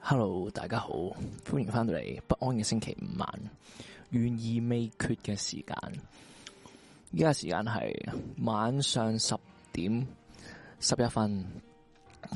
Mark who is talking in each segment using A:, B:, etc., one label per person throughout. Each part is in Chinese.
A: Hello，大家好，歡迎翻到嚟不安嘅星期五晚，懸疑未決嘅時間。依家時間係晚上十點十一分，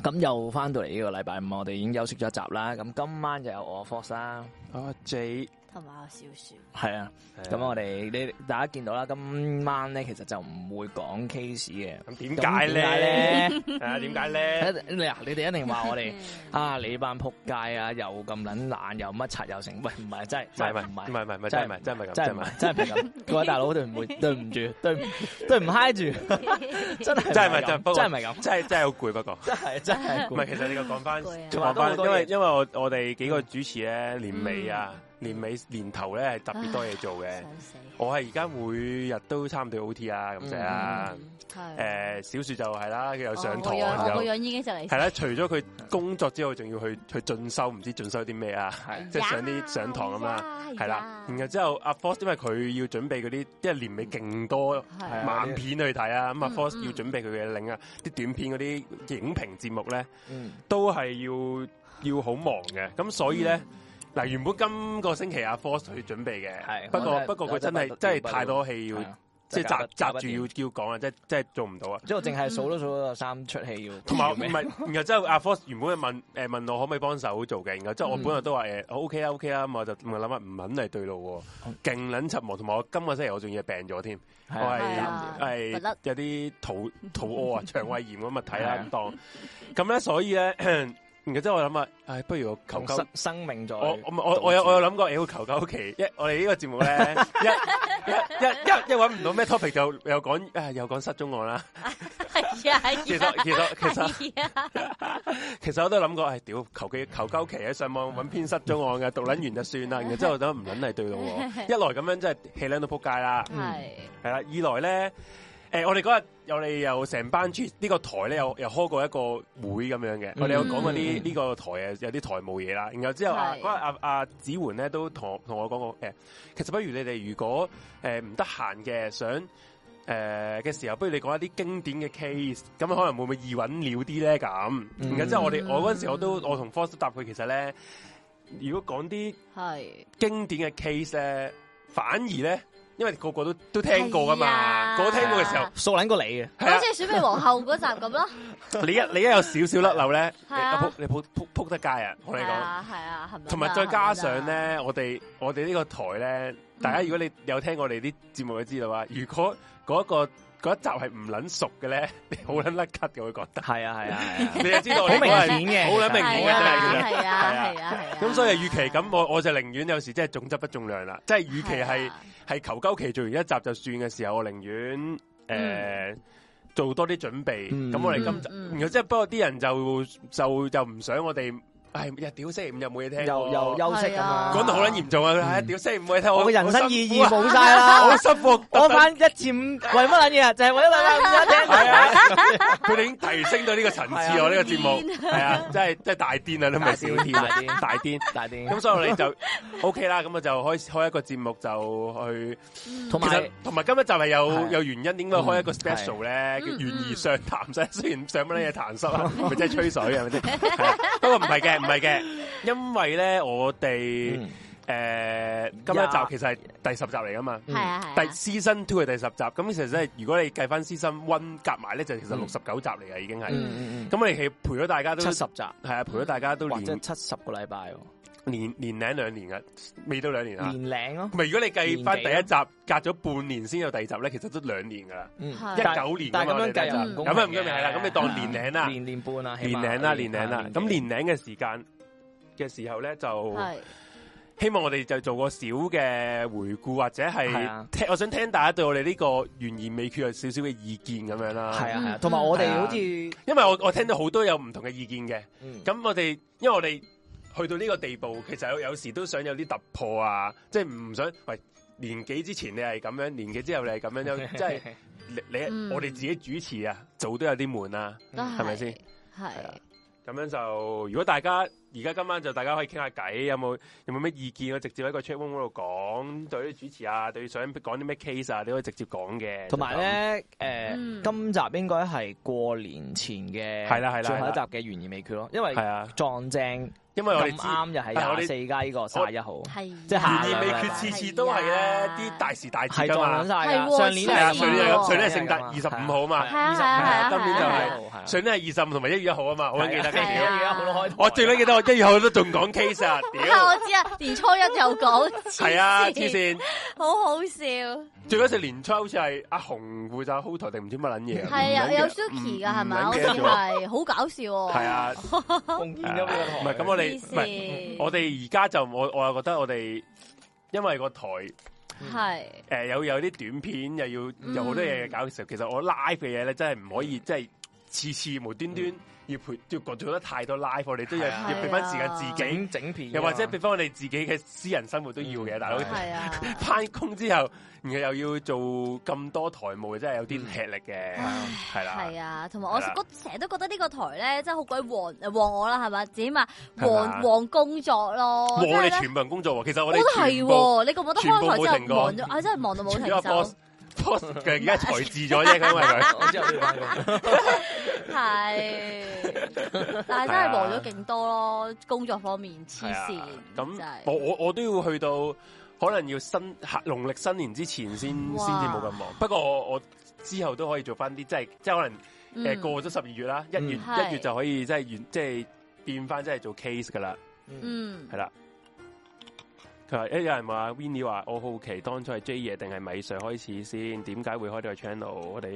A: 咁又翻到嚟呢個禮拜五，我哋已經休息咗一集啦。咁今晚就有我 Fox 啦，
B: 阿 J
C: 同埋有少少，
A: 係啊。咁我哋你大家見到啦，今晚咧其實就唔會講 case 嘅。
B: 咁點解咧？？係啊，點 解
C: 嗯
B: 咧？
A: 一嗱，你哋一定話我哋啊，你班仆街啊，又咁撚懶，又乜柒又成，喂，唔係真係，
B: 唔係
A: 真
B: 唔
A: 係唔係
B: 係唔。係唔係唔係
A: 真
B: 真
A: 係
B: 係唔係真係唔係咁，
A: 真係唔係，真係唔
B: 真係唔係
A: 係咁。各位大佬，對唔會，對唔住，對唔對唔嗨 住，真係
B: 真係唔
A: 係
B: 係真係
A: 咁
B: 不過
A: 真係唔係咁，
B: 真係真係好攰不過。
A: 真係真係攰
B: 唔係，其實你個講翻
C: 攰啊
B: 講
A: 同埋都好
B: 翻，
A: 多
B: 因為
A: 嘢
B: 因為我我哋幾個主持咧，年尾啊，年尾年頭咧係特別多嘢做嘅。
C: 想死，
B: 我係而家每日都差唔多 O T 啦，咁成啦。
C: 嗯係
B: 啊
C: 哦
B: 誒，小雪就係啦，佢又上堂
C: 我個樣我個
B: 又
C: 樣已經就嚟
B: 係啦。除咗佢工作之外，仲要去去進修，唔知進修啲咩啊？
C: 哎
B: 即係上啲上堂咁啦。
C: 啦
B: 係啦，然後之後阿 Force 因為佢要準備嗰啲，即係年尾勁多
C: 係啊
B: 漫片去睇啊，咁阿
C: 嗯
B: Force
C: 嗯
B: 要準備佢嘅領啊，啲短片嗰啲影評節目咧，
A: 嗯，
B: 都係要要好忙嘅，咁所以咧。
C: 嗯
B: 嗱，原本今個星期阿 Force 去準備嘅，
A: 係
B: 不過
A: 我真係
B: 不過佢真係
A: 我
B: 真
A: 真係
B: 係太多戲要
A: 係，啊
B: 即係
A: 真係
B: 閘閘
A: 夾
B: 住
A: 一
B: 要
A: 掂
B: 要講啊，即係即係做唔到啊。
A: 即係我淨係數都數到有三出戲要，
B: 同埋唔係，然後之後阿 Force 原本問誒問我可唔可以幫手做嘅，然後之後我
A: 嗯
B: 本來都話誒我 OK 啊 OK 啊，咁我就我諗下唔肯嚟對路
A: 嗯
B: 喎，勁撚柒忙，同埋我今個星期我仲要病咗添，我
A: 係
C: 係
B: 係
C: 啊不
B: 係
C: 甩
B: 有啲肚肚屙 啊、腸胃炎咁啊睇
A: 係
B: 啦
A: 啊
B: 咁當，咁咧所以咧， 然後之後我諗啊，唉不如我求
A: 同
B: 救
A: 生。生命在
B: 我我我我有我有諗過，誒，求求其一，我哋呢個節目咧，一一一一一揾唔到咩 topic 就又講誒，又講失蹤案啦。
C: 係啊，
B: 嗯其實 其實其實。
C: 係啊，
B: 其實我都諗過，唉，屌，求其求鳩其啊，上網揾篇失蹤案嘅，讀撚完就算啦。然後之後都唔撚係對路喎， 一來咁樣真係氣撚到撲街啦，
C: 係
B: 係啦。二來咧，誒、我哋嗰日我哋又成班主呢個台咧，又又開過一個會咁樣嘅，我哋有講過啲
A: 嗯
B: 呢個台誒有啲台務嘢啦。然後之後啊
C: 係
B: 嗰日阿阿子媛咧都同我同我講過，誒、其實不如你哋如果誒唔得閒嘅想。誒嘅、時候，不如你講一啲經典嘅 case，咁可能會唔會易揾料啲咧？咁，
A: 嗯
B: 然後之後我哋我嗰陣時我都我同 Force 都答佢，其實咧，如果講啲
C: 係
B: 經典嘅 case 咧，反而咧，因為個個都都聽過噶嘛，
C: 係啊
B: 個個聽過嘅時候，
A: 數撚過你嘅，
B: 係
C: 好
B: 啊
C: 似，選美皇后嗰集咁咯，
B: 你一你一有少少甩漏咧，你
C: 係啊
B: 撲你撲撲撲得街啊！我同你
C: 係
B: 講。
C: 啊係啊，係咪啊？
B: 同埋再加上咧，我哋我哋呢個台咧，大家如果你有聽我哋啲節目，就知道啊。如果嗰、個嗰一集係唔撚熟嘅咧， 你好撚甩咳嘅會覺 得，
A: 係啊係啊係啊，
B: 你就知道
A: 好
B: 我
A: 明
B: 哋嗰日
A: 顯嘅，
B: 好撚
A: 其實
B: 明
C: 係
B: 顯嘅
C: 啊
B: 真係
C: 係啊係啊係啊，
B: 咁所以與其咁，我我就寧願有時真係重質不重量啦。即係與其
C: 係
B: 係
C: 啊
B: 係求鳩其做完一集就算嘅時候，我寧願誒做多啲準備。
A: 嗯
B: 咁我哋今集，
C: 嗯嗯嗯
B: 然後即係不過啲人就就就唔想我哋，唉，日屌星期五又冇嘢 聽喎，
A: 啊又又休息咁
C: 係
A: 樣
C: 啊，
B: 講到好撚嚴重啊！唉，屌星期五冇嘢聽，
A: 我嘅
B: 嘅
A: 人生意義
B: 好
A: 冇晒 啦，
B: 我失望。
A: 我翻一至五為乜撚嘢啊？就係為咗禮拜五一聽。
B: 係啊， 佢哋已經提升到呢個層次咯，呢個節目係啊，真係真係大癲啊，都唔係小癲
A: 啊大癲
B: 啊，大癲。
A: 大啲
B: 咁所以我哋就 OK 啦，咁我就開開一個節目就去，
A: 同
B: 其
A: 埋
B: 實同埋今日就係有
A: 係
B: 有原因點解開一個
A: 嗯
B: special 咧，叫
C: 嗯
B: 懸疑上談 室，雖然上乜嘢談室 啊，咪真係吹水係咪先？係啊不過唔係嘅，唔係嘅，因為咧我哋
A: 嗯
B: 誒今一集其實係第十集嚟噶嘛。
C: 係啊
B: 第
C: 係啊
B: season two 係第十集，咁其實真係如果你計翻 season one 夾埋咧，就其實六十九集嚟嘅已經係。
A: 嗯嗯嗯，
B: 咁我哋其實陪咗大家都
A: 七十集
B: 係啊，陪咗大家都
A: 或者
B: 年
A: 七十個禮拜喎，
B: 年年零兩年啊，未到兩年啊。
A: 年領咯。
B: 咪如果你計翻第一
A: 年啊
B: 集隔咗半年先有第二集咧，其實都兩年噶啦，
A: 嗯
C: 係
B: 一
C: 但
B: 九年
A: 但係
B: 㗎嘛
A: 咁樣計又唔
B: 你第一集
A: 公
B: 咁
A: 平
B: 啊唔咁咪係啦，咁你當
A: 嘅
B: 年零啦，
A: 年年半啦，啊起
B: 年
A: 碼嗯
B: 零啦，年零啦
A: 年，
B: 咁年零嘅時間嘅時候咧，就
C: 係
B: 希望我哋就做個小嘅回顧，或者
A: 係
B: 係
A: 啊
B: 聽，我想聽大家對我哋呢個懸而未決有少少嘅意見咁樣啦。
A: 係啊係啊，
C: 嗯
A: 同埋我哋
B: 嗯
A: 好似
B: 因為我我聽到好多有唔同嘅意見嘅，
A: 嗯
B: 咁我哋因為我哋去到呢個地步，其實有有時都想有啲突破啊，即係唔想喂年幾之前你係咁樣，年幾之後你係咁樣，有即係 你你、
C: 嗯
B: 我哋自己主持啊，做都有啲悶啊，
C: 都
B: 係咪先？
C: 係
B: 係啊咁樣就如果大家而家今晚就大家可以傾下偈，有冇有冇咩意見？我啊直接喺個 chat room 嗰度講，對啲主持啊，對想講啲咩 case 啊，你可以直接講嘅。
D: 同埋咧，诶，
C: 嗯
D: 今集應該係過年前嘅，
B: 係啦係啦
D: 最後一
B: 係
D: 集嘅懸而未決咯，因為
B: 就咁，係啊，
D: 撞正
B: 因為我哋
D: 咁
B: 知
D: 啱又係
B: 但係我
D: 廿
B: 哋
D: 四加呢個卅一號，
C: 係啊
D: 即係下
B: 懸
D: 個
B: 而
D: 禮
B: 未
D: 拜
B: 決，次次都啊係咧啲大時大
D: 係
B: 節㗎
D: 撞緊
B: 嘛。
D: 晒㗎。
C: 係喎
D: 上年
B: 係啊，
D: 係
C: 黐線
B: 上年係
C: 喎
B: 上年係聖誕二十五號嘛，
C: 係啊係啊係啊
B: 今年就係
D: 係啊
B: 上年係二十五同埋一月一號啊嘛，我好撚記得嘅
C: 係啊
B: 屌
C: 係啊
B: 我最撚記得我一月一號都仲講 case 啊，
C: 啊
B: 屌，
C: 我知啊，年初一又講，
B: 係啊，黐，線。
C: 好好笑。
B: 最嗰時年初好似係阿紅負責 hold 台定唔知乜撚嘢，
C: 係啊，
B: 唔撚記
C: 有
B: 得
C: Suki
B: 唔
C: 噶係
B: 唔
C: 咪？
B: 撚
C: 我
B: 記
C: 知
B: 得咗
C: 係好搞笑喎。
B: 係，啊，
D: 貢獻咗俾個台。
B: 唔係咁我哋
C: 黐
B: 唔係
C: 線
B: 我哋而家就我我又覺得我哋因為個台
C: 係
B: 誒有有啲短片又要
C: 嗯
B: 有好多嘢搞嘅時候，其實我 live 嘅嘢咧真係唔可以即係次次無端
C: 嗯
B: 端要陪要做得太多 live，我哋都要
D: 係啊
B: 要俾翻時間自己，
C: 啊
D: 整整片㗎嘛，
B: 又或者俾翻我哋自己嘅私人生活都要嘅，
D: 嗯
B: 大佬。
C: 係啊，
B: 翻工之後，然後又要做咁多台務，真係有啲吃力嘅，
C: 唉
B: 係啦。
C: 係啊，同埋我
B: 係啦
C: 我成日都覺得呢個台咧真係好鬼旺誒旺我啦，係咪？自己話
B: 係嘛
C: 旺旺工作咯，
B: 我
C: 真係
B: 哋
C: 咧
B: 全部人工作喎，其實我
C: 我
B: 哋
C: 都係
B: 全部
C: 喎，你覺唔覺得
B: 全部
C: 開台之
B: 冇停過
C: 後忙咗？啊，真係 忙到冇停
B: 除咗
C: 手
B: boss。boss 嘅而家裁置咗啫， 因為佢
D: 我知道你講緊咩
C: 係，但係真係忙咗勁多咯，工作方面黐
B: 啊係啊
C: 線，
B: 咁
C: 真係
B: 我我我都要去到可能要新農曆新年之前先先至
C: 哇
B: 冇咁忙。不過我我之後都可以做翻啲，即係即係可能誒
C: 嗯
B: 過咗十二月啦，一月
C: 嗯
B: 一月就可以即係完即係變翻即係做 case 噶啦。
D: 嗯
C: 嗯
B: 係啦。佢話：誒有人話 Winnie 話，我好奇當初係 J 爺定係米 Sir 開始先，點解會開呢個 channel？我哋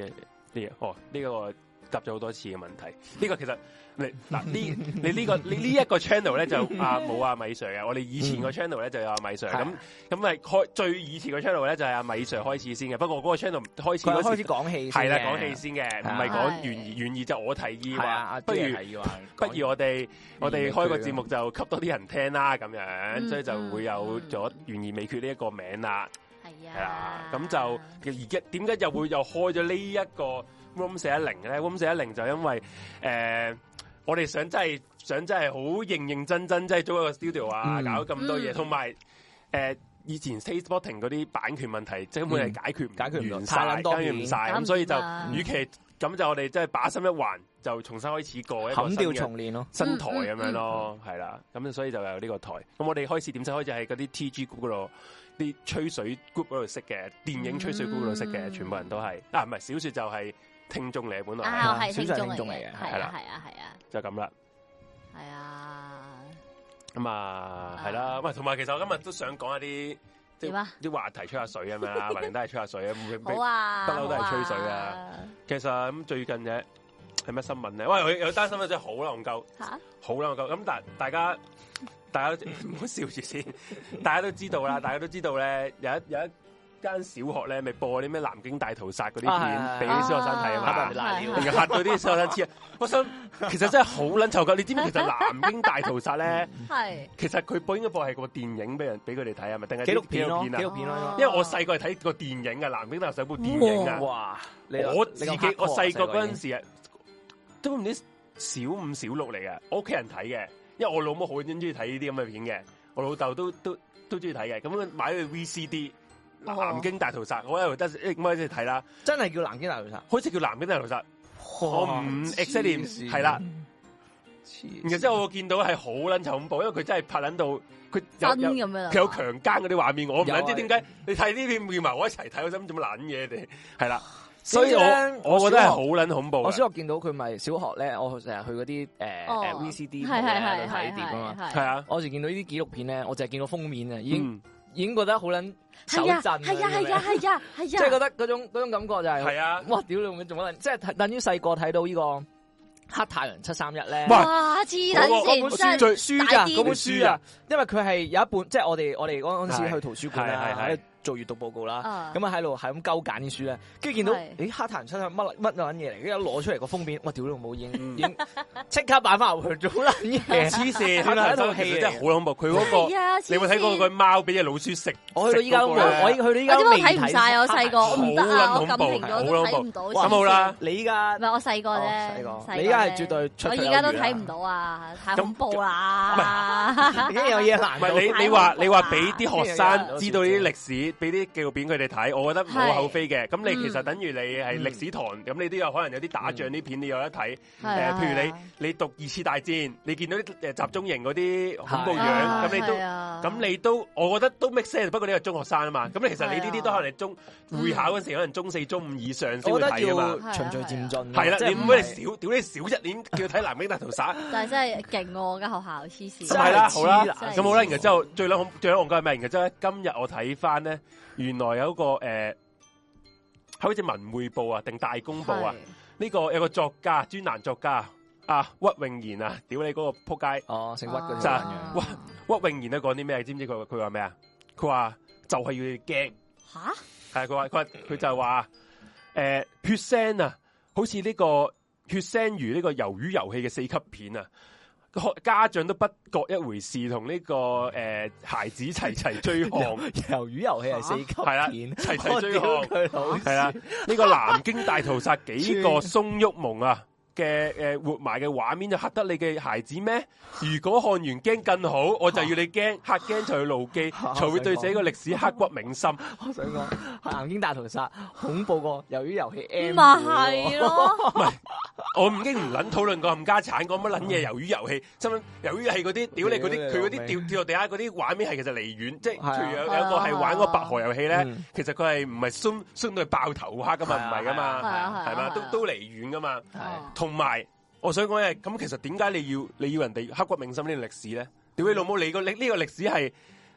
B: 呢個哦呢、個答咗好多次嘅問題。呢、個其實你嗱呢你呢、個呢呢一個 channel 咧就啊冇阿米 Sir 嘅，我哋以前個 channel 咧就有阿米 Sir
D: 係
B: 咁咁咪開最以前個 channel 咧就係阿米 Sir 開始先嘅。不過嗰個 channel 開始
D: 佢係
B: 嗰
D: 開
B: 時
D: 始講戲先
B: 係
D: 嘅，
B: 啦講戲先嘅，唔係講
C: 係
B: 願意願意就我提議
D: 係啊
B: 話，，不如。不如我
D: 嗯
B: 哋我哋開個節目就吸多啲人聽啦，咁樣，
C: 嗯
B: 所以就會有咗
C: 嗯
B: 懸而未決呢一個名啦，
C: 係
B: 係啦
C: 啊，，
B: 咁就而家點解又會又開咗呢一個 room 四一零咧？room 四一零就因為誒、呃我哋想真係想真係好認認真真，真係租一個 studio 啊，
D: 嗯
B: 搞咁多嘢，
C: 嗯
B: 同埋誒。以前 t a s t e b o t i n g 嗰啲版權問題，即係根本係解決唔
D: 嗯解決唔到
B: 完
D: 太
B: 晒，
D: 撚多
B: 解決唔
D: 片
B: 晒，
C: 搞唔
B: 咁所以就
C: 掂啊
B: 與其咁就我哋真係把心一橫，就重新開始過一個
D: 冚
B: 新
D: 掉
B: 嘅
D: 重練咯，
B: 新
C: 嗯
B: 台咁樣咯，係啦、咁所以就有呢個台。咁我哋開始點先開始喺嗰啲 T G group 嗰度，啲吹水 group 嗰度識嘅，電影吹水 group 嗰度識嘅，
C: 嗯
B: 全部人都係啊，唔係小說就係聽眾嚟，本來係
C: 啊，我係
D: 小弟
C: 聽眾
D: 聽眾
C: 嚟
D: 嚟嘅
C: 嘅，係
B: 係啦
C: 啊，係啊，係啊，
B: 就咁啦。
C: 係啊，
B: 咁啊，係啦，喂，同埋其實我今日都想講一啲即
C: 點
B: 係
C: 啊
B: 啲話題吹下水啊 咁樣啦，橫掂都係吹下水啊。唔
C: 好啊，
B: 不嬲都係
C: 好
B: 吹水啊其實咁最近嘅係咩新聞咧？喂，有有單新聞真係好啦，戇鳩。
C: 嚇，
B: 好啦，我夠咁，但大家大家都 唔好笑住先，大家都知道 啦，大家都知道咧，有一有一間小學咧，咪播啲咩南京大屠殺嗰啲
D: 啊
B: 片俾啲小學生睇啊
D: 啊
B: 嘛。
D: 係
B: 然後嚇到啲小學生知啊！我想其實真係好撚臭噶，你知唔知其實南京大屠殺咧，
D: 嗯
C: 係
B: 其實佢播應該播係個電影俾人俾佢哋睇啊，咪定係
D: 紀錄片咯，紀
B: 紀錄片啊？
D: 錄片咯
C: 哦，
B: 因為我細個係睇個電影啊，南京大屠殺部電影啊，
D: 哇！你
B: 我自己我細個嗰陣
D: 時，
B: 時啊，都唔知小五小六嚟嘅，我屋企人睇嘅，因為我老母好中意睇呢啲咁嘅片嘅，我老豆都都都中意睇嘅，咁佢買咗個 VCD《
C: 哦
B: 南京大屠殺》，我喺度得一蚊先睇啦，
D: 真係叫南京大屠殺，
B: 好似叫《南京大屠殺》，
D: 哦
B: 我唔 exactly 唔係啦，然後
D: 然
B: 之後我見到係好撚恐怖，因為佢真係拍撚到佢
C: 真
B: 有有
C: 咁樣啦，
B: 佢有強奸嗰啲畫面，我唔
D: 有啊
B: 撚知點解你睇呢片連埋我一齊睇，我心做乜撚嘢你係啦，
D: 知唔
B: 所
D: 知
B: 以我
D: 咧
B: 我覺得
D: 我小
B: 係
D: 學
B: 好撚恐怖嘅。
D: 我小學見到佢咪小學咧，我成日去嗰啲誒
C: 哦
D: 誒 VCD 鋪
C: 係係
D: 咧
C: 係
D: 度睇碟
C: 係
D: 啊嘛。
C: 係
B: 系啊，
D: 我時見到呢啲紀錄片咧，我就係見到封面啊，已經
B: 嗯，
D: 已經覺得好撚手
C: 係啊，
D: 震啊，
C: 係啊，係啊，係啊，係啊，
D: 即係覺得嗰種嗰種感覺就係
B: 系啊，
D: 哇！屌你會做乜撚？即係等於細個睇到呢個黑太陽七三一咧。
B: 哇
C: 哇，黐
D: 嗰個
C: 撚
D: 嗰本
C: 線真
D: 書
C: 係
D: 最書
C: 大
D: 㗎，
C: 啲
D: 嗰本書啊，因為佢係有一本，即係我哋我哋嗰陣時去圖書館
B: 係係
D: 啦，
B: 係
D: 喺度
A: 做閱讀報告啦。
C: 啊，
A: 咁啊喺度係咁鳩揀啲書咧，跟住見到
C: 係
A: 咦黑檀出係乜乜撚嘢嚟，跟住一攞出嚟個封面，我屌你老母已經
B: 嗯
A: 已經 即刻擺翻入去做撚嘢。
B: 黐線，
A: 原來係一套戲嚟嘅
B: 其實真係好恐怖。佢嗰
C: 係
B: 個
C: 啊，
B: 你有冇睇過
C: 佢？
B: 佢貓俾只老鼠食？
A: 我去到依家都
B: 食嗰個
A: 冇，
B: 咧
A: 我已經去到依家
C: 我
A: 都
C: 點
A: 未
C: 解睇唔晒？我細個我唔得啊，
B: 好撚
C: 我感
B: 恐
C: 情
B: 怖
C: 咗
B: 係
C: 都
B: 好
C: 睇唔
B: 恐
C: 到。
B: 咁好啦，
A: 你依
C: 黐線。
A: 家
C: 唔係我細個
A: 哦
C: 咧
A: 細個，
C: 細個
A: 你依家
C: 咧
A: 係絕對出
C: 我
A: 出
C: 而家都
A: 有餘啦
C: 睇唔到啊，太恐怖啦！
A: 啊 已經有嘢難
B: 唔
A: 到。
B: 係你你話你話俾啲學生知道呢
A: 呢樣嘢
B: 啲歷史，俾啲紀錄片佢哋睇，我覺得無可厚非嘅。咁你其實等於你係歷史堂，咁你都有可能有啲打仗啲片你有得睇。
C: 係
B: 誒，
C: 啊
B: 譬如你你讀二次大戰，你見到啲誒集中營嗰啲恐怖
A: 個係
B: 樣，
A: 啊
B: 咁你都。咁你都，我覺得都 make sense。不過你係中學生啊嘛，咁你其實你呢啲都可能係中
C: 嗯
B: 會考嗰時，可能中四、中五以上 先
A: 我
B: 會
A: 覺得
B: 睇啊
A: 要
B: 嘛。
A: 循序漸進
C: 啊
A: 咯。
B: 係啦，
A: 即
B: 你唔
A: 唔
B: 可以
A: 係
B: 小，屌你小一年叫佢睇南京大屠 殺，
C: 你但係真係勁喎，我間學校黐線。
A: 真
B: 咁係啦，
A: 黐
B: 好啦，
A: 線
B: 咁好啦，然後之後最撚恐最撚戇鳩係咩？然後之後咧今日我睇翻咧，原來有一個誒，好似文匯報啊定大公報啊，呢個有個作家專欄作家啊屈永賢啊，屌你嗰個撲街！
A: 哦，
C: 係，
A: 姓屈嗰
B: 就啊
A: 條
B: 係
A: 撚樣。
B: 哇屈永賢咧講啲咩？知唔知佢佢話咩啊？佢話就係要你驚。
C: 吓
B: 系佢話佢話佢就話诶、血腥啊，好似呢、個血腥如呢個魷魚遊戲嘅四級片啊。學家長都不覺一回事，同呢、個诶孩子齊齊追項，
A: 魷魚遊戲係四級
B: 係啦
A: 片，
B: 齊齊
A: 我
B: 追
A: 屌
B: 項
A: 佢老
B: 係啦，呢個南京大屠殺幾個鬆郁蒙啊嘅诶活埋嘅畫面就嚇得你嘅孩子咩？如果看完驚更好，我就要你驚嚇驚就去牢記，才會對自己個歷史刻骨銘心。
A: 我想講《南京大屠殺》恐怖過《魷魚遊戲》M
C: 咪
A: 係
C: 係咯，
B: 我已經唔撚討論過冚家產講乜撚嘢魷魚遊戲，心諗魷魚遊戲嗰啲屌你嗰啲佢嗰啲掉跳落地下嗰啲畫面係其實離遠，即係
A: 係啊
B: 譬如有有一個係玩嗰個白河遊戲咧
A: 嗯，
B: 其實佢係唔係鬆鬆到爆頭黑噶嘛，唔係噶
C: 係
B: 嘛，
C: 啊係啊
B: 係嘛，
C: 係
B: 都
C: 啊
B: 都離遠噶嘛。
A: 係啊
B: 同埋我想講嘅係咁，其實點解你要你要人哋刻骨銘心呢個歷史咧？屌你老母，你個呢呢個歷史係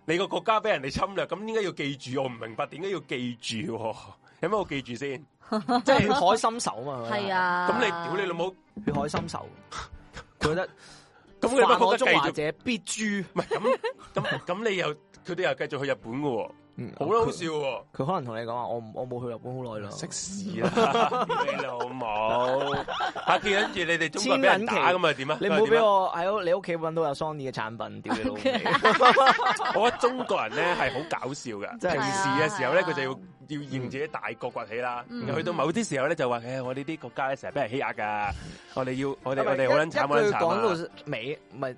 B: 你個國家俾人哋侵略，咁應該要記住，我唔明白點解要記住喎，有咩好記住先？
A: 即係血海深仇嘛。佢
C: 係，啊。
B: 咁你屌你老母！
A: 血海深仇。佢覺得
B: 咁你乜
A: 犯
B: 國
A: 我
B: 家
A: 中
B: 繼
A: 華
B: 續
A: 者必誅。
B: 唔係 咁咁咁，你又佢哋又繼續去日本嘅
A: 啊
B: 喎，好啦，好笑喎，
A: 嗯佢可能同你講話，我唔我冇去日本好耐啦。
B: 屎啦，你老 母！嚇，跟住你哋中國人俾人打咁啊點啊？
A: 你唔好俾我喺你屋企揾到有 Sony 嘅產品，屌你老味！
B: 咁啊點啊！我覺得中國人咧係好搞笑嘅，
A: 真係嗯
B: 平時嘅時候咧，
C: 係啊
B: 佢就要要認自己大國崛起啦。
C: 嗯
B: 然後去到某啲時候咧，就話：，誒，我哋啲國家咧成日俾人欺壓㗎，我哋要 我哋我哋好撚慘，好撚
A: 佢
B: 慘啊！
A: 講到尾，咪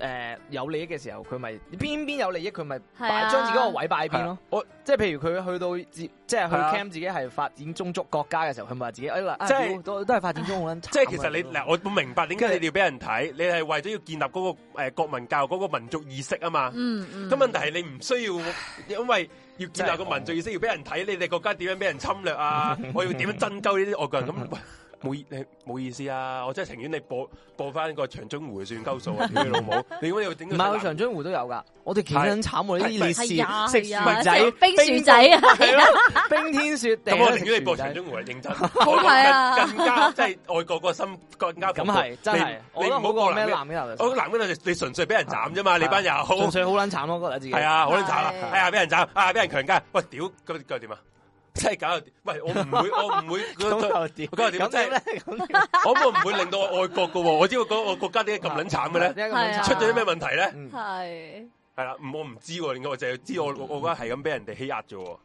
A: 誒有利益嘅時候，佢咪邊邊有利益，佢咪
C: 係啊
A: 擺將自己個位擺喺邊咯。
B: 我
A: 即係譬如佢去到自，即係去
B: 係啊
A: cam 自己係發展中足國家嘅時候，佢咪話自己哎嗱，啊
B: 即係
A: 屌都都係發展中好撚慘啊。
B: 即係其實你嗱，我我明白點解你哋要俾人睇，你係為咗要建立嗰個誒國民教育嗰個民族意識啊嘛。
C: 嗯嗯。
B: 咁問題係你唔需要，因為要建立個民族意識，要俾人睇你哋國家點樣俾人侵略啊！
A: 嗯
B: 我要點樣爭鳩呢啲外國人咁，喂冇意你冇意思啊！我真係情願你播播翻個長津湖算鳩數 啊！屌你老母，你咁要整
A: 唔
B: 個
A: 係我長津湖都有㗎，我哋幾撚慘喎！呢啲烈士
C: 係啊，
A: 食
C: 係啊
A: 薯仔、
C: 冰薯仔啊，
A: 係咯冰天雪地。
B: 咁我寧願你播
A: 食薯
B: 長
A: 仔
B: 津湖係 認真，
C: 係啊
B: 我更更加即係外國個心更加
A: 咁係真係，
B: 你
A: 我
B: 你
A: 覺得
B: 唔好
A: 好
B: 過
A: 過
B: 南
A: 咩
B: 邊，
A: 男嘅頭啊
B: 我南邊就你純粹俾人斬啫嘛，你班友
A: 純粹好撚慘咯，覺得自己
B: 係啊，好撚慘啊！
C: 係
B: 哎呀，俾人斬啊，俾人強姦，喂屌，咁咁點啊？真係搞到，喂我唔會，我 唔會
A: 咁
C: 啊
A: 又點？
B: 我今日點
A: 咁
B: 真係
A: 點咧？咁點
B: 我咁我唔會令到我愛國噶喎，我只會覺得我國家點解咁撚慘嘅咧？
A: 點解咁撚
C: 係啊
A: 慘
B: 出咗啲咩問題咧？
A: 嗯
C: 係
B: 係啦，唔我唔知喎，我就係知我我我覺得係咁俾人哋欺壓啫喎，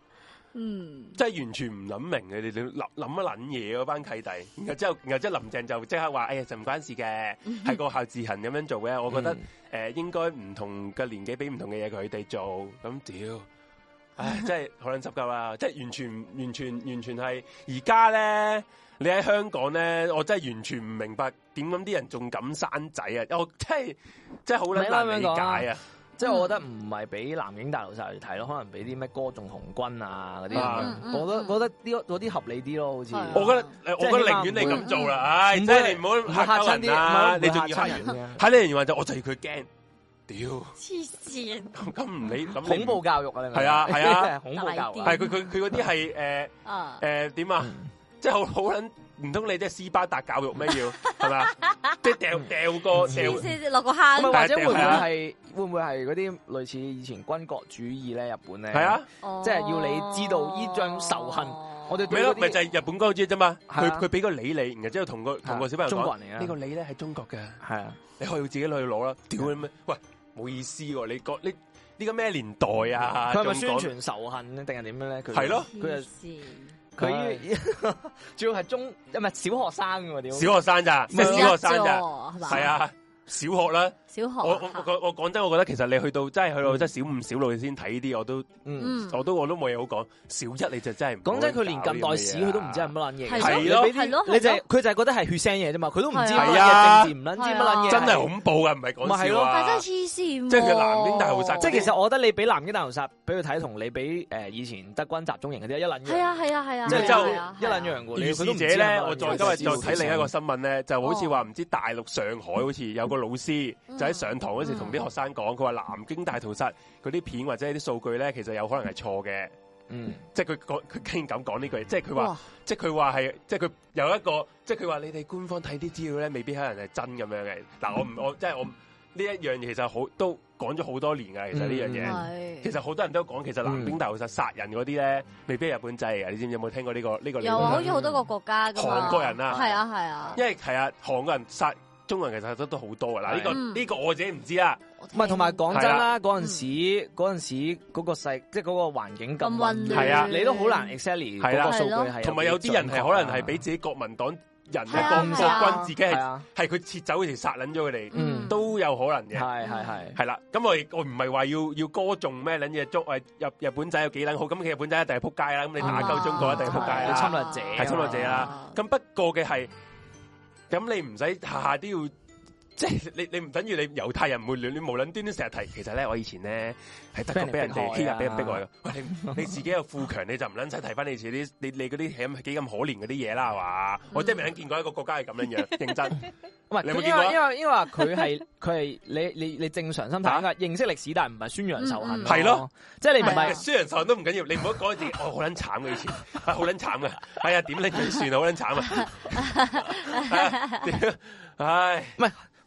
C: 嗯
B: 真係完全唔諗明嘅，你哋諗諗一撚嘢嗰班契弟，然後之後然後之後林鄭就即刻話：哎呀，就唔關事嘅，
C: 嗯
B: 係個校自行咁樣做嘅。我
A: 嗯
B: 覺得誒、呃、應該唔同嘅年紀俾唔同嘅嘢佢哋做，咁屌。唉，真係好撚執鳩啦！ 即係完全、完全、完全係而家咧，你喺香港咧，我真係完全唔明白點咁啲人仲敢生仔啊！我真係真係好撚難理解啊！
A: 即係我覺得唔係俾南京大屠殺嚟睇咯，可能俾啲咩歌頌紅軍啊嗰啲咁
B: 啊
A: 樣，我覺得覺得啲嗰啲合理啲咯，好似
C: 嗯係啊
B: 我覺得，
A: 即係
B: 我覺得寧願你咁做啦，唉，
A: 唔會
B: 真係你唔
A: 唔
B: 好
A: 會
B: 嚇
A: 嚇
B: 鳩
A: 親
B: 人
A: 啲唔
B: 啦，你
A: 會
B: 仲要
A: 嚇
B: 嚇
A: 親
B: 人
A: 人，嘅
B: 嚇你人話就我就要佢驚，屌
C: 黐線，
B: 咁唔理咁你
A: 恐怖教育啊，你明唔明
B: 係啊係啊，
A: 恐怖教育
B: 係
A: 啊
B: 佢佢佢嗰啲係呃誒
C: 啊
A: 嗯
B: 誒點啊，即係好好撚。唔通你即係斯巴達教育咩要係嘛？即系掉掉个掉
C: 黐
B: 系
C: 線落個
A: 唔係
C: 坑，
A: 或者會唔會
B: 係啊
A: 係會唔會係嗰啲類似以前軍國主義咧？日本咧
B: 啊，
C: 哦
A: 即係要你知道呢種仇恨我哋
B: 咪
A: 嗰
B: 咯，
A: 啲
B: 咪就系日本嗰啲啫嘛。
A: 係
B: 佢
A: 啊
B: 佢俾个理你，然後之后同个同个小朋友
A: 中
B: 講
A: 國人嚟啊，嗯
B: 呢個你咧係中國嘅，
A: 係啊，
B: 你可以自己去攞啦。屌你咩？喂，冇意思喎！你講呢呢個咩年代啊？
A: 嗯佢係咪
B: 仲
A: 宣
B: 講
A: 傳仇恨咧，定係點樣咧？佢
B: 係咯
A: 佢就
C: 系
A: 佢呢 主要係中唔係小學生嘅喎，屌
B: 小學生咋？咩小學生咋？
C: 係嘛？
B: 係，啊，小學啦。
C: 小學
B: 我我我我講真，我覺得其實你去到真係去到真係小五小六你先睇呢啲，我都
A: 嗯。
C: 嗯，
B: 我都我都冇嘢好講。小一你就真係唔好
A: 講真，佢連
B: 搞
A: 近
B: 呢啲
A: 代史佢都唔知係乜
B: 嘢啊
A: 撚嘢，
B: 係咯
A: 你俾啲
C: 係咯係咯
A: 你就係佢就係覺得係血腥嘢啫嘛，佢都唔知乜撚
B: 係
A: 嘢
B: 啊
A: 政治，唔撚知乜撚嘢，
B: 真係恐怖噶，唔係講
A: 咪係
B: 笑
A: 咯
C: 但
B: 啊
C: 係！真係黐線喎，
B: 即係佢南京大屠殺
A: 即係其實我覺得你俾南京大屠殺俾佢睇，同你俾誒以前德軍集中營嗰啲一撚樣，
C: 係啊係啊係啊，
A: 即係
B: 之後
A: 就
C: 係啊
A: 一撚。樣喎。你
B: 如
A: 佢
B: 是
A: 都唔知
B: 者
A: 係
B: 咧，
A: 乜撚
B: 我再
A: 嘢
B: 今日
A: 啊知道
B: 再睇另一個新聞咧，就好似話唔知大陸上海好似有個老師
C: 嗯
B: 就喺上堂嗰時同啲學生講，佢話南京大屠殺嗰啲片或者啲數據咧，其實有可能係錯嘅，
A: 嗯
B: 即係佢講佢竟然咁講呢句，即係佢話
C: 哇，
B: 即係佢話係，即係佢有一個，即係佢話你哋官方睇啲資料咧，未必可能係真咁樣嘅。嗱，我唔我即係我唔呢一樣嘢其實好都講咗好多年㗎，其實呢樣嘢。
A: 嗯
C: 係
B: 其實好多人都講，其實南京大屠殺殺人嗰啲咧，未必係日本仔嚟嘅。你知唔知有冇聽過呢、個呢、個理
C: 有
B: 論
C: 啊
B: 啊
C: 好似好多個國家噶嘛，
B: 韓國人啊
C: 係啊係啊，
B: 因為係啊，韓國人殺中國人其實都都好多啊。嗱，呢、個呢
C: 嗯、
B: 個我自己唔知啊啦，
C: 我
A: 唔
C: 聽
A: 係同埋講真啦，嗰陣時嗰陣時嗰個世即係嗰個環境咁
C: 咁混亂
A: 係啊，
C: 亂
A: 你都好難 exactly
B: 係
A: 嗰
B: 啦
A: 個數據係
B: 同埋有啲人
A: 啊
B: 係可能係俾自己國民黨人
C: 係啊
B: 嘅國
C: 係啊
B: 國軍自己
A: 係
B: 係
A: 啊，
B: 係佢撤走嗰時殺撚咗佢哋，
A: 嗯
B: 都有可能嘅。
A: 係係係
B: 係啦，咁我亦我唔係話要要歌頌咩撚嘢中誒日日本仔有幾撚好，咁其實日本仔一定係撲街啦，咁你打鳩中國一定係撲街
A: 你侵略
B: 啦。
A: 者啊
B: 係侵略者啦咁不過嘅係，咁你唔使下下都要， 即係你你唔等於你猶太人唔會亂，你無論端端成日提，其實咧我以前咧喺德國俾人哋欺
A: 俾人
B: 壓，
A: 哋
B: 俾
A: 逼
B: 人
A: 害啊
B: 逼害嘅。喂，你你自己有富強，你就唔撚使提翻你自己啲你你嗰啲係幾咁可憐嗰啲嘢啦，係嘛？
A: 嗯
B: 我真係未撚見過一個國家係咁樣樣， 認真
A: 唔係
B: 你有冇
A: 因
B: 見過啊
A: 為因為因為佢係 佢係你你你正常心
B: 啊
A: 態應該係認識歷史，但係唔係宣揚仇恨
C: 嗯嗯
A: 咯，
B: 係咯
A: 即係你唔
C: 係
A: 係
C: 啊。
B: 哎雖然受都唔緊要，你唔好講自己哦好撚慘嘅以前， 啊好撚慘嘅，哎呀點拎佢算啊，好撚慘 啊屌，唉。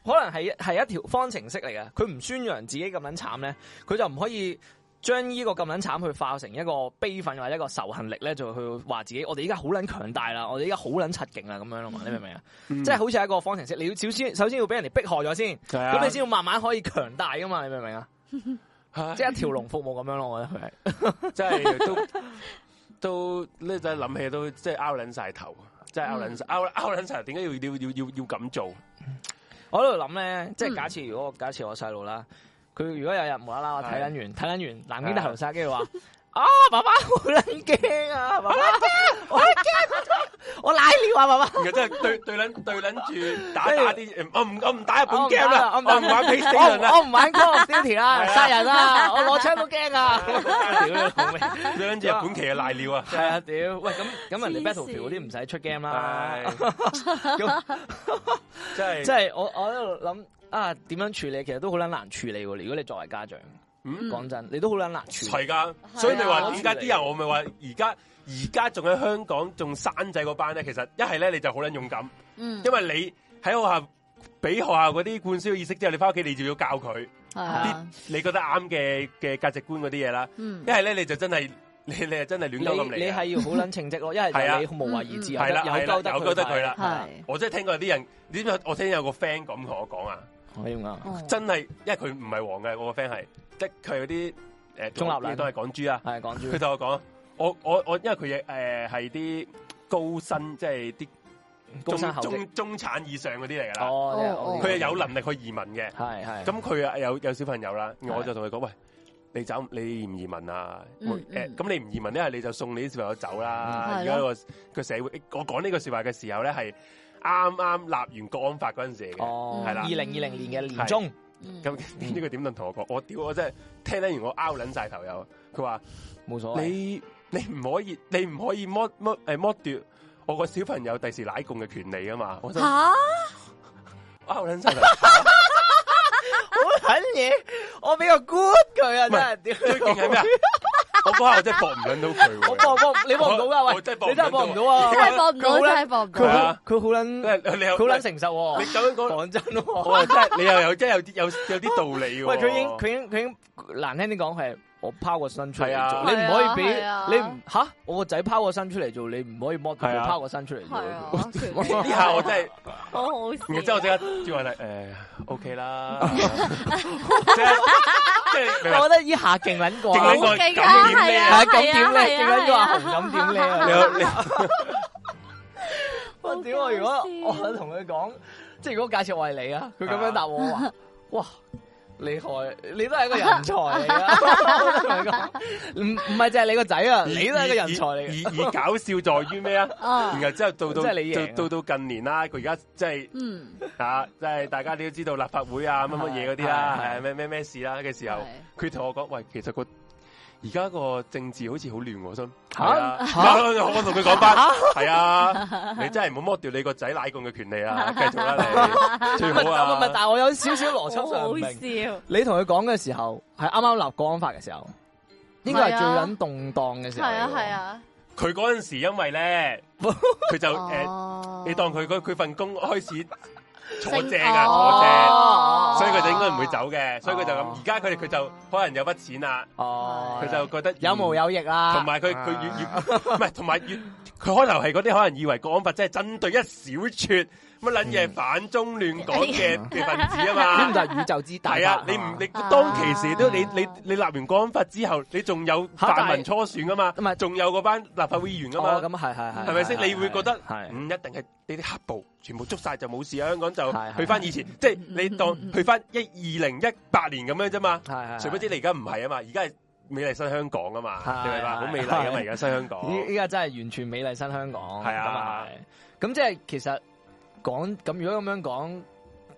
A: 可能係係一條方程式嚟嘅，佢唔宣揚自己咁撚慘咧，佢就唔可以將呢個咁撚慘去化成一個悲憤或者一個仇恨力咧，就去話自己我哋依家好撚強大啦，我哋依家好撚柒勁啦咁樣咯嘛，你明唔明啊？
B: 嗯
A: 即係好似係一個方程式，你要首先首先要俾人哋逼害咗先，
B: 係啊
A: 咁你先要慢慢可以強大噶嘛，你明唔明啊？
B: 唉
A: 即係一條龍服務咁樣咯，我覺得佢係。
B: 真係都 都呢陣諗起都即係拗撚晒頭，啊真係拗撚晒拗拗撚晒頭，點解要要要要要咁做？
A: 我喺度諗咧，即係假設如果我假設我細路啦，佢如果有日無啦啦我睇撚完睇撚完南京大屠殺，跟住話 啊爸爸好撚驚啊，爸爸我好驚， 我奶尿啊爸 爸。
B: 然後真係對對撚對撚住打
A: 跟住
B: 打啲，我唔我唔打日本
A: 我唔
B: game 啦，
A: 打啦我
B: 我
A: 唔
B: 唔
A: 打
B: 玩 p l a y s t
A: 我
B: a
A: 唔
B: t 啦，
A: 我唔玩 Call of Duty 啦，
B: 啊係啊
A: 殺人啦，我攞槍都驚啊！
B: 對撚住日本旗嘅賴尿啊！
A: 係啊，屌！喂，咁咁人哋
C: 黐線
A: Battlefield 嗰啲唔使出 game 啦
B: 唉，真係
A: 即係我我喺度諗啊，點樣處理？其實都好撚難處理喎。如果你作為家長，
B: 嗯
A: 講真，你都好撚難處理。
B: 係㗎，所以咪
C: 係
B: 話
C: 啊
B: 點解啲人我咪話而家而家仲喺香港仲生仔嗰班咧，其實一係咧你就好撚勇敢，
C: 嗯，
B: 因為你喺學校俾學校嗰啲灌輸意識之後，你翻屋企你就要教佢。
C: 係啊，
B: 你覺得啱嘅嘅價值觀嗰啲嘢啦，
C: 嗯
B: 一，係咧你就真係你你係真係
A: 你
B: 亂鳩咁嚟
A: 你係
B: 嘅，
A: 要好撚稱職 咯，一係
B: 係啊
A: 就你無為而治，
B: 係啦係啦
A: 有鳩得
B: 有鳩得佢啦
C: 係
B: 我真係聽過有啲人，你知唔知我聽有個 friend 咁同我講啊，
A: 我點啊？
C: 哦
B: 真係因為佢唔係黃嘅，我個 friend 係即係佢嗰啲誒
A: 中立撚
B: 都係港豬啊，
A: 係講住
B: 佢同我講，我我我因為佢嘢誒係啲高薪，即係啲
A: 高薪
B: 中
A: 厚職
B: 中中產以上嗰啲嚟㗎啦，
A: 哦，
C: 哦
B: 佢係有能力去移民嘅，
A: 係係
B: 咁佢啊有有小朋友啦，
A: 係
B: 我就同佢講喂。你走你移唔移民啊？誒、
C: 嗯嗯
B: 咁、你唔移民咧，你就送你啲小朋友走啦。
C: 嗯
B: 而家個個社會，我講呢個説話嘅時候咧，係啱啱立完國安法嗰陣時嚟嘅。
A: 哦，
B: 係啦
A: 二零二零年嘅年中，
C: 嗯
B: 咁呢、個點論同我講？我屌我真係聽得完我拗撚晒頭又。佢話
A: 冇所謂。
B: 你你唔可以你唔可以剝剝誒剝奪我個小朋友第時奶共嘅權利啊嘛！我真係
C: 吓
B: 拗撚晒頭。
A: 好狠嘢，我俾個 good 佢啊，
B: 唔係
A: 真係屌
B: 最勁係咩啊？我嗰下我真係搏唔撚到佢 喎。
A: 我搏搏，你搏唔到噶
B: 我
A: 喂，
B: 我真係搏唔
A: 你真係搏唔到啊！
C: 真系搏唔
A: 佢好撚
C: 到，真系搏唔
A: 佢
B: 係
C: 到。
B: 啊
A: 好佢好撚，佢
B: 你又
A: 好撚誠實喎
B: 你。咁樣講，
A: 講真喎，
B: 我又真係你又有真係有啲有有啲道理喎。
A: 喂，佢已經佢已經佢已經難聽啲講係我拋個身出
B: 係
A: 嚟
B: 啊
A: 做，你唔可以俾
C: 係啊
A: 你唔吓我個仔拋個身出嚟做，你唔可以剝佢
B: 係啊
A: 拋個身出嚟
C: 系
A: 做。
C: 啊，
B: 呢下我真係，
C: 好好笑。
B: 然之後我即刻叫我弟誒 OK 啦， 即係即係明白
A: 我覺得依下勁撚過
B: 勁
A: 啊，
B: 撚
A: 係
B: 過
C: 好勁啊，係啊，
A: 啊咁點咧？勁撚過阿紅咁點咧？
B: 你有你
A: 我屌我如果我同佢講，即係如果假設我係你啊，佢咁樣答我話，哇！厲害，你都係一個人才嚟 噶，同佢講唔唔係就係你個仔啊，你都係一個人才嚟嘅。
B: 而而而搞笑在於咩啊？然
C: 啊，
B: 後之後到到
A: 即係你贏啊
B: 到到到近年啦，佢而家即係
C: 嗯，
B: 啊，即係大家都知道立法會啊乜乜嘢嗰啲啦，
A: 係係
B: 係咩咩咩事啦嘅時候，佢同我講：喂，其實個而家個政治好似好亂喎，我心
A: 嚇
B: 係啊， 我我同佢講翻，係啊，你真係唔好剝掉你個仔奶共嘅權利啊，繼續啦， 你最
A: 唔係
B: 好啊，
A: 唔係，但係我有少少邏
C: 好
A: 輯 上唔
C: 好
A: 明。
C: 笑。
A: 你同佢講嘅時候係啱啱立國安法嘅時候，應該係最撚動盪嘅時
C: 系
A: 候。
C: 啊系。啊，
B: 佢嗰陣時因為咧， 佢就誒，
C: 哦
B: 你當佢嗰佢份工開始坐
C: 升
B: 正㗎，
C: à,
B: 坐正。
C: 哦
B: 所以佢就應該唔會走嘅，所以佢就
A: 哦
B: 咁。而家佢哋佢就可能有筆錢啦，
A: 哦，
C: 啊
B: 佢就覺得
A: 有毛有
B: 有，
A: 翼啊啦。
B: 同埋佢佢越越唔係，同埋越佢開頭係嗰啲可能以為國安法真係針對一小撮乜撚嘢反中亂港嘅嘅分子
A: 咁
B: 啊嘛。
A: 就係宇宙之大法。
B: 係啊，你唔你
C: 啊
B: 當其時都你你你立完國安法之後，你仲有
A: 嚇但係
B: 泛民初選噶嘛
A: 唔係，
B: 仲有嗰班立法會議員噶啊
A: 哦
B: 嘛，
A: 咁係係係，
B: 係咪先？你會覺得嗯
A: 係
B: 唔一定係你啲黑暴全部捉晒就冇事啊，香港就
A: 係係嗯
B: 去翻以前，即係你當去翻一二零一八年咁樣啫嘛。
A: 係係。
B: 誰不知你而家唔係啊嘛，而家係美麗新香港啊嘛，
A: 係
B: 你明白？
A: 係
B: 好美麗啊噶嘛，而家新香港
A: 依依家真係完全美麗新香港，
B: 係啊
A: 咁係咁即係其實講咁，如果咁樣講，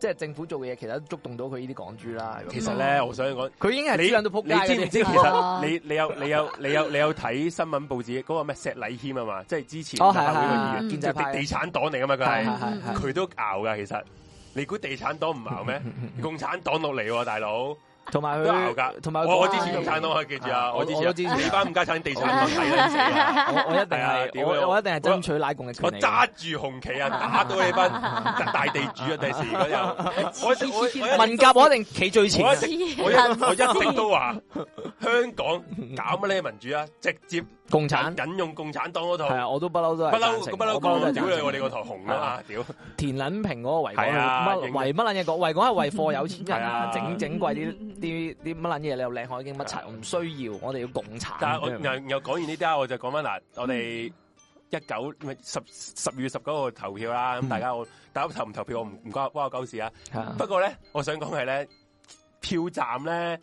A: 即係政府做嘅嘢，其實都觸動到佢呢啲港豬啦。
B: 其實咧，我想講，
A: 佢已經係
B: 你
A: 滋養到撲街
B: 你知唔知？其
C: 啊
B: 實你你有你有你有你有睇新聞報紙嗰個咩石禮謙啊嘛，即係之前
A: 哦
B: 立法會
A: 係
B: 嘅
A: 係
B: 議員，
A: 建制派
B: 地地產黨嚟噶嘛，佢
A: 係
B: 係
A: 係係係
B: 佢都熬噶。其實你估地產黨唔熬 咩？共產黨落嚟喎，大佬。
A: 同埋
B: 都拗
A: 佢
B: 㗎，
A: 同埋佢
B: 我我
A: 講
B: 支持共產黨啊，記住啊，
A: 我
B: 我支持
A: 我
B: 啊，
A: 都支持啊
B: 你班唔家產地產 黨睇你死啊！
A: 我我一定
B: 係啊
A: 係
B: 屌
A: 我
B: 你
A: 我一定係爭取拉共嘅權
B: 我
A: 利。
B: 揸住紅旗啊，打到你班大地主啊！第時嗰日，我我我一
A: 文革我一定企最前
B: 我
A: 啊
B: 一。我一我一直都話香港搞乜呢民主啊，直接
A: 共產
B: 引用共產黨嗰
A: 係
B: 套，
A: 啊，我都不嬲都係
B: 不嬲
A: 贊成
B: 不嬲
A: 我不嬲都
B: 講
A: 係
B: 屌
A: 贊
B: 你
A: 成
B: 我哋個台紅啊嘛，屌
A: 田撚平嗰個維港
B: 係啊
A: 係乜
B: 影
A: 維乜撚嘢講？維港係為貨有錢人
B: 係
A: 啊，
B: 啊
A: 整整貴啲啲啲乜撚嘢，你又靚海景乜柒，我唔需要，我哋要共產。
B: 但係我又又講完呢啲啊，我就講翻嗱，我哋一九咪十十月十九號投票啦，咁大家我大家投唔投票我唔唔關關我鳩事啊。
A: 啊
B: 不過咧，我想講係咧，票站咧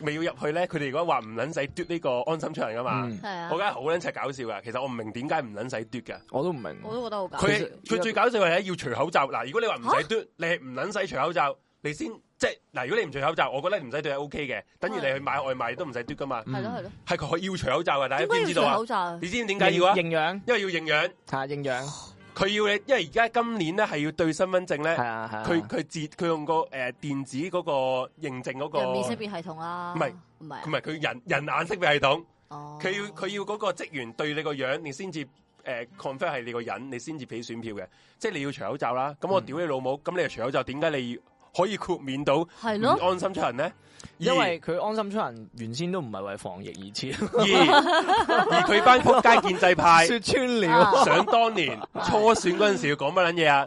B: 未要入去咧，佢哋如果話唔撚使嘟呢個安心出行噶嘛，
A: 嗯
C: 系啊
B: 我，梗係好撚柒搞笑噶。其實我唔明點解唔撚使嘟噶。
A: 我都唔明，
C: 我都觉得好搞笑。
B: 佢佢最搞笑係要除口罩。嗱，如果你話唔使嘟，你係唔撚使除口罩，你先即係嗱。如果你唔除口罩，我覺得你唔使嘟係 O K 嘅。等於你去買外賣都唔使嘟噶
A: 嗯
B: 嘛。
C: 系咯
A: Ừ.
C: 系咯，
B: 係佢要除口罩噶，大家
C: 点
B: 知唔知
C: 解要
B: 道
C: 除
B: 啊
C: 口？罩？
B: 你知唔知點解要啊？
A: 營養
B: 因為要營養，
A: 嚇營養
B: 佢要你，因為而家今年咧係要對身份證咧
A: 係。啊係啊。
B: 佢佢自佢用個誒、呃、電子嗰個認證嗰、個，
C: 有面識別系統啦，
B: 唔係
C: 唔系
B: 唔係佢人人眼識別系統，
C: 哦，
B: 佢要佢要嗰個職員對你個樣，你先至誒 confirm 係你個人，你先至俾選票嘅。即係你要除口罩啦。咁我屌你老母，咁你又除口罩，點解你可以豁免到唔
C: 系咯，
B: 安心出行咧？
A: 因
B: 而
A: 為佢安心出行原先都唔係為防疫而設，
B: 而而佢班撲街建制 派，
A: 説穿了。
C: 啊
B: 想當年初選嗰陣時要講乜撚嘢啊？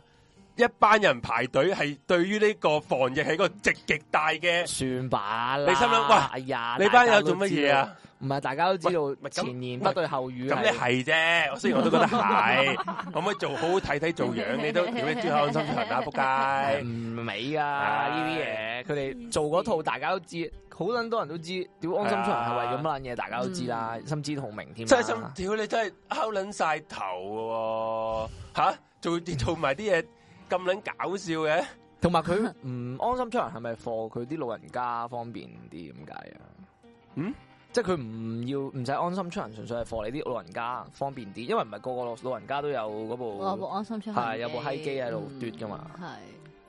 B: 一班人排隊係對於呢個防疫係一個極極大嘅。
A: 算吧啦，
B: 你心諗喂
A: 哎呀，
B: 你班友做乜嘢啊？
A: 唔係大家都知
B: 喂
A: 道
B: 咪咁
A: 前言不對後語係。
B: 咁你係啫，我雖然我都覺得 係，可唔可以做好好睇睇做樣？你都屌你都安心出行啦，仆街！
A: 嗯唔美噶呢啲嘢，佢哋做嗰套大家都知，好撚多人都知，屌安心出行係為咗乜撚嘢，大家都知啦，心知肚明添啊啦。
B: 真係心屌你真係敲撚晒頭嘅喎，吓做做埋啲嘢咁撚搞笑嘅，
A: 同埋佢唔安心出行係咪貨佢啲老人家方便啲咁解啊？
B: 嗯，
A: 即係佢唔要唔使安心出行，純粹係貨你啲老人家方便啲，因為唔係個個老老人家都有嗰
C: 我有部
A: 部
C: 安心出行機，
A: 係有部閪機喺度嘟㗎嘛
C: 系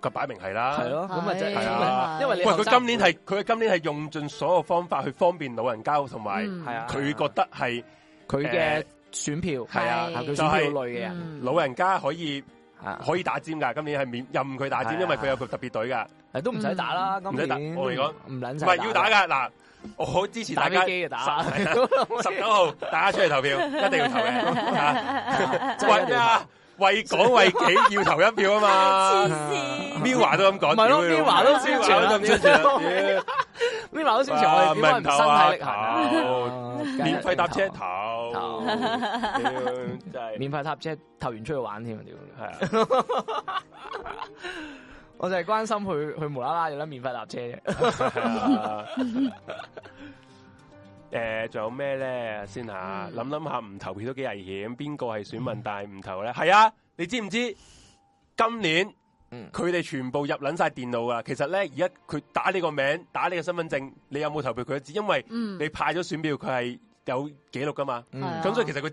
B: 佢擺明係啦。
A: 係咯，咁咪就
B: 係啊
A: 因為你
B: 喂，佢今年係佢今年係用盡所有方法去方便老人家，同埋
C: Ừ.
A: 係啊，
B: 佢覺得係
D: 佢嘅選票
B: 係啊
D: 啊，佢
B: 就
D: 選票
B: 係
D: 類嘅
A: à.
D: 人
C: Ừ.
B: 老人家可以
D: 啊，
B: 可以打尖㗎，今年係免任佢打
A: 係
B: 尖，
A: 啊
B: 因為佢有個特別隊㗎，
A: 誒都唔使打啦，今
B: 嗯唔使打
A: 年
B: 我哋講
A: 唔撚
B: 唔
A: 使，
B: 係要打，㗎嗱。我支持大
A: 打
B: 家
A: 飛機就打，
B: 十啊 十九號大家出嚟投票，一定要投嘅。啊
A: 真係一
B: 為咩
A: 定要
B: 啊？為港為己要投一票啊嘛！
C: 線
B: Mila 都咁講，
A: 唔係咯
B: 屌你
A: Mila 都宣傳啊
B: ，Mila 都咁宣傳 啊，
A: 咩話都宣
B: 屌
A: 傳我哋
B: 唔
A: 點
B: 係
A: 解
B: 唔
A: 唔
B: 投
A: 身體力行
B: 啊
A: 啊？
B: 投免費搭車
D: 投，
B: 頭，
D: 投
B: 屌真係
D: 免費搭車投完出去玩添啊！屌，
B: 係啊，
A: 我就係關心佢，佢無啦啦有得免費搭車啫。
B: 係啊。 誒，仲有咩咧？先吓，
A: 嗯
B: 諗諗下唔投票都幾危險。邊個係選民但係唔
A: 嗯
B: 投咧？係啊，你知唔知今年
D: 嗯
B: 佢哋全部入撚晒電腦啊？其實咧，而家佢打你個名，打你個身份證，你有冇投票佢都知，因為
C: 嗯，
B: 你派咗選票，佢係有記錄噶嘛。
D: 嗯
C: 係啊
B: 咁所以其實佢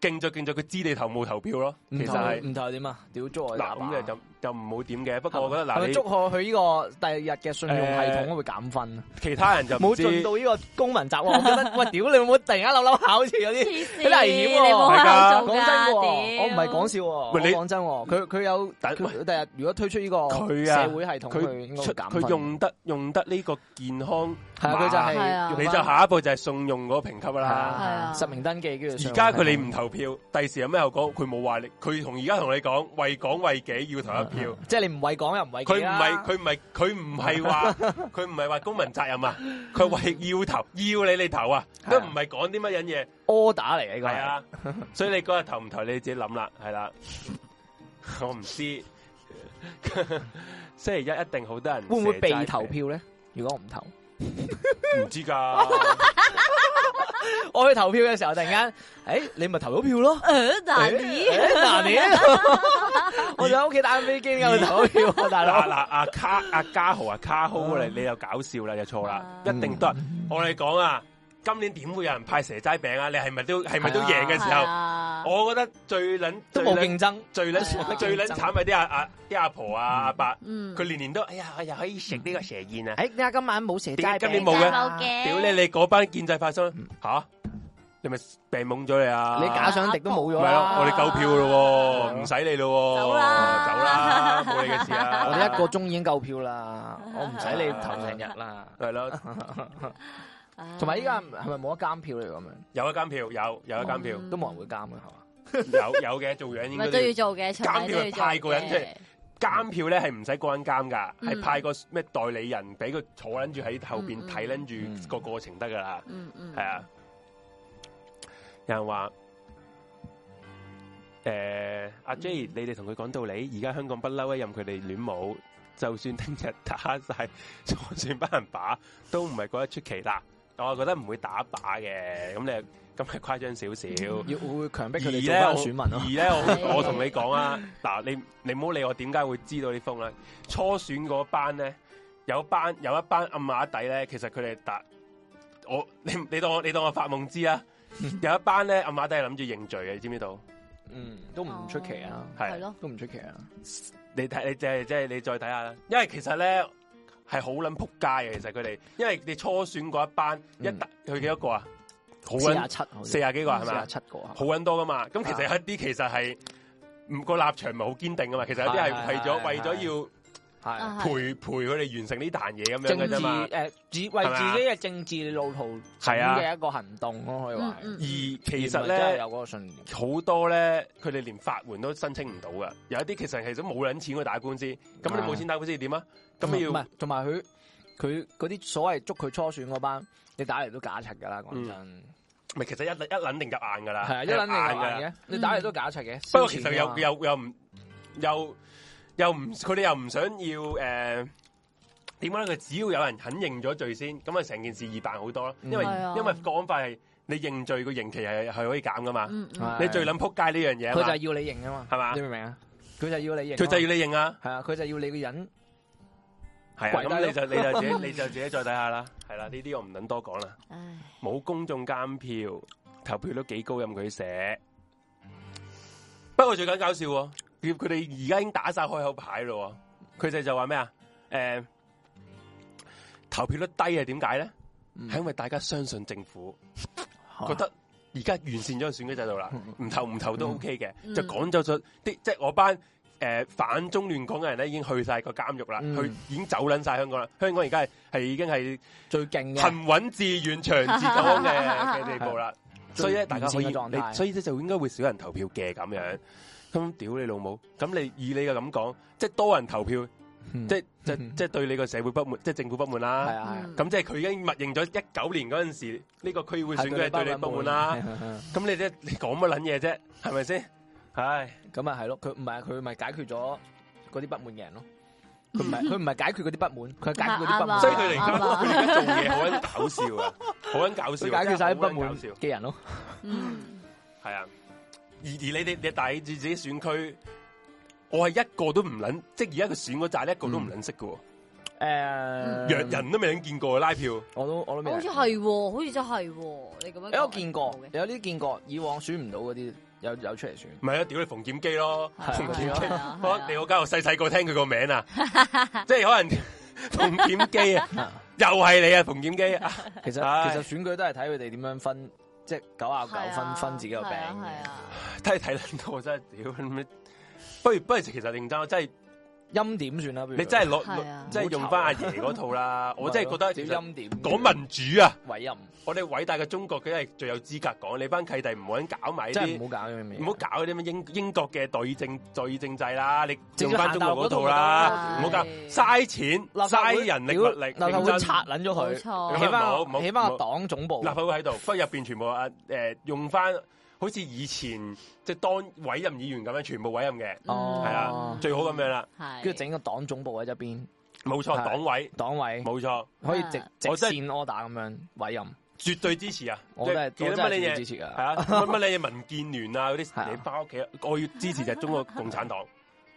B: 勁就勁在佢知你投冇投票咯。
D: 唔
B: 其實
D: 投
B: 係
D: 唔投點啊？屌捉我
B: 嗱，咁就就就唔好點嘅。不過我覺得
A: 嗯係
B: 嗱，
A: 咪
B: 你
A: 祝賀佢呢個第日嘅信用系統會減分啊？
B: 其他人就唔
A: 冇
B: 知
A: 盡到呢個公民集喎，我覺 得喂，屌你會唔會突然間諗諗下，好似有啲
C: 黐線，
A: 好危險喎
C: 你
A: 講
C: 冇口
A: 真
C: 做㗎
A: 喎，
C: 屌
A: 我唔係講笑喎，我
B: 喂你
A: 講真喎，佢佢有
B: 但
A: 佢第日如果推出呢個
B: 佢啊
A: 社會系統，
B: 佢
A: 佢應該
B: 出
A: 會減分
B: 佢用得用得呢個健康，
A: 係啊，佢就係
C: 係啊
A: 用
B: 你
A: 返
B: 就下一步就係信用嗰個評級
A: 係
B: 啦。
A: 啊
C: 啊
A: 實名登記，跟住
B: 而家佢哋唔投票，第時有咩後果？佢冇話你，佢同而家同你講為港為己要投一票。
A: 即係你唔為港又唔為
B: 佢
A: 己
B: 唔
A: 啦
B: 係佢唔係佢唔 係話佢唔係話公民責任啊！佢為要投要你你投啊，
A: 係啊
B: 都唔係講啲乜嘢嘢。
A: order 嚟嘅呢個
B: 系
A: 係，
B: 啊，所以你嗰日投唔投你自己谂啦，系啦，我 唔知。星期一一定好多人
A: 會唔會被
B: 射齋
A: 投？票咧？如果我唔投，
B: 唔知 噶，
A: 我去投票嘅時候突然間，誒你咪投咗票咯。
C: 誒，呃但
A: 誒
C: 咦，
A: 嗱哎 你，我就喺屋企打緊飛機，有投票 喎，大佬
B: 嗱。嗱阿啊卡阿嘉豪阿啊卡豪
A: 啊
B: 你你又搞笑啦，又錯啦，一定得。
A: 嗯
B: 我哋講啊，今年點會有人派蛇齋餅啊？你係咪都係咪都贏嘅時
C: 係
B: 候？
C: 啊
B: 我覺得最撚
A: 都
B: 最
A: 冇
B: 撚
A: 競爭，
B: 最
C: 係啊
B: 撚最撚慘係啲阿阿啲阿婆啊阿伯，
C: 嗯，
B: 佢年年都哎呀我又可以食呢個蛇宴啊！
A: 哎，點解今晚冇蛇
B: 點
A: 齋
B: 解今年
A: 餅
B: 冇嘅
A: 啊
C: 嘅
B: 屌你！你嗰班建制派生吓，你咪病懵咗你啊！
A: 你假想敵都冇
B: 唔
A: 咗啊
B: 係
A: 啦
B: 咯，，我哋夠票咯喎，唔使你咯喎，
C: 走啦
B: 走啦，冇你嘅事啊！
A: 我哋一個鐘已經夠票 啦，我唔使你投成日啦。
B: 係咯，
C: 唉
A: 同埋依家係咪冇得監票嚟咁樣？
B: 有一間票，有有一間票，
A: 都冇人會監嘅係嘛？
B: 有有嘅做樣應
C: 咪
B: 該
C: 哦都
B: 都
C: 要
B: 要
C: 做嘅，
B: 監
C: 巡
B: 票
C: 禮
B: 係派嗯個人出
C: 都要做
B: 嚟
C: 嘅
B: 監票咧係唔使個人監㗎，係
C: 嗯
B: 派個咩代理人俾佢坐撚住喺後邊
C: 嗯嗯
B: 睇撚住個過程得㗎啦，
C: 嗯嗯，
B: 係啊。有人話誒阿 J，你
C: 嗯
B: 哋同佢講道理，而家香港不嬲，任佢哋亂舞，就算聽日打晒，就算班人靶，都唔係覺得出奇啦。我覺得唔會打靶嘅，咁你咁係誇張少少。
A: 要會強迫佢
B: 而
A: 哋做
B: 咧，
A: 翻
B: 我
A: 選民啊咯
B: 而。咧，我
C: 係
B: 我同你講啊，嗱，你你唔好理我點解會知道呢封啦。初選嗰班咧，有班有一班暗啞底咧，其實佢哋打我， 你你當我你當我發夢知 啊。有一班咧暗啞底係諗住認罪嘅，你知唔知道？
A: 嗯，都唔出奇啊，
B: 係
C: 係咯，
A: 都唔出奇啊。
B: 你睇你即係即係你再睇下啦，因為其實咧係好撚撲街嘅，其實佢哋，因為你初選嗰一班一
A: 嗯
B: 打佢幾多個啊？好
A: 四
B: 撚
A: 廿七好似，
B: 四廿幾個係
A: 四
B: 咪
A: 廿
B: 啊？
A: 七個啊
B: 好撚多噶嘛，咁其實有一啲其實係唔個立場唔係好堅定噶嘛，其實有啲係
A: 係
B: 為
A: 係
B: 咗為
A: 係
B: 咗
A: 係
B: 要
C: 啊
B: 陪陪佢哋完成呢壇嘢咁樣
A: 政
B: 嘅
A: 治
B: 啫嘛。
A: 誒，只為
B: 係咪啊
A: 自己嘅政治路途
B: 係啊
A: 嘅一個行動咯，可以話係。
C: 嗯
B: 而
C: 嗯
B: 其
A: 而
B: 實
A: 唔係真係
B: 咧
A: 有嗰個信念，
B: 好多咧，佢哋連法援都申請唔到噶，有一啲其實其實冇撚錢去打官司，咁你冇錢打官司點啊？咁你
A: 唔
B: 要
A: 係同埋佢佢嗰啲所謂捉佢初選嗰班，你打嚟都假柒噶啦，講真
B: 咪其實一一撚定入硬噶啦，
A: 係啊，一撚你
B: 入㗎
A: 係
B: 啦
A: 嘅，你打嚟都假柒嘅。
B: 不過其
A: 燒錢
B: 實
A: 㗎
B: 又
A: 嘛
B: 又又唔又又唔，佢哋又唔想要诶。點解咧？佢只要有人肯認咗罪先，咁啊成件事易辦好多咯。因為、
C: 嗯係啊
B: 因為國安法係你認罪個刑期係係可以減噶嘛。
C: 嗯嗯
A: 係啊
B: 你最撚撲街呢樣嘢啊
A: 佢就係
B: 嘛，
A: 要你認啊嘛，
B: 係嘛
A: 你明唔明啊？佢就要你認啊嘛，
B: 佢就要你認啊。
A: 係啊，佢就要你個人
B: 係啊，
A: 跪低咯
B: 咁你就 你就自己你就自己再睇下啦。係啦，呢啲我唔撚多講啦。
C: 唉，
B: 冇公眾監票，投票率幾高任佢寫。不過最緊搞笑喎，佢佢哋而家已經打晒開口牌咯佢哋就話咩啊？诶、投票率低啊？點解咧？
C: 嗯
B: 係因為大家相信政府，
C: 啊
B: 覺得而家完善咗個選舉制度啦，唔投唔投都 OK 嘅，
C: 嗯
B: 就趕走咗啲即係我班。诶反中亂港嘅人咧，已經去晒個監獄啦，
A: 嗯
B: 去已經走撚晒香港啦。香港而家係係已經係
A: 最勁嘅，
C: 啊
B: 行穩致遠、長治久安嘅嘅地步啦。
A: 最
B: 所以咧，大家可以
A: 原始嘅狀態
B: 你，所以咧就應該會少人投票嘅咁樣。咁屌你老母！咁你以你嘅咁講，即係多人投票，即係即
A: 嗯
B: 即係對你個社會不滿，即係政府不滿
A: 係
B: 啦。
A: 啊係啊，
B: 咁即係佢已經默認咗一九年嗰陣時呢個區會選舉係對你不滿啦。
A: 係。係係
B: 咁你啫，你講乜撚嘢啫？係咪先？ 唉，
A: 咁咪係咯，佢唔係佢咪解決咗嗰啲不滿嘅人咯。佢唔係佢唔係解決嗰啲不滿，佢係解決嗰啲不
C: 啊
A: 滿，
B: 所以佢哋而家
C: 啱啊
B: 佢哋而家做嘢好撚搞笑啊，好撚搞笑
A: 佢
B: 啊，
A: 解決晒啲
B: 真係好撚
A: 不
B: 搞
A: 滿
B: 笑
A: 嘅人咯。
C: 嗯，
B: 系啊，而而你哋你大自己選區，我係一個都唔撚，即系而家佢選嗰扎咧，一個都唔撚識嘅喎，
A: 誒，
B: 弱人都未撚見過拉票，
A: 我都
B: 嗯
A: 我都未
C: 好似
A: 睇。
C: 係喎，好似真係喎，你咁樣講
A: 有見過
C: 係，
A: 有啲見過，以往選唔到嗰啲有有出嚟選。
B: 咪啊，屌你馮檢基咯，
A: 係啊
B: 馮檢
C: 係
B: 基
C: 啊，係
B: 我
C: 啊
B: 你我家我細細個聽佢個名 啊，即係 可能馮檢基啊，又係你啊，馮檢基啊，
A: 其實
B: 唉
A: 其實選舉都係睇佢哋點樣分，即係九啊
C: 係
A: 九
C: 啊
A: 分分自己個餅
C: 係啊
A: 嘅。
C: 係啊
B: 睇睇撚到真係屌你咩？不如不如，其實認真，我真係
A: 陰點算啦，不如
B: 你真係攞
C: 係啊
B: 攞，真係用翻阿爺嗰套 啦。我真係覺得
A: 只
B: 其實
A: 陰點
B: 講民主啊，
A: 委任，
B: 我哋偉大嘅中國，梗係最有資格講。你班契弟唔好撚搞埋呢
A: 真係
B: 啲
A: 唔。好搞呢樣嘢。
B: 唔好搞嗰啲咩英英國嘅代議政代議政制啦，你
A: 直
B: 用
A: 接
B: 翻中國嗰套啦，唔
C: 行
B: 好
C: 大陸嗰套
B: 搞
C: 啦
B: 嘥錢
A: 立法會
B: 嘥人力
A: 屌
B: 物力，
A: 立法
B: 認
A: 會
B: 真
A: 拆撚咗佢，
C: 冇錯
A: 起
B: 唔好唔好
A: 翻起翻
B: 唔好
A: 個黨總部
B: 立。法會喺度，不過入邊全部啊誒用翻好似以前即係當委任議員咁樣，全部委任嘅，
A: 哦
B: 係啊，最好咁樣啦，
C: 嗯係
A: 跟住整個黨總部喺側邊，
B: 冇錯，
A: 係
B: 黨委
A: 黨委
B: 冇錯，
A: 可以直直
B: 我真係
A: 線 order 咁樣委任，
B: 絕對支持啊！
A: 我都係
B: 即係
A: 我
B: 記
A: 真
B: 得
A: 係
B: 乜
A: 支
B: 嘢？
A: 持
B: 係
A: 噶，
B: 啊，乜乜你嘢民建聯啊嗰
A: 係啊
B: 啲，你翻屋企，我要支持就係中國共產黨，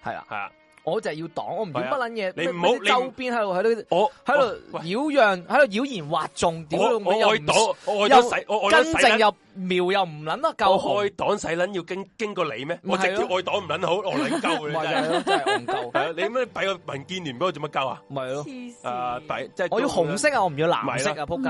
A: 係啦，
B: 係啊，
A: 我就係要黨，我唔要
B: 係
A: 乜
B: 啊
A: 撚嘢，
B: 你唔
A: 咩
B: 好
A: 咩
B: 你
A: 周邊喺度喺度
B: 我
A: 喺
B: 我
A: 度
B: 喂
A: 擾攘，喺度妖言惑眾，屌
B: 我
A: 到尾又
B: 我愛
A: 唔
B: 黨，我愛
A: 又
B: 咗洗，我愛咗
A: 根
B: 洗
A: 正啊
B: 撚
A: 又妙又唔撚得夠
B: 我
A: 紅
B: 愛，黨使撚要經經過你咩？
A: 唔係
B: 我直接
A: 咯
B: 愛黨唔 撚好，我撚鳩
A: 咪
B: 你
A: 就係
B: 真係。
A: 咯，真係戇鳩，
B: 係啊，你咩擺個民建聯俾我做乜鳩啊？
A: 咪係咯，
C: 黐線
B: 啊，擺即係
A: 我要紅色啊，我唔要藍色
B: 咪
A: 啊，仆街！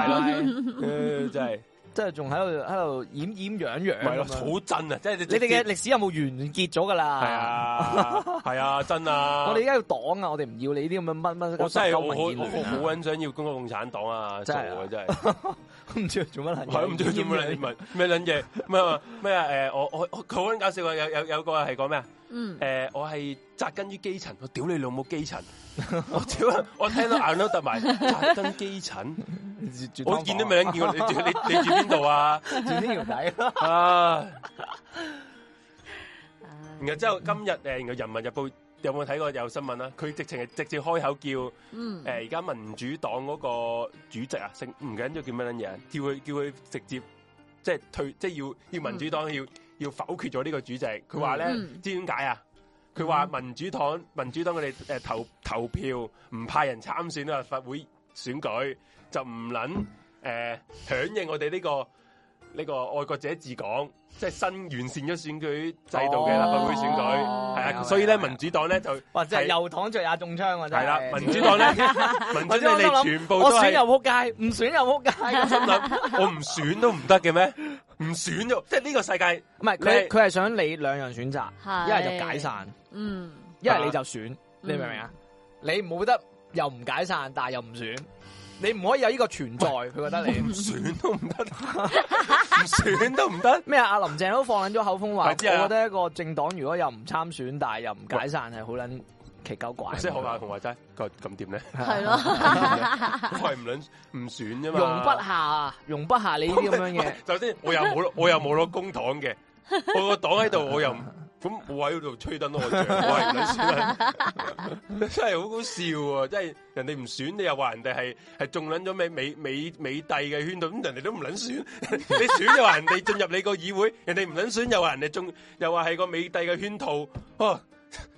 B: 誒， 真係
A: 即係仲喺度喺度掩掩養
B: 唔係
A: 養咁
B: 咯，
A: 樣。
B: 好真啊！即係你
A: 你哋嘅
B: 嘅
A: 歷史有冇完結咗㗎啦？
B: 係，啊， 係啊，真啊！
A: 我哋而家要黨啊，我哋唔要你呢啲咁嘅乜乜
B: 我真係我好
A: 民
B: 我
A: 建聯
B: 好
A: 啊
B: 撚想要中國共產黨啊！
A: 真
B: 真
A: 係啊
B: 係 真係，
A: 唔知佢做乜撚嘢
B: 係唔知佢做乜撚問咩撚嘢咩啊咩啊？誒，我我我佢好撚搞笑啊！有有有個係講咩啊？
C: 嗯
B: 诶、我係扎根於基層，我屌你老母基層， 我屌，我聽到眼都突埋，扎根基層，我見都未撚見過你住你你住邊度啊？
A: 住呢條底，
B: 啊！
C: 唉
B: 然後之後今日诶，然後《人民日報》有冇睇過有新聞啊？佢直情係直接開口叫
C: 嗯
B: 呃诶，而、家民主黨嗰個主席啊，姓唔緊要叫乜撚嘢啊，叫佢叫佢直接即係退，即係要要民主黨要要否決咗呢個主席。佢話咧，
C: 嗯
B: 知點解啊？佢話民主黨民主黨佢哋诶投投票唔派人參選呢個立法會選舉，就唔撚诶響應我哋呢、個呢、個愛國者治港，即係新完善咗選舉制度嘅立法會選舉，係
A: 哦明
B: 啊，
A: 白
B: 所以咧
A: 明白
B: 民主黨咧就
A: 哇！真係
B: 係
A: 又躺着也中槍啊！真
B: 係
A: 係
B: 啦，民 主黨咧，民主黨你哋全部
A: 我
B: 都
A: 選又
B: 係
A: 仆街，唔選又仆
C: 啊
A: 街。
B: 心 諗，我唔選都唔得嘅咩？唔選就即係呢個世界
A: 唔係
B: 你
A: 佢佢係想你兩樣選擇，
C: 係
A: 一係就解散，
C: 啊嗯
A: 一係你就選，你明唔明啊？你冇得又唔解散，但係又唔選，你唔可以有呢個存在。佢覺得
B: 唔
A: 你
B: 選都唔得，唔選都唔得。
A: 咩啊？阿林鄭都放撚咗口風話，
B: 我
A: 我
B: 知啊
A: 覺得一個政黨如果又唔參選，但係又唔解散，係好撚奇鳩怪。
B: 即係好話同話齋，個咁點咧？
C: 係咯，
B: 我係唔撚唔選啫嘛。
A: 容不下啊，容不下你呢啲咁樣嘅。
B: 首先我 又冇攞我又冇攞公帑嘅，我個黨喺度，我又唔咁我喺度吹燈都我 着，我係唔撚選啊， 真係好好笑啊！真係人哋唔選，你又話人哋係係中撚咗美美美美帝嘅圈度，咁人哋都唔撚選， 你選又話人哋進入你個議會，人哋唔撚選又話人哋中，又話係個美帝嘅圈套，哦，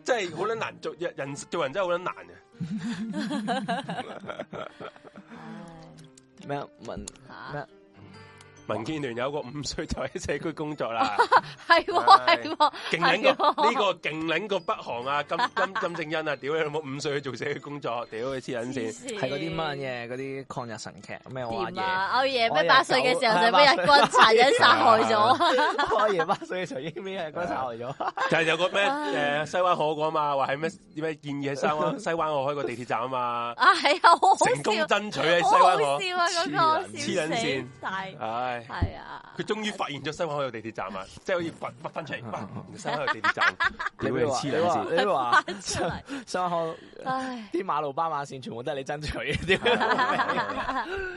B: 真係好撚難做人，人做人真係好撚難嘅。
C: 唉
A: 咩啊？問
C: 嚇
A: 咩
B: 民建聯有個五歲就喺社區工作啦，
C: 系喎系喎，
B: 勁撚個呢個勁撚個北韓啊，金金金 正恩啊，屌你老母五歲去做社區工作，屌你黐撚線，
C: 系
A: 係嗰啲乜？嘢嗰啲抗日神劇咩我阿
C: 掂
A: 爺，
C: 啊！欧爷
A: 我阿爺
C: 咩八歲嘅時候就俾日
A: 九
C: 軍殘忍殺
B: 啊
C: 害 咗，
A: 我阿爺八歲嘅時候已經俾人軍殺害 咗，
B: 就係有個咩誒西灣河嗰個嘛，話喺咩咩建議喺西 灣西灣河開個地鐵站啊嘛，
C: 啊係啊，好好
B: 成功
C: 笑，
B: 爭取喺西
C: 好好
B: 灣河，
C: 笑啊！嗰個
B: 黐撚
C: 笑死
B: 線
C: 晒，
B: 唉。
C: 係啊，
B: 佢終於發現咗西灣口有地鐵站啊！即係好似掘掘翻出嚟，哇！原來西灣口有地鐵站，屌你啊
A: 話嗯
B: 黐
A: 你話
B: 撚線！
A: 你話
C: 翻出嚟，
A: 上學
C: 唉，
A: 啲馬路斑馬線全部都係你爭取嘅，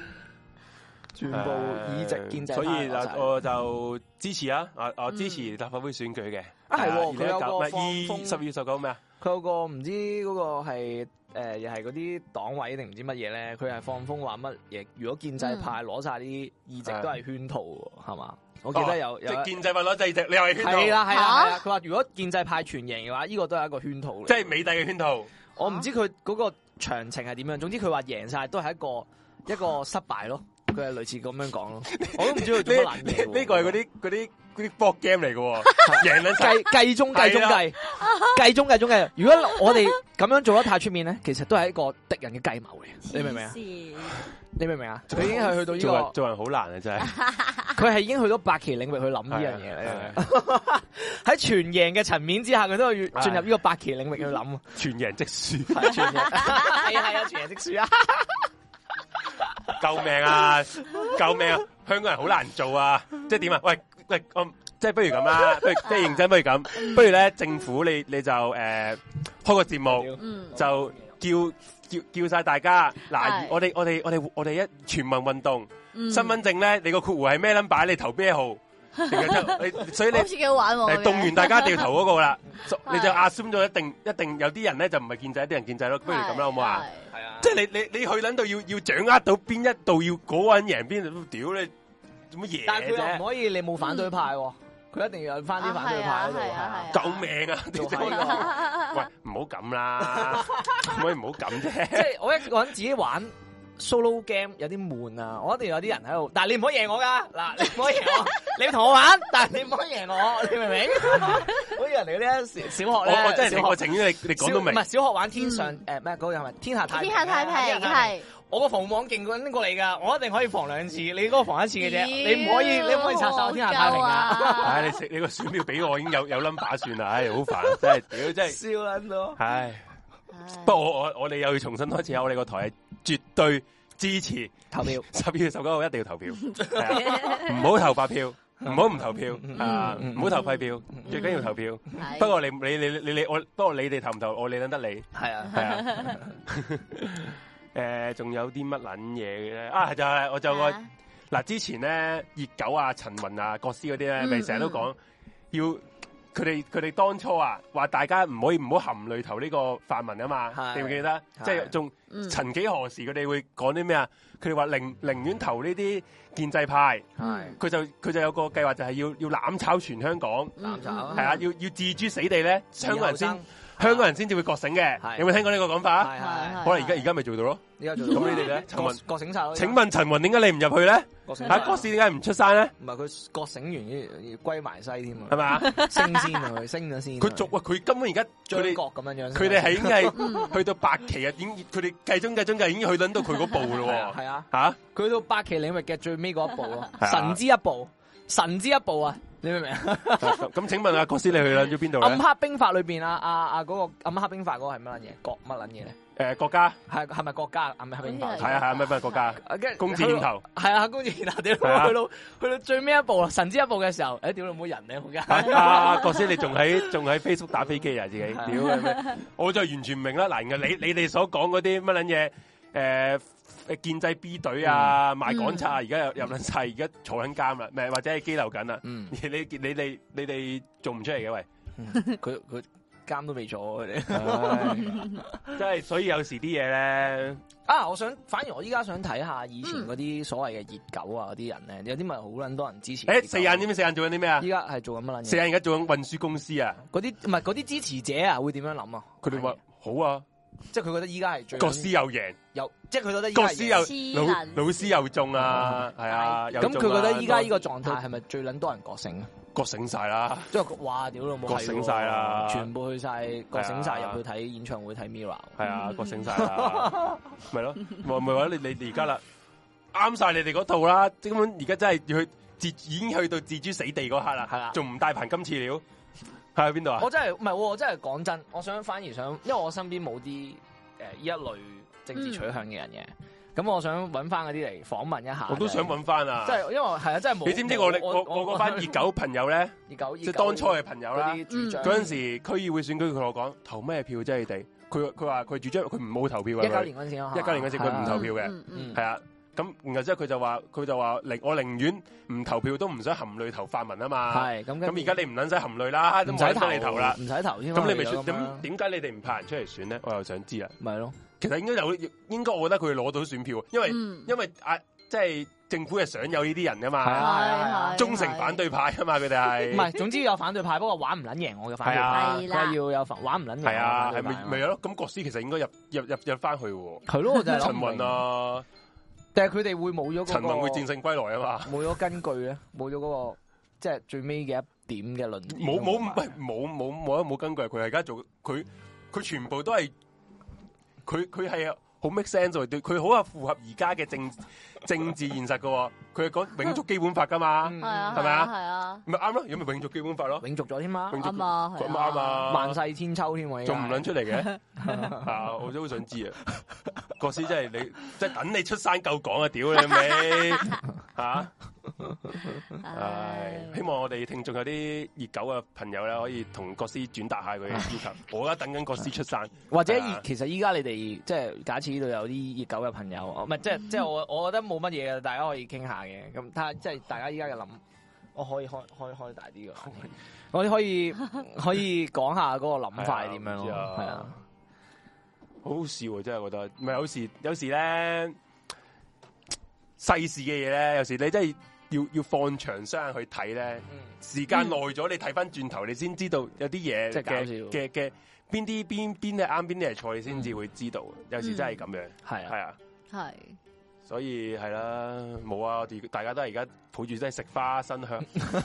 A: 全部議席建制
B: 所以
A: 嗱
B: 嗱，我就支持啊！我我支持立法會選舉嘅。
A: 啊係喎
B: 係啊
A: 佢有個放
B: 二
A: 風
B: 十二月十九咩啊？
A: 佢有個唔知嗰個係誒又係嗰啲黨委定唔知乜嘢咧，佢係放風話乜嘢？如果建制派攞晒啲議席都係啊圈套喎，係嘛？我記得有
B: 哦即
A: 有
B: 係建制派攞第二隻，你又係圈啊套，
A: 係啦係啦係
C: 嚇
A: 啦，佢話如果建制派全贏嘅話，呢個都係一個圈套嚟。
B: 即係美帝嘅圈套。
A: 我唔知佢嗰個詳情係點樣，總之佢話贏晒都係一 個一個失敗咯。佢係類似咁樣 講咯，我都唔知佢做乜
B: 呢
A: 爛嘢喎。
B: 呢個係嗰啲嗰啲嗰啲 board game 嚟嘅喎， 贏撚晒。
A: 計計中 計中計計中計中計。如果我哋咁樣做得太出面咧，其實都係一個敵人嘅計謀嚟。你明唔明啊？
C: 明啊？
A: 你明唔明啊？佢已經係去到
B: 做人
A: 呢、
B: 做人好難啊， 真係。
A: 個，佢係已經去到百奇領域去諗呢樣嘢啦你
B: 係啊。
A: 明唔明 喺全贏嘅層面之下，佢都要進入呢個百奇領域去諗。
B: 全贏即輸，
A: 係全贏，係啊係啊，全贏即 輸啊！
B: 救命 啊！救命啊！香港人好難做啊！即係點啊？喂喂，我即係不如咁啦，不如即係認真，不如咁，不如咧政府你你就誒、呃、開個節目。
C: 嗯，
B: 就叫叫叫晒大家嗱
C: 係，
B: 我哋我哋我哋我哋一全民運動，
C: 嗯
B: 身份證咧，你個括弧係咩 number？你投咩 號？然後就你所以你
C: 好似幾好
A: 哦
C: 玩喎，
B: 誒動員大家掉頭嗰 個啦，就
C: 係
B: 你就 assume 咗一定一定有啲人咧就唔係建制，一啲人建制咯，不如咁啦，好唔好啊？
C: 係？
A: 係啊，
B: 即係你你你去撚到要要掌握到邊一度要嗰個人贏邊，屌你做乜
A: 但係
B: 嘢
A: 佢又唔
B: 啫？
A: 可以，你冇反對派喎，佢一定要有翻啲反對派喺度。
C: 啊係啊係啊
B: 救命啊！
A: 做
B: 屌你
A: 閪 咯
B: 喂，唔好 咁啦，可唔可以唔好咁 啫？
A: 即係我一個人自己玩 solo game 有啲悶啊，我一定要有啲人喺度。但係你唔可以贏我㗎，嗱你唔可以 贏我，你要同我玩，但係你唔可以贏我，你明唔明？ 好似人哋嗰啲啊小小學咧，
B: 我我真係
A: 小
B: 你
A: 學
B: 我情願你你講到明
A: 小唔係。小學玩天上誒咩嗰個係咪天下太
C: 嗯天下太平
A: 啊
C: 係
A: 我個防網勁緊過你㗎，我一定可以防兩次，你嗰個防一次嘅啫，
C: 屌
A: 你唔可以你唔可以殺手天下太平㗎。
C: 好夠啊
B: 唉，你食你個選票俾我已經有有 number 算啦，唉，好 煩，啊真係屌，真 係，
A: 笑撚到，
B: 唉。
C: 唉
B: 不過我我我哋又要重新開始啊，我哋個台係絕對支持
A: 投票
B: 十二月十九號一定要投票，係啊唔好投白票，唔好唔投票啊，
A: 嗯
B: 唔好投廢票，最緊要投票。
C: 係
B: 不過你你你你你我，不過你哋投唔投我理得得你
A: 係啊，
B: 係啊。 誒，仲有啲乜撚嘢嘅咧？啊，就係我就個。
C: 啊
B: 嗱，之前咧熱狗啊、陳雲啊、國師嗰啲咧，
C: 嗯
B: 咪成日都講要佢哋佢哋當初啊，話大家唔可以唔好含淚投呢個泛民啊嘛，
A: 係
B: 記唔記得？
A: 係
B: 即係仲
C: 嗯
B: 曾幾何時佢哋會講啲咩啊？佢哋話寧寧願投呢啲建制派，
A: 係
B: 佢就佢就有個計劃就係要要攬炒全香港，
A: 攬炒
B: 係啊，要要置諸死地咧，香港人先
A: 自由
B: 香港人先至會覺醒嘅。
A: 啊係
B: 有冇聽過呢個講法啊？
A: 係係。
B: 可能而家而家咪做到咯。
A: 而家做到
B: 咁你 哋咧陳
A: 覺
B: 雲
A: 覺醒晒咯。
B: 請問陳雲點解你唔入去咧？
A: 覺醒晒
B: 嚇，國師點解唔出山咧？
A: 唔係佢覺醒完要要歸埋西添
B: 係
A: 啊，
B: 咪啊？
A: 升先啊佢升咗先啊。
B: 佢做喂，佢根本而家佢
A: 張
B: 哋
A: 角咁樣樣先啊。
B: 佢哋係已經
A: 嗯
B: 係去到白期啊，已經佢哋計中計中計已經去撚到佢嗰步
A: 係啊
B: 咯
A: 係啊，
B: 喎，
A: 佢到百期領域嘅最尾嗰一步咯，
B: 係啊
A: 神之一步，神之一步啊！你明唔明啊？
B: 吓咁請問阿國師你去撚咗邊度
A: 暗
B: 咧？
A: 黑兵法裏邊啊啊啊嗰個暗黑兵法嗰個係乜撚嘢？國乜撚嘢咧？
B: 誒國家
A: 係係咪國家暗黑兵法
C: 好
A: 嚟
C: 似
A: 㗎？
B: 係啊係啊，咩咩國家
A: 啊跟住
B: 公字點頭
A: 係啊，公子點頭屌，去
B: 係啊
A: 到去到最尾一步啊，神之一步嘅時候，誒屌你冇人咧，好
B: 啊
A: 㗎，
B: 啊！國師你仲喺仲喺 Facebook 打飛機啊自己，
A: 係
B: 屌
A: 啊
B: 你咩！我就完全唔明啦。嗱，你你哋所講嗰啲乜撚嘢誒？誒建制 B 隊啊，賣港賊啊，而家又入撚晒，而家坐緊監啦，唔係或者係拘留緊啦。
A: 嗯
B: 你你你哋你哋做唔出嚟嘅喂，
A: 佢佢監都未做佢哋。
B: 即係所以有時啲嘢 咧，
A: 啊！我想反而我依家想睇下以前
B: 嗯
A: 嗰啲所謂嘅熱狗啊，嗰啲人咧，有啲咪好撚多人支持。
B: 诶，四眼點？四眼做緊啲咩啊
A: 依？家係做緊乜撚
B: 四
A: 嘢？
B: 眼而家做緊運輸公司啊，
A: 嗰啲唔係嗰啲支持者啊，會點樣諗啊？
B: 佢哋話好啊，
A: 即係佢覺得依家係最
B: 国师又赢，
A: 有，即係佢覺得依家
B: 国
A: 係
B: 师
A: 有
B: 又
C: 贏
B: 老
C: 黐撚
B: 老师又中啊，系啊，又
A: 咁
B: 中
A: 佢覺
B: 啊
A: 得依家
B: 都
A: 呢個狀態係咪最撚多人覺醒啊？
B: 觉醒晒啦，
A: 即係哇屌老母，
B: 覺醒晒啦
A: 係喎全部去晒覺醒晒
B: 係啊
A: 入去睇演唱會睇 Mirror。
B: 系啊，觉醒晒啦， 咪咯，咪咪話你你你而家啦，啱晒你哋嗰套啦，根本而家真系要去自已經去到置諸死地嗰刻啦，
A: 係啦
B: 仲唔大棚今次料喺邊度啊
A: 我？真係唔係喎，我真係講真，我想反而想，因為我身邊冇啲誒呢一類政治取向嘅人嘅，咁我想揾翻嗰啲嚟訪問一下。
B: 我都想，揾翻啊
A: 即！係因為係啊，真係冇。
B: 你知唔知我哋
A: 冇
B: 我我嗰班熱狗朋 友咧，
A: 熱狗
B: 即係當初嘅朋友啦，
A: 主張
B: 嗰陣時區議會選舉佢同我講投咩票啫？你哋佢佢話佢主張佢唔冇投票啊！
A: 一九
B: 佢
A: 年嗰陣時啊，
B: 19年嗰陣時佢
A: 係
B: 唔
A: 啊
B: 投票嘅
C: 嗯嗯
A: 嗯
B: 係啊，咁然後之後佢就話佢就話寧我寧願唔投票都唔想含淚投泛民啊嘛。
A: 係咁
B: 咁
A: 跟
B: 而家你唔撚使含淚啦，都
A: 唔
B: 唔
A: 使
B: 使
A: 投
B: 得你投啦。
A: 唔使投添啊。
B: 咁你咪
A: 如
B: 選
A: 果咁樣
B: 咁點解你哋唔派人出嚟選咧？我又想知啊。
A: 咪咯？
B: 其實應該有，應該我覺得佢攞到選票，因為
C: 嗯
B: 因為啊，即係政府係想有呢啲人噶
A: 係
B: 嘛，
A: 啊係啊
C: 係係
B: 忠誠反對派啊嘛，佢哋
A: 唔
B: 係
A: 係，總之有反對派，不過玩唔撚贏我嘅反
B: 係
A: 對派，
B: 啊
C: 係
A: 佢
C: 啦
A: 話要有反玩唔撚贏我嘅
B: 係啊，
A: 反
B: 係
A: 對派
B: 咪咪有咯？咁國師其實應該入入入入翻去喎，
A: 係咯，我就係諗
B: 陳
A: 唔明
B: 雲，啊，
A: 但係佢哋會冇咗嗰個
B: 陳雲會戰勝歸來啊嘛。
A: 冇咗根據咧，冇咗嗰個即係最尾嘅一點嘅論點
B: 冇冇唔
A: 埋
B: 係冇冇冇冇根據，佢而家做佢佢全部都係佢佢係好 make sense 喎對佢好啊符合而家嘅政 政治現實嘅喎，佢係講永續基本法噶嘛，
A: 嗯
C: 係啊，
B: 係咪啊
C: 係啊，
B: 咪啱咯，有咪永續基本法咯，
A: 永續咗添嘛，
B: 永
C: 啱啊，
B: 咁
C: 係
B: 啱，啊，
A: 萬世千秋添喎，
B: 仲唔
A: 撚
B: 撚出嚟嘅 啊！我都好想知啊，國師真係你真係等你出山夠講啊！屌你 咪嚇！唉 Ờ.
C: 唉，
B: 希望我哋聽眾有啲熱狗嘅朋友咧，可以同國師轉達下佢嘅要 求。我而家等緊國師出山。
A: 或者以
B: 啊
A: 其實依家你哋即係假設呢度有啲熱狗嘅朋友，啊唔係即係即係我我覺得冇乜嘢嘅，大家可以傾下嘅。咁睇下即係大家依家嘅諗，我可以開開開大啲嘅， 我哋可以可以講下嗰個諗法係點樣咯，
B: 係啊
A: 係啊，
B: 好好笑啊！真係覺得，唔係有時有時咧世事嘅嘢咧，有時你真係要要放長雙眼去睇咧，
A: 嗯
B: 時間耐咗，你睇翻轉頭，你先知道有啲嘢
A: 真係搞
B: 嘅
A: 笑
B: 嘅嘅邊啲邊邊啲係啱，邊啲係錯，你
A: 嗯
B: 先至會知道。有時真係咁樣，
A: 係啊
B: 係。啊，
C: 係
B: 所以係啦，冇啊！我哋大家都係而家抱住真係食花生 香，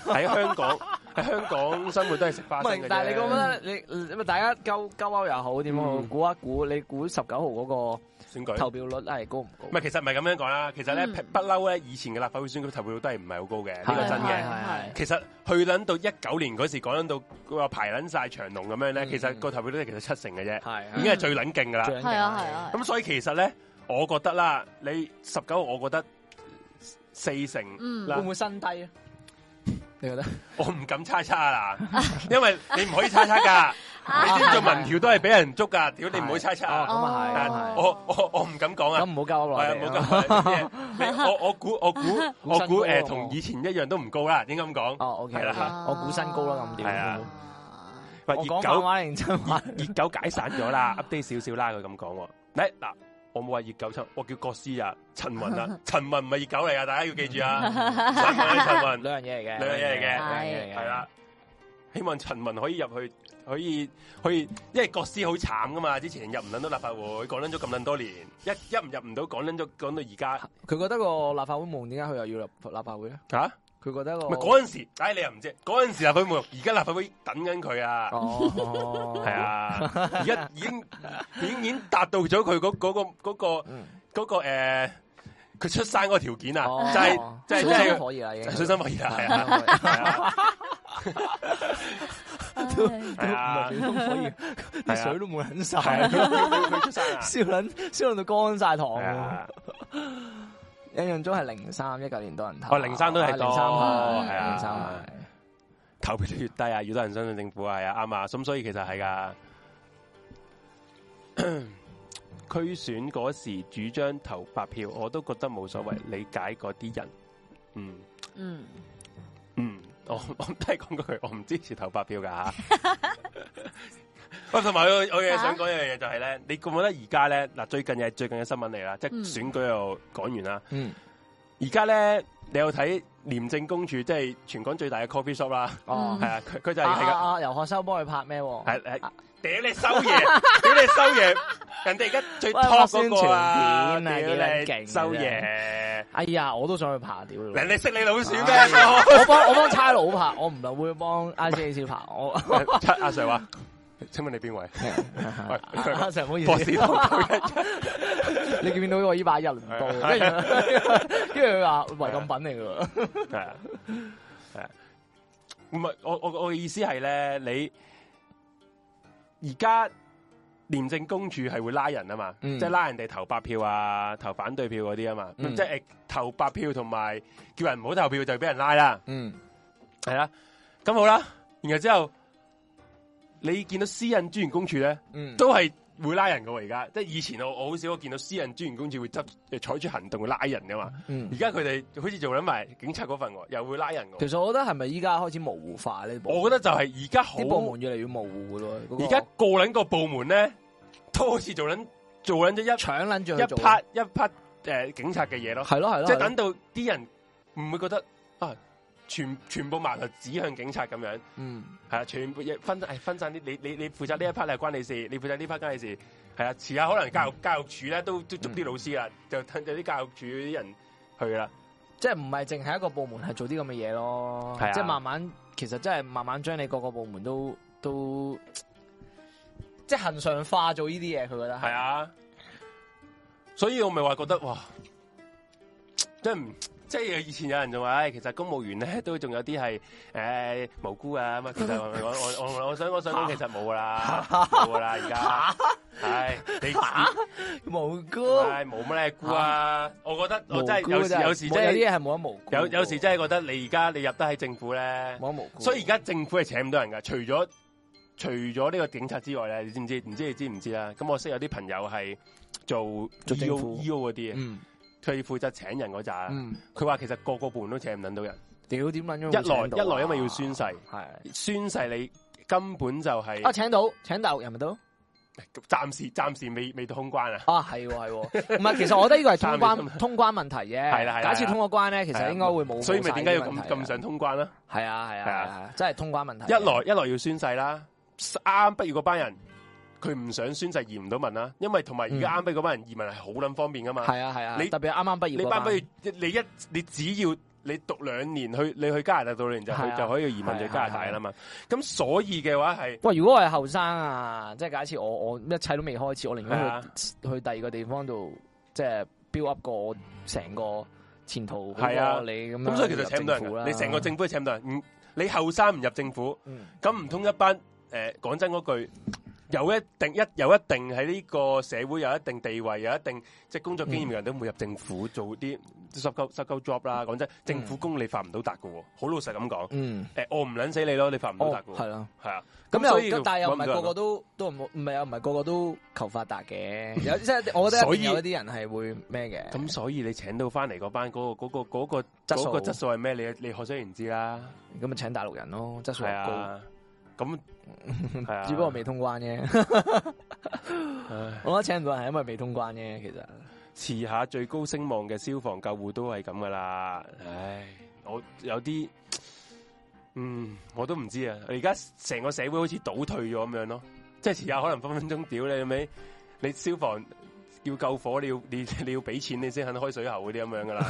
B: 喺香港喺香港生活都係食花
A: 唔
B: 生
A: 係
B: 嘅，
A: 但係你覺
B: 啫
A: 得你你大家勾勾勾又好點好，
B: 嗯
A: 估一估你估十九號嗰
B: 選
A: 個
B: 舉
A: 投票率係高唔高？
B: 唔係，其實唔係咁樣講啦。其實咧，
C: 嗯
B: 不嬲咧，以前嘅立法會選舉投票率都係唔係好高嘅，呢個
C: 係
B: 真
C: 係
B: 嘅。
A: 係
B: 其實去撚到一九年嗰時，講撚到話排撚晒長龍咁樣咧，
A: 嗯
B: 其實個投票率其實七成嘅啫，
A: 係
B: 已
A: 係
B: 經係最撚勁噶啦。
A: 最緊要
C: 係啊係啊，
B: 咁所以其實咧，我覺得啦，你十九，我覺得四成，
C: 嗯
B: 嗱
A: 會唔會新低啊？你覺得？
B: 我唔敢猜測啦，因為你唔可以猜測㗎。你知唔知道民調都係俾人捉㗎？屌你唔好猜測
A: 哦
B: 啊！
A: 咁啊係
C: À,
B: 係
A: 咁啊
B: 啊
A: 係
B: 我我我唔敢講啊
A: 咁。唔好 交
B: 系
A: 落
B: 啊，
A: 嚟
B: 冇
A: 啊。
B: 咁你我我估 我估我估
A: 身高啊
B: 诶，
A: 我
B: 同以前一樣都唔高啦，應該咁講。
A: 哦，OK，
B: 係啦
A: 我估身高啦咁屌。
B: 係
C: à.
B: 啊
C: 啊，
B: 喂，
A: 我
B: 熱
A: 講反
B: 狗
A: 話認真話，
B: 熱狗解散咗啦，update 少少啦，佢咁講喎。嚟嗱，我冇話熱狗出，我叫國師啊，陳雲 啊，陳雲唔係熱狗嚟啊，大家要記住啊，陳雲係陳雲
A: 兩樣嘢嚟嘅，
B: 兩樣嘢嚟嘅
A: 兩樣嘢嚟嘅
B: 係啦。希望陳雲可以入去，可以可以，因為國師好慘噶嘛，之前入唔撚到立法會，講撚咗咁撚多年，一一唔入唔到，講撚咗講到而家
A: 佢覺得個立法會夢點解佢又要入立法會咧？
B: 嚇。
A: 佢覺得個
B: 咪嗰陣時，唉，你又唔知，嗰陣時立法會冇用，而家立法會等緊佢啊，
A: 哦，
B: 係，啊，而家已經已經已經達到咗佢嗰嗰個嗰、個
A: 嗯
B: 嗰、個誒，佢、出山嗰個條件啊，
A: 哦
B: 就係就係
A: 信
B: 就
A: 心
B: 係
A: 可以啦，已經
B: 信心可以啦，係 啊，
A: 係啊
B: 係啊，
C: 唉
B: 係啊
A: 水，都唔 可以，
B: 係
A: 啲
B: 啊
A: 水都冇撚
B: 係 啊，
A: 晒，
B: 要要要佢 出山啊，
A: 燒撚燒撚到乾晒糖
B: 係
A: 喎。
B: 啊，
A: 印象中係零三一九年多人投，啊
B: 哦03都係
A: 零
B: 多
A: 三
B: 係
A: 係
B: 啊
A: 零三係
B: 投票率越低啊，越多人相信政府啊係啊，啱啊，咁所以其實係噶。 區選嗰時主張投白票，我都覺得冇所謂，理解嗰啲人，嗯。
C: 嗯，
B: 嗯，我 我都系讲嗰句，我唔支持投白票噶吓。 喂，同埋我我嘢想講一樣嘢就係咧，你覺唔覺得而家咧嗱最近嘅最近嘅新聞嚟啦，即係
C: 嗯
B: 選舉又講完啦，
A: 嗯
B: 而家咧你有睇廉政公署即係全港最大嘅 coffee shop 啦，
A: 哦
B: 係，啊，佢佢就係
A: 啊
B: 係
A: 啊
B: 噶，
A: 啊！游學修幫佢拍咩喎？
B: 係係啊屌你收嘢，屌你收嘢，人哋而家最
A: 喂
B: top
A: 拍宣
B: 嗰個啊，
A: 傳片啊幾撚
B: 屌
A: 勁
B: 你
A: 啊
B: 收
A: 真
B: 嘢，啊
A: 哎呀，我都想去拍屌你老母！
B: 人哋識你老鼠咩？
A: 哎
B: 我
A: 我幫我幫差佬拍，我唔係會幫 I C A C 拍。我 啊
B: 七 阿 Sir 話：請問你邊位？喂
A: 阿 Sir 啊唔好意
B: 博士
A: 思，
B: 同佢
A: 你見唔見到我依把一輪刀，跟
B: 啊
A: 住跟住佢話違禁品嚟㗎喎。
B: 系啊，係啊唔係我我我嘅意思係咧，你而家廉政公署係會拉人啊嘛，
A: 嗯
B: 即係拉人哋投白票啊、投反對票嗰啲啊嘛，
A: 嗯
B: 即係投白票同埋叫人唔好投票就俾人拉啦，
A: 嗯，
B: 係啦，啊咁好啦，然後之後你見到私隱專員公署咧，
A: 嗯
B: 都係會拉人噶喎，而家即係以前我我好少我見到私隱專員公署會執採取行動會拉人噶嘛，
A: 嗯
B: 而。家佢哋好似做緊埋警察嗰份喎，又會拉人喎。
A: 其實我覺得係咪依家開始模糊化呢部門？
B: 我覺得就係而家好
A: 啲，部門越嚟越模糊㗎咯。嗰個
B: 而家個撚個部門咧，都好似做撚做撚咗一
A: 搶撚住
B: 一
A: 去做
B: part 一 part 诶警察嘅嘢咯，
A: 係咯係咯，
B: 即係
A: 係咯
B: 等到啲人唔會覺得啊，全全部矛頭指向警察咁樣，
A: 嗯
B: 係啊，全部一分诶分散啲，你你你負責呢一 part 係關你事，你負責呢 part 關你事，係啊，遲下可能教育教育署咧都都捉啲老師啦，就等有啲教育署啲人去啦，
A: 即係唔係淨係一個部門係做啲咁嘅嘢咯？
B: 係啊
A: 即係慢慢，其實真係慢慢將你各個部門都都即係恒常化做呢啲嘢，佢覺得
B: 係啊，所以我咪話覺得哇，即係唔即係以前有人就話，唉，其實公務員咧 都仲有啲係诶無辜啊咁啊。其實我我我我我想我想講，其實冇㗎啦，冇㗎啦，而家唉你你
A: 無辜，
B: 唉冇乜咧辜啊！我覺得我啊真係有
A: 無辜
B: 時有時
A: 冇
B: 真
A: 有啲
B: 係
A: 嘢係冇得無辜，
B: 有有時真係覺得你而家你入得喺政府咧，
A: 冇得無辜。
B: 所以而家政府係請唔到人㗎，除咗除咗呢個警察之外咧，你知唔知？唔知你知唔知啦？咁我識有啲朋友係做
A: 做
B: E
A: 政
B: O
A: 府
B: E O 嗰啲嘅，
A: 嗯
B: 佢負責請人嗰扎。
A: 嗯，
B: 佢話其實個個部門都請唔撚到人，
A: 屌點撚樣會
B: 一來
A: 請到啊？
B: 一來因為要宣誓
A: 係
B: 宣誓你根本就係
A: 啊請到請大陸人咪得咯。
B: 暫時暫時未未到空關啊。
A: 啊，係喎，係喎，唔係，其實我覺得呢個係通
B: 三年
A: 關通關問題啫。
B: 係啦係啦
A: 假設通咗關咧，其實應該會冇。
B: 所以咪點
A: 點
B: 解要咁咁？想通關啦？
A: 啊係啊係啊
B: 係
A: 係
B: 啊
A: 啊，真係通關問題。
B: 一來一來要宣誓啦，啱畢業嗰班人佢唔想宣誓移唔到民啦，因為同埋而
A: 嗯
B: 家啱畢業嗰班人移民係好撚方便噶嘛。
A: 係啊係啊，
B: 你
A: 特別係啱啱畢業
B: 你
A: 嗰
B: 班不如你一你只要你讀兩年去你去加拿大讀兩年就
A: 係
B: 去
A: 啊
B: 就可以移民去加拿大啦嘛。咁所以嘅話係
A: 喂，如果我係後生啊，即係假設我我一切都未開始，我寧
B: 係
A: 願
B: 啊
A: 去去第二個地方度，即係 build up 個成個前途。
B: 係啊
A: 你咁樣
B: 咁，所以其實請唔到人啊
A: 入政府啦
B: 㗎，你成個政府都請唔到人。唔你後生唔入政府，
A: 嗯
B: 咁唔通一班誒講真嗰句，有一定一有一定喺呢個社會有一定地位，有一定即係工作經驗嘅人都唔會入政府做啲濕鳩濕鳩 job 啦。講真，政府工你發唔到達嘅喎，好老實咁講。
A: 嗯，
B: 誒，我唔撚死你咯，你發唔到
A: 哦
B: 達嘅
A: 係
B: 喎，
A: 啦。
B: 係啊。所
A: 咁
B: 以
A: 又但係又唔係個個
B: 都
A: 都都唔唔係又唔係個個都求發達嘅，有即係我覺得
B: 所
A: 一
B: 以
A: 定有一啲人係會咩嘅。
B: 咁，所以你請到翻嚟嗰班嗰個嗰個嗰個
A: 質素
B: 嗰個質素係咩？你你可想而知啦，
A: 咁咪請大陸人咯，質素
B: 係
A: 又高，
B: 啊。 咁係啊，
A: 只不過未通關 啫。
B: 唉
A: 我覺得請唔到人係因為未通關啫，其 實。
B: 遲下最高聲望嘅消防救護都係咁噶啦，唉，我有啲，嗯，我都唔知啊。而家成個社會好似倒退咗咁樣咯，即係遲下可能分分鐘屌你咪，你消防要救火，你要你你要俾錢你先肯開水喉嗰啲 咁樣噶啦，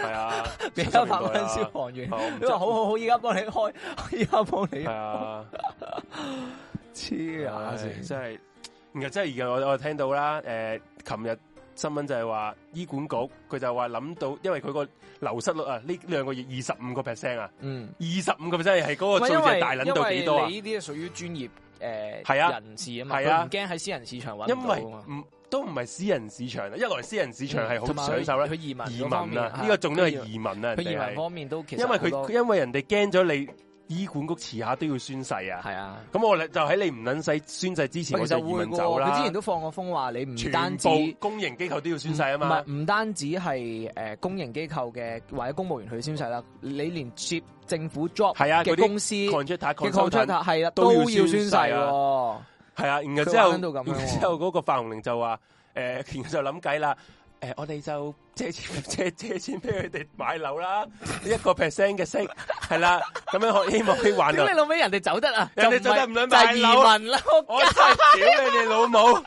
B: 係啊，
A: 俾一
B: 70年代
A: 百蚊
B: 啊
A: 消防員，
B: 啊我唔
A: 因為好好 好，依家幫你開，依家幫你
B: 係啊。
A: 哎黐
B: 唉
A: 啊！
B: 哎
A: 線。
B: 真系，然後真係而家我我聽到啦，诶、琴日新聞就係話醫管局佢就話諗到，因為佢個流失率啊，呢兩個月二十五個 percent 啊，
A: 嗯，
B: 二十五個 percent 係嗰
A: 唔係
B: 個數
A: 因
B: 字
A: 為
B: 大撚到幾多啊？
A: 因為你呢啲係屬於專業誒
B: 係啊
A: 人士啊嘛，
B: 係啊
A: 佢唔驚喺私人市場揾
B: 因
A: 唔到
B: 為
A: 啊嘛。
B: 唔都唔係私人市場啊，一來私人市場係好
A: 同埋佢
B: 搶手啦
A: 佢，移民
B: 移
A: 嗰
B: 民
A: 方
B: 啊，
A: 面
B: 呢個重點係移民啊，
A: 佢
B: 人
A: 移
B: 哋
A: 民
B: 係
A: 方面都其實
B: 因為
A: 好多
B: 佢因為人哋驚咗你醫管局遲下都要宣誓啊，
A: 係啊。
B: 咁我就喺你唔撚使宣誓之前我
A: 其實
B: 就移
A: 會
B: 民
A: 嘅
B: 走
A: 喎，
B: 啦。
A: 佢之前都放過風話，你唔
B: 全
A: 單止
B: 部公營機構都要宣誓啊嘛
A: 唔，係唔單止係誒公營機構嘅或者公務員去宣誓啦，你連接政府 job
B: 係啊嗰
A: 嘅
B: 啲
A: 公司嘅
B: contractor、
A: contract 係啦，
B: 都
A: 都
B: 要
A: 要宣誓
B: 宣誓啊
A: 喎。
B: 系啊，然後
A: 佢
B: 之後，
A: 玩到咁樣
B: 然後
A: 喎
B: 之後嗰個范紅玲就話，诶、然後就諗計啦，诶、我哋就借錢 借借錢俾佢哋買樓啦，一個 percent 嘅息係啦，咁 樣可希望可以還啊到
A: 屌你。老尾，人哋走得啊，
B: 人哋
A: 就唔係
B: 走得唔撚
A: 就係
B: 買樓
A: 移民啦，我
B: 我真係屌你哋老母！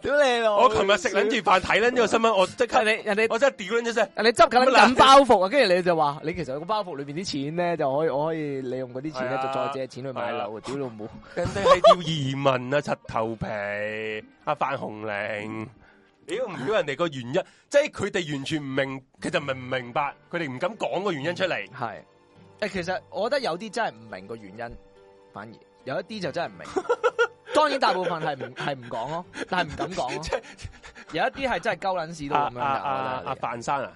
A: 屌你老
B: 我
A: 味，
B: 琴日食撚住飯睇撚呢個新聞，我即刻
A: 人哋人哋
B: 我真係屌撚咗聲。
A: 人哋執緊緊包袱啊，跟住你就話你其實有個包袱裏边啲錢咧，就可以我可以利用嗰啲錢咧，
B: 係啊
A: 就再借錢去買 樓啊！屌老母，
B: 人哋係叫移民啊，柒頭皮，阿范紅玲，屌唔屌人哋個原因？即係佢哋完全唔明，其實唔係唔明白，佢哋唔敢講個原因出嚟。
A: 係诶，其實我覺得有啲真係唔明個原因，反而有一啲就真係唔明。當然大部分係唔系唔讲咯，但係唔敢講咯。有一啲係真係鳩撚屎到
B: 阿
A: 咁樣
B: 阿阿
A: 噶，我
B: 啊阿
A: 覺得。
B: 范生啊，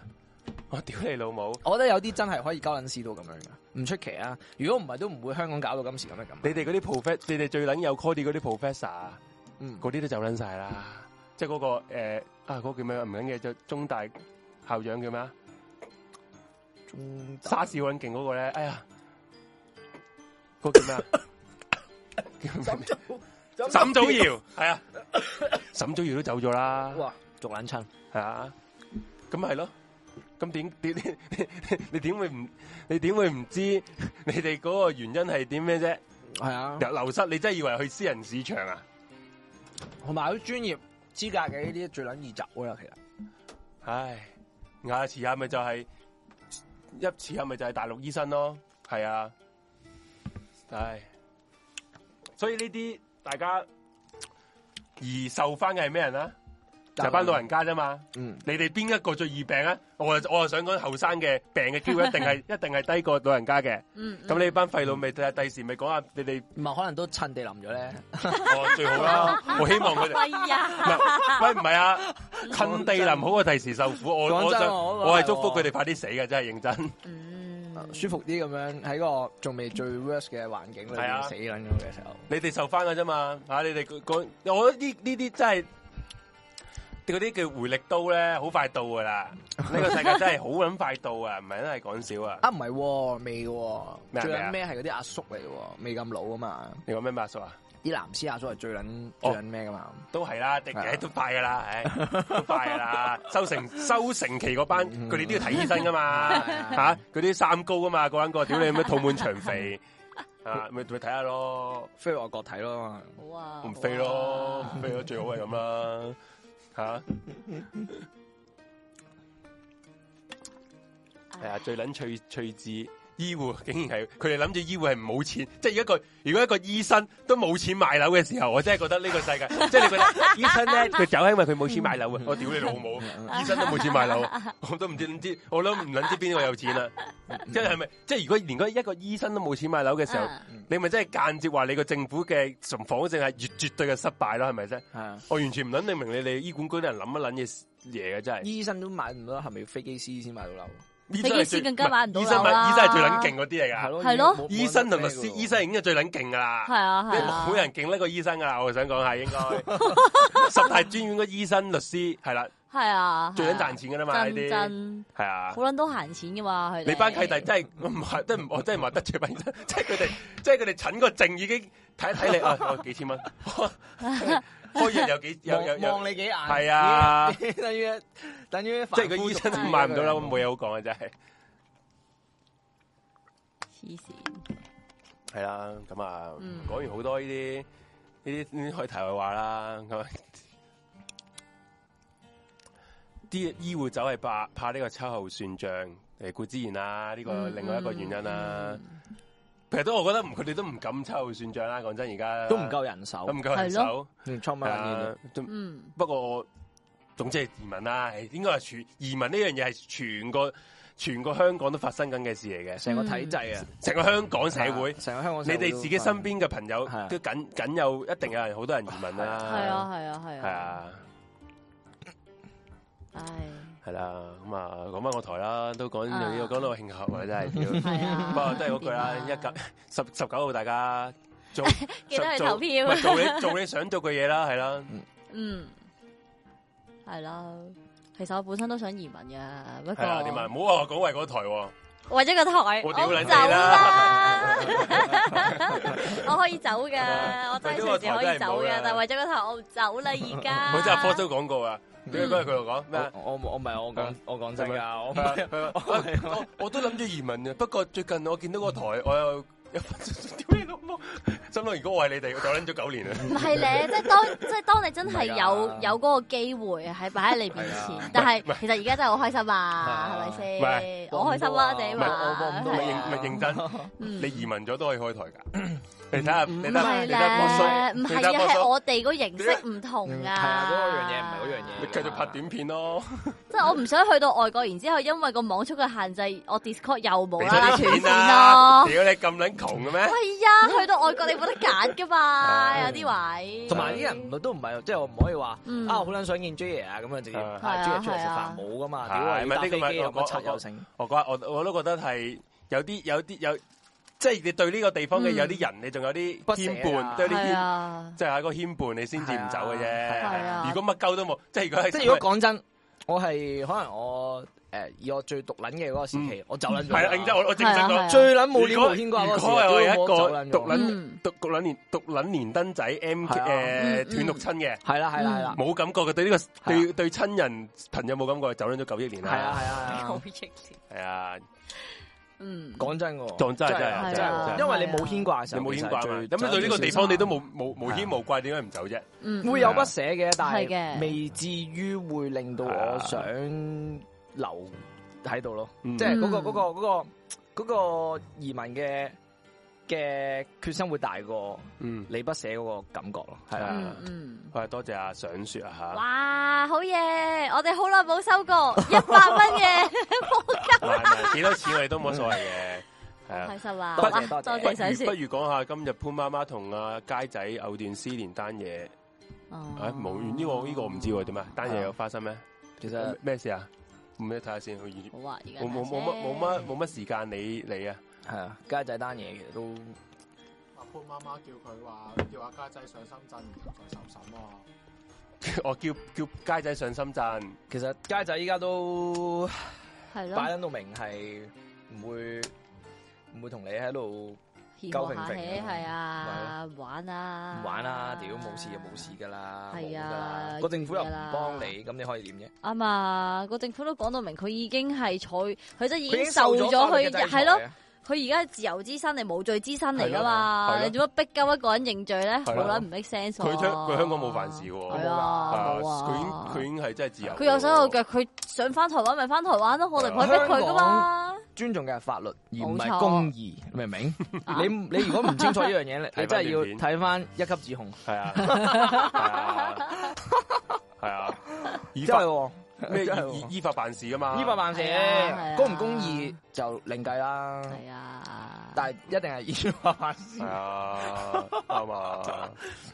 B: 我屌你老母！
A: 我覺得有啲真係可以鳩撚屎到咁樣噶，唔出奇啊！如果唔係都唔會香港搞到今時咁樣咁。
B: 你哋嗰啲 professor，你哋最撚有 call 啲嗰啲 professor，
A: 嗯
B: 嗰啲都走撚晒啦。即係嗰、個个呃啊，嗰、個叫咩唔緊嘅，就中大校長叫咩啊？
A: 中大
B: 沙士好撚勁嗰個咧，哎呀，嗰、個叫咩 啊？叫咩名沈祖尧係啊，沈祖尧都走咗啦，
A: 哇，仲撚親。
B: 係啊，咁係咯。咁點 點點你點會唔你點會唔知你哋嗰個原因係點咩啫？
A: 係啊。
B: 流流失，你真係以為去私人市場啊？
A: 同埋有啲專業資格嘅呢啲最撚易走啦，其實
B: 唉，亞慈啊亞咪就係一次啊亞咪就係大陸醫生咯，係啊，唉，所以呢啲大家而受翻嘅係咩人啊？就係班老人家啫嘛，
A: 嗯，
B: 你哋邊一個最易病啊？我就我就想講後生嘅病嘅 機會一定係一定係低過老人家嘅。
C: 嗯，嗯
B: 咁你班廢老咪第第時咪講下你哋
A: 唔係可能都趁地淋咗咧，
B: 哦最好 啦，我希望佢哋。
C: 哎呀，
B: 唔係喂，唔係 啊，近地林好過第時受苦。我
A: 講
B: 我
A: 真
B: 想
A: 我
B: 我係祝福佢哋快啲死嘅，真係認真。
C: Ừ. 嗯，
A: 舒服啲咁樣喺個仲未最 worst 嘅環境裏
B: 係啊
A: 面死撚咗嘅時候，
B: 你哋受翻嘅啫嘛，啊，你哋講，我覺得呢呢啲真係嗰啲叫回力刀咧，好快到 噶啦。呢個世界真係好撚快到啊，唔係真係講笑啊。
A: 啊唔係喎，未喎，
B: 咩啊
A: 最
B: 咩啊
A: 撚咩係嗰啲阿叔嚟喎，未咁老啊嘛，
B: 你講咩馬叔啊？
A: 啲藍絲阿叔係最撚
B: 哦
A: 最撚咩噶嘛，
B: 都係
A: 啊
B: 啦，定嘅都快噶啦，唉，都快噶啦。收成收成期嗰班，
A: 嗯
B: 佢哋都要睇醫生噶嘛，
A: 啊
B: 吓嗰啲三高啊嘛，嗰撚個屌你咩肚滿腸肥啊，咪咪睇下咯。
A: 飛外國睇 咯，
C: 好啊，
B: 唔飛咯，唔飛咯，最好係咁啦，吓係啊，最撚趣趣致醫護竟然係佢哋諗住醫護係冇錢，即係一個如果一個醫生都冇錢買樓嘅時候，我真係覺得呢個世界，即係你覺得醫生咧佢走係因為佢冇錢買樓啊！我屌你老
A: 嗯
B: 母，醫生都冇錢買樓，我都唔知唔知，我都唔撚知邊個有錢啦！啊
A: 嗯
B: 即係係咪？即係如果連嗰一個醫生都冇錢買樓嘅時候。
C: 啊
B: 你咪真係間接話你個政府嘅房政係絕絕對嘅失敗咯，係咪啫？
A: 係啊，
B: 我完全唔撚明明你哋醫管局啲人諗乜撚嘢嘢啊嘅真係，
A: 醫生都買唔到，係咪要飛機師先買到樓？
B: 醫
C: 你幾時更加買唔到
B: 醫生咪
C: 樓啦
B: 醫生係最撚勁嗰啲嚟
A: 係
B: 㗎，
A: 咯
C: 係咯
A: 冇冇得
B: 醫生同律
A: 咩㗎
B: 師，
A: 喎
B: 醫生已經係最撚勁㗎
C: 係
B: 啦。
C: 啊
B: 因為
C: 係啊，
B: 冇人勁叻過醫生㗎啦，我想講係應該 十大專院嘅醫生、律師係啦，
C: 係啊，
B: 最撚賺錢㗎啦嘛呢
C: 真
B: 啲
C: 真
B: 係啊
C: 好。撚多閒錢噶嘛佢哋，
B: 你班契弟真係唔係，真係唔我真係唔係得罪班醫生，即係佢哋，即係佢哋診個症已經睇一睇你 啊，我幾千蚊， 開藥有幾有有
A: 望
B: 有
A: 望。你幾眼，
B: 係啊
A: 已經， 等於等於
B: 即係個醫
C: 啊
B: 生都買唔到啦，咁冇嘢好講嘅啊真係。
C: 黐線，
B: 係啦，咁啊
C: 嗯，
B: 講完好多呢啲呢啲呢啲可以題外話啦。咁啊啲醫護走係怕怕呢個秋後算賬，誒固之然啦，呢個
C: 嗯
B: 另外一個原因啦。其實都我覺得唔佢哋都唔敢秋後算賬啦。講真，而家
A: 都唔，夠人手
B: 都，唔夠人
C: 係
B: 手
C: 咯。
A: 連倉
B: 係
A: 乜
B: 啊，都
C: 嗯
B: 不過我總之係移民啦，係應該係全移民呢樣嘢係全個全個香港都發生緊嘅事嚟嘅，
A: 成個體制啊，
B: 成個香港社會
A: 係啊。成個香港社會
B: 你
A: 都，
B: 哋自己身邊嘅朋友
A: 係啊
B: 都僅僅有一定有人好多人移民啦，
C: 係啊，係啊係
B: 係
C: 啊，
B: 啊，
C: 唉
B: 係啦，咁啊講翻個台啦，都講
C: 啊
B: 又講到慶合啊，真係屌，
C: 係啊，
B: 不過都係嗰句啦，
C: 點啊
B: 一九十十九號大家做
C: 記得去
B: 做
C: 投票
B: 唔係做你做你想做嘅嘢啦，係啦，
C: 嗯，係啦。其實我本身都想移民嘅，不
B: 係啦，點啊，
C: 過
B: 唔好話我講為嗰個台喎，
C: 為咗個台，
B: 我
C: 我
B: 屌
C: 走
B: 撚你
C: 啦
B: 啦！
C: 我可以走噶，我真係隨時可以
B: 為咗個台真係唔好
C: 走
B: 啦
C: 噶，但係為咗個台我唔走啦，而家
B: 佢真係科州廣告啊，
C: 嗯
B: 點解嗰日佢同我講咩啊？
A: 我我唔係我講我講真㗎，我唔 係
B: 佢話啊我我我都諗住移民啊嘅，不過最近我見到個台，
C: 嗯
B: 我又又分咗屌你老母！心諗如果我係你哋，我就撚咗九年啊 啦。
C: 唔 係咧，即係當即係當你真係
A: 唔
B: 啊
A: 係㗎
C: 有有嗰個機會係擺喺你面
A: 係
C: 前
A: 啊，
C: 但係其實而家真係好開心啊，
A: 係啊
C: 係咪
B: 唔
C: 先
B: 係？
C: 我開心啊，你
B: 唔係我我
C: 嘛
B: 唔，係
C: 係
B: 認
C: 啊
B: 唔係認真，
C: 嗯
B: 你移民咗都可以開台㗎。你睇下，你
C: 唔
B: 睇下，
C: 係
B: 你
C: 咧
B: 睇下波叔，，
C: 唔
B: 你睇
C: 係
B: 下波
C: 啊，係
B: 叔，
C: 我哋個形式唔同啊。
A: 係啊
B: 嗯
A: 嗰樣嘢唔係嗰樣嘢
B: 你繼續拍短片咯。
C: 即係我唔想去到外國，然之後因為個網速嘅限制，我 Discord 又無
B: 俾
C: 啦啦
B: 多
C: 斷
B: 啲
C: 線
B: 錢啊啦！
C: 啊咯。
B: 屌你咁撚窮嘅咩？
C: 係啊，去到外國你冇得揀噶嘛，有
B: 係
C: 啲位。
A: 同埋啲人唔都唔係，即係我唔可以話
C: 嗯
A: 啊，好撚想見 J 爺啊，咁樣直接
B: 係
A: 啊 J 爺出嚟食
C: 係
A: 飯
C: 啊
A: 冇噶嘛，
B: 係
A: 屌你
B: 咪
A: 搭
B: 呢個咪
A: 飛機又
B: 我
A: 乜柒又剩，
B: 我覺得我我都覺得係有啲有啲有，即係你對呢個地方
C: 嗯
B: 嘅有啲人，你仲有啲
A: 不
B: 牽
A: 捨
B: 絆，
A: 啊
B: 對啲
C: 係
B: 牽，
C: 啊，
B: 即係喺個牽絆，你先至唔走嘅啫。
A: 係
C: 啊係啊
B: 如果乜鳩都冇，即係如果係
A: 即係如果講真，我係可能我誒以我最獨撚嘅嗰個時期，我走撚咗啦，
B: 嗯係啦，認真我我正正
C: 係啊係啊
B: 講，
A: 最撚冇
B: 如
A: 戀
B: 果
A: 無牽掛嗰個時
B: 如果我
A: 期，
B: 係
A: 屌
B: 一
A: 我
B: 個
A: 走撚
B: 獨
A: 咗，
B: 撚
C: 嗯
B: 獨獨撚年獨撚連登仔 M
A: 係啊
B: 誒
C: 嗯
B: 斷六親嘅。
A: 係啦係啦係啦，
B: 冇感覺嘅，對呢、個
A: 係
B: 對對親人朋友冇感覺，走撚咗九億年
A: 係啊
B: 啦。
A: 係啊係啊，
B: 係啊，
C: 嗯，
A: 講真喎，
B: 當真係真
C: 係
B: 係真
C: 啊
B: 係真
A: 因
B: 係，
A: 為你冇牽掛嘅時
B: 你
A: 候，
B: 冇牽掛啊嘛。
A: 其實最
B: 咁你對呢個地方你都冇冇無牽無掛，點解唔走啫？
C: 嗯
A: 會有不捨嘅，但
C: 係嘅
A: 係未至於會令到我想留喺度咯。
B: 嗯
A: 即係嗰個
C: 嗯
A: 嗰個嗰個嗰個移民嘅嘅決心會大過
B: 嗯，
A: 你不捨嗰個感覺咯。係啊，
C: 嗯嗯。
B: 喂，多謝阿想雪啊嚇。
C: 哇，好嘢！我哋好耐冇收過一百蚊嘅，
B: 唔係唔係幾多錢我哋都冇所謂嘅，係啊。
C: 開心啊！
A: 多謝
C: 哇
A: 多謝
C: 多
B: 不
C: 謝想
B: 如不
C: 說。
B: 如講下今日潘媽媽同阿佳仔藕斷絲連單嘢，唉
C: 唉
B: 啊冇呢個呢個我唔知喎點啊？單嘢有發生咩？
A: 其實
B: 咩事啊？唔咩睇下先，佢完全
C: 好啊，而家
B: 冇冇冇乜冇乜冇乜時間理你啊！
A: 係啊，家仔單嘢其實都
E: 阿潘媽媽叫佢話叫阿家仔上深圳，然後再受審喎。
B: 我叫叫佳仔上深圳，
A: 其實家仔依家都
C: 係
A: 擺
C: 咯，
A: 緊到明係唔會唔會同你喺度
C: 嫌
A: 鳩
C: 和
A: 平
C: 下起
A: 平啊
C: 係啊，玩啊，
A: 唔玩啦，屌冇事就啊冇事噶啦，冇
C: 係
A: 㗎
C: 啊
A: 啦，個政府又
C: 易㗎
A: 唔
C: 啦
A: 幫你，咁你可以點啫？
C: 啱啊！個政府都講到明，佢已經係坐，佢即係已
A: 佢已
C: 經
A: 經
C: 受
A: 受
C: 咗
A: 咗
C: 佢
A: 法律嘅制裁
C: 係咯
A: 嘅，，
C: 佢而家係自由之身，你無罪之身嚟噶
B: 係咯係
C: 嘛？
B: 咯
C: 你做乜逼鳩一個人認罪咧？
B: 係
C: 好
B: 咯
C: 啦，唔 make sense 喎。
B: 佢香佢香港冇犯事喎
C: 係
B: 係
C: 啊，
B: 啊
C: 冇
B: 佢已經
C: 啊。
B: 佢已經啊係真係自由。
C: 佢有手有腳，，佢想翻台灣咪翻台灣咯，我哋唔可以逼佢噶嘛。
A: 尊重嘅係法律，而唔
C: 冇
A: 係
C: 錯
A: 公義，你明唔明？
C: 啊
A: 你你如果唔清楚呢樣嘢 咧，你
B: 睇返
A: 真係要
B: 段片
A: 睇翻一級指控。
B: 係 啊，係啊，以
A: 真係
B: 法
A: 喎
B: 咩
A: 真係喎
B: 依依法辦事噶嘛？
A: 依法辦事
C: 係啊係啊，
A: 公唔公義就另計啦。
C: 係啊，
A: 但係一定係依法辦事
B: 係，啊，啱
A: 啊
B: 嘛？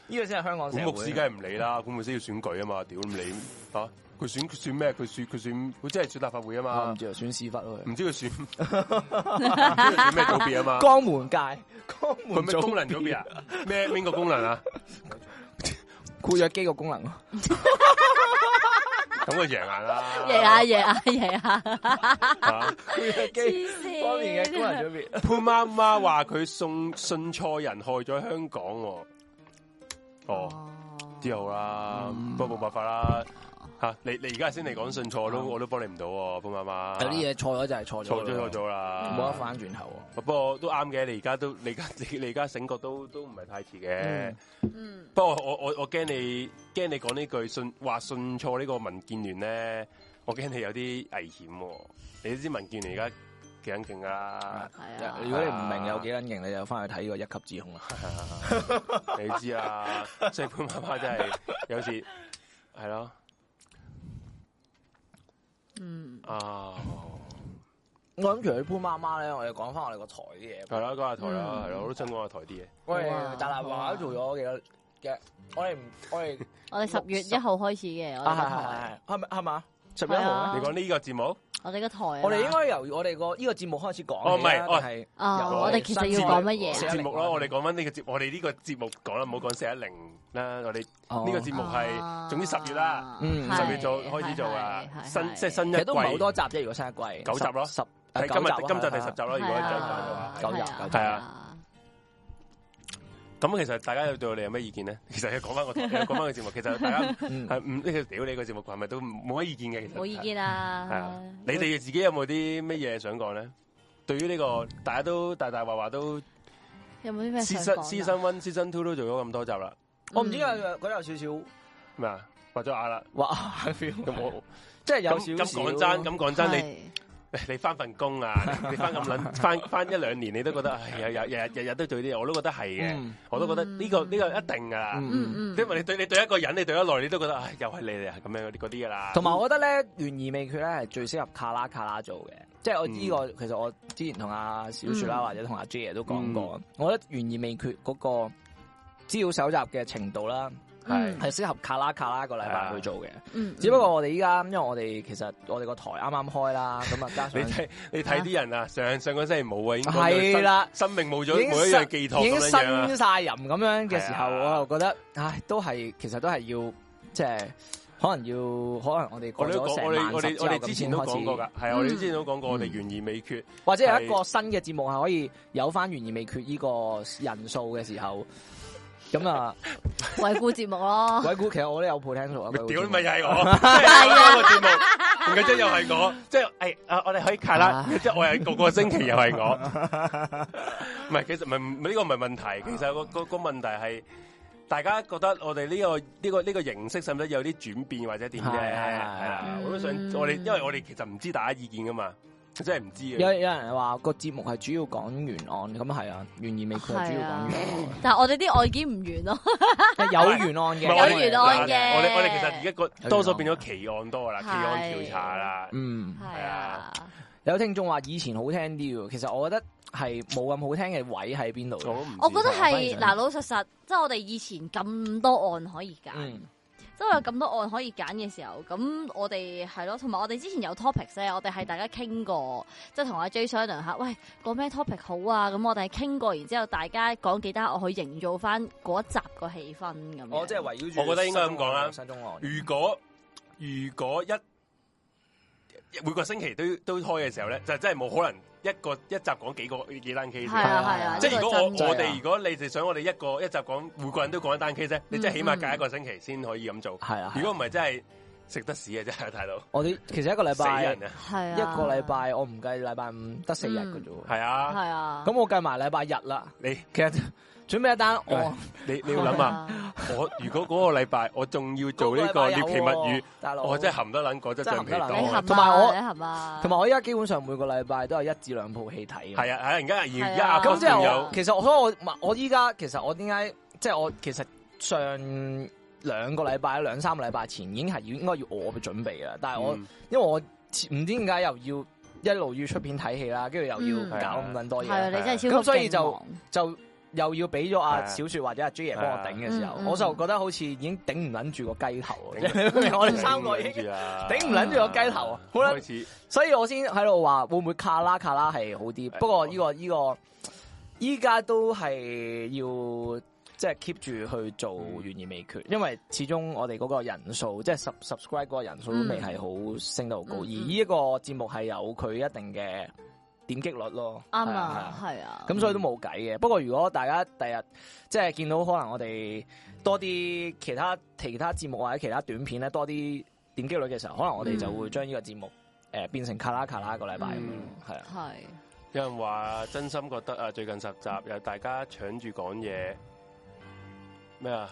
A: 呢個先係香港
B: 古
A: 社
B: 牧師
A: 會
B: 梗。係唔理啦，古牧師要選舉啊嘛，屌唔理啊！佢選佢選咩？佢選佢選，佢真係選立法會啊
A: 我唔
B: 嘛，
A: 知啊，選屎忽咯佢。
B: 唔知佢選唔 知佢選咩組別啊嘛？
A: 江門界，江
B: 佢
A: 門
B: 咩功能組
A: 組
B: 別啊？咩邊個功能啊？
A: 括約肌個功能咯。
B: 咁佢贏硬啦，
C: 贏啊贏啊贏啊！
B: 啊！
A: 括約肌
C: 黐線
A: 方面嘅功能組別。
B: 潘媽媽話佢送信錯人害咗香港喎，哦，之後啦，
A: 嗯
B: 不過冇辦法啦，吓你你而家先嚟講信錯，我都我都幫你唔到喎，潘媽媽
A: 啊有啲嘢錯咗就係錯咗，
B: 錯咗錯，咗啦，
A: 冇得翻轉頭。
B: 不過都啱嘅，你而家都你而家你你而家醒覺都都唔係太遲嘅。
A: 嗯
C: 嗯，
B: 不過我我我驚你驚你講呢句信話信錯呢個民建聯咧，我驚你有啲危險、喎。你都知民建聯而家幾撚勁㗎啦，
C: 係啊，
A: 如
B: 嗯
A: 果你唔明有幾撚勁，你就翻去睇呢個一級指控啦。
B: 你知啊， 所以潘媽媽真係有時係咯
C: 嗯
B: 啊，
A: 我諗住佢潘媽媽咧，我哋講翻我哋個台啲嘢。
B: 係啦，講下台啦，
C: 嗯
B: 係咯，我都想講下台啲嘢。
A: 我
C: 好啊
A: 哋大立華都做咗幾多嘅？我哋唔，我哋
C: 我哋十月一號開始嘅，我哋個台，
A: 啊係係係咪係嘛？十一
C: 係
A: 號
C: 啊
A: 啊
B: 你講呢個節目，
C: 我哋個台啊，
A: 我哋應該由我哋個呢個節目開始講起啊。
B: 哦唔係哦
A: 係
C: 啊，
A: 由
C: 我哋其實要講乜嘢
A: 新
C: 啊？
B: 節目咯，我哋講翻呢個節，我哋呢個節目講啦，唔好講四一零啦，我哋
A: 哦
B: 呢個節目係總之十月啦。
A: 嗯
C: 係
B: 十月做開始做啊，
C: 係係係
B: 新即係新一
A: 其實都唔係好
B: 季，
A: 多集啫。如果新一季
B: 九集咯
A: 十
B: 係
A: 誒
B: 今
A: 九集啊
B: 日
A: 咯
B: 今集
A: 係
B: 第
A: 啊
B: 十集啦，如果
C: 係
B: 真
C: 啊
B: 係嘅話，
A: 九日
C: 係啊
A: 九
B: 日
C: 係啊，
B: 咁其實大家對我哋有咩意見咧？ 其實講翻 個講翻個節目，其實大家
A: 嗯
B: 係唔呢 個屌你個節目係咪都冇乜意見嘅？其實
C: 冇意見
B: 係啊
C: 啊！！
B: 你哋自己有冇啲乜嘢想講咧？對於呢個大家都大大話話都
C: 有冇啲咩想
B: season
C: 講啊
B: season one season two 都做咗咁多集啦，
F: 我唔知啊，覺得有少少
B: 咩啊？畫咗牙啦，
F: 哇 feel，
B: 咁我
F: 即係有
B: 咁
F: 少
B: 咁
F: 少。
B: 講真，咁講真你。
C: 係
B: 你翻份工啊，你翻咁 撚，翻翻一兩年，你都覺得，唉，日日日日日都做呢啲嘢，我都覺得係嘅，
A: 嗯
B: 我都覺得呢、個呢、個一定噶啦。
C: 嗯
A: 嗯，
C: 嗯，
B: 因為你對你對一個人，你對得耐，你都覺得，唉，又係你哋啊，咁樣嗰啲嗰啲噶啦。
A: 同埋我覺得咧，懸而未決咧係最適合卡拉卡拉做嘅，即係我呢
B: 嗯
A: 個其實我之前同阿小雪啦，
C: 嗯
A: 或者同阿 J 爺都講
B: 嗯
A: 過，我覺得懸而未決嗰個資料搜集嘅程度啦，
B: 係
A: 係適合卡拉卡拉個禮拜去做嘅。
C: 嗯，
A: 只不過我哋依家，因為我哋其實我哋個台啱啱開啦，咁 啊加
B: 你
A: 上
B: 睇你睇啲人啊，上上個星期冇啊，已經講咗
A: 係啦
B: 生生命冇咗
A: 已經
B: 每一樣寄託
A: 已經
B: 咁樣樣啊
A: 新晒人咁樣嘅時候，
B: 係啊
A: 我又覺得，唉，都係其實都係要即係可能要可能我哋
B: 我
A: 過
B: 哋都
A: 咗
B: 講，我
A: 成
B: 哋
A: 萬
B: 我
A: 集
B: 哋
A: 之後
B: 我哋之
A: 咁
B: 前
A: 先
B: 都
A: 開
B: 講過㗎
A: 始，，
B: 係啊，
C: 嗯
B: 我哋之前都講過，我哋懸而未決，
A: 或者有一個新嘅節目係可以有翻懸而未決呢個人數嘅時候。咁啊，
C: 惠顧節目咯，
A: 鬼故其實我都有 potential 啊！鬼故
B: 屌
A: 節目
B: 咪又係我，即係我個節目，然後即係又係我，即係誒啊！我哋可以卡啦，
A: 唉
B: 即係我係個個星期又係我，唔係其實唔係唔呢個唔係問題，其實個個個問題係。大家覺得我哋呢、個呢、個呢、個形式使唔使有啲轉變或者點啫？
A: 係係
B: 係啦，
C: 係
B: 我都想
C: 嗯
B: 我哋，因為我哋其實唔知大家意見噶嘛，真係唔知啊
A: 有
B: 嘅。
A: 有人話個節目係主要講懸案，咁係啊，懸而未決係主要講懸
C: 啊但係我哋啲案件唔完咯，
A: 案，有懸案
B: 唔係我哋
A: 嘅，
C: 啊 有懸案嘅
B: 嗱我哋我哋其實而家個
A: 有
B: 多數
A: 懸案
B: 變咗奇案多啦，奇案調查啦，
A: 嗯。
C: 係啊，
A: 有聽眾話以前好聽啲喎，其實我覺得係冇咁好聽嘅位喺邊度咯。
B: 我都唔知。
C: 我覺得係
A: 反而想
C: 嗱老實實，即係我哋以前咁多案可以揀，
A: 嗯，
C: 即係有咁多案可以揀嘅時候，咁我哋係咯，同埋我哋之前有 topics 咧，我哋係大家傾過，即係同阿 J 商量下，喂，講咩 topic 好啊？咁我哋係傾過，然之後大家講幾單，我去營造翻嗰一集個氣氛咁樣。
A: 哦
F: 我即係圍繞住。
B: 我覺得應該咁講啦
F: 新中案
B: 如果如果一每個星期都都開嘅時候咧，就真係冇可能一個一集講幾個幾單 case
C: 係啊
B: 嘅。
C: 係啊，
B: 即
C: 係
B: 係如果我
A: 真嘅
B: 我哋如果你哋想我哋一個一集講每個人都講一單 case 咧，你真係起碼
C: 嗯
B: 隔一個星期先可以咁做。
A: 係啦。
B: 如果唔係真係食得屎嘅啊真係大佬，
A: 我哋其實一個禮
B: 死
A: 拜
B: 人啊！
C: 係啊，
A: 一個禮拜，我唔計禮拜五得四日嘅啫喎。
B: 係啊，
C: 係啊，
A: 咁我計埋禮拜日啦，
B: 你
A: 其實準備一單
B: 喂
A: 案。
B: 你你要 諗下，
C: 係啊。
B: 我如果嗰個禮拜哦我仲要做呢個獵奇物語，，
A: 大佬，
B: 我真係含得撚嗰隻橡皮
A: 啊
B: 啊
A: 真係含得撚
B: 袋
C: 你含。
A: 同埋我
C: 你含啊，
A: 哦同埋我依家基本上每個禮拜都有一至兩套戲睇。
B: 係啊，係啊，而家而
C: 係
B: 家
C: 啊
B: 阿
A: 咁即係
B: 仲有
A: 我，其實我所以我唔係我依家其實我點解即係我其實上兩個禮拜兩三個禮拜前已經係要應該要我嘅準備啦，但係我、
B: 嗯
A: 因為我唔知點解又要一路要出片睇戲啦，跟住又要
C: 嗯
A: 搞咁撚多
C: 係啊，
A: 嘢，
C: 你真係超級
A: 咁所以就
C: 勁忙
A: 就又要俾咗
B: 係
A: 阿
B: 啊
A: 小雪或者阿 J 爺幫我頂嘅時候，
C: 嗯嗯
A: 我就覺得好似已經頂唔撚住個雞頭啊，
B: 頂
A: 即係你明唔明 我哋
C: 嗯
A: 三個已經
B: 住啊
A: 頂唔撚住個雞頭啊，好啦。
B: 開始
A: 所以我先喺度話會唔會卡拉卡拉係好啲？
B: 係
A: 不過呢、個呢、個依家都係要即係 keep 住去做懸而未決，因為始終我哋嗰個人數即係 sub subscribe 嗰個人數都未係好升到好高，
C: 嗯
A: 而
C: 嗯
A: 呢一個節目係有佢一定嘅點擊率咯。
C: 啱
A: 係係
C: 啊，係啊，
A: 咁所以都冇計嘅。不過如果大家第日即係見到可能我哋多啲其他其他節目或者其他短片咧多啲點擊率嘅時候，可能我哋就會將呢個節目誒、呃、變成卡拉卡拉一個禮拜咁
C: 嗯
A: 樣，係啊、
C: 係
B: 有人話真心覺得啊，最近十集又大家搶住講嘢咩啊？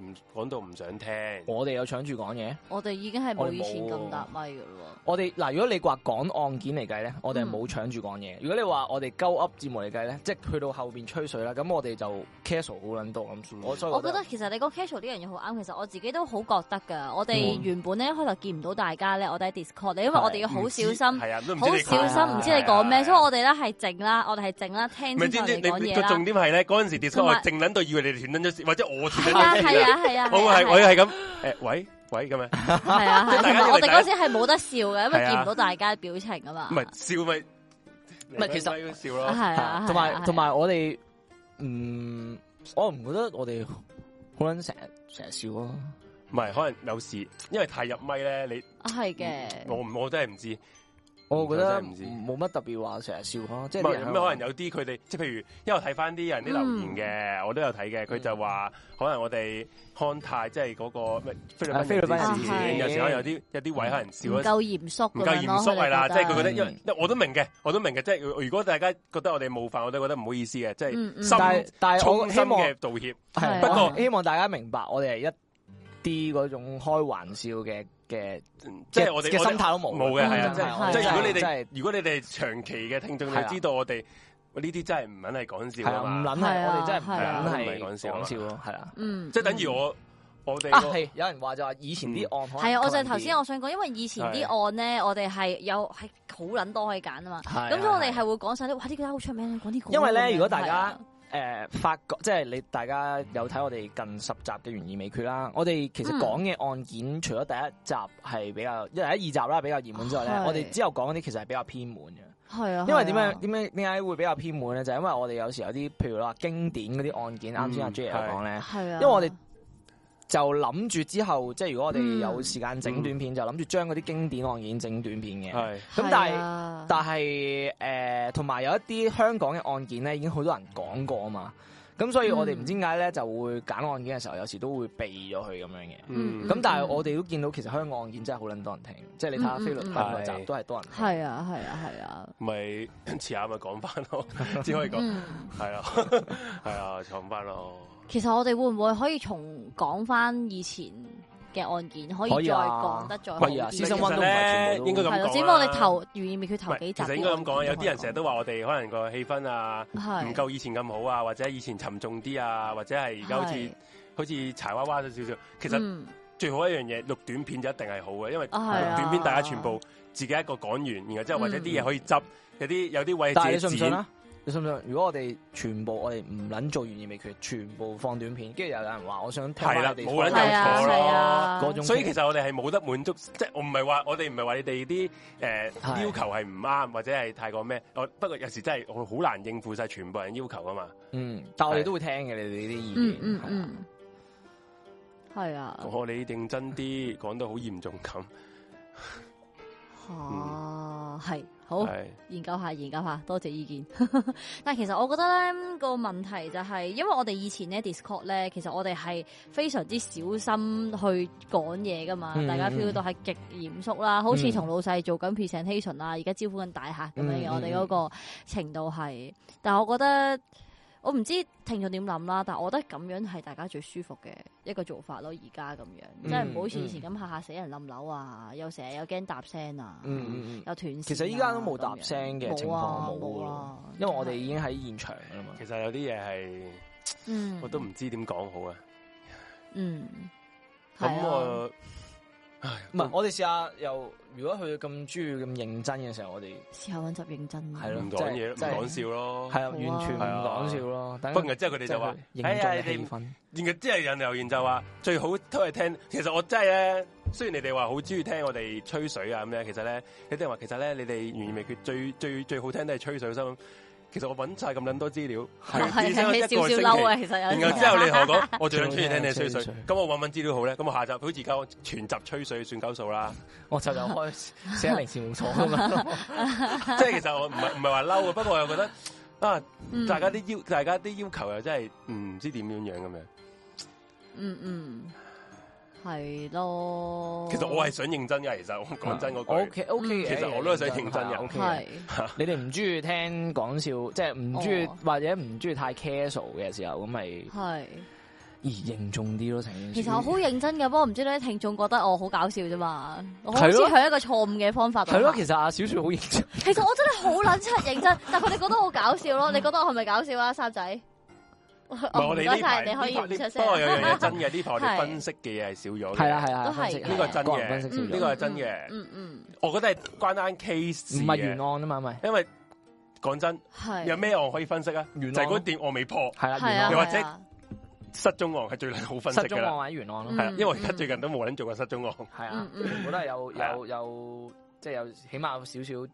B: 唔講到唔想聽，
A: 我哋有搶住講嘢，
C: 我哋已經係
A: 我
C: 冇
A: 哋
C: 以前
A: 冇
C: 咁
A: 喎
C: 搭咪噶咯
A: 我哋嗱，如果你話講案件嚟計咧，我哋係
C: 嗯
A: 冇搶住講嘢。如果你話我哋鳩噏節目嚟計咧，即係去到後邊吹水啦，咁我哋就 casual 好撚多咁。我所以
C: 喎。我
A: 覺
C: 覺得
A: 得
C: 其實你講 casual 呢樣嘢好啱，其實我自己都好覺得噶。我哋
A: 嗯
C: 原本咧一開頭見唔到大家咧，我哋喺 Discord 咧，因為我哋要好
B: 唔
C: 小
B: 知
C: 心，
B: 係啊，都唔知
C: 好
B: 你
C: 小
B: 講
C: 心，唔知你講咩，所以我哋咧係靜啦，我哋係靜啦，
B: 唔
C: 聽
B: 係
C: 清
B: 知
C: 楚
B: 唔知
C: 你講
B: 你
C: 嘢
B: 個重
C: 啦。
B: 點係咧？嗰陣時 Discord 我
C: 同埋
B: 靜撚到以為你哋斷撚咗線，或者我斷
C: 係
B: 撚
C: 啊
B: 咗線
C: 係
B: 㗎
C: 啊係啊，
B: 我係
C: 係啊
B: 我係咁誒，喂喂咁樣，
C: 係啊係啊，
B: 即係大家
C: 同埋
B: 以為
C: 我哋
B: 大家
C: 嗰時係冇得笑嘅，
B: 係
C: 因為
B: 啊
C: 見唔到大家嘅表情啊嘛。
B: 唔係笑咪
A: 唔係其實
B: 咪笑
C: 啊
B: 咯，
C: 係啊，
A: 同
C: 係啊
A: 埋同埋我哋嗯，我唔覺得我哋好撚成日成日笑咯。
B: 唔係可能有時因為太入咪咧，你
C: 係嘅，
B: 我唔我真係唔知，
A: 我覺得
B: 真係唔知
A: 冇乜特別話成日笑咯，即係
B: 唔
A: 啲
B: 係
A: 人
B: 咁可能有啲佢哋，即係譬如，因為我睇翻啲
A: 嗯
B: 人啲留言嘅，我都有睇嘅，佢就話可能我哋康泰即係嗰個咩菲律
A: 啊
B: 賓
A: 菲律賓
B: 人
C: 人
B: 之
C: 士
B: 前有時可能有啲有啲位可能笑
C: 唔
B: 咗
C: 夠嚴肅
B: 唔
C: 咁
B: 夠
C: 樣
B: 嚴
C: 咯，
B: 肅係啦，即係佢覺得，
A: 嗯
B: 因為因為我都明嘅，我都明嘅，即係如果大家覺得我哋冒犯，我都覺得唔好意思嘅，即係
C: 嗯嗯
B: 心
C: 但
A: 係但係我
B: 衷心
A: 希望
B: 嘅道歉。
A: 係，
C: 不
A: 不
B: 過
A: 過希望大家明白，我哋係一啲嗰種開玩笑嘅嘅，
B: 即係我哋
A: 嘅
B: 我哋
A: 心態都冇
B: 冇嘅，係啊，
C: 嗯
B: 即
C: 係
B: 係
C: 係
B: 即係如果你
A: 真
B: 哋
A: 係
B: 如果你哋長期嘅聽眾，
A: 係
B: 你
A: 啊
B: 知道我哋呢啲真係唔撚係講笑
A: 係
B: 啊
A: 啊，唔
B: 嘛，
A: 撚係，我哋真係
C: 係啊
A: 唔
B: 係啊
A: 撚係
B: 唔係講笑啊嘛
A: 講笑咯，係啊。
C: 嗯，
B: 即係等於我我哋
A: 啊，
B: 個
A: 係有人話就話以前
B: 嗯
A: 啲案可能
C: 係啊，我
A: 吸
C: 就係
A: 引啲
C: 頭先我想講，因為以前啲案咧，我哋係有係好撚多可以揀啊嘛。
A: 係
C: 咁所以我哋
A: 係
C: 係會講晒啲，哇！呢個好出名，講呢個。
A: 哎因為咧，如果大
C: 係
A: 家誒、
C: 啊
A: 呃、發覺，即係你大家有睇我哋近十集嘅懸疑未決啦，我哋其實
C: 嗯
A: 講嘅案件，除咗第一集係比較，因為第一二集啦比較熱門之外咧，
C: 哦係
A: 我哋之後講嗰啲其實係比較偏門嘅。
C: 係啊，
A: 因為點
C: 係
A: 樣
C: 啊？
A: 點解點解會比較偏門咧？就係因為我哋有時有啲，譬如話經典嗰啲案件，啱先阿
B: 嗯
A: J 有講咧，
C: 係啊，
A: 因為我哋就諗住之後，即係如果我哋
C: 嗯
A: 有時間整短片，就諗住將嗰啲經典案件整短片嘅。
B: 係
A: 咁但係
C: 嗯係啊
A: 但係誒，呃同、埋有一啲香港嘅案件咧，已經好多人講過啊嘛。咁所以我哋唔知點解咧，就會揀案件嘅時候，有時都會避咗佢咁樣嘅。
B: 嗯
A: 咁、但係我哋都見到，其實香港案件真係好撚多人聽，即係你睇下
C: 嗯嗯
A: 菲律賓
B: 嗯
A: 嗰集都係多人聽。
C: 係啊，係啊，係啊，
B: 咪 遲下咪講翻咯，只可以講
C: 嗯。
B: 係啊 係啊，講翻咯。
C: 其實我哋會唔會可以重講翻以前嘅案件，可
A: 可
C: 以
A: 以
C: 再
A: 啊
C: 講得再好
A: 喂
C: 啲
A: 啊
B: 其
A: 私生
B: 實
A: 溫都唔係
B: 咧
A: 全，部都
B: 應該咁講
C: 係咯，
B: 啦。
C: 只不過我哋頭懸疑未決
B: 唔
C: 頭
B: 係
C: 幾集，
B: 其實應該咁講，啊有啲人成日都話我哋可能個氣氛啊，
C: 係
B: 唔夠以前咁好啊，或者以前沉重啲啊，或者係而家好似
C: 係
B: 好似柴娃娃咗少少。其實
C: 嗯
B: 最好一樣嘢，錄短片就一定係好嘅，因為
C: 啊係
B: 錄
C: 啊嗯
B: 短片大家全部自己一個講完，然後之後或者啲嘢可以執，有啲有啲位
A: 但係你
B: 自
A: 信
B: 己
A: 唔信
B: 剪。
A: 啊？你信唔信？如果我哋全部我哋唔撚做懸疑未決，全部放短片，跟住又有人話我想聽翻
B: 係啦
A: 你哋
B: 冇撚有
C: 係啊
B: 錯咯
C: 係啊
A: 嗰種。
B: 所以其實我哋係冇得滿足，即係我唔係話我哋唔係話你哋啲誒
A: 係
B: 要求係唔啱，或者係太過咩。我不過有時真係我好難應付晒全部人要求噶嘛。
A: 嗯，但我哋都會聽嘅你哋啲意見
C: 嗯。嗯
A: 係啊
C: 嗯，係啊，
B: 我哋哦認真啲，講到好嚴重咁。
C: 哦，係好。
B: 嗯係
C: 研究下，研究下，多謝意見。 但其實我覺得咧個問題就係、因為我哋以前咧 Discord 咧，其實我哋係非常之小心去講嘢噶嘛，
A: 嗯
C: 大家 feel 到係極嚴肅啦，好似
A: 嗯
C: 同老細做緊 presentation 啦，而家招呼緊大客咁樣嘅，
A: 嗯
C: 我哋嗰個程度係，但係我覺得。我唔知聽眾點諗啦，但我覺得咁樣係大家最舒服嘅一個做法咯。而家咁樣，
A: 嗯
C: 即係唔好好似以前咁嚇嚇死人冧樓啊，又成日有驚搭聲啊。
A: 嗯嗯嗯，
C: 有斷線啊。
A: 其實依家都冇搭聲嘅
C: 咁樣
A: 情況冇
C: 冇啊
A: 咯，因為我哋已經喺現場噶啦嘛。
B: 其實有啲嘢係
C: 嗯
B: 我都唔知點講好啊。
C: 嗯，係
B: 咁
C: 啊，
B: 我唉
A: 唔係，我哋試下又，如果佢咁中意咁認真嘅時候，我哋
C: 試下揾集認真
A: 係咯
B: 唔
A: 即
B: 講
A: 係
B: 嘢，唔
A: 即係
B: 講笑咯。
A: 係啊，
C: 好啊
A: 完全唔講笑咯。等
B: 不過之後佢哋就話：
A: 即係佢
B: 哎呀，
A: 凝聚
B: 你
A: 氣氛，
B: 然後之後有人留言就話最好都係聽。其實我真係咧，雖然你哋話好中意聽我哋吹水啊咁咧，其實咧有啲人話其實咧你哋懸而未決最最最好聽都係吹水我心諗。其實我揾晒咁撚多資料，佢
C: 係
B: 只聽咗
C: 你
B: 一個星
C: 少
B: 期，
C: 少嬲啊，其實有。
B: 然後之後你同我講，我最撚中意聽你
A: 最好聽
B: 吹水
A: 係吹水，
B: 咁我揾揾資料好咧，咁我下集好似而家我全集吹水算鳩數 啦。
A: 我就就開寫零事務所咁樣。
B: 即係其實我唔係唔係話嬲嘅，不過我又覺得啊，
C: 嗯
B: 大家啲要大家啲要求又真係唔知點樣樣咁樣。
C: 嗯嗯，係咯。
B: 其實我係想認真嘅，其實我 講真嗰句。
A: ，O K O K
C: 嗯
A: 嘅，
B: 其實我都係想認真嘅
A: O K
C: 係
A: 啊你哋唔中意聽講笑，即係唔中意
C: 哦
A: 或者唔中意太 casual 嘅時候，咁咪
C: 係，
A: 而凝重啲咯。成件事
C: 其實我好認真嘅，不過唔知咧聽眾覺得我好搞笑啫嘛，我好
A: 係
C: 似
A: 咯
C: 係一個錯誤嘅方法。啊
A: 係咯，其實阿小雪好認真。
C: 其實我真係好撚出認真，但佢哋覺得我搞笑咯。你覺得我係咪搞笑啊，三仔？我
B: 唔係我哋
C: 哦唔該
B: 呢
C: 晒，
B: 排
C: 你可以唔
B: 呢排
C: 出
B: 不過有
C: 聲。
B: 樣嘢真嘅，呢排我
C: 係
B: 哋分析嘅嘢係少咗嘅。
A: 係啦係啦，
C: 都係
A: 分析
C: 嘅
A: 係
C: 呢個係
B: 真嘅
A: 個人分析少
C: 嗯
A: 咗
B: 呢個係真嘅
C: 嗯嗯，嗯
B: 我覺得係關單 case
A: 唔係原
B: 案，
A: 案啊嘛，咪
B: 因為講真，
C: 係
B: 有咩案可以分析啊？就
A: 原
B: 係
A: 案咯
B: 嗰段案未破，
A: 係啦，
C: 係
A: 原
C: 啊，
A: 案
B: 又或者
C: 係啊
B: 失蹤案係最好分
A: 失
B: 析㗎
A: 蹤案
B: 啦。
A: 或者原案咯
C: 嗯，
B: 係啦，因為我而家最近都冇人做過失蹤案。
A: 係啊
C: 嗯，嗯
A: 全部都係有
B: 係啊
A: 有有，即係有起碼有少少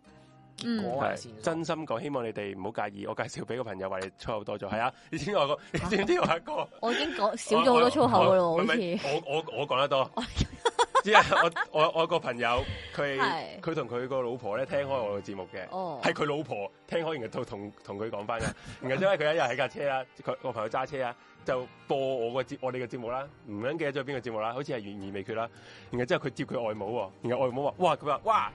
A: 結
C: 嗯
A: 果啊
B: 係
A: 線索。
B: 真心講，希望你哋唔好介意。我介紹俾個朋友話你粗口多咗，係 啊！你知唔知我個？你 知唔知我一個
C: 我已經講少咗好多粗口噶咯，
B: 我
C: 好
B: 我
C: 似
B: 我我我講得多，即系我我我个朋友，佢
C: 係
B: 佢同佢個老婆咧聽開我嘅節目嘅，
C: 哦
B: 係佢老婆聽開，然後同同佢講翻嘅。然後因為佢一日喺架車啦，佢我朋友揸車啊，就播我個節我哋嘅節目啦，唔撚記得咗邊個節目啦，好似係懸疑未決啦。然後之後佢接佢外母喎，然後外母話：，哇！佢話：，哇！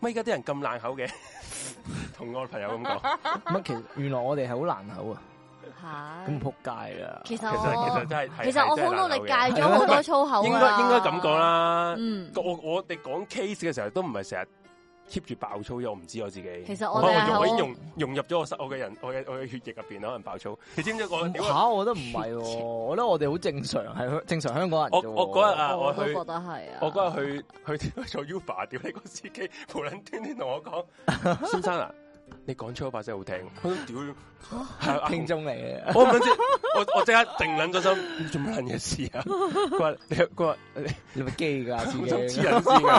B: 乜而家啲人咁爛口嘅？ 同我朋友咁
C: 哦
B: 講，
A: 乜其實原來我哋係好難口啊，
C: 吓，
A: 咁仆街啊！
C: 其實
B: 其實其實
C: 我
B: 真係係
C: 其實
B: 係
C: 我
B: 真係
C: 好努
B: 爛口嘅
C: 力戒咗好多粗口
B: 應
C: 啊
B: 該應該咁講，啦。
C: 嗯。
B: 我我哋講 case 嘅時候都唔係成日 keep 住爆粗，因為我唔知我自己。
C: 其實
B: 可
C: 我
B: 能
C: 哋係
B: 我已經
C: 好
B: 融融入咗我身我嘅人我嘅我嘅血液入邊啦，可能爆粗。你知唔知我屌
A: 吓，我覺得唔係喎， 我覺得我哋好正常，係正常香港人
B: 我
A: 啫喎
B: 我嗰日啊，我
C: 哦我都
B: 去
C: 覺得係啊。
B: 我嗰日去 去做 Uber，屌你個司機無撚端端同我 講，先生啊，你講粗口把聲好聽，我都屌係 啊
A: 聽眾嚟嘅，
B: 我唔知，我我即刻靜撚咗心，做乜撚嘢事 啊？佢話你佢話你
A: 你咪基 㗎自
B: 黐人
A: 己。
B: 先嘅，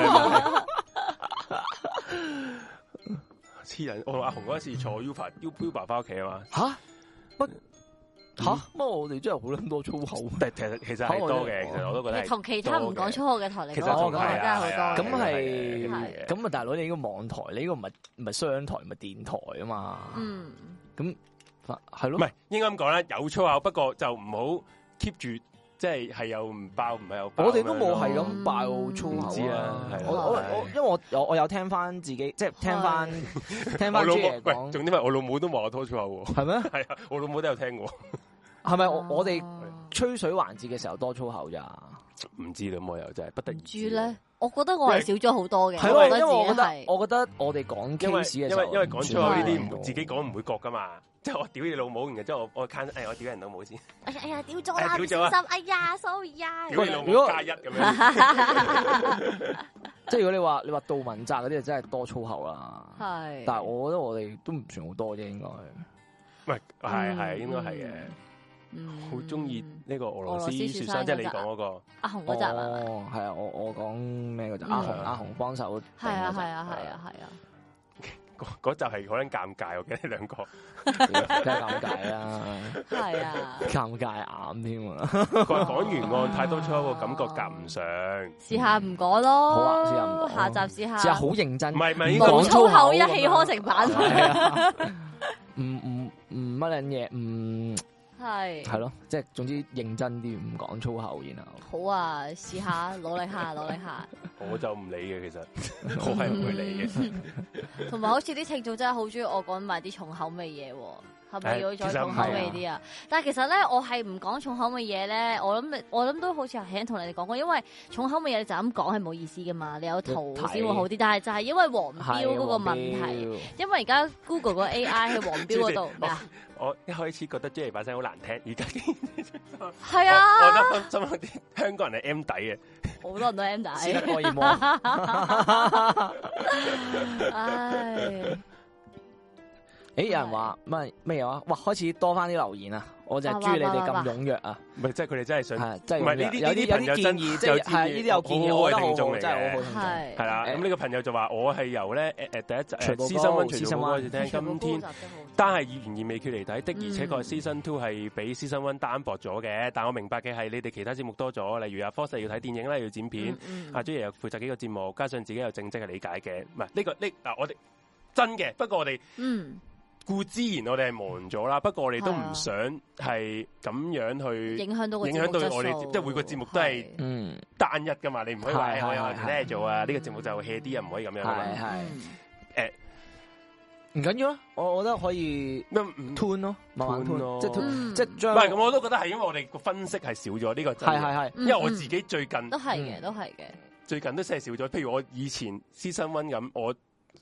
B: 黐人！我同阿紅嗰時坐 Uber Uber 翻屋企啊嘛，
A: 吓乜吓乜？我哋真係好撚多粗口，
B: 但其實其實係多嘅，其實我都覺得
C: 你
B: 係
C: 同其他唔講粗口嘅台嚟
B: 其實
C: 講，
B: 同
C: 我覺得
B: 係
C: 真係
B: 啊
C: 好
B: 係啊
C: 多
A: 咁
C: 嘅。
A: 係
B: 係
A: 咁啊！大佬，你呢個網台，你呢個唔係唔係商台，唔係電台啊嘛，
C: 嗯，
A: 係
B: 唔
A: 咯，
B: 係應該咁講啦，有粗口，不過就唔好 keep 住，即係係又唔爆，唔係又爆
A: 我哋都冇
B: 咁樣
A: 係
B: 咯
A: 咁爆粗口
B: 唔知啊係啊
A: 我我我，因為我我我有聽翻自己，即係聽翻 聽
B: 我
A: 翻
B: 老
A: 朱
B: 母
A: 爺
B: 喂，
A: 講，
B: 重點係我老母都話我拖粗口喎，
A: 係咩？
B: 係啊，我老母都有聽過，
A: 係咪我我哋
C: 哦
A: 吹水環節嘅時候多粗口咋？
B: 唔知咁我又真係不得而
C: 唔知咧，我覺得我係少咗好多嘅。
A: 係
C: 我
A: 咯，因為我
C: 覺
A: 覺
C: 得自己
A: 得
C: 係
A: 我覺得我哋講
B: 因為
A: case 嘅
B: 因
A: 時候
B: 為，因為講粗口呢啲
A: 唔
B: 唔自己講唔會覺噶嘛，即係我屌你老母，然後之後我我 can 誒我屌人老母先，
C: 哎呀哎呀，屌咗
B: 哎呀
C: 啦，
B: 屌
C: 唔
B: 咗啊
C: 小心，哎呀，sorry 啊。
B: 屌你老母
A: 如果
B: 加一咁樣。
A: 即係如果你話你話杜汶澤嗰啲就真係多粗口啦。
C: 係。
A: 但係我覺得我哋都唔算好多啫，應該
B: 唔係，係
C: 嗯
B: 係應該係嘅。
C: 嗯
B: 好中意呢個俄羅斯
C: 俄羅斯
B: 雪
C: 雪
B: 山，
C: 山
B: 即係你
C: 嗰集啊
B: 講嗰個。
C: 阿紅嗰集啊，
A: 哦，係啊，我我講咩嗰集？
C: 嗯
A: 阿紅阿紅幫手定嗰
C: 係啊
A: 集，
C: 係 啊係啊係啊。
B: 嗰嗰集係好撚尷尬，我記得兩個。
A: 係啊，真係尷尬啦，
C: 係啊，
A: 尷尬眼添啊！
B: 佢話講完案太多粗口，個感覺夾唔上。
C: 試下唔講
A: 好啊試下唔
C: 咯，
A: 講
C: 下集試下。
A: 即係好認真，
B: 唔係唔係
A: 唔
B: 應該
A: 講
C: 啊講粗口一
A: 咁樣
C: 氣呵成版，
A: 係啊唔唔唔乜撚嘢，唔
C: 係
A: 係咯，即係總之認真啲，唔講粗口，然後。
C: 好啊，試下努力 下，努力下。
B: 我就唔理嘅，其實我係唔會理嘅。
C: 同埋好似啲聽眾真係好中意我講埋啲重口味嘢喎。係咪要再重口味啲啊？但係其實咧，我係唔講重口味嘢咧。我諗你，我諗都好似係同你哋講過，因為重口味嘢你就咁講係冇意思噶嘛。你有圖先會好啲，但係就係因為黃標嗰個問題，
A: 係
C: 因為而家 Google 個 AI 喺黃標嗰
B: 黐線
C: 度咩啊？
B: 我一開始覺得 J 把聲好難聽，而家我
C: 係
B: 我
C: 啊，
B: 覺得心諗啲香港人係 M 底嘅，
C: 好多人都 M
A: 黃標，斯德
C: 底，
A: 哥爾摩。
C: 唉，
A: 诶，有人話乜咩嘢話？哇，開始多翻啲留言啊！我就係中意你哋咁踴躍啊，
B: 唔係即係佢哋真係想
A: 係真係
B: 唔
A: 踴
B: 係呢
A: 躍
B: 啲
A: 有啲有
B: 呢啲朋友
A: 啲建議，
B: 真
A: 即係
B: 有建議
A: 係呢啲有建議，
B: 好好嘅
A: 我覺得好
B: 聽眾
A: 好，
B: 嚟嘅
A: 真係好好聽眾。
C: 係
B: 係啦。咁呢個朋友就話我係由咧誒誒第一集
A: 徐
B: 誒
A: 步
B: 私
A: 高
B: 生温徐
A: 私生
B: 生
A: 溫
B: 開始聽，今
C: 嗯
B: 天。單係以懸而未決嚟睇，的而且確係 Season Two 係比 Season One 單薄咗嘅。但我明白嘅係你哋其他節目多咗，例如阿 Force 要睇電影啦，啊要剪片，
A: 嗯
C: 嗯
B: 阿 J 又負責幾個節目，加上自己有正職嘅理解嘅，唔係呢個呢嗱我哋真嘅。不過我哋
C: 嗯，
B: 固之然我哋係忙咗啦，不過我哋都
C: 係啊
B: 唔想係咁樣去。
C: 影響到個
B: 影響到我哋
C: 節目質素
B: 即係每個節目都係
A: 嗯，
B: 單一噶嘛，你唔可以話哎
A: 係
B: 誒我有
A: 係
B: 我哋咧做啊，呢個節目就 hea 啲啊，唔可以咁樣啊
A: 係
B: 嘛。
A: 係
C: 嗯
A: 唔緊要啦，我我覺得可以
B: 咩唔
A: turn 咯，慢慢
B: tune
A: turn 咯，
B: 咯
A: 即係 tune-
C: 嗯
A: 即係
B: 唔
A: 將
B: 係咁，我都覺得係因為我哋個分析係少咗呢個真
A: 係
B: 嘅，
A: 係係
B: 因為我自己嗯最近
C: 嗯都係嘅，都係嘅。
B: 最近都真係少咗。譬如我以前私生温咁，我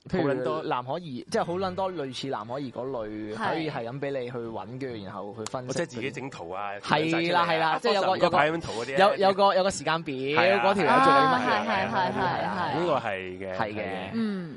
A: 譬
B: 好
A: 如
B: 撚多
A: 藍可兒，即係好撚多類似藍可兒嗰類，
C: 係
A: 可以係咁俾你去揾，跟住然後去分析。
B: 哦我即係自己整圖啊，
A: 係啦
B: 整晒出嚟啊
A: 係啦即係有個
B: 我
A: 有個
B: 睇緊圖嗰啲啊咧
A: 有有個有個時間表，
B: 係啊
A: 嗰條友做緊乜嘢
C: 啊係係係係
A: 啊
C: 係
B: 呢個係嘅，
A: 係嘅
C: 嗯，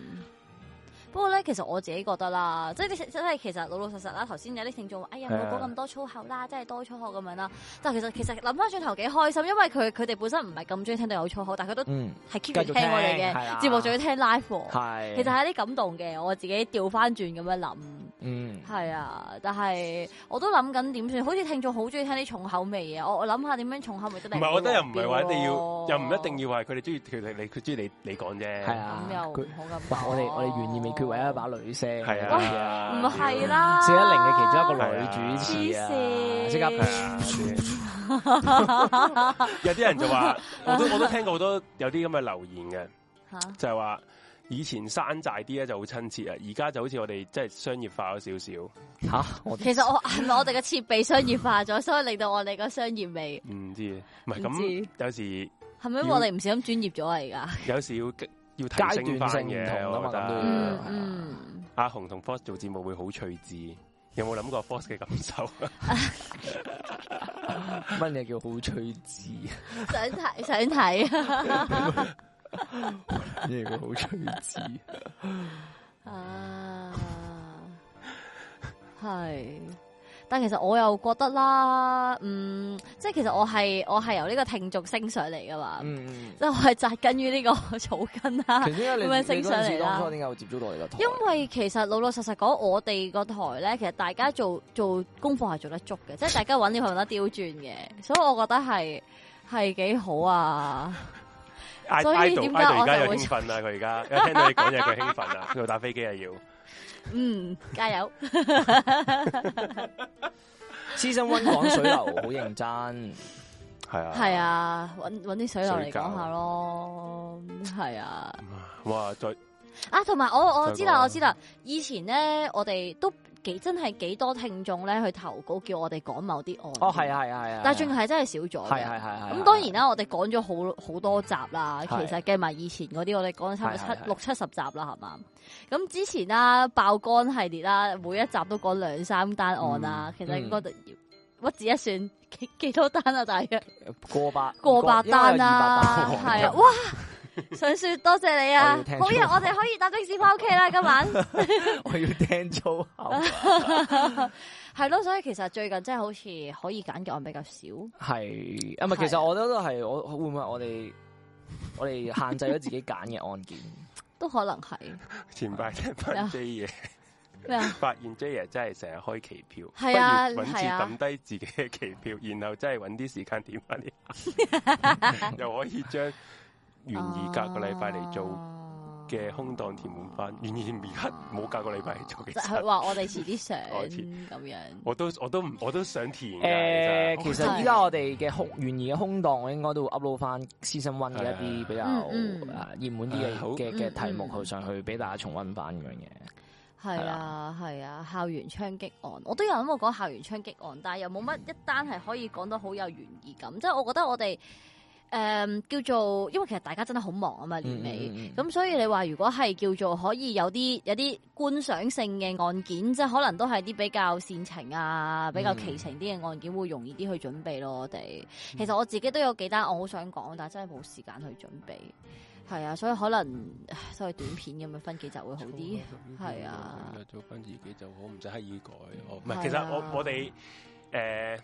C: 不過咧，其實我自己覺得啦，即係啲真係其實老老實實啦。頭先有啲聽眾話：哎呀，
B: 係
C: 冇
B: 啊
C: 講咁多粗口啦，真係多粗口咁樣啦。但係其實其實諗翻轉頭幾開心，因為佢佢哋本身唔係咁中意聽到有粗口，但係佢都係
A: 嗯，
C: keep
A: 繼
C: 住
A: 續聽
C: 聽我
A: 係
C: 哋
A: 啦
C: 嘅節目，仲要聽 live 喎。
A: 係。
C: 其實係有啲感動嘅，我自己調翻轉咁樣諗，
A: 嗯，
C: 係啊，但係我都諗緊點算，好似聽眾好中意聽啲重口味嘢，我我諗下點樣重口味得
B: 唔係，我覺得又唔係話一定要，又唔一定要話佢哋中意佢哋你佢中意你你講啫。
A: 係
C: 要
A: 啊
C: 咁又
A: 佢
C: 唔好咁
A: 哇！
C: 講。
A: 我哋我哋懸而未決唯一一把女聲，
B: 係
A: 呢
B: 啊
A: 啲
B: 喂
A: 啊
C: 唔
B: 嗯
C: 係啦，
A: 四一零嘅其中一個女主持啊
C: 黐，線
A: 即刻
B: 係啊啲 有啲人就 話，我都我都聽過好多有啲咁嘅留言嘅，
C: 嚇
B: 就係話以前山寨啲咧就好親切啊，而家就好似我哋即係商業化咗少少，
A: 吓我
C: 其實我 係咪我哋嘅設備商業化咗，所以令到我哋個商業味
B: 唔知唔係
C: 唔知
B: 咁有時
C: 係咪因為我哋唔小心專業咗啊？而家
B: 有時要要提
A: 階
B: 升
A: 段
B: 翻
A: 性唔
B: 嘅，
A: 同啊
B: 我
A: 嘛，
B: 覺
A: 咁都
B: 得
A: 要
C: 嗯
A: 係啊
C: 嗯，
B: 阿紅同 Force 做節目會好趣致，有冇諗過 Force 嘅感 受？
A: 乜嘢叫好趣致？
C: 想睇想睇
A: 啊咩叫好趣致？
C: 啊，係。但其實我又覺得啦，嗯，即係其實我係我係由呢個聽眾升上嚟噶嘛，
A: 嗯嗯。
C: 即係我係扎根於呢個草根啦。
A: 其實點解你
C: 咁樣升
A: 你嗰陣
C: 上
A: 時
C: 嚟啊啦
A: 當初點解會接觸到你個台？
C: 因為其實老老實實講，我哋個台咧，其實大家做做功課係做得足嘅，即係大家揾料係揾得刁鑽嘅，所以我覺得係係幾好啊。
B: I-
C: 所以
B: idol
C: 點解
B: idol 而
C: 我
B: 家
C: 就
B: 又
C: 會
B: 興奮啊啦，佢而家一聽到你講嘢佢興奮 啦，佢打飛機啊要。
C: 嗯，加油！
A: Season One 講水流好認真，
B: 系啊，
C: 係，啊，揾揾啲水流嚟
B: 水餃
C: 講下咯，係啊。
B: 哇！再
C: 啊，同埋我我
B: 再
C: 知
B: 講
C: 啦，
B: 啊
C: 我知啦。以前咧，我哋都幾真係幾多聽眾咧去投稿，叫我哋講某啲案。
A: 哦係啊係啊係啊，
C: 但係仲係真係少咗
A: 係啊
C: 嘅。
A: 係係係。
C: 咁當然啦，我哋講咗好好多集啦，其
A: 係
C: 實計埋以前嗰啲，我哋講咗差唔多
A: 係係
C: 七
A: 係
C: 六七十集啦，係嘛？咁之前啦，爆肝系列啦，每一集都講兩三單案啦，其實
A: 嗯
C: 覺得屈指一算幾幾多單啊，大約
A: 過百
C: 過百單
A: 啦
C: 啦，，係 啊，哇！上雪多謝你啊
A: 我要聽！
C: 好嘢，我哋可以搭的士翻屋企啦，今晚。
A: 我要聽粗 口，
C: 係咯，所以其實最近真係好似可以揀嘅案比較少，
A: 係啊唔係，其
C: 係
A: 實我覺得都係我會唔會我哋我哋限制咗自己揀嘅案 件，
C: 都可能係
B: 前 排聽
C: 咩
B: 翻
C: 啊
B: J 爺，
C: 咩啊？
B: 發現 J 爺真係成日開期票，
C: 係啊
B: 不如揾次
C: 係啊
B: 抌低自己嘅期票，然後真係揾啲時間點翻啲 客，又可以將懸疑隔個禮拜嚟做
C: 啊
B: 嘅
C: 哦
B: 空檔填滿翻。懸疑 而家冇隔個禮拜嚟做，其
C: 就係
B: 實
C: 話我哋遲啲上
B: 我知
C: 咁樣。
B: 我都我都唔我都想填㗎
A: 誒，其實
C: 實
A: 依家我哋嘅空懸疑嘅空檔，我應該都會 upload 翻 Season One 嘅一啲比較
C: 嗯嗯
A: 啊熱門啲
B: 啊好
A: 嘅嘅嘅
C: 嗯
A: 題目
C: 嗯
A: 上去俾大家重温翻咁樣嘅。
C: 係啊，係啊，校園槍擊案，我都有諗過講校園槍擊案，但係又冇乜一單係可以講到好有懸疑感。即係我覺得我哋誒、叫做，因為其實大家真係好忙啊嘛，年尾。
A: 嗯嗯嗯
C: 咁所以你話如果係叫做可以有啲有啲觀賞性嘅案件，即係可能都係啲比較煽情啊、比較奇情啲嘅案件，會容易啲去準備咯。我哋其實我自己都有幾單我好想講，但係真係冇時間去準備。係啊，所以可能唉所謂短片咁樣分幾集會好啲。係啊，
B: 做翻自己就好，唔使刻意改。
A: 哦
B: 我唔
C: 係
B: 係，
C: 啊
B: 其實我我哋誒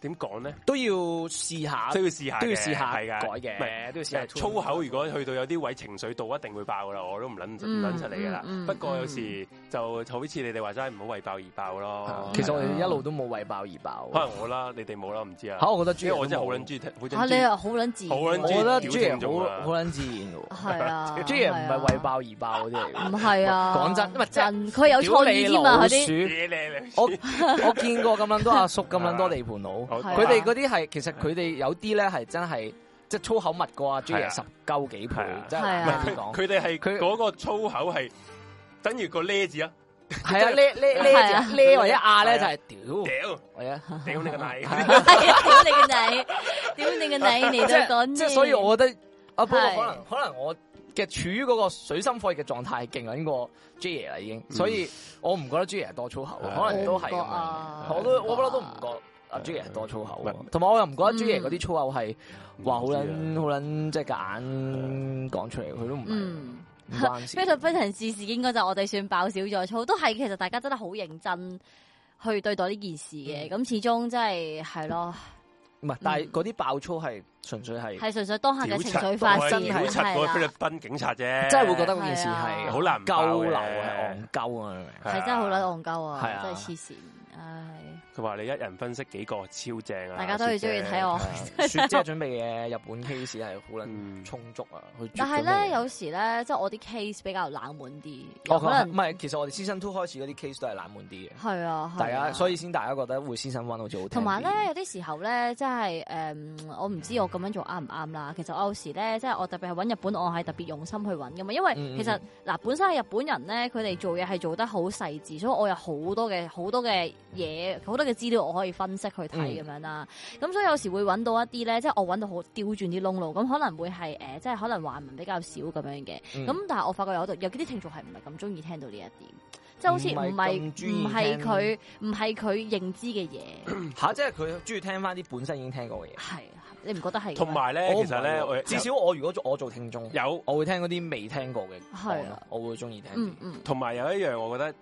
B: 點講咧，
A: 都要試下，
B: 都要試下
A: 啊
B: 嘅，
A: 都要試下
B: 係
A: 改
B: 㗎，唔係
A: 嘅，都要試
B: 誒
A: 下
B: 粗口如果去到有啲位情緒度，一定會爆噶啦，我都唔撚
C: 嗯
B: 唔撚出嚟噶啦
C: 嗯嗯。
B: 不過有時就好似你哋話齋，唔好為爆而爆
C: 嗯
B: 咯。
A: 啊其實我
B: 係
A: 哋一路都冇為爆而爆。
B: 可能我啦，你哋冇啦，唔知啊
A: 嚇，。我覺得朱
B: 因為我真係好
A: 撚
B: 撚，中意聽，好
C: 嚇
B: 撚
C: 啊你
B: 中意
C: 又好撚自然
B: 好撚
A: 我
B: 中意
A: 覺得
B: 屌
A: 朱
B: 聽眾
A: 爺
B: 啊
A: 好好撚自然嘅 喎。
C: 係啊，
A: 朱哦爺唔係為
C: 爆，
A: 爆而爆嗰啲嚟
C: 唔
A: 嘅。
C: 係啊，
A: 講真唔係即係
C: 人佢有創意添啊，
A: 屌
C: 佢
A: 你
C: 啲
B: 嘢你你
A: 老鼠，我我見過咁撚多阿叔，咁撚 多地盤佬。
B: 我
C: 係啊
A: 佢哋嗰啲係其實佢哋有啲咧係真係即係粗口密過阿 J
B: 係啊
A: 爺十鳩幾倍
B: 係啊，
A: 真係
C: 係啊
B: 唔
A: 難
B: 係
A: 聽
B: 佢
A: 啲講。
B: 佢哋係
A: 佢
B: 嗰個粗口係等於個咧字啊！
A: 係啊，呢呢
C: 係啊
A: 呢呢或者亞咧就
B: 係
A: 係屌，
B: 屌
A: 係啊。
B: 屌你個奶！
C: 係啊，屌你個仔，屌你個仔，你
A: 即
C: 都講
A: 係即係，所以我覺得啊，不過
C: 嗯係
A: 可能可能我嘅處於嗰個水深火熱嘅狀態係勁緊過 J 爺啦，已經，所以我唔覺得 J 爺多粗口，
B: 嗯係
A: 可能都係
C: 我
A: 咁
C: 唔覺啊
A: 樣。我都我不嬲都唔
C: 我
A: 覺阿 J 爺多粗口
B: 唔係，
A: 同埋我又唔覺得
C: 嗯
A: J 爺嗰啲粗口係話好
B: 唔啊
A: 撚好撚即係夾硬講出嚟，佢都唔係
C: 嗯。
A: 唔關事
C: 菲。律賓人事事件嗰陣，我哋算爆少咗粗，都係其實大家真嗯係好認真去對待呢件事嘅。咁、始終真係係咯，
A: 唔唔係，
C: 嗯
A: 但係嗰啲爆粗係純粹係，
C: 系纯粹当下嘅
B: 屌
C: 啊情
B: 柒
C: 緒發
B: 我係
C: 泄，
A: 真
B: 屌
A: 係
B: 柒嗰個菲律
C: 係啊
B: 賓警察
A: 真
B: 啫，
A: 係會覺得嗰件事係
C: 係啊
B: 好難爆
A: 鳩
B: 嘅
A: 流係戇鳩啊！你明唔明
C: 啦，係真係好撚戇鳩
A: 係
C: 啊，
A: 啊
C: 真係黐線，唉，
B: 佢話你一人分析幾個超正啊！
C: 大家都要中意 睇我
A: 係。啊雪姐準備嘅日本 case 係好撚
B: 嗯
A: 充足啊，佢
C: 但係
A: 準備
C: 咧，有時咧，即係我啲 case 比較冷門啲，
A: 哦，
C: 有可
A: 可能
C: 能
A: 唔係，其實我哋 season two 開始嗰啲 case 都係冷門啲嘅，
C: 係啊，係啊
A: 大家所以先大家覺得會 season one 好似好聽啲
C: 同埋咧，有啲時候咧，即係誒、嗯我唔知我咁樣做啱唔啱啦。其實我有時咧，即係我特別係揾日本，我係特別用心去揾噶嘛。因為
A: 嗯嗯
C: 其實嗱、本身係日本人咧，佢哋做嘢係做得好細緻，所以我有好多嘅好多嘅嘢，好多嘅資料我可以分析去睇咁樣啦。
A: 嗯
C: 咁、所以有時會揾到一啲咧，即係我揾到好刁轉啲窿路，咁可能會係誒、呃即係可能華文比較少咁樣嘅。
A: 嗯
C: 咁、但係我發覺有有啲聽眾係唔係咁中意聽到呢一點。即係好似唔係
A: 唔係咁鍾意
C: 唔係
A: 聽
C: 佢唔係佢認知嘅嘢，
A: 吓，即係佢中意聽翻啲本身已經聽過嘅嘢。
C: 系，你唔覺得係嘅咩？
B: 同埋咧，
A: 我唔
B: 其實咧，
A: 係喎
B: 我
A: 至少我如果做我做聽眾，
B: 有
A: 我會聽嗰啲未聽過嘅
C: 係
A: 講
C: 啊
A: 咯，我會中意聽啲
C: 嗯。嗯，
B: 同埋有一樣，我覺得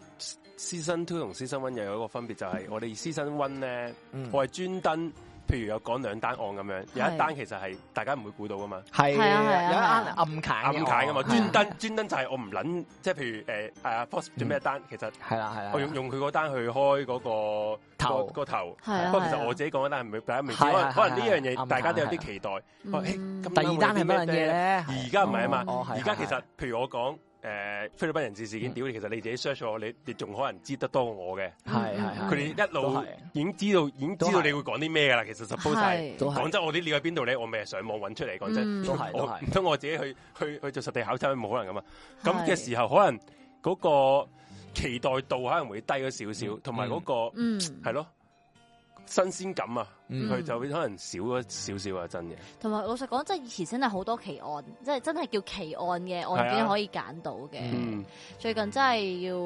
B: season two 同 season one 又有一個分別，就係、我哋 season one 咧，
A: 嗯
B: 我係專登，譬如有講兩單案咁樣，有一
C: 係
B: 單其實係大家唔會估到噶嘛，
A: 係
C: 係啊係啊
A: 有一
C: 係啊
A: 啱暗解
B: 暗解噶嘛，
C: 係啊
B: 專登專登就係我唔撚，即係譬如誒誒 Fox 做咩
A: 嗯
B: 單，其實
A: 係啦係啦，
B: 我哦用用佢嗰單去開嗰個
A: 頭
B: 個個頭。
C: 係啊。
B: 不過其實我自己講嗰單係咪大家明知，
A: 係
B: 可
A: 啊係
B: 能
A: 啊
B: 可能呢樣
A: 係啊
B: 嘢大家都有
A: 暗
B: 啲
A: 解
B: 期待。
C: 嗯
B: 哦欸咁
A: 第二單係乜撚嘢咧？
B: 而家唔係啊嘛，
A: 哦係
B: 而家
A: 係
B: 其實譬如我講誒、菲律賓人質事件，
A: 嗯
B: 屌、其實你自己 search 我，你你仲可能知得多過我嘅。
A: 係係係
B: 佢哋一
A: 都
B: 路
A: 係
B: 已經知道，已經知
A: 都
B: 道
A: 係
B: 你會講啲咩噶啦。其實 suppose 係
C: 係
A: 都係
B: 講真，我啲料喺邊度咧，我咪係上網揾出嚟。講真，
C: 嗯
A: 都係都
B: 我
A: 係
B: 唔通我自己去去去做實地考察冇可能噶嘛。咁
C: 係
B: 嘅時候，可能嗰個期待度可能會低咗少少，
A: 嗯
B: 同埋嗰個
C: 嗯，
B: 係咯新鮮感啊，
A: 嗯
B: 佢就會可能少咗少少啊，真嘅。
C: 同埋老實講，即係以前真係好多奇案，即係真係叫奇案嘅
B: 係
C: 案
B: 啊
C: 件可以揀到嘅。
B: 嗯，
C: 最近真係要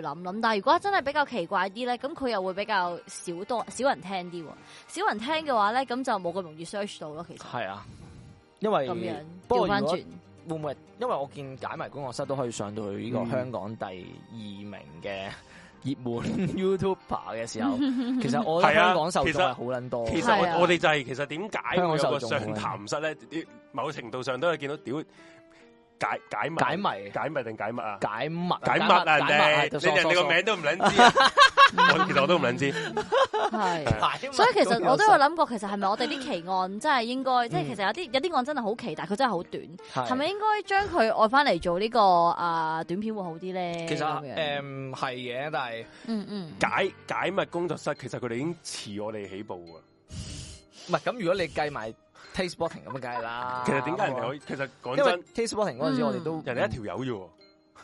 C: 要諗諗，但係如果真係比較奇怪啲咧，咁佢又會比較少多少人聽啲，喎。少人聽嘅話咧，咁就冇咁容易 search 到咯。其實
A: 係啊，因為
C: 咁樣
A: 不過
C: 調
A: 如
C: 翻
A: 果
C: 轉，
A: 會唔會？因為我見解謎工作室都可以上到去呢個
B: 嗯
A: 香港第二名嘅熱門 YouTuber 嘅時 候，其實我覺得
B: 係啊
A: 香港受眾
B: 其實
A: 係好撚多。
B: 其實
C: 係啊
B: 我我哋就係其實點解會有個
A: 香港受眾
B: 上談室咧？啲某程度上都係見到屌解解密
A: 解謎
B: 解密定解密啊？
A: 解密
B: 解密啊！人哋你人哋個名都唔撚知啊， 我其實我都唔撚知。
C: 係。
A: 名
C: 所以其實我都有諗過，其實係咪我哋啲奇案真係應該，即係
A: 嗯
C: 其實有啲有啲案真係好奇，但係佢真係好短。
A: 諗
C: 係咪？應該將佢愛翻嚟做呢、個啊、短片會好啲咧？
A: 其
C: 咁
A: 實呃
C: 樣
A: 誒係嘅，但係
C: 嗯嗯，
B: 解解密工作室其實佢哋已經遲我哋起步啊。
A: 唔係咁。如果你計埋 Taste Spotting 咁，梗係啦。
B: 其實點解人哋可以？其實講
A: 因為
B: 真，
A: Taste Spotting 嗰陣時，我哋都
B: 人哋一條友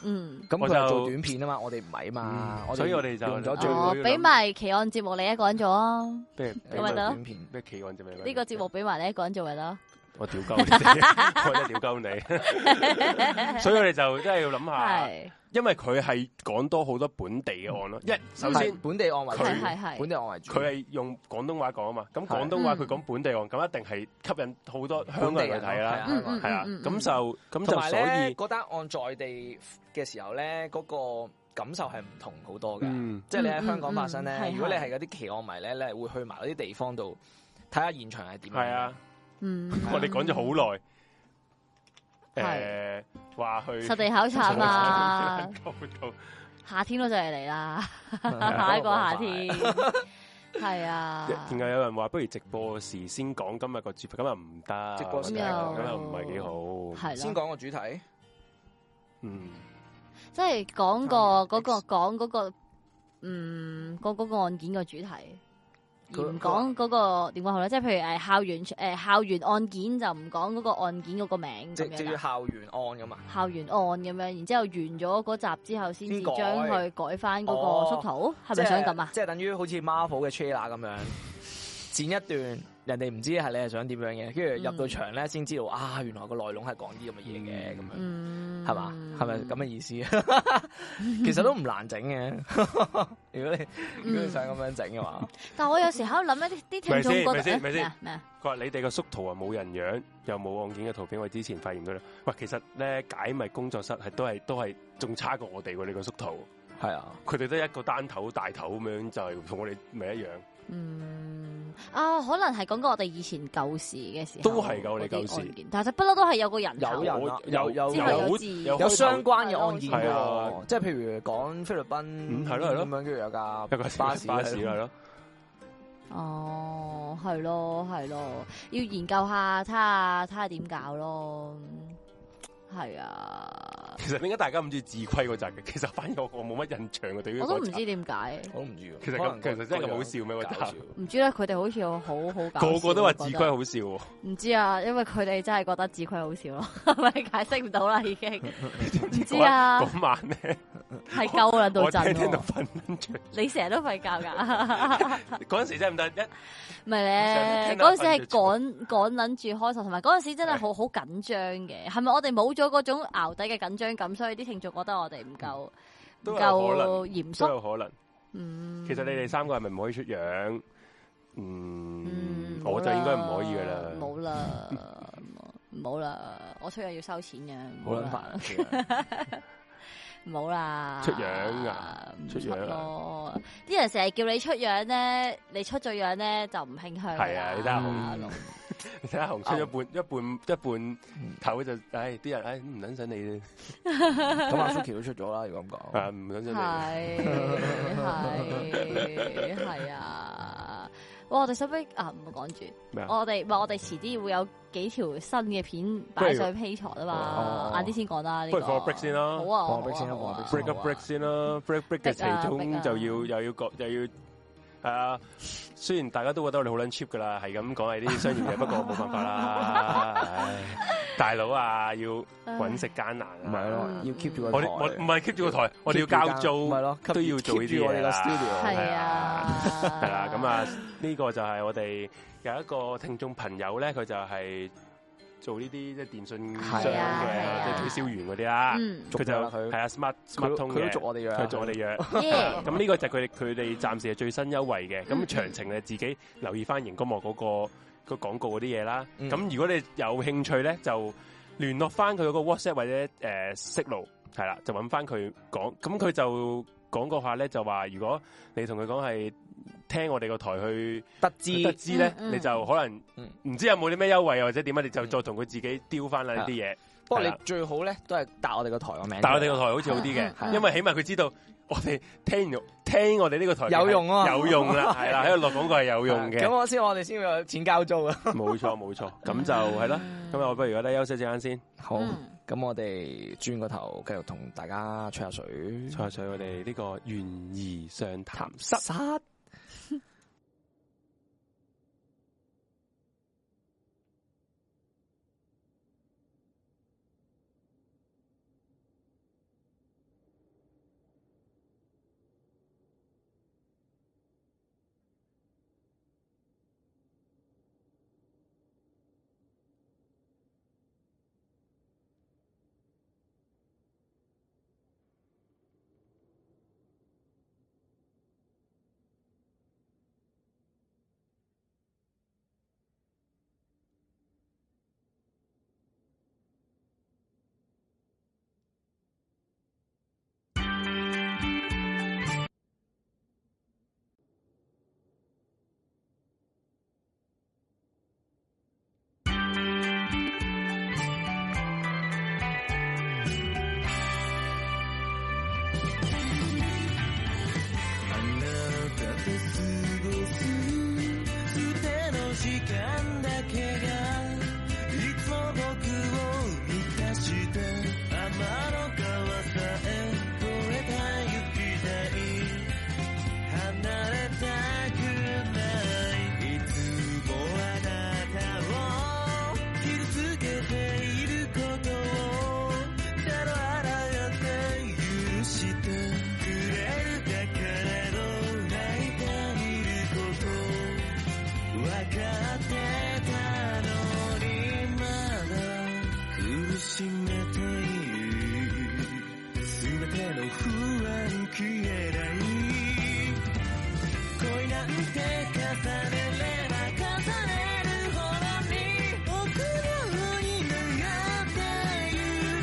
C: 嗯，
A: 咁佢
B: 我
A: 係
B: 就
A: 做短片啊嘛，我哋唔係啊嘛，
B: 嗯所以我哋就
A: 用咗最
B: 會
C: 哦
B: 諗，
C: 俾埋奇案節目你一個人做啊！呢、
B: 啫喎，
A: 最
C: 咁咪得咯
A: 短片。
B: 咩奇案啫咩？
C: 個節目俾埋你一個人做咪得咯。
B: 我屌鳩你，我真係屌鳩你。所以我哋就真係要諗下，
C: 係
B: 因為佢係講多好多本地嘅案咯。一首先
A: 係。本地案為主，
C: 係係係
A: 本地案為主，
B: 佢係用廣東話講啊嘛，咁廣東
C: 嗯
B: 話佢講本地案，咁一定係吸引好多香港人去睇啦，
C: 嗯嗯
B: 係啊，
C: 嗯嗯
B: 咁就咁
A: 同
B: 就
A: 埋
B: 所
A: 咧
B: 以，
A: 嗰單案在地嘅時候咧，嗰、個感受係唔同好多嘅。
B: 嗯
A: 即係你喺香港發生咧，
C: 嗯嗯嗯係
A: 如果你係嗰啲奇案迷咧，你係會去埋嗰啲地方度睇下現場係點樣。
B: 係啊，
C: 嗯，
B: 我哋講咗好耐
C: 係，
B: 誒話去
C: 實地考察 嘛，
B: 到
C: 夏天都就嚟嚟啦，
A: 係啊，
C: 下一個夏天係啊，
B: 然後有人話不如直播時先講今日個主題，今日唔得，
A: 直播時
B: 咁
A: 間
B: 又
A: 講
B: 咁又唔係幾好，
C: 係
A: 先
C: 咯，
A: 講個主題，
B: 嗯，
C: 即係講個嗰個講嗰個嗯嗰嗰個案件個主題。而唔講嗰個點講好咧，即係譬如誒校園誒、校園案件就唔講嗰個案件嗰個名咁
A: 直直
C: 樣
A: 接
C: 啦，
A: 校園案咁嘛。
C: 校園案咁樣，然之後完咗嗰集之後，先至
A: 先改
C: 將佢改翻嗰
A: 哦
C: 個縮圖，係
A: 即
C: 咪
A: 係
C: 想咁啊？
A: 即係等於好似 Marvel 嘅 trailer 咁樣，剪一段。人哋唔知係你係想點樣嘅，跟住入到場咧先知道啊，原來個內籠係講啲咁嘅嘢嘅，咁樣
C: 嗯，
A: 係嘛？係咪咁嘅 意思？其實都唔難整嘅， 如果你如果你想咁樣整嘅話，
C: 嗯 但我有時喺度諗一啲啲聽眾
B: 咪
C: 覺
B: 先
C: 得
B: 咪先
C: 咩啊咩啊？
B: 佢話你哋個縮圖啊冇人樣，又冇案件嘅圖片，我之前發現到啦，喂，其實咧解密工作室係都係都係仲差過我哋喎，你個縮圖。
A: 係啊，
B: 佢哋都一個單頭大頭咁樣，就係同我哋咪一樣。
C: 嗯啊，可能係講緊我哋以前舊時嘅時候，
B: 都係㗎我哋舊時
C: 時，但係不嬲都係有個人
A: 有
C: 口
A: 人啊
B: 我
A: 有有
C: 之
B: 有
C: 後
A: 有
C: 有
B: 有
C: 字
A: 有
B: 有
A: 相關嘅案件嘅
B: 係啊
A: 喎，即係譬如講菲律賓，
B: 嗯係咯係咯
A: 咁樣跟住有架
B: 有個
A: 巴
B: 巴
A: 士啊
B: 士巴士係咯，
C: 哦，係咯係咯，要研究下，睇下睇下點搞咯，係啊，
B: 其實點解大家唔中意自規嗰集嘅？其實反而我我冇乜印象嘅對於
C: 我都
B: 嗰
C: 唔
B: 集
C: 知點解，
A: 我都唔知喎。
B: 其實
A: 可能
B: 咁其實真係咁
A: 個
B: 好笑
A: 樣
B: 咩嗰集
A: 搞笑
C: 唔知咧，佢哋好似好好搞笑，
B: 個個都話自
C: 我
B: 規
C: 覺得
B: 好笑喎，
C: 唔知啊，因為佢哋真係覺得自愧好笑咯， 咪解釋唔到啦，已經 唔知啊，
B: 嗰晚咧，
C: 係夠啦到
B: 我
C: 陣
B: 聽聽到
C: 喎，
B: 瞓着，
C: 你成日都瞓覺㗎，
B: 嗰陣時真係唔得一
C: 唔係咧
B: 成日聽，到
C: 嗰陣時係趕趕撚住開頭，同埋嗰陣時真係好好緊張嘅，係咪我哋冇咗嗰種熬底嘅緊張感，所以啲聽眾覺得我哋唔夠唔
B: 嗯都有可能
C: 夠嚴
B: 都
C: 肅？
B: 有可能。
C: 嗯，
B: 其實你哋三個係咪唔可以出樣？嗯
C: 嗯，，
B: 我就應該唔可以噶
C: 啦，
B: 啦。
C: 冇啦，冇啦，我出樣要收錢嘅，
A: 好撚
C: 冇 啦。
A: 煩啊！
C: 冇啦，
B: 出樣啊
C: 唔
B: 出樣啊
C: 咯！啲人成日叫你出樣咧，你出咗樣咧就唔慶香㗎啦。
B: 係啊你睇下
A: 紅
C: 老
B: 你睇下紅出咗半一半一半頭就，唉，啲人唉唔撚想你
A: 咁阿 Suki 都出咗啦，如果咁
B: 啊，
A: 講。
B: 唔撚想你。
C: 係係係啊！哇！我哋使唔使啊？唔好講住
B: 咩啊，
C: 我哋唔係我哋遲啲會有幾條新嘅片擺上 P 床啊
A: 哦
C: 嘛，晏啲先講啦。呢
B: 不
C: 個
B: 如放個 break 先啦
C: 好
A: 放
C: 啊，好
A: 個 break
C: 啊
A: 先啦
C: 好啊
A: 放個
B: break up
A: 好啊
B: break 先啦，break break 嘅
C: break 啊
B: 其
C: break 啊
B: 中就要又要講又要係啊。雖然大家都覺得我哋好撚 cheap 噶啦，係咁講係啲商業嘢，不過冇辦法啦。唉大佬啊，要揾食艱難
A: 唔係
B: 啊！
A: 咯，
C: 嗯
A: 要 keep 住個
B: 我
A: 台
B: 哋我唔係 keep 住個台，我哋要
A: keep 住間
B: 交租
A: 咪咯，keep-
B: 都要做呢
A: keep
B: 啲
A: 住我哋
B: 嘢
A: 個
B: 啦
A: studio
C: 係啊，
B: 係啦，咁啊，呢個就係我哋有一個聽眾朋友咧，佢就係做呢啲即係電信商嘅，
A: 係啊係
B: 即係
A: 啊
B: 推銷員嗰啲啦。
C: 嗯
B: 佢就
A: 續咗啦佢
B: 係啊，smart
A: 佢
B: smart
A: 都
B: 通
A: 佢都
B: 嘅，
A: 續我哋樣，
B: 佢做我哋約。
C: 耶
B: 咁呢個就係佢哋佢哋暫時係最新優惠嘅。咁
C: 嗯
B: 詳情你自己留意翻熒光幕嗰個個廣告嗰啲嘢啦。
A: 嗯
B: 咁如果你有興趣咧，就聯絡翻佢嗰個 WhatsApp 或者誒 Signal 係啦，就揾翻佢講。咁佢就講嗰下咧，就話如果你同佢講係聽我哋個台去
A: 得 知
B: 得知咧，
C: 嗯嗯
B: 你就可能
A: 嗯
B: 唔知有冇啲咩優惠或者點啊，你就
A: 嗯
B: 再同佢自己丟翻啦呢啲嘢。
A: 不過
B: 係
A: 你
B: 啦
A: 最好咧都係搭我哋個台個名，
B: 但係我哋個台好似好啲嘅，
A: 係啊
B: 因為起碼佢知道我哋 聽完聽我哋呢個台
A: 有用啊
B: 有用 啦，係啦，喺度落廣告係有用
A: 咁啊
B: 嘅，
A: 我先我哋先會有錢交租啊。
B: 冇錯冇錯，咁就係啦。咁啊我不如我哋休息陣間先，
A: 好
C: 嗯
A: 咁我哋轉個頭繼續同大家吹下水，
B: 採取我哋呢個懸疑上談室
A: 濕。濕。
G: 「永遠より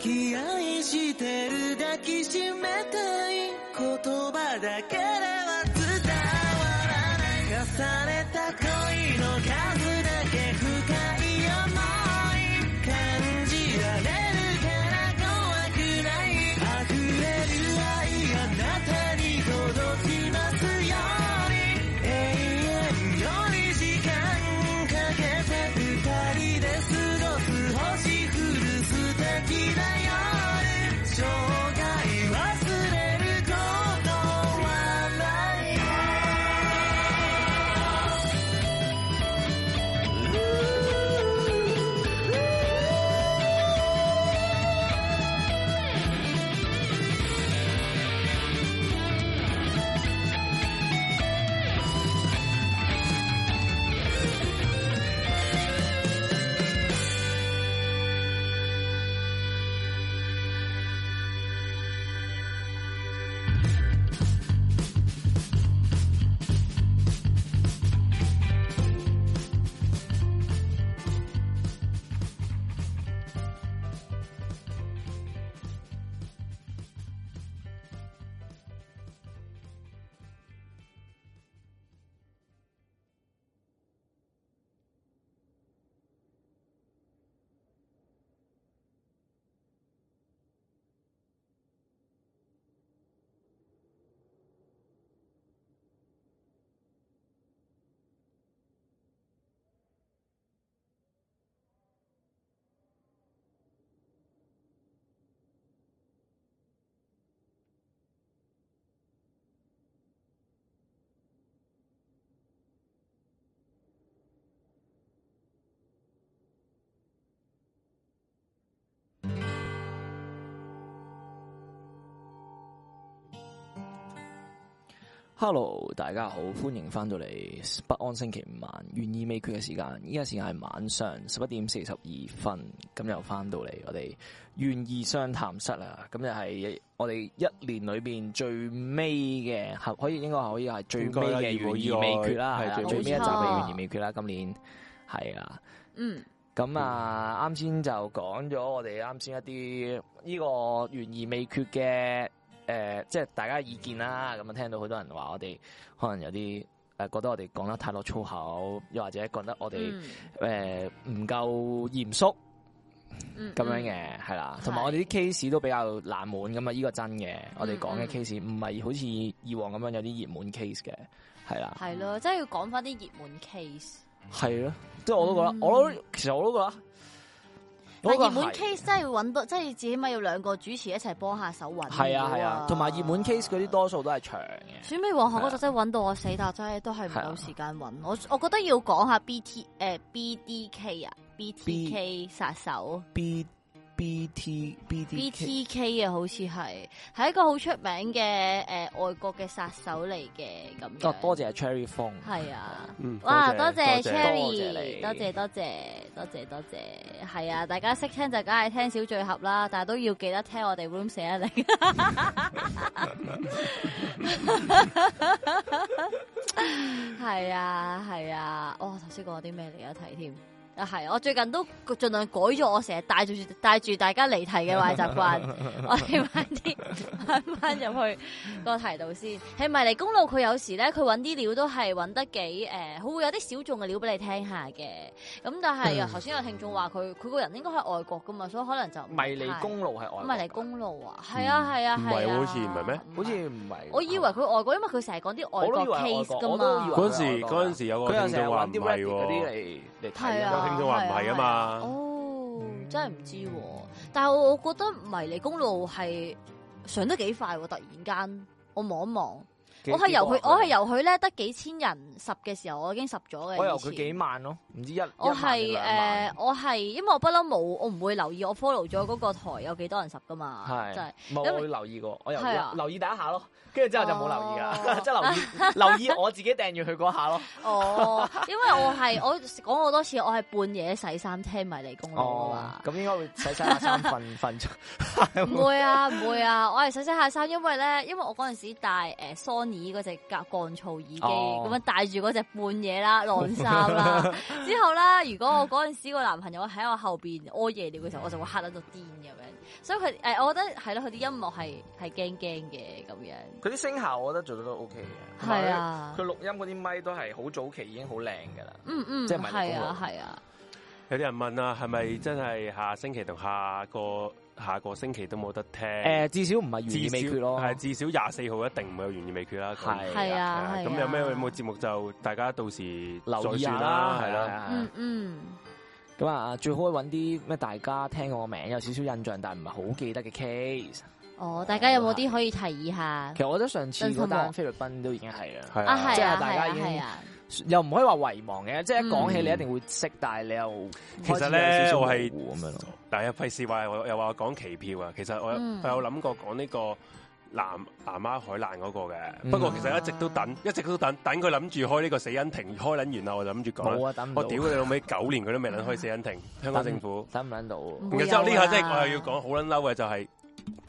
G: き合いしてる抱きしめたい言葉だけでは伝わらない重ねた恋の数だけ深い想い感じられるから怖くない溢れる愛あなたに届きますように永遠より時間かけて二人で過ごす星降る素敵な夜生涯忘れることはない
A: ，Hello，大家好，歡迎翻到嚟北安星期五晚懸意未決嘅時間，依家時間係晚上十一點四十二分，咁又翻到嚟我哋懸意商談室啦，咁就係我哋一年裏邊最尾嘅，係可以應該係可以係最尾嘅懸意未決啦，係
B: 應該啦
A: 啦
B: 如
A: 最尾
B: 果
A: 一
C: 意
A: 集
C: 外
A: 嘅懸意未決啦，今年啊係啦。
C: 嗯，
A: 咁啊，啱先就講咗我哋啱先一啲呢個懸而未決嘅诶、呃即係大家意見啦。咁啊，聽到好多人話我哋可能有啲诶覺得我哋講得太多粗口，又或者覺得我哋
C: 嗯
A: 诶唔夠嚴肅
C: 嗯
A: 咁樣，嘅，係啦。同埋
C: 係
A: 我哋啲 case 都比較冷門咁啊，呢個真嘅。我哋講嘅
C: 嗯嗯
A: case 唔係好似以往咁樣有啲熱門 case 嘅，係啦。
C: 系嗯咯，即系要讲翻啲热门 case。
A: 係咯，即係我都覺得，
C: 嗯
A: 我都其實我都覺得。我都
C: 但
A: 覺得
C: 熱門
A: 係
C: case 真係要揾到，即係至起碼要兩個主持一齊幫下手揾。
A: 係啊係啊，同埋熱門 case 嗰啲。多數都係長嘅。
C: 選美皇后嗰
A: 係啊
C: 度真係揾到我死，但真係都係唔
A: 係啊
C: 夠時間揾。我我覺得要講下 B T 誒 B D K 啊，B T K 殺手
A: B B T B
C: B T K 啊，好似係係一個好出名嘅誒外國嘅殺手嚟嘅咁
A: 哦，
C: 樣。
A: 多謝 Cherry Fong。
C: 係啊。
B: 嗯
C: 哇！多謝
B: 謝謝
A: 多
C: Cherry，
A: 謝
C: 多
A: 你
C: 謝多謝多謝多謝，係啊！大家識聽就梗係聽小聚合啦，但係都要記得聽我哋 Room 四一零。係啊係啊，哦頭先講咗啲咩嚟啊？睇添啊係，我最近都盡量改咗我成日帶住帶住大家離題嘅壞習慣， 我哋慢啲慢慢入去個題度先。喺迷離公路佢有時咧，佢揾啲料都係揾得幾誒，呃好、會有啲小眾嘅料俾你聽下嘅。咁但
B: 嗯
C: 係啊頭先有聽眾話佢佢個人應該喺外國噶嘛，所以可能就唔
A: 迷離
C: 太
A: 公路係外國
C: 迷
A: 㗎
C: 離公路啊，係啊係啊
B: 嗯唔
C: 係
B: 係
C: 啊，
B: 好似唔係咩
A: 好似唔係。
C: 我以為佢外國，因為佢成日講啲外
A: 我都以
C: 國
A: 為外
C: case
A: 國
C: 噶
A: 我都以為
C: 嘛。
B: 嗰陣
A: 啊
B: 時嗰陣時有個
A: 佢又
B: 聽
A: 成日
B: 眾話
A: 玩
B: 唔
A: 啲
B: 係
A: Reddit 嗰啲
B: 喎，
A: 嚟嚟睇
C: 係
A: 啊。
B: 有
C: 啊，
B: 聽眾話唔係啊嘛
C: 係哦，真係唔知喎。但係我覺得迷離公路係上得幾快喎，突然間我望一望，
A: 幾
C: 我係由佢，
A: 幾個
C: 我係由佢咧得幾千人十嘅時候，我已經十咗嘅。
A: 我由
C: 以
A: 佢
C: 前
A: 幾萬咯，唔知一係
C: 我係誒、呃我係因為我不嬲冇，我唔會留意我 follow 咗嗰個台有幾多人十噶嘛，
A: 係
C: 真係
A: 冇
C: 因為
A: 我留意過，我留
C: 係啊
A: 意留意第一下咯，跟住之後就冇留意啦，
C: 哦
A: 即係留意留意我自己訂閱佢嗰下 咯。
C: 哦，因為我係我講好多次，我係半夜洗衫聽迷你公路㗎
A: 哦
C: 嘛，。
A: 咁應該會洗洗下衫 瞓瞓咗。
C: 唔會啊，唔會啊，我係洗洗下衫，因為咧，因為我嗰陣時戴誒 Sony Sony 嗰只夾降噪耳機，
A: 哦
C: 咁樣戴住嗰只半夜啦、晾衫啦，之後啦，如果我嗰陣時個男朋友喺我後邊屙夜尿嘅時候，我就會嚇到癲咁樣。所以佢誒、我覺得係咯，佢啲音樂係係驚驚嘅咁樣。
A: 佢啲聲效我覺得做得都 OK 嘅，同埋
C: 係啊
A: 佢，佢錄音嗰啲咪都係好早期已經好靚噶啦，
C: 嗯嗯，
A: 即係迷你
C: 係啊
A: 公路
C: 係啊，
B: 有啲人問啊，係咪真係下星期同下個下個星期都冇得聽？
D: 诶、至少唔係懸
B: 至
D: 而
B: 少
D: 未決咯，
B: 係至少廿四號一定唔會有懸而未決啦。咁
A: 係
C: 係
B: 係
C: 啊
B: 啊
C: 係啊。
B: 咁有咩有冇節目就大家到時再
D: 留意下
B: 算
D: 啦，啊
B: 係啊啦。
A: 啊
D: 啦
C: 嗯。嗯。
D: 咁啊，最好揾啲咩大家聽我名有少少印象，但唔係好記得嘅 case。
C: 哦，大家有冇啲可以提議下
D: 其？實我覺得上次嗰
C: 真心
D: 單
C: 喎
D: 菲律賓都已經係啦，
B: 係
C: 啊，係
D: 即
C: 啊，
D: 係大家
C: 係啊
D: 已經
C: 係啊，
D: 又唔可以話遺忘嘅，即係一講起
B: 嗯
D: 你一定會識，但係你又
B: 其實呢
D: 開始有少少
B: 我係
D: 模糊咁樣咯。
B: 但係費事話又又話講期票啊，其實我有
C: 嗯
B: 我有諗過講呢個南南丫海難嗰個嘅，
D: 嗯
B: 不過其實一直都等，一直都等等佢諗住開呢個死因庭，開撚完啦，我就諗住講
D: 冇
B: 啦。
D: 啊，等唔
B: 我
D: 到，
B: 屌你老尾九年佢都未撚開死因庭，香港政府。
D: 等唔撚到。
B: 然之後呢下真係
C: 會有啊
B: 我又要講好撚嬲嘅就係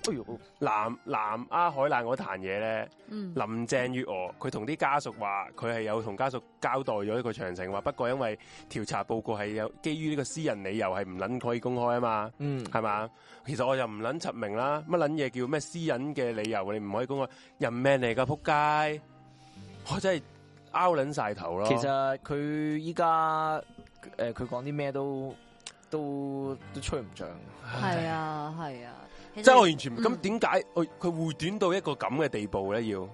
D: 哎呦，
B: 南南丫海難嗰壇嘢咧。
C: 嗯，
B: 林鄭月娥佢同啲家屬話，佢係有同家屬交代咗一個詳情話，不過因為調查報告係有基於呢個私人理由係唔撚可以公開啊嘛，
D: 嗯，
B: 係嘛？其實我又唔撚柒明啦，乜撚嘢叫咩私隱嘅理由你唔可以公開，人命嚟噶撲街，我真係拗撚晒頭咯。
D: 其實佢依家诶，佢講啲咩都都都吹唔漲。
C: 係啊係啊，即
B: 即係我完全唔
C: 嗯
B: 咁點解我佢護短到一個咁嘅地步咧？要
C: 嗯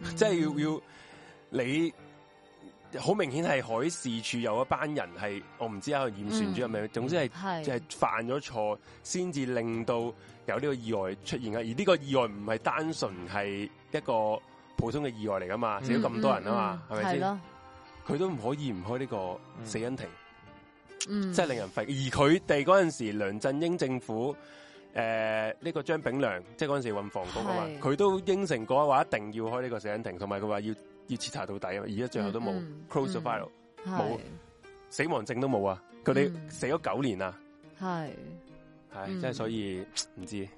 D: 嗯
B: 即係要要你好明顯係海事處有一班人係我唔知啊，可能驗船
D: 嗯
B: 主任咪，總之係
C: 係
B: 就係犯咗錯，先至令到有呢個意外出現啊！而呢個意外唔係單純係一個普通嘅意外嚟噶嘛，
D: 嗯
B: 死咗咁多人啊嘛，係
C: 嗯嗯
B: 咪
C: 係
B: 先？
C: 咯，
B: 佢都唔可以唔開呢個死因庭，
C: 嗯，
B: 真係令人費。而佢哋嗰陣時，梁振英政府。誒呢、個張炳良，即係嗰陣時運房局啊嘛
C: 係，
B: 佢都應承過話一定要開呢個死因庭，同埋佢話要要徹查到底啊嘛，而家最後都冇、
C: 嗯嗯
B: close the
C: 嗯
B: file，、
C: 係
B: 死亡證都冇啊！佢哋
C: 嗯
B: 死咗九年啊，
C: 係。
B: 係、
C: 嗯
B: 真係所以唔知。
C: 系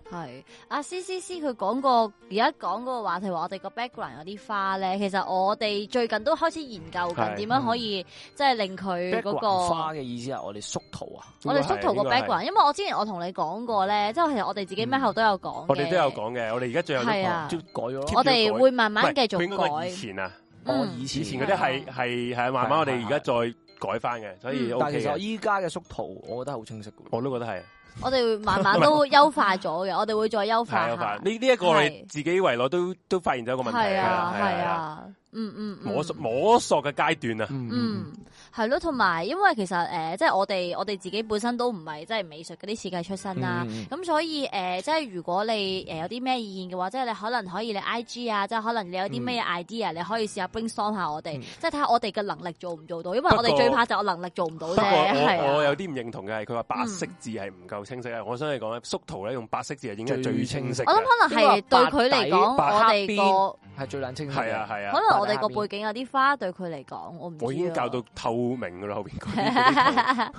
C: 阿 C C C 佢講過，而家講嗰個話題話我哋個 background 有啲花咧，其實我哋最近都開始研究緊
B: 係嗯
C: 點樣可以即係令佢嗰
D: background 花
C: 個。
D: 嘅意思係我哋縮圖啊，
C: 我哋縮圖個
B: 應該係嗯
C: background，因為我之前我同你講過咧，即係其實我哋自己咩後都有講嘅
B: 我哋哦都有，講嘅，我哋而家最後都
C: 係
D: 哦
C: 啊
D: 即係改咗咯。
C: 我哋會慢慢
B: 唔
C: 繼
B: 係
C: 續
B: 佢應該話以
C: 改。
B: 前啊，
C: 嗯
D: 我以前啊
B: 以前嗰啲係係係慢慢，我哋而家再改翻嘅，所以
C: 嗯
B: O
D: 但係
B: K
D: 其實我
B: 嘅。
D: 依家嘅縮圖，我覺得好清晰嘅。
B: 我都覺得係，
C: 我哋會慢慢都 優化咗嘅，我哋會再優化
B: 係有
C: 下
B: 法。呢。呢一個我哋
C: 係
B: 自己為內都都發現咗一個問題，
C: 係啊，
B: 係
C: 係，啊，嗯嗯，嗯
B: 摸索摸索嘅階段啊，
D: 嗯，
C: 嗯，係咯，同埋因為其實誒、呃即係我哋我哋自己本身都唔係即係美術嗰啲設計出身啦，
D: 嗯
C: 咁、所以誒、呃即係如果你誒、呃有啲咩意見嘅話，即係你可能可以你 I G 啊，即係可能你有
B: 嗯
C: 啲咩 idea，、你可以試下 brainstorm 下我哋，即係睇下我哋嘅能力做唔做到，因為
B: 不
C: 我哋
B: 過
C: 最怕就係我能力做唔到
B: 不
C: 啫，
B: 過
C: 係啊嗯
B: 我我有啲唔認同嘅係，佢話白色字係唔夠清晰啊！我想你講咧，縮圖咧用白色字係應該係最清晰
C: 我諗
B: 嘅，
C: 可能係對佢嚟講，
D: 因為白底白
C: 我哋個
D: 係最冷清晰嘅。
B: 係啊係
C: 可
B: 啊，
C: 能我哋個
D: 白底黑面
C: 背景有啲花，對佢嚟講，我唔知啊
B: 我已經教 到透明噶啦後邊嗰啲嗰啲圖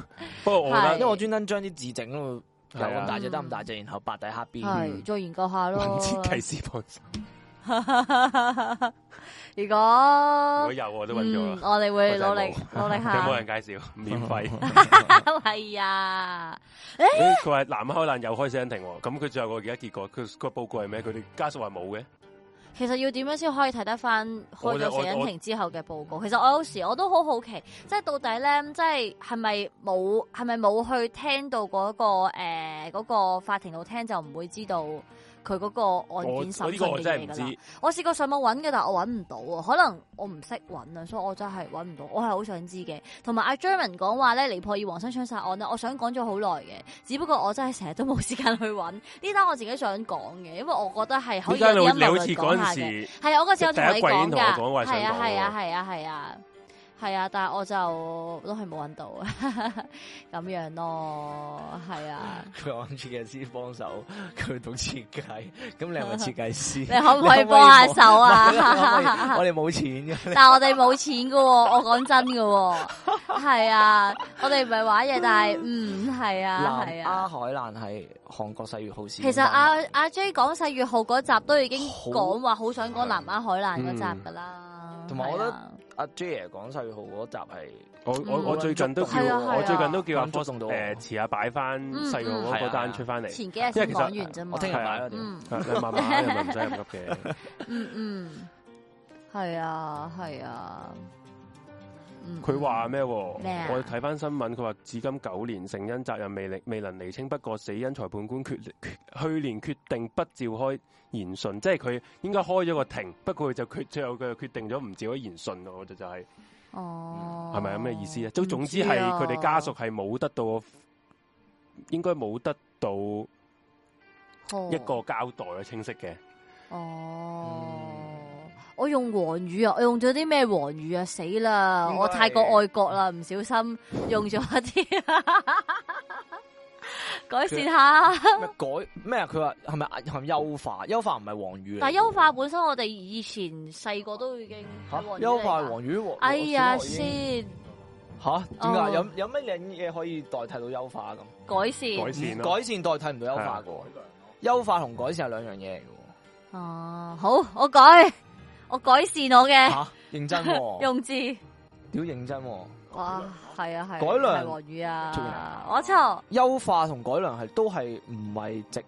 B: 不過我覺
C: 係
B: 得
D: 因為我專登將啲字整到有
B: 係
D: 咁
B: 啊
D: 大隻得咁大隻，然後白底黑邊。
C: 係再研究下咯。
B: 文設計師幫手，
C: 如
B: 如
C: 果
B: 果有我都揾咗
C: 嗯，
B: 啦。
C: 我哋會努力
B: 我真
C: 努力
B: 有冇
C: 下。
B: 人介紹？免費。
C: 係啊，
B: 咦佢話南開蘭又開死因庭喎，咁佢最後個而家結果，佢個報告係咩？佢哋家屬話冇嘅，
C: 其實要點樣先可以睇得翻開
B: 我
C: 咗
B: 哋
C: 死
B: 我
C: 因
B: 我
C: 庭之後嘅報告？其實我有時我都好好奇，即係到底咧，即係係咪冇係咪冇去聽到嗰、個誒嗰、個法庭度聽就唔會知道佢嗰個案
B: 我
C: 件審
B: 我呢
C: 訊
B: 個我
C: 嘅
B: 真係
C: 嘢
B: 唔
C: 㗎啦
B: 知。。
C: 我試過上網揾嘅，但係我揾唔到啊，可能我唔識揾啊，所以我真係揾唔到。我係好想知嘅。同埋阿 Jerman 講話咧，尼泊爾黃新槍殺案咧，我想講咗好耐嘅，只不過我真係成日都冇時間去揾呢單，我自己想講嘅，因為我覺得係可
B: 點
C: 以有
B: 解你
C: 啲陰
B: 你好
C: 謀
B: 似
C: 論
B: 嗰
C: 講下
B: 陣
C: 嘅。
B: 時
C: 係啊，我嗰次有同你
B: 第一季已經
C: 講
B: 同我講
C: 㗎，
B: 話想
C: 係
B: 講喎
C: 啊，係啊，係啊，係啊。係啊，但係我就都係冇揾到啊 咁樣咯，係啊。
A: 佢揾設計師幫 手，佢讀設計，咁你係 咪設計師？
C: 你可唔可以幫下 手啊
A: 你可唔可以幫我哋冇錢嘅，
C: 但系我哋冇 錢噶、喎，我講真噶、喎，係啊，我哋唔係玩嘢，但係嗯係啊係
A: 南亞。
C: 啊
A: 海蘭係韓國世越號先。
C: 其實啊阿阿 J 講世越號嗰集都已經
A: 好
C: 講話好想講南亞海蘭嗰集噶
B: 嗯
C: 啦，
A: 同埋我覺得
C: 係啊
A: 阿 J 爺講世越號嗰集係
B: 我我我最近都叫
C: 係啊係啊
B: 我最近都叫阿
A: 咁觸動到
B: Fox
A: 我
B: 诶，迟下擺翻細路嗰
A: 嗯
B: 個
A: 嗯
B: 單出翻嚟，
C: 前幾日先講完啫嘛
A: 我，聽日
B: 係
A: 買
B: 啊
A: 啦，屌
C: 嗯
B: 係你慢慢你咪唔使入急嘅。
C: 嗯嗯，係啊係啊，嗯
B: 佢話咩喎？
C: 咩啊
B: 我睇翻新聞，佢話至今九年成因責任未力未能釐清，不過死因裁判官決決去年決定不召開研訊，即係佢應該開咗個庭，不過佢就決最後佢就決定咗唔召開研訊咯。我就就係
C: 哦，
B: 嗯係咪有咩意思咧？都
C: 唔知啊
B: 總之係佢哋家屬係冇得到，應該冇得到一個交代啊，清晰嘅。
C: 哦，我用黃語啊，我用咗啲咩黃語啊？死啦！
A: 應該係
C: 我太過愛國啦，唔小心用咗一啲， 改善下。
A: 咩改咩啊？佢話係咪係咪優化？優化唔係黃魚嚟㗎，
C: 但係優化本身，我哋以前細個都已經
A: 嚇
C: 係黃語嚟㗎
A: 優化係黃魚。
C: 哎呀，
A: 我小學已經
C: 先
A: 吓點
C: 哦
A: 解啊有有咩嘢可以代替到優化咁？
C: 改
B: 改
C: 善。
B: 善啊
A: 唔
B: 咯
A: 改善代替唔到優化嘅，優化同改善係兩樣嘢嚟嘅
C: 哦，好，我改，我改善
A: 喎。
C: 我嘅
A: 吓認真喎，
C: 用字。
A: 屌認真喎，
C: 哇，係啊，係啊
A: 改良
C: 係黃語
A: 做
C: 啊
A: 人！
C: 我操，
A: 優化同改良係都係唔係直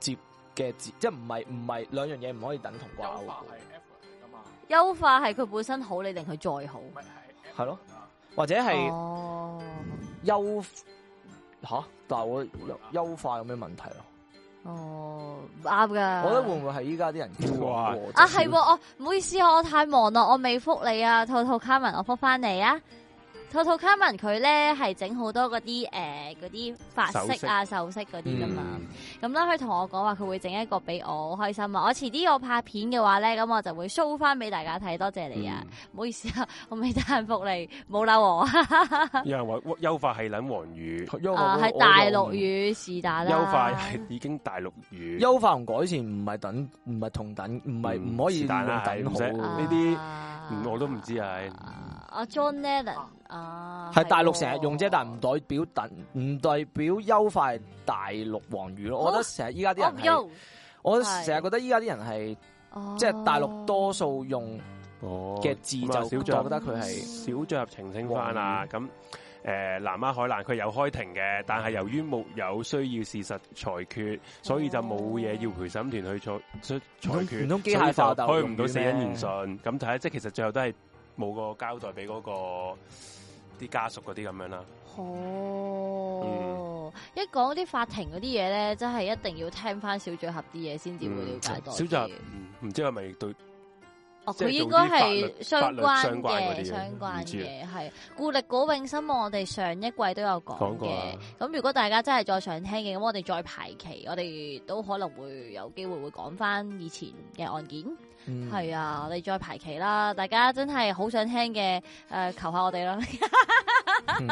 A: 接嘅字，即係唔係唔係兩樣嘢唔可以等同掛鈎嘅
E: 優化係 F 嚟㗎嘛，
C: 優化係佢本身好，你令佢再好。
E: 唔係係
A: 係咯，或者係
C: 哦，
A: 優吓，但係我優優化有咩問題咯？
C: 哦，唔啱噶。
A: 我覺得會唔會係依家啲人驕傲過
C: 啊，系喎，我唔好意思啊，我太忙啦，我未覆你啊，兔兔卡文，我覆翻你啊。兔兔卡文佢咧係整好多嗰啲诶嗰啲髮飾啊、首飾嗰啲噶嘛，
B: 嗯
C: 咁啦佢同我講話佢會整一個俾我，好開心啊！我遲啲我拍片嘅話咧，咁我就會 show 翻俾大家睇，多謝你
B: 嗯
C: 啊！唔、好意思啊， 我未得閒覆你，冇嬲我
B: 有人話哇優化係撚黃魚，
A: 優
C: 啊，
A: 化
C: 係大陸語是但啦，啊
B: 優化係已經大陸魚。
A: 優化同改善唔係等，唔係同等，唔係
B: 嗯
A: 唔可以
B: 是
A: 用
B: 但
A: 等
B: 啦係唔使
A: 號。
B: 呢啲
C: 啊
B: 嗯我都唔知啊
C: 阿哦 John Lennon 啊，
A: 係大陸成日
C: 喎
A: 用啫，但唔代表等，唔代表優化係大陸黃魚咯。我覺得成日依家啲
C: 哦
A: 人係，
C: ，Yo，
A: 我
C: 係
A: 成日覺得依家啲人係，
C: 哦
A: 即係大陸多數用
B: 哦
A: 嘅字
B: 咁啊
A: 就
B: 小
A: 覺
B: 象
A: 得佢係
B: 小進入澄清翻啦，咁诶、呃南丫海難佢有開庭嘅，但係由於冇有需要事實裁決，所以就冇嘢要陪審團去裁裁裁決，
A: 唔通機械化鬥
B: 所以就開唔到死因
A: 用語咩
B: 言訊。咁睇下，即係其實最後都係冇個交代俾嗰、個啲家屬嗰啲咁樣啦。
A: 嗯
C: 哦，一講啲法庭嗰啲嘢咧，真係一定要聽翻小聚合啲嘢先至會了解多
B: 小
C: 啲。
B: 進入嗯唔知係咪對
C: 哦，
B: 即
C: 佢
B: 係
C: 應
B: 做
C: 該
B: 啲
C: 係相
B: 法律
C: 關
B: 法律相關嗰啲
C: 嘅，
B: 嘢
C: 相關
B: 唔知
C: 嘅
A: 啊
C: 係固力果永生網，我哋上一季都有
B: 講
C: 講
B: 過
C: 嘅
B: 啊。
C: 咁如果大家真係再想聽嘅，咁我哋再排期，我哋都可能會有機會會講翻以前嘅案件。
A: 嗯
C: 係啊，我哋再排期啦！大家真係好想聽嘅，诶、求下我哋啦！
A: 嗯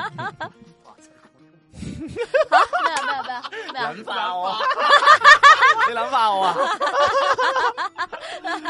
C: 咩啊咩啊咩啊咩啊！
A: 諗化我， 你諗化我啊！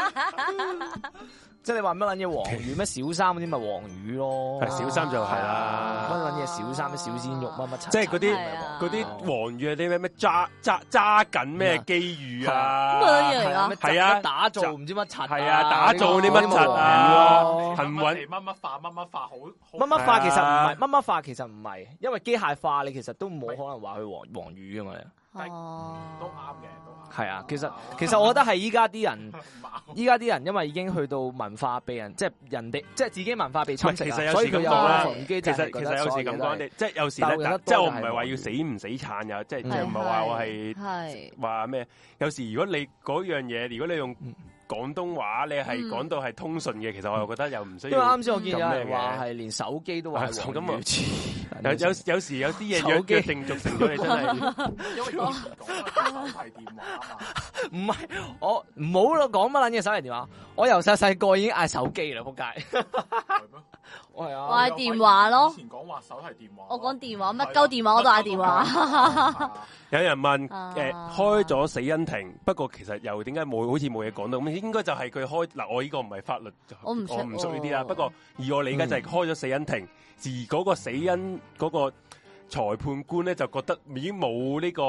A: 即係你話乜撚嘢黃魚咩小三嗰啲咪黃魚咯
B: 係，小三就係啦
A: 啊乜撚嘢小三咩小鮮肉乜乜柒，
B: 即係嗰啲
C: 係啊
B: 嗰啲黃魚啊啲咩咩揸揸揸緊咩機遇啊？
C: 咩嘢
A: 係啊，咩
B: 係啊
A: 打造唔知乜柒，
B: 係啊，打造啲乜柒啊，
E: 乜
B: 行
E: 乜
B: 運
E: 嚟乜乜化乜乜化好好
A: 乜乜化其實唔
B: 係啊
A: 係，乜乜化其實唔係，因為機械化你其實都冇可能話佢黃黃魚噶嘛。
C: 哦，
E: 都啱嘅，都啱。
A: 係啊，其實其實我覺得係依家啲 人，
E: 矛
A: 依家啲人因為已經去到文化被人，即係人哋即係自己文化被侵
B: 唔係
A: 蝕
B: 其
A: 啊
B: 實有
A: 所以
B: 時
A: 佢
B: 咁
A: 有
B: 講啦
A: 防御機
B: 其
A: 制係
B: 實
A: 覺得
B: 其實有
A: 所
B: 時
A: 有嘢
B: 咁
A: 都係
B: 講，你即係有時
A: 鬥
B: 咧，
A: 得多
B: 即係我
A: 就
B: 唔
A: 係
B: 係
A: 黃
B: 話
A: 魚
B: 要死唔死撐又，即係
A: 嗯
B: 即係唔係話我係
C: 系
B: 話咩？有時如果你嗰樣嘢，如果你用
A: 嗯
B: 廣東話，你係
C: 嗯講
B: 講到係通順嘅，其實我又覺得又唔需
A: 因為
B: 要。
A: 啱先我見有人
B: 咁咩嘅
A: 話係連手機都話係黃
B: 咁啊
A: 魚
B: 有有有時有啲嘢約
A: 手機
B: 約定俗成咗，你真係
E: 因為以前講啊手提電話啊嘛，
A: 唔係我唔好咯，講乜撚嘢手提電話？我由細細個已經嗌手機啦，仆街！
E: 係咩？
A: 我係
C: 哇
A: 啊，
C: 嗌電話咯
E: 以前講話手提電話咯，
C: 我講電話，乜鳩電話我都嗌電話。
E: 話。
B: 有人問
C: 啊
B: 誒開咗死因庭，不過其實又點解冇好似冇嘢講到？咁應該就係佢開嗱，我呢個唔係法律，
C: 我唔識
B: 我唔熟呢啲
C: 喎
B: 啦。不過以我理解就係開咗死因庭，而嗰個死因嗰個裁判官咧就覺得已經冇呢個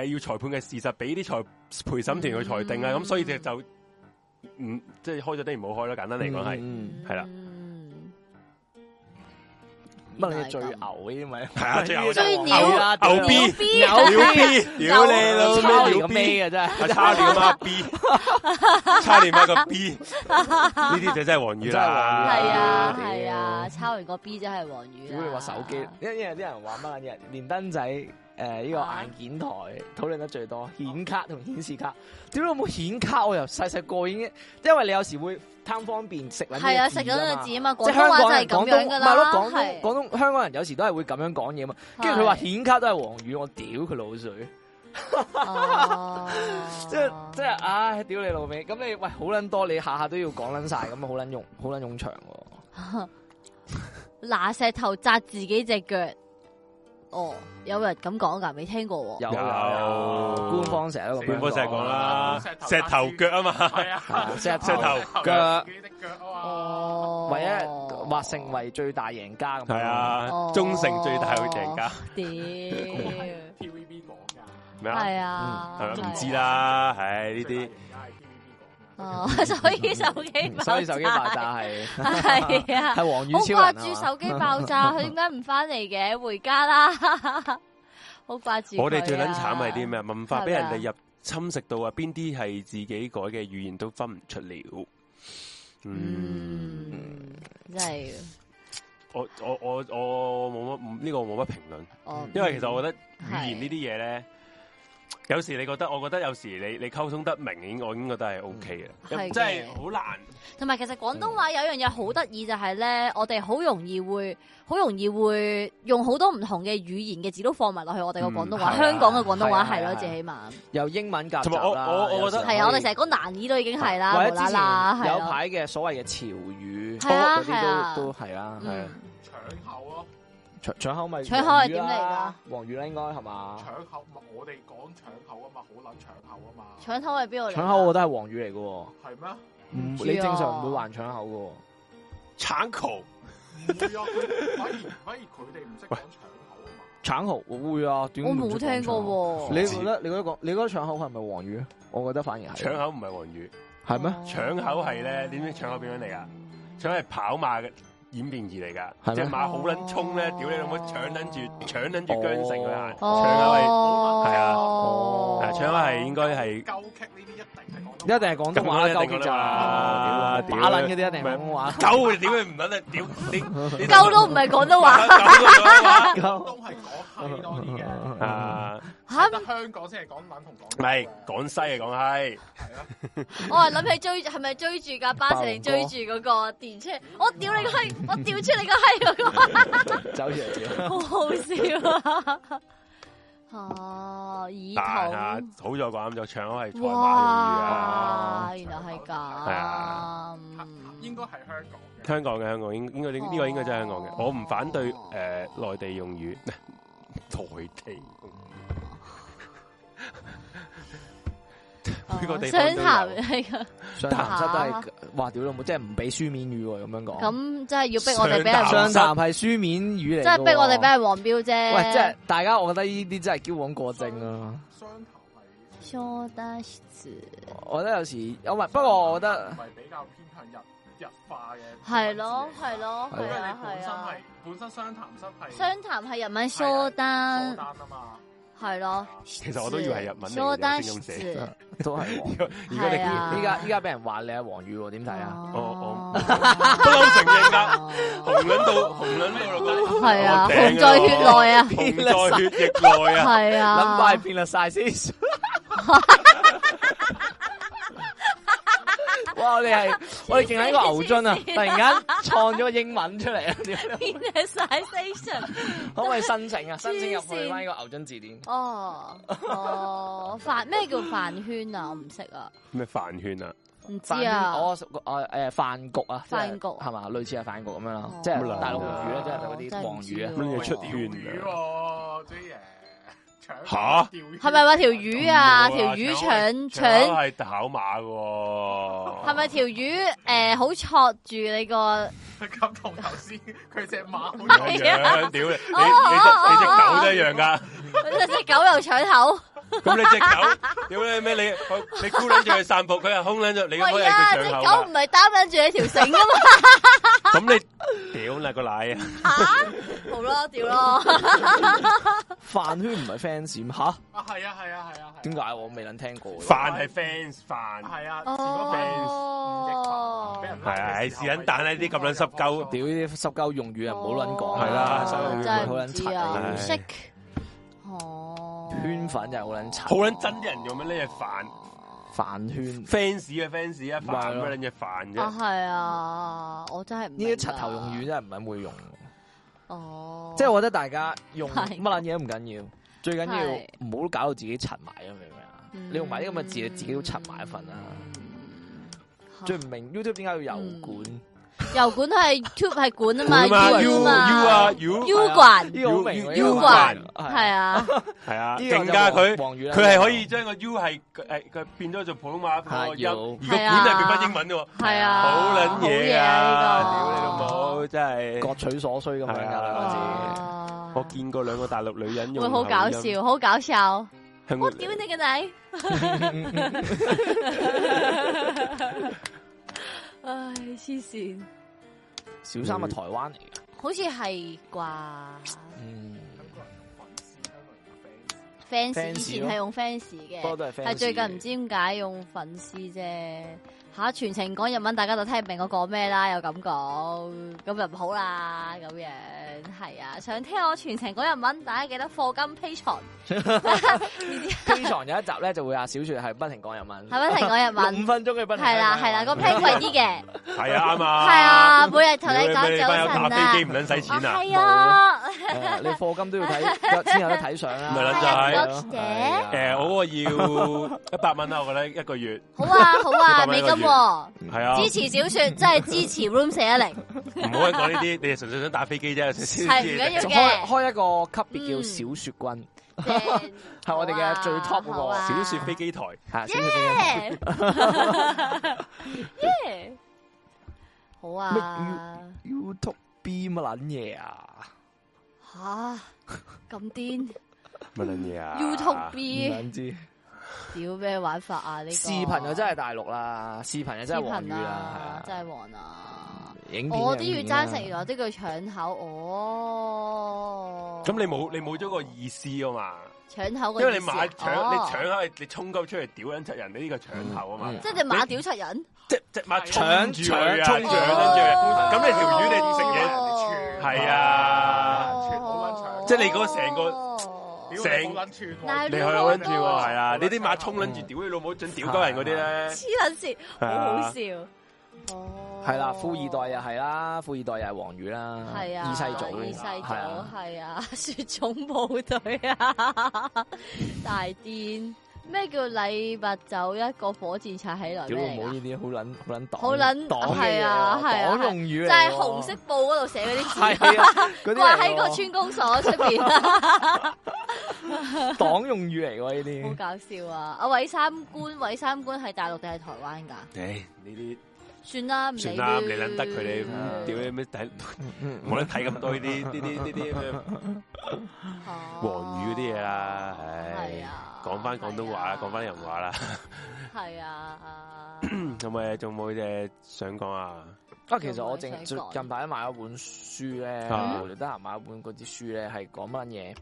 B: 誒要裁判嘅事實俾啲裁陪審團去裁定啦，
C: 嗯
B: 咁所以就就唔即係開咗等於冇開啦。簡單嚟講係
A: 嗯
B: 係啦
C: 嗯
A: 嗯乜撚嘢最牛嘅因為
B: 係啊最牛
C: 最
A: 牛
C: 牛
A: 啦屌
B: 牛 B
A: 牛
B: B，屌你老
A: 屌
B: 咩屌
C: 牛
B: B！
A: 嘅真
B: 阿
A: 係，
B: 差你媽 B，差你媽個 B，呢啲就真係黃
A: 真係黃宇
B: 宇啦，
C: 係啊
A: 屌
C: 係啊，抄完個 B 真係黃啊宇啦。
A: 屌你話手機，因為因為有啲人玩乜撚嘢，連登仔誒呢
C: 啊
A: 個硬件台討論得最多，顯卡同顯示卡。屌你冇顯卡，我由細細個已經，因為你有時會貪方便食撚啲
C: 係啊，
A: 字
C: 食咗
A: 㗎
C: 個
A: 嘛
C: 字啊嘛，
A: 即
C: 廣
A: 係
C: 東
A: 香
C: 話
A: 港
C: 就係
A: 人
C: 咁
A: 廣
C: 樣
A: 東，
C: 噶
A: 唔係咯，
C: 啦。
A: 廣東
C: 係
A: 廣東香港人有時都係會咁樣講嘢嘛。跟住佢話 顯卡都係黃魚，我屌佢老水，
C: 哦
A: 即
C: 啊
A: 係即係，啊唉，屌你老味！咁你喂好撚多，你下下都要講撚晒，咁啊好撚用，好撚用長喎。
C: 拿石頭砸自己只腳。哦，有人咁講㗎，未聽過喎。
A: 有
B: 有
A: 官方成日都咁樣
B: 官方成日講啦，石
E: 石
B: 頭
E: 頭
B: 腳啊嘛，
E: 係
A: 係啊
E: 啊，
A: 石頭
B: 石頭
A: 腳
E: 自己的腳啊嘛，
C: 哦，
A: 唯一話成為最大贏家咁樣。
B: 係啊
C: 哦，
B: 忠誠最大嘅贏家，
C: 屌，
E: ，TVB 講㗎，
B: 咩啊？
C: 係啊，
A: 嗯
B: 係咪
C: 係
B: 唔
C: 啊
B: 知。啦，唉呢啲
E: 最大贏家係 TVB 講㗎。
C: 哦， 所以手機
A: 嗯，所以手機爆炸 係
C: 係
A: 係。
C: 啊
A: 黃
C: 好
A: 魚超
C: 掛
A: 人
C: 住
A: 係嘛
C: 手機爆炸， 佢點解唔翻嚟嘅？回家啦， 好掛住佢啊。
B: 我哋最撚慘係啲咩？啊文化俾人
C: 係咪
B: 哋入侵蝕到啊，邊啲係自己改嘅語言都分唔出了。嗯，
C: 嗯，真係
B: 我我我我冇乜呢個我冇乜評論。
C: 我
B: 因為其實我覺得
C: 係
B: 語言呢啲嘢咧，有時你覺得，我覺得有時你你溝通得明，已經我已經覺得係 O K
C: 係嗯嘅
B: 嘅，真係好難。
C: 同埋其實廣東
A: 嗯
C: 話有一樣嘢好得意就係咧，我哋好容易會好容易會用好多唔同嘅語言嘅字都放埋落去我哋個廣東
B: 嗯係
C: 話，
B: 啊
C: 香港嘅廣東話係
A: 係啊係啊
C: 咯，最起碼
A: 由英文夾雜
B: 同埋我
A: 啦
B: 我我覺得
A: 有時
C: 係啊，我
A: 可以
C: 哋成日講難語都已經係啦，
A: 或
C: 無
A: 者之
C: 啦
A: 前
C: 啦，係
A: 有
C: 咯
A: 排嘅所謂嘅潮語，
C: 係啊
A: 嗰
C: 係
A: 啲
C: 啊
A: 都都係啦。
B: 係啊
C: 嗯
E: 搶口咯，
A: 搶搶口咪
C: 搶口係點嚟㗎
A: 㗎？黃魚啦，應該係
C: 啊
A: 嘛？
E: 搶口，我哋講搶口啊嘛，好撚搶口啊嘛，
C: 搶頭係邊度嚟㗎？
A: 搶口我覺得係黃魚嚟嘅喎，
E: 係咩？
A: 唔
C: 知啊
A: 你正常唔會還搶口嘅喎。
B: 慘窮，
E: 唔會啊， 佢反而反而佢哋唔識講搶口啊嘛。
A: 搶口我會啊，點
C: 我
A: 會唔
C: 冇
A: 識講
C: 聽
A: 搶
B: 啊
A: 口。
C: 過喎。哦
A: 你覺得你覺得講你覺得搶口係咪黃魚？我覺得反而係
B: 搶口唔係黃語，
A: 係咩？
C: 嗯
B: 搶口係咧點樣搶口點樣嚟啊？搶係跑馬嘅演變而嚟
A: 係咩
B: 㗎，隻馬好撚衝咧，屌你老母搶撚住搶撚住疆城佢行，搶
C: 哦
B: 口係係啊
C: 哦
B: 係搶口係應該 係
E: 鳩劇呢啲一定係講
A: 一定係廣東話啦，
B: 咁
A: 鳩
B: 一定
A: 結
B: 講啦
A: 咋？打
B: 屌
A: 撚嗰啲一定係廣東話。
B: 狗，屌佢唔撚啊！屌你 你
C: 鳩都唔係廣 東話，
B: 話
E: 廣東係講閪多啲嘅，
B: 啊，
C: 嚇！
E: 得香港先係講撚同講。
B: 唔係廣西係講閪。
E: 係啊，
C: 我係諗起追，係咪追住架巴士定追住嗰個電車？我屌你個閪！我屌出你個閪嗰個，
A: 走住嚟屌
C: 好 好笑啊！ 哦，
B: 但啊
C: 耳，
B: 好在話啱咗搶係賽
C: 筒，
B: 馬
C: 哇！原來係嗯
B: 啊
C: 咁，
E: 應該係香港嘅。
B: 香港嘅香港應應該呢
C: 哦
B: 呢個應該真係香港嘅，我唔反對誒內地用語， 內地用語每個地方
C: 湘
B: 都有
C: 潭
B: 哦
C: 係啊
A: 上談室都係哇！屌老母，即係唔俾書面語喎，咁樣講。
C: 咁，真係要逼我哋俾人
B: 湘潭
A: 上談係書面語嚟㗎喎，
C: 即係逼我哋俾人黃標啫。
A: 喂，即係大家，我覺得呢啲真係矯枉過正啊！
E: 雙頭係
C: 蘇打士
A: 我覺得有時，我唔係，不過我覺
E: 唔
A: 得
E: 係比較偏向日日化嘅。
C: 係咯，係。咯，
E: 因為
C: 係
E: 你
C: 啊，
E: 本
C: 係
E: 身係
C: 啊。
E: 本身商談室係
C: 商談係日文
E: 係啊
C: 蘇丹
E: 蘇，丹啊嘛，
C: 係咯。
B: 其實我都以為係日文嚟嘅
C: 蘇丹
B: 有聲咁寫
C: 士
A: 都係黃。
B: 如果你
C: 係啊哦
A: 依家依家俾人話你係黃宇喎，點睇啊？
B: 我我不嬲承認㗎，紅撚到紅撚到落街，
C: 係啊，
B: 我頂
C: 紅在血內啊，
B: 紅在血液內啊！
C: 係
A: 諗
C: 啊
A: 快， 變啦晒先，哇！我哋係我哋勁喺個牛津啊，突然間創咗個英文出 嚟啊！屌
C: 邊係 station？
A: 可唔可以申請啊？申請入去
C: 黐線
A: 翻呢個牛津字典。
C: 哦哦，饭咩叫飯圈啊？我唔識啊，
B: 咩飯圈啊？
C: 唔知
A: 飯哦
C: 啊。
A: 我我誒飯局啊，即係
C: 飯局
A: 係嘛？類似係飯局咁樣啦
C: 哦，
A: 即
B: 咁
A: 係
B: 難
A: 大陸
B: 啊
A: 魚啦，即係嗰啲黃魚啊。
B: 乜嘢出
E: 釣
B: 圈
E: 魚
B: 啊？
E: 喎，J 爺搶
B: 吓
E: 釣魚
C: 係咪話條魚啊？
B: 哇
C: 條魚
B: 搶
C: 搶
B: 搶
C: 搶，
B: 係跑馬嘅喎，
C: 係咪條魚诶好戳住 你個？
E: 咁同頭先佢只馬好
B: 咁
E: 似
C: 係啊
B: 樣？屌你！你你隻
C: 哦哦
B: 你隻狗都一樣㗎。
C: 只狗又搶口？
B: 咁你隻狗，屌你咩？你你箍撚住佢散步，佢又空撚咗，你咁可
C: 喂
B: 以係
C: 啊！
B: 佢
C: 只
B: 搶
C: 狗
B: 口
C: 唔
B: 㗎
C: 係擔緊住你條繩噶嘛？
B: 咁你屌啦個奶啊！
C: 吓，好咯，掉咯。
A: 飯圈唔係 fans 吓？
E: 啊，係啊係啊係啊，
A: 點解我未能聽過？
B: 飯係 fans 飯，
E: 係啊，
C: 哦，
B: 係啊，係是撚蛋呢啲咁撚濕鳩，
A: 屌呢啲濕鳩用語啊，唔好撚講啊。
B: 係啦濕鳩
C: 哦
B: 用語
C: 真係
A: 好
C: 唔
A: 撚
C: 知
A: 柒
C: 啊，
A: 啊
C: 唔
B: 唉
C: 識。哦，
A: 圈粉就係好撚
B: 好
A: 柒，
B: 撚憎啲人用咩呢隻飯
A: 飯圈
B: fans 嘅 fans 啊，飯
A: 咪
B: 乜
A: 咯
B: 撚嘢飯
C: 啊
B: 啫？
C: 係啊，我真係唔
A: 呢啲柒頭用語
C: 語
A: 真係唔撚會用。
C: 哦，
A: 即係我覺得大家用乜
C: 係
A: 撚嘢都唔緊要，最緊要
C: 係
A: 唔好搞到自己柒埋啊！明唔明啊？
C: 嗯
A: 你用埋啲咁嘅字，你自己都柒埋一份啦。啊
C: 嚇
A: 最唔明 YouTube 點解要油管？
C: 油管係 tube 係管啊嘛
B: 管嘛，you，you 啊，you，
C: ，U 嘛嗯，U 管
A: 呢個好明喎，呢
B: U-
A: 個
B: U
A: 好明
B: 環
C: 係啊，
B: 係啊，
A: 呢個就
B: 勁加佢。
A: 黃宇啦
B: 佢係可以將個 U 係誒佢變咗做普通話嗰個音，
A: 係
B: 而
A: 要
B: 個管就變翻英文喎，
C: 係啊，
B: 好撚嘢啊！
C: 好
B: 屌你
C: 嘢啊
B: 老母，真係
A: 各取所需咁樣噶
B: 係
A: 啦，
C: 哦
B: 啊
A: 嗰
C: 哇
B: 我見過兩個大陸女人用
C: 會好搞
B: 口音，
C: 笑，好搞笑。
B: 香港
C: 我屌你個仔！ 唉，黐線，
A: 啲小三係台灣嚟嘅，
C: 好似係啩
A: 嗯，
C: fans
A: Fans
C: 以前係用 fans
A: 不過
C: 嘅，
A: 都係 fans
C: 係最近唔
A: 嘅
C: 知點解用粉絲啫。吓，全程講日文，大家就聽唔明我講咩啦，又咁講，咁就唔好啦，咁樣係啊。想聽我全程講日文，大家記得課金 p a t r o n
A: 非常有一集咧，就會阿小雪係不停講日文，
C: 係咪停講
A: 六
C: 日
A: 五
C: 文？
A: 分鐘佢不停講日文
C: 係啦係啦，個 plan 貴啲嘅。
B: 係啊啱啊，
C: 系啊，每日同你
B: 屌
C: 講
B: 你班友
C: 早晨
B: 搭
C: 啊
B: 飛機，唔撚使錢啊！
C: 系啊，
A: 呃誒你課金都要 睇，先有得睇相啦，
B: 咪撚
C: 仔
A: 係啊
B: 誒，我嗰個要一百蚊啦，我覺得一個月
C: 好啊好 啊，
B: 一百蚊
C: 美
B: 一個
C: 金喎
B: 係啊，
C: 支持小说，真係支持 Room 四一 零，
B: 唔好講呢啲，你係純粹想打飛機啫，
C: 係唔緊要
A: 就
C: 嘅
A: 開開一個級別叫小雪君，
C: 正
A: 係我哋嘅最 top 嗰
C: 嗯好
A: 個
C: 啊
B: 小雪飛機台，
A: 係小雪君。
C: 耶，好啊，
A: YouTube B 乜撚嘢啊？
C: 吓咁癲
B: 乜撚嘢啊
C: YouTube
A: 唔
C: B，
A: 撚知
C: 屌咩玩法啊？呢個
A: 視頻就真係大陸啦，視頻就真係黃
C: 視
A: 魚
C: 頻
A: 啦
C: 啊，，
A: 係啊
C: 真係黃啊！
A: 影片
C: 我
A: 就
C: 啲
A: 影
C: 要
A: 片啦
C: 爭食，原來啲叫搶口，哦。
B: 咁你冇你冇咗個意思啊嘛，
C: 搶口嗰
B: 因為
C: 意
B: 你
C: 思啊
B: 買搶你
C: 哦
B: 搶口，你衝鳩出嚟屌撚出人，你呢個搶頭啊嘛
A: 嗯。
C: 即係只馬屌出人，
B: 即即咪
A: 搶
B: 住佢啊，
A: 搶
B: 搶跟
A: 衝
B: 住
A: 住
B: 佢
C: 哦
B: 咁你條魚你唔食嘢，係啊
E: 全部
C: 哦
E: 撚搶，
B: 即係你嗰個成個
E: 屌
C: 個
E: 你冇撚串喎，
B: 你去撚
C: 哦
B: 住喎，係啊，你啲馬衝撚住屌你老母，準屌鳩人嗰啲咧，
C: 黐撚線，
B: 係
C: 好好
B: 啊，
C: 笑。哦，
A: 係啦，富二代又係啦，富二代又係黃魚啦，
C: 係啊，
A: 二世祖，
C: 二世
A: 係啊
C: 祖係啊， 雪種部隊啊， 大癲。咩叫禮物就一個火箭擦起來
A: 屌
C: 咩
A: 老
C: 嚟
A: 母
C: 㗎？
A: 呢啲好撚好撚黨，
C: 好撚
A: 黨嘅
C: 係啊
A: 嘢喎
C: 係啊
A: 黨用語嚟喎，
C: 就係紅色布嗰度寫嗰啲字，
A: 係啊，嗰啲
C: 掛
A: 嚟
C: 喺個
A: 喎
C: 村公所出啊邊，
A: 黨用語嚟喎呢
C: 好
A: 啲，
C: 搞笑啊！阿韋三官，韋三官係大陸定係台灣㗎？
B: 唉，呢
C: 算啦，唔
B: 啲算
C: 理
B: 啦，
C: 啦
B: 你撚得佢哋
C: 啊
A: 嗯
B: 屌你咩睇，冇得睇咁多呢啲呢啲呢啲咩黃魚嗰啲嘢啦，
C: 哦係
B: 唉
C: 啊，
B: 講翻廣東話啦，
C: 係啊
B: 講翻人話啦，
C: 係啊，
B: 有冇嘢仲冇嘢想講啊？
A: 啊，其實我
C: 有冇
A: 淨
C: 嘢
A: 最
C: 想講
A: 近排買咗本書咧，
B: 啊
A: 無聊得閒買一本嗰啲書咧，係講乜嘢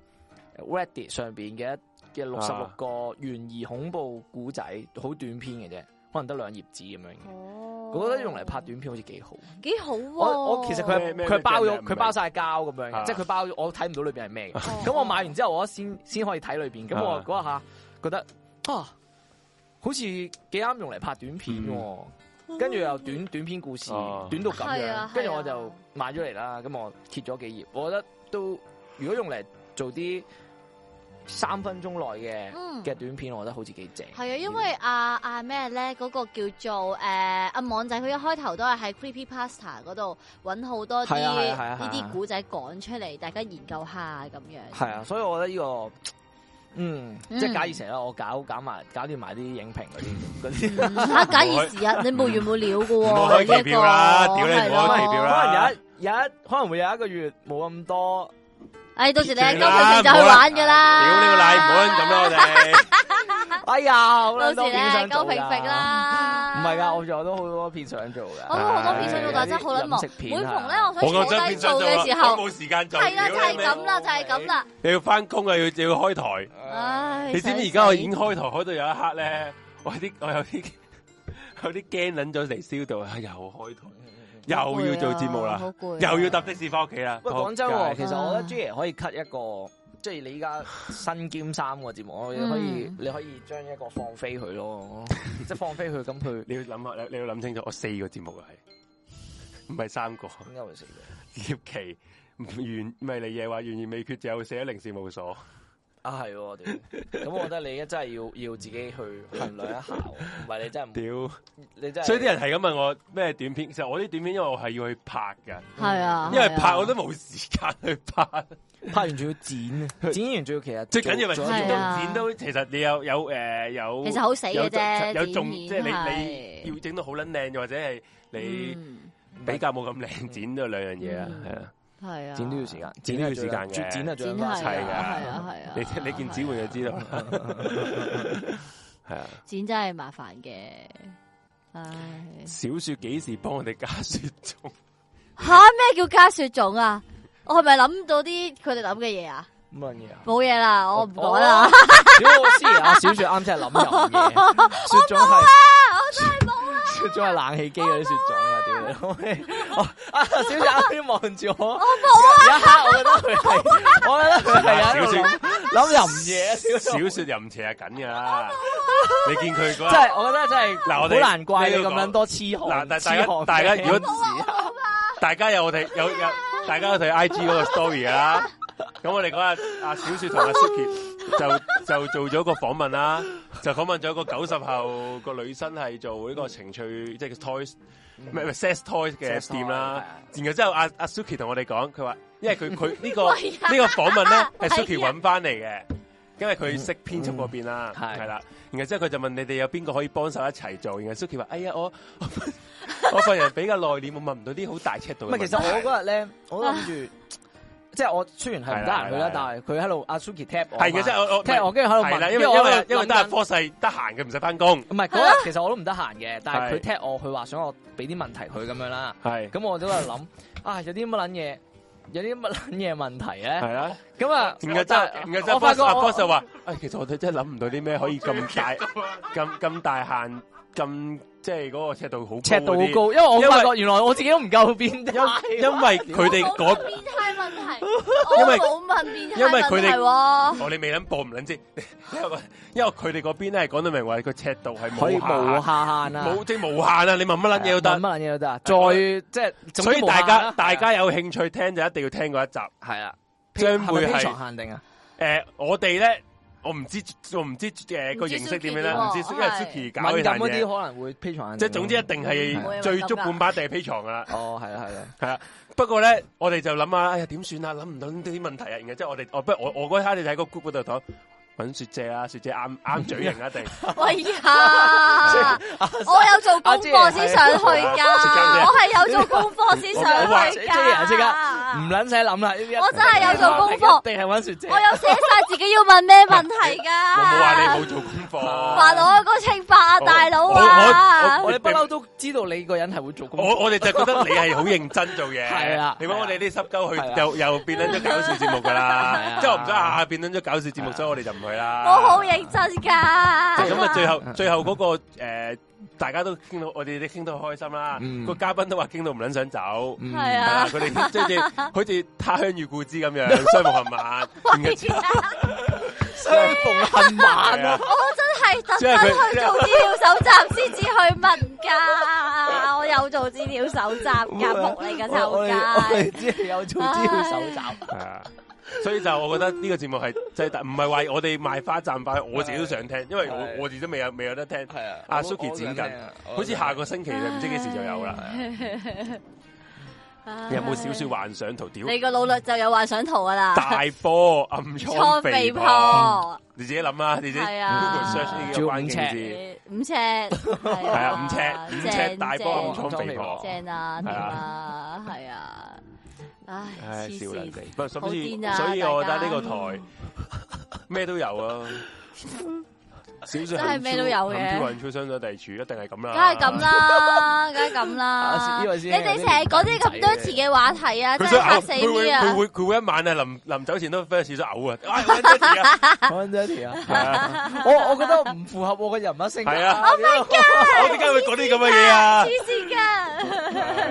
A: ？Reddit 上邊嘅一嘅六十六
B: 啊
A: 個懸疑恐怖古仔，好短篇嘅啫，可能得兩頁紙咁樣嘅。
C: 哦
A: 我覺得用嚟拍短片好似幾好。
C: 幾好喎。
A: 我我其實佢
B: 咩
A: 係
B: 咩
A: 佢係包
B: 咩
A: 咗
B: 咩
A: 佢包晒膠咁樣
B: 啊
A: 嘅，即係佢包咗，我睇唔到裏邊係咩嘅。
C: 哦
A: 咁我買完之後，我先先可以睇裏邊。咁我
B: 啊
A: 嗰下覺得啊，好似幾啱用嚟拍短片喎。跟住又短短篇故事，
B: 嗯哦
A: 短到咁
C: 係
A: 樣
C: 啊，
A: 跟住
C: 係啊
A: 我就買咗嚟啦。咁我揭咗幾頁，我覺得都如果用嚟做啲三分鐘內嘅
C: 嗯
A: 嘅短片，我覺得好似幾正。
C: 系啊，因
B: 嗯
C: 為啊啊咩咧，嗰、個叫做诶阿、網仔，佢一開頭都係喺 Creepy Pasta 嗰度揾好多啲
A: 係啊係啊係啊係啊
C: 呢啲古仔講出嚟，大家研究下咁樣。
A: 係啊，所以我覺得呢、個。嗯，
C: 嗯
A: 即係假以成日我搞搞埋搞掂埋啲影評嗰啲嗰 啲，
C: 嗯嚇假以時日，你冇完冇了噶喎。
B: 唔好開期表啦屌你唔
A: 唔
B: 好
A: 係
B: 開期表啦
A: 可能有一有一可能會有一個月冇咁多，
C: 诶，到時你
B: 斷
C: 喺金
B: 啦
C: 佢就去玩噶啦。
B: 屌你個奶，唔好咁啦，我 哋。
A: 哎呀，好
C: 到
A: 撚
C: 時
A: 多
C: 你
A: 片
C: 係
A: 想
C: 鳩
A: 做
C: 平平
A: 㗎
C: 啦。
A: 唔係㗎，我仲有都好多片想做
C: 哦我
A: 㗎。啊
C: 都好多片想做，但係真係好撚忙
A: 飲食。
C: 每
A: 片啊
C: 逢咧，我想
B: 我
C: 坐
B: 個真
C: 低
B: 變相
C: 做
B: 就
C: 嘅時候，
B: 冇時間做。
C: 係啦，就
B: 屌
C: 係
B: 你咪
C: 咁啦，就係咁啦。
B: 你要翻工啊，要要開台。
C: 唉，
B: 你知唔知而家我已經開台開到有一刻咧，我有啲我有啲 有啲驚撚咗嚟燒到，啊又開台，又要做節目啦
C: 好，攰啊，
B: 又要搭的士翻屋企啦。
A: 喂，廣州
B: 仆
A: 喎，
B: 街
A: 其實我覺得 J 爺可以 cut 一個，即係你依家身兼三個節目，我覺得可以
C: 嗯
A: 你可以將一個放飛佢咯，即係放飛佢咁佢
B: 你要諗下，你你要諗清楚，我四個節目啊，係唔 係三個？
A: 點解會死
B: 葉奇完咪你嘢話懸而未決，就有寫零事務所。
A: 啊？係喎，屌咁我覺得你真係要要自己去衡量一下喎，唔係你真係唔
B: 屌！
A: 你真係
B: 所以啲人係咁問我咩短片，其實我啲短片因為我係要去拍㗎，
C: 係啊，
B: 因為拍我都冇時間去拍。
A: 拍完仲要剪啊，剪完仲要其實
B: 最緊要咪
A: 做
B: 剪
A: 做
C: 係啊
B: 到剪到，其實你有有诶有，
C: 其實好死嘅啫，
B: 有有重
C: 剪
B: 即係
C: 片
B: 你你要整到好撚靚，又或者係你
C: 嗯
B: 比較冇咁靚，剪到兩樣嘢啊，
C: 嗯
B: 係啊，
C: 係啊，
A: 剪都要時間，
B: 剪都要時間嘅
A: 剪啊仲
C: 剪係
A: 要
C: 啊，
A: 花時
B: 係
A: 間
B: 㗎
C: 係啊，係啊，
B: 你你見指換就知道 啦，係啊。
C: 剪真係麻煩嘅，唉，
B: 小雪幾時幫我哋加雪種？
C: 吓咩叫加雪種啊？我係咪諗到啲佢哋諗嘅嘢啊？
A: 乜嘢啊？
C: 冇嘢啦，我唔講
B: 哦
C: 啦，
A: 屌我思怡阿小雪啱先係諗人嘢， 雪種係
C: 我真係冇啦，
A: 雪種係冷氣機嗰啲雪種啊！屌你，我啊小雪啱先望住我，我冇啊！有一刻我覺得佢係，我覺得佢係喺度諗諗人嘢，
B: 小
A: 小雪
B: 雪又 唔邪係緊㗎啦，你見佢嗰
A: 真
B: 日
A: 係我覺得真係
B: 嗱我哋
A: 好難怪你
B: 呢
A: 咁
B: 個講
A: 撚多痴漢。
B: 嗱但係
A: 痴
B: 大家
A: 漢
B: 大家如果
A: fans
C: 啊
B: 大家有我哋有有，大家有睇 I G 嗰個 story 㗎啦。咁我哋嗰日阿小雪同阿 Suki 就就做咗個訪問啦，就訪問咗個九十後個女生係做呢個情趣即係 toys 唔係唔係 sex toys 嘅
A: Sex
B: 店啦
A: toy，。
B: 然後之後阿阿 Suki 同我哋講，佢話因為佢佢呢個
C: 喂呀
B: 呢個訪問咧係
C: 係啊
B: Suki 揾翻嚟嘅。因為佢識編輯嗰邊啦，
A: 嗯係
B: 係啦，然後之後佢就問你哋有邊個可以幫手一齊做，然後 Suki 話：哎呀，我我份人比較內斂，我問唔到啲好大尺度
A: 唔
B: 啊
A: 係，
B: 嘅問題。
A: 其實我嗰日咧，我都諗住，即係我雖然係唔得閒去
B: 係啦係啦
A: 啦，但係佢喺度阿 Suki tap 我嘛，
B: 係嘅，即係我我
A: 即係我跟住喺度
B: 係啦，
A: 問，
B: 因為
A: 我
B: 因
A: 喺
B: 為
A: 度
B: 因為
A: 諗
B: 得阿
A: 緊
B: 科世得閒嘅，唔使翻工。
A: 唔係嗰日其實我都唔得閒嘅，但係
B: 係
A: 佢踢我，佢話想我俾啲問題佢咁樣啦，
B: 係
A: 咁我都喺度諗啊，有啲乜撚嘢，有啲乜撚嘢問題咧？
B: 係啦，
A: 咁啊，
B: 然後
A: 我
B: 真係，然後真
A: 我發覺
B: 係阿科世
A: 我
B: 話：，誒，其實我哋真係諗唔到啲咩可以咁 大、咁咁大限、咁即係嗰個尺度好高
A: 尺度好
B: 嗰啲。
A: 高，因為我
B: 因為
A: 發覺原來我自己都唔夠變態，
B: 因因為 佢哋
C: 我冇
B: 嗰
C: 問，變態問題，
B: 因
C: 我
B: 為
C: 冇問變
B: 因為
C: 態問
B: 佢
C: 題
B: 哋
C: 喎。
B: 我哋未諗播唔撚知， 因為因為佢哋嗰邊咧係講到明話個尺度係
A: 可以
B: 冇
A: 無下
B: 限，
A: 限啊，
B: 冇即係無限啊！你問乜撚嘢都
A: 問
B: 得。
A: 乜撚嘢都得啊，
B: 係
A: 再即係，
B: 所以大家大家有興趣聽就一定要聽嗰一集。
A: 係啊啦，
B: 將會係
A: 係咪非常限定啊，
B: 诶、呃我哋咧，我唔知，我唔知诶
C: 唔
B: 个
C: 知
B: 形式
C: Suki 哦
B: 點樣咧，
C: 喎
B: 唔知因為
C: 係
B: Suki 搞呢
A: 哦敏感
B: 單
A: 嗰
B: 嘢，
A: 啲可能會嗯非常限定，啊
B: 即系总之一定
C: 唔會
B: 係
C: 有
B: 最
C: 敏
B: 足
C: 感㗎
B: 半把地係 P 床噶啦。
A: 哦係啦係 啦，
B: 系啦，不過咧，我哋就諗下，哎呀，點算啊？諗唔到呢啲問題啊！然後即係我哋，我不如我我嗰一刻你就喺個 group 嗰度講，搵雪姐啊，雪 姐啱啱嘴型啊，一定
C: 喂 呀！
B: 啊
C: 我有做功課先上去噶，我係有做功課先上去
B: 啊
A: 唔
C: 噶。
A: 撚使諗啦，呢啲一
C: 我真係有做功課
A: 一定係揾雪姐
C: 我。有寫晒自己要問咩問題
B: 我冇話你
C: 噶。
B: 冇做 功
C: 話
B: 課。
C: 我個清白啊，大佬啊！
A: 我哋不嬲都知道你個人係會做工，
B: 我我哋就覺得你係好認真做 嘢，
A: 係啦
B: 你搵我哋啲濕鳩
A: 係啦啊
B: 去又又變咗搞笑節目 噶
A: 係
B: 啦
A: 啊，
B: 即係我唔想下下變咗搞笑節目，
A: 係啊
B: 所以我哋就唔去啦。
C: 我好認真噶。
B: 咁 啊，最後最後嗰、個呃大家都傾到，我哋都傾到開心啦。
A: 嗯
B: 個嘉賓都話傾到唔撚想走，
A: 嗯
C: 係
B: 係
C: 啊
B: 啦， 佢哋即係好似他鄉遇故知咁 樣，相逢恨晚。然後
A: 相逢恨晚
B: 係啊
A: 啊！
C: 我真係特登去做資料搜集先至去問㗎，我有做資料搜集㗎，木嚟
A: 我
C: 嘅臭
A: 哋我哋。
C: 街
A: 只係有做資料搜集，
B: 係啊，所以就我覺得呢個節目係即係唔係話我哋賣花讚花，我自己都想聽，因為
A: 係
B: 我我哋都未有未有得聽。
A: 係啊
B: 阿
A: 我
B: Suki 剪
A: 我想聽
B: 緊
A: 啊，
B: 好似下個星期就唔知幾時就有啦。你有冇小說幻想圖？屌，
C: 你個腦率就有幻想圖㗎啦，
B: 大波暗瘡
C: 倉
B: 肥
C: 肥
B: 婆，
C: 婆，
B: 你自己諗啊，你自己 Google
C: 係啊
B: search 呢個關鍵字。
C: 五尺，係
B: 係啊，五尺五尺
C: 哦正
B: 大波暗
C: 正
B: 瘡肥婆，
C: 正啊，
B: 係
C: 掂
B: 啊
C: 啊，係啊，唉，
B: 唉，
C: 黐
B: 笑
C: 線
B: 人。哋。不過所以
C: 好癲啊
B: 所以我覺得呢個
C: 大家
B: 台咩都有啊，少少
C: 真係咩都有嘅
B: 人超相咗地主一定係咁啦，
C: 梗係咁。啦，梗係咁
A: 啊
C: 啦。
A: 呢位
C: 你
A: 先
C: 哋成日講啲咁多次嘅話題啊，
B: 佢
C: 真
B: 想
C: 係嚇
B: 嘔，
C: 死
B: 佢會
C: me
B: 佢
C: 啊！
B: 會佢會一晚啊，臨臨走前都俾廁所嘔啊！唉，搵多次 啊，
A: 講真啲 啊，我我覺得唔符合我嘅人物性格。
B: 係啊
A: ，Oh my god！
B: 我點解會講啲咁嘅嘢啊
C: 黐？線噶，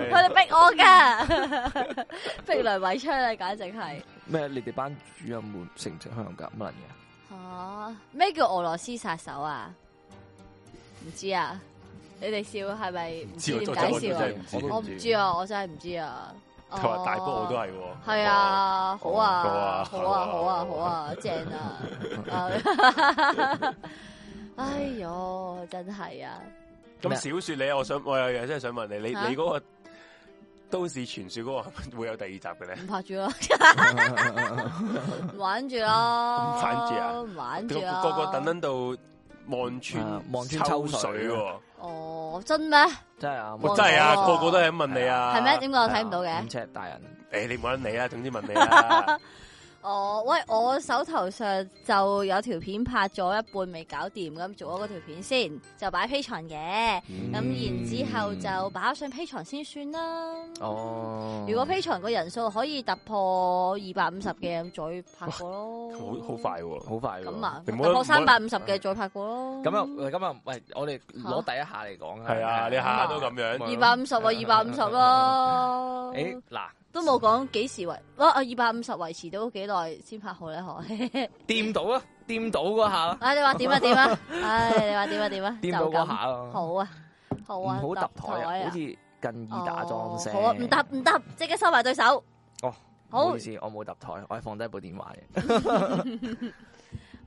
C: 佢哋逼我噶， 逼梁偉昌啊，簡直係
D: 咩？你哋班主任們成績向咁乜嘢？
C: 嚇咩叫俄羅斯殺手啊？唔知啊，你哋笑係咪唔知
B: 知
C: 點
B: 道
C: 解
B: 真
C: 笑啊
B: 係？唔知
D: 我都
C: 我唔知啊，我真係唔知啊。
B: 佢話大波我都係
C: 係。
B: 喎，
C: 系啊，好
B: 好啊
C: 啊，好啊，好啊，好啊，正啊！啊 哎呦，真系啊！
B: 咁小说你，我想我又又真係想問你，你
C: 嚇
B: 你嗰個都市傳說嗰個會有第二集嘅咧？
C: 唔拍住 咯，玩住咯，
B: 唔玩住啊，
C: 玩住
B: 個
C: 啊！
B: 個個等等到望
D: 啊
B: 穿
D: 望穿
B: 秋
D: 秋
B: 水
D: 水
B: 喎，
C: 哦，真咩？
D: 真係啊！
B: 我
C: 望
B: 真係啊，
C: 到
B: 個
C: 喎
B: 個都係咁問你啊，
C: 系咩？點解哦我睇唔到嘅
A: 啊
D: 五？尺大人，
B: 誒，你冇得你啊，總之問你 啊，
C: 哦，喂，我手頭上就有條片拍咗一半未搞掂，咁做咗嗰條片先，就擺 P 床嘅，
A: 嗯
C: 咁然之後就擺咗上 P 床先算啦。
D: 哦。
C: 如果 P 場個人數可以突破二百五十嘅，咁再拍過咯。
B: 好好快喎，
D: 好快喎
C: 咁啊！
B: 你唔
C: 突
B: 好
C: 破
B: 唔好
C: 三百五十嘅再拍過咯。
A: 咁啊，喂咁啊，喂，我哋攞第一下嚟講
B: 係啊，你下下都咁
A: 咁
B: 樣，
C: 二百五十啊，二百五十咯。
A: 诶，嗱，
C: 都冇講幾時維，哇！啊二百五十維持到幾耐先拍好咧？可
A: 掂到啊，掂到嗰下啦，
C: 啊！你話點啊？點啊？唉，你話點啊？點啊？
A: 掂到
C: 就
A: 嗰
C: 咁
A: 下咯，
C: 好啊，好
D: 唔
C: 啊，
D: 好揼台啊，好似近
C: 哦
D: 耳打樁聲。
C: 好啊，唔搭唔搭，即刻收埋對手。
D: 哦，唔
C: 好
D: 好意思，我冇揼台，我係放低部電話嘅。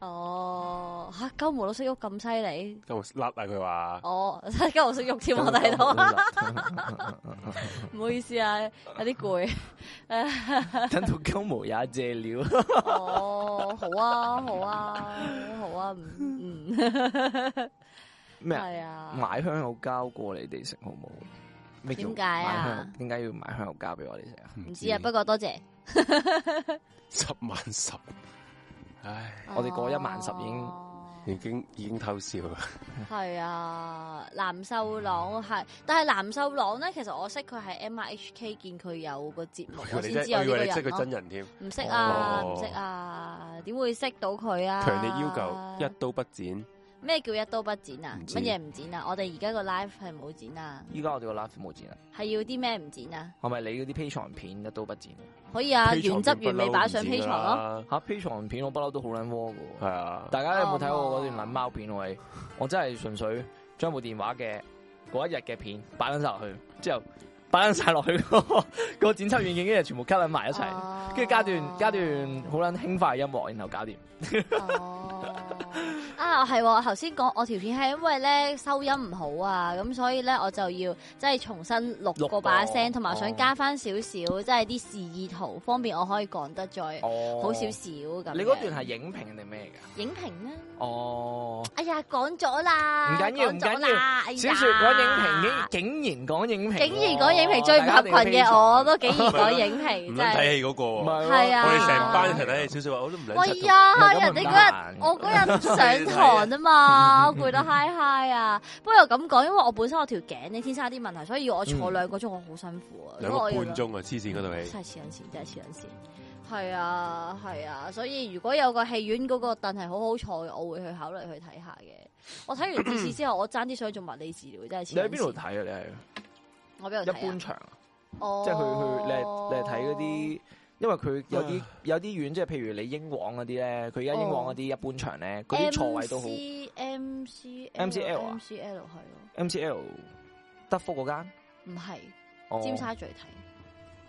C: 哦，吓鳩毛都識喐咁犀利，
B: 咁甩啊佢話，
C: 哦， 鳩毛識喐添，我睇到。啊 唔好意思啊，有啲攰。
D: 等到鳩毛也借料，
C: 哦，好啊，好啊，好啊，嗯，
D: 咩啊？
C: 系啊，
D: 買香口膠過你哋食好冇？咩叫
C: 點解啊
D: 買香口？點解要買香口膠俾我哋食啊？
C: 唔知啊，不過多謝。
B: 十萬十，唉，
D: 我哋過一萬十已經
C: 哦
B: 已經已經偷笑啦，
C: 係啊，藍秀朗係，但係藍秀朗咧，其實我識佢係 M I H K 見佢有個節目，
B: 我
C: 我
B: 以為
C: 先
B: 你
C: 知
B: 真，
C: 有
B: 我以
C: 呢個
B: 為你識
C: 人
B: 佢真
C: 咯。
B: 人添，
C: 唔識啊，
B: 哦
C: 唔識啊，點會識到佢啊？
B: 強烈要求一刀不剪，
C: 咩叫一刀不剪啊
B: 唔？知
C: 乜嘢唔剪啊？我哋而家個 live 係冇剪啊，
D: 依家我哋個 live 冇剪啊，
C: 係要啲咩唔剪啊？
D: 係咪你嗰啲 P 床片一刀不剪啊？
C: 可以啊，
B: 披
C: 原
B: 床
C: 汁
B: 片
C: 原味
B: 不嬲
C: 擺
B: 唔
C: 上
B: 剪
C: P 床咯。
B: 啦，
D: 吓 P 床片我不嬲都好撚窩噶
B: 係
D: 喎。
B: 啊，
D: 大家有冇睇我
C: 哦
D: 嗰段撚貓片喎？喂我真係純粹將部電話嘅嗰一日嘅片擺撚晒落去，之後擺撚晒落去 嗰個剪輯軟件，跟住全部 cut 撚埋一齊，
C: 哦
D: 跟住加段加段好撚輕快嘅音樂，然後搞掂。
C: 哦，啊系，係喎我頭先講我條片係因為咧收音唔好啊，咁所以咧我就要即係重新錄
D: 錄
C: 個
D: 過
C: 把聲，同埋想
D: 哦
C: 加翻少少即係啲示意圖，方便我可以講得再
D: 哦，
C: 好少少咁樣。
D: 你嗰段係影評定咩㗎？
C: 影評啦？
D: 哦，
C: 哎呀，講咗
D: 唔
C: 啦，
D: 緊要
C: 講咗
D: 唔緊要
C: 啦，哎呀
D: 小說講影評，竟竟然講影評喎，
C: 竟然講影評最唔合群嘅我都竟然講影
B: 唔
C: 評，
B: 撚
C: 真
B: 睇
C: 係
B: 戲嗰個
D: 唔
B: 喎。
D: 係喎
C: 係啊
B: 我哋成班一齊睇戲，少少話我都唔
C: 喂
B: 撚柒到。
C: 哎呀！
D: 唔係咁
C: 人哋
D: 唔
C: 嗰日
A: 嗯
D: 難
C: 我嗰日上堂啊嘛，我攰到嗨嗨啊！不過又咁講，因為我本身我條頸咧天生有啲問題，所以要我坐兩個鐘，我好辛苦啊。
B: 兩
C: 因為
B: 個
C: 我
B: 半
C: 要
B: 鐘啊，黐線嗰套戲。
C: 真係黐緊線，真係黐緊線。係啊，係啊，所以如果有個戲院嗰個凳係好好坐嘅，我會去考慮去睇下嘅。我睇完自試之後，我爭啲想做物理治療，真係黐
D: 你喺
C: 緊
D: 邊度
C: 線？
D: 睇啊？你係
C: 我邊度
D: 一
C: 睇啊
D: 般？場啊，
C: 哦
D: 即係去去你係你係睇嗰啲
A: 因為佢有啲有啲院，即係譬如你英皇嗰啲咧，佢而家英皇嗰啲一般場咧，嗰啲座位都好
C: M C
A: MCL 啊
C: M C L 系咯，
A: MCL 德福嗰間，
C: 唔係
A: 哦
C: 尖沙咀睇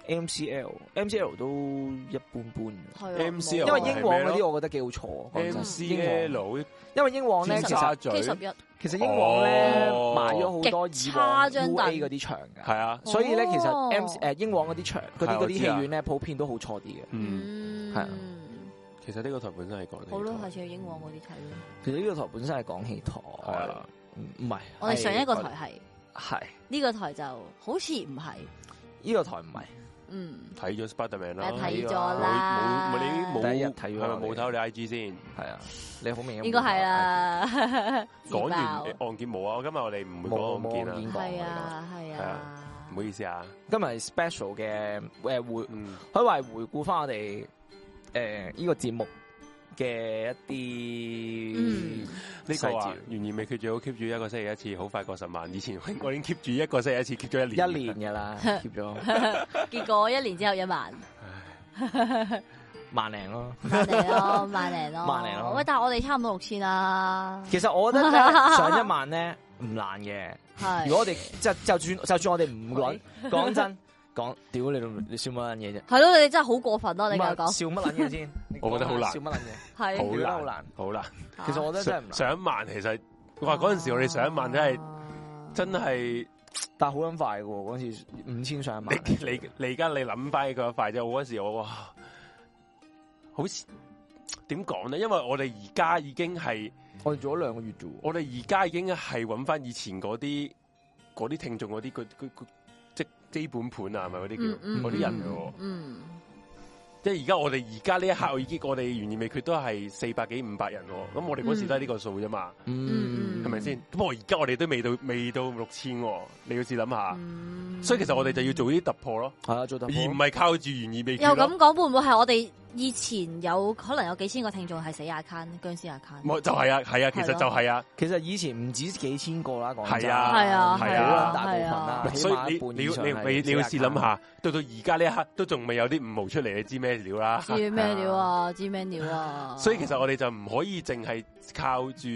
A: MCL MCL 都一般般，
C: 係咯
B: MCL
A: 因
C: 冇
A: 為
B: 係
A: 英
B: 咩
A: 皇
B: 咧
A: 嗰啲我覺得幾好坐，講真
B: M
A: 英
B: C
A: 皇
B: L
A: 因為英皇咧
B: 尖
A: 其
C: 其實
B: 沙
A: 實
B: 咀
C: K 十一
A: 其實英皇咧
B: 哦
A: 買咗好多以
C: 極
A: 往
C: 差張
A: U
C: 凳
A: A 嗰啲場
B: 係
A: 㗎，
B: 啊，
A: 所以咧其實
C: 哦
A: M 誒英皇嗰啲場嗰
B: 係
A: 啲嗰
B: 我
A: 啲戲
B: 知啊
A: 院咧普遍都好坐啲嘅。
B: 嗯，
C: 嗯
A: 係啊
B: 其實呢個台本身係講
C: 好咯，下
B: 係
C: 次去英皇嗰啲睇咯。
A: 其實呢個台本身係講戲台，
B: 啊，
A: 唔唔係
C: 我哋上一個
A: 係
C: 台係
A: 係
C: 呢個台就好似唔係，
A: 呢個台唔係
C: 嗯，
B: 睇咗 Spiderman 啦，
C: 睇咗
B: 冇
C: 啦
B: 冇你冇
A: 第一日睇咗
B: 係咪冇睇我哋 I G 先？
A: 係啊，你好明
B: 嗯
A: 顯啊
C: 應該係。啊啦。自
B: 講完
C: 爆
B: 案件冇啊，今日我哋唔會
A: 冇
B: 講
A: 冇
B: 案件
A: 案
B: 啊，
A: 件
C: 係
A: 講啊，
C: 啊係
B: 係
C: 啊，
B: 唔好意思啊，
A: 今日係 special 嘅誒回，
B: 嗯，
A: 可以話係回顧翻我哋誒呢個節目嘅一啲
C: 嗯
B: 呢個
A: 細
B: 啊
A: 節，
B: 懸而未決，最好 keep 住一個星期一次，好快過十萬。以前我已經 keep 住一個星期一次，keep 咗一年。
A: 一年嘅 啦，貼咗
C: 結果一年之後一萬。
A: 萬零咯。
C: 萬零 咯，萬零咯，
A: 萬零咯
C: 喂，但系我哋差唔多六千啦，
A: 其實我覺得咧 上一萬咧唔難嘅，
C: 係。
A: 如果我哋就就算就算我哋唔論，講 真講，屌你老你笑乜撚嘢啫？
C: 係咯，你真係好過分咯，你繼
A: 唔係
C: 續講。
A: 笑乜撚嘢先？你
B: 我覺得好難
A: 笑乜撚嘢？
B: 好
C: 係。
A: 我覺得好
B: 難
A: 難，
B: 好難。
C: 啊
A: 其實我覺得真係唔
B: 上
A: 難，
B: 上一萬其實，哇！嗰陣時我哋上一萬真係
C: 係
B: 真係，
A: 但係好撚快嘅喎，嗰次五千上一萬。
B: 你你你而家你諗翻起佢一塊啫，我嗰時我哇，好似點講咧？因為我哋而家已經係，
A: 我哋做咗兩個月啫喎，
B: 我哋而家已經係揾翻以前嗰啲嗰啲聽眾嗰啲嗰嗰嗰即基本盤啊，係咪嗰啲
C: 嗯
B: 叫
C: 嗯
B: 嗰啲人嘅喎？
C: 嗯，
B: 即係而家我哋而家呢一刻，我已經我哋懸而未決都係四百幾五百人喎，咁我哋嗰時都係呢個數啫嘛，
C: 嗯嗯
B: 係咪先？咁我而家我哋都未到未到六千，你要試諗下。
C: 嗯
B: 啊所以其實我哋就要做呢啲突破咯，
A: 係啊，做得
B: 而
A: 好
B: 唔係靠住懸而未
C: 又
B: 決咯
C: 咁。講，會唔會係我哋以前有可能有幾千個聽眾係死 account、僵屍 account？
B: 冇就係啊，係啊，其實
C: 係咯
B: 就係啊，
A: 其實以前唔止幾千個啦，講真
B: 係啊
C: 係啊
A: 好
B: 係
A: 撚
B: 啊
A: 大部分啦
C: 係，
A: 起
B: 所
A: 碼
B: 以
A: 一
B: 你
A: 半
B: 你要
A: 上
B: 你
A: 係啊
B: 你你要試諗
A: Jack
B: 下，到到而家呢一刻都仲未有啲五毛出嚟，你知咩料啦？
C: 知咩料啊？知咩料啊？
B: 所以其實我哋就唔可以淨係靠住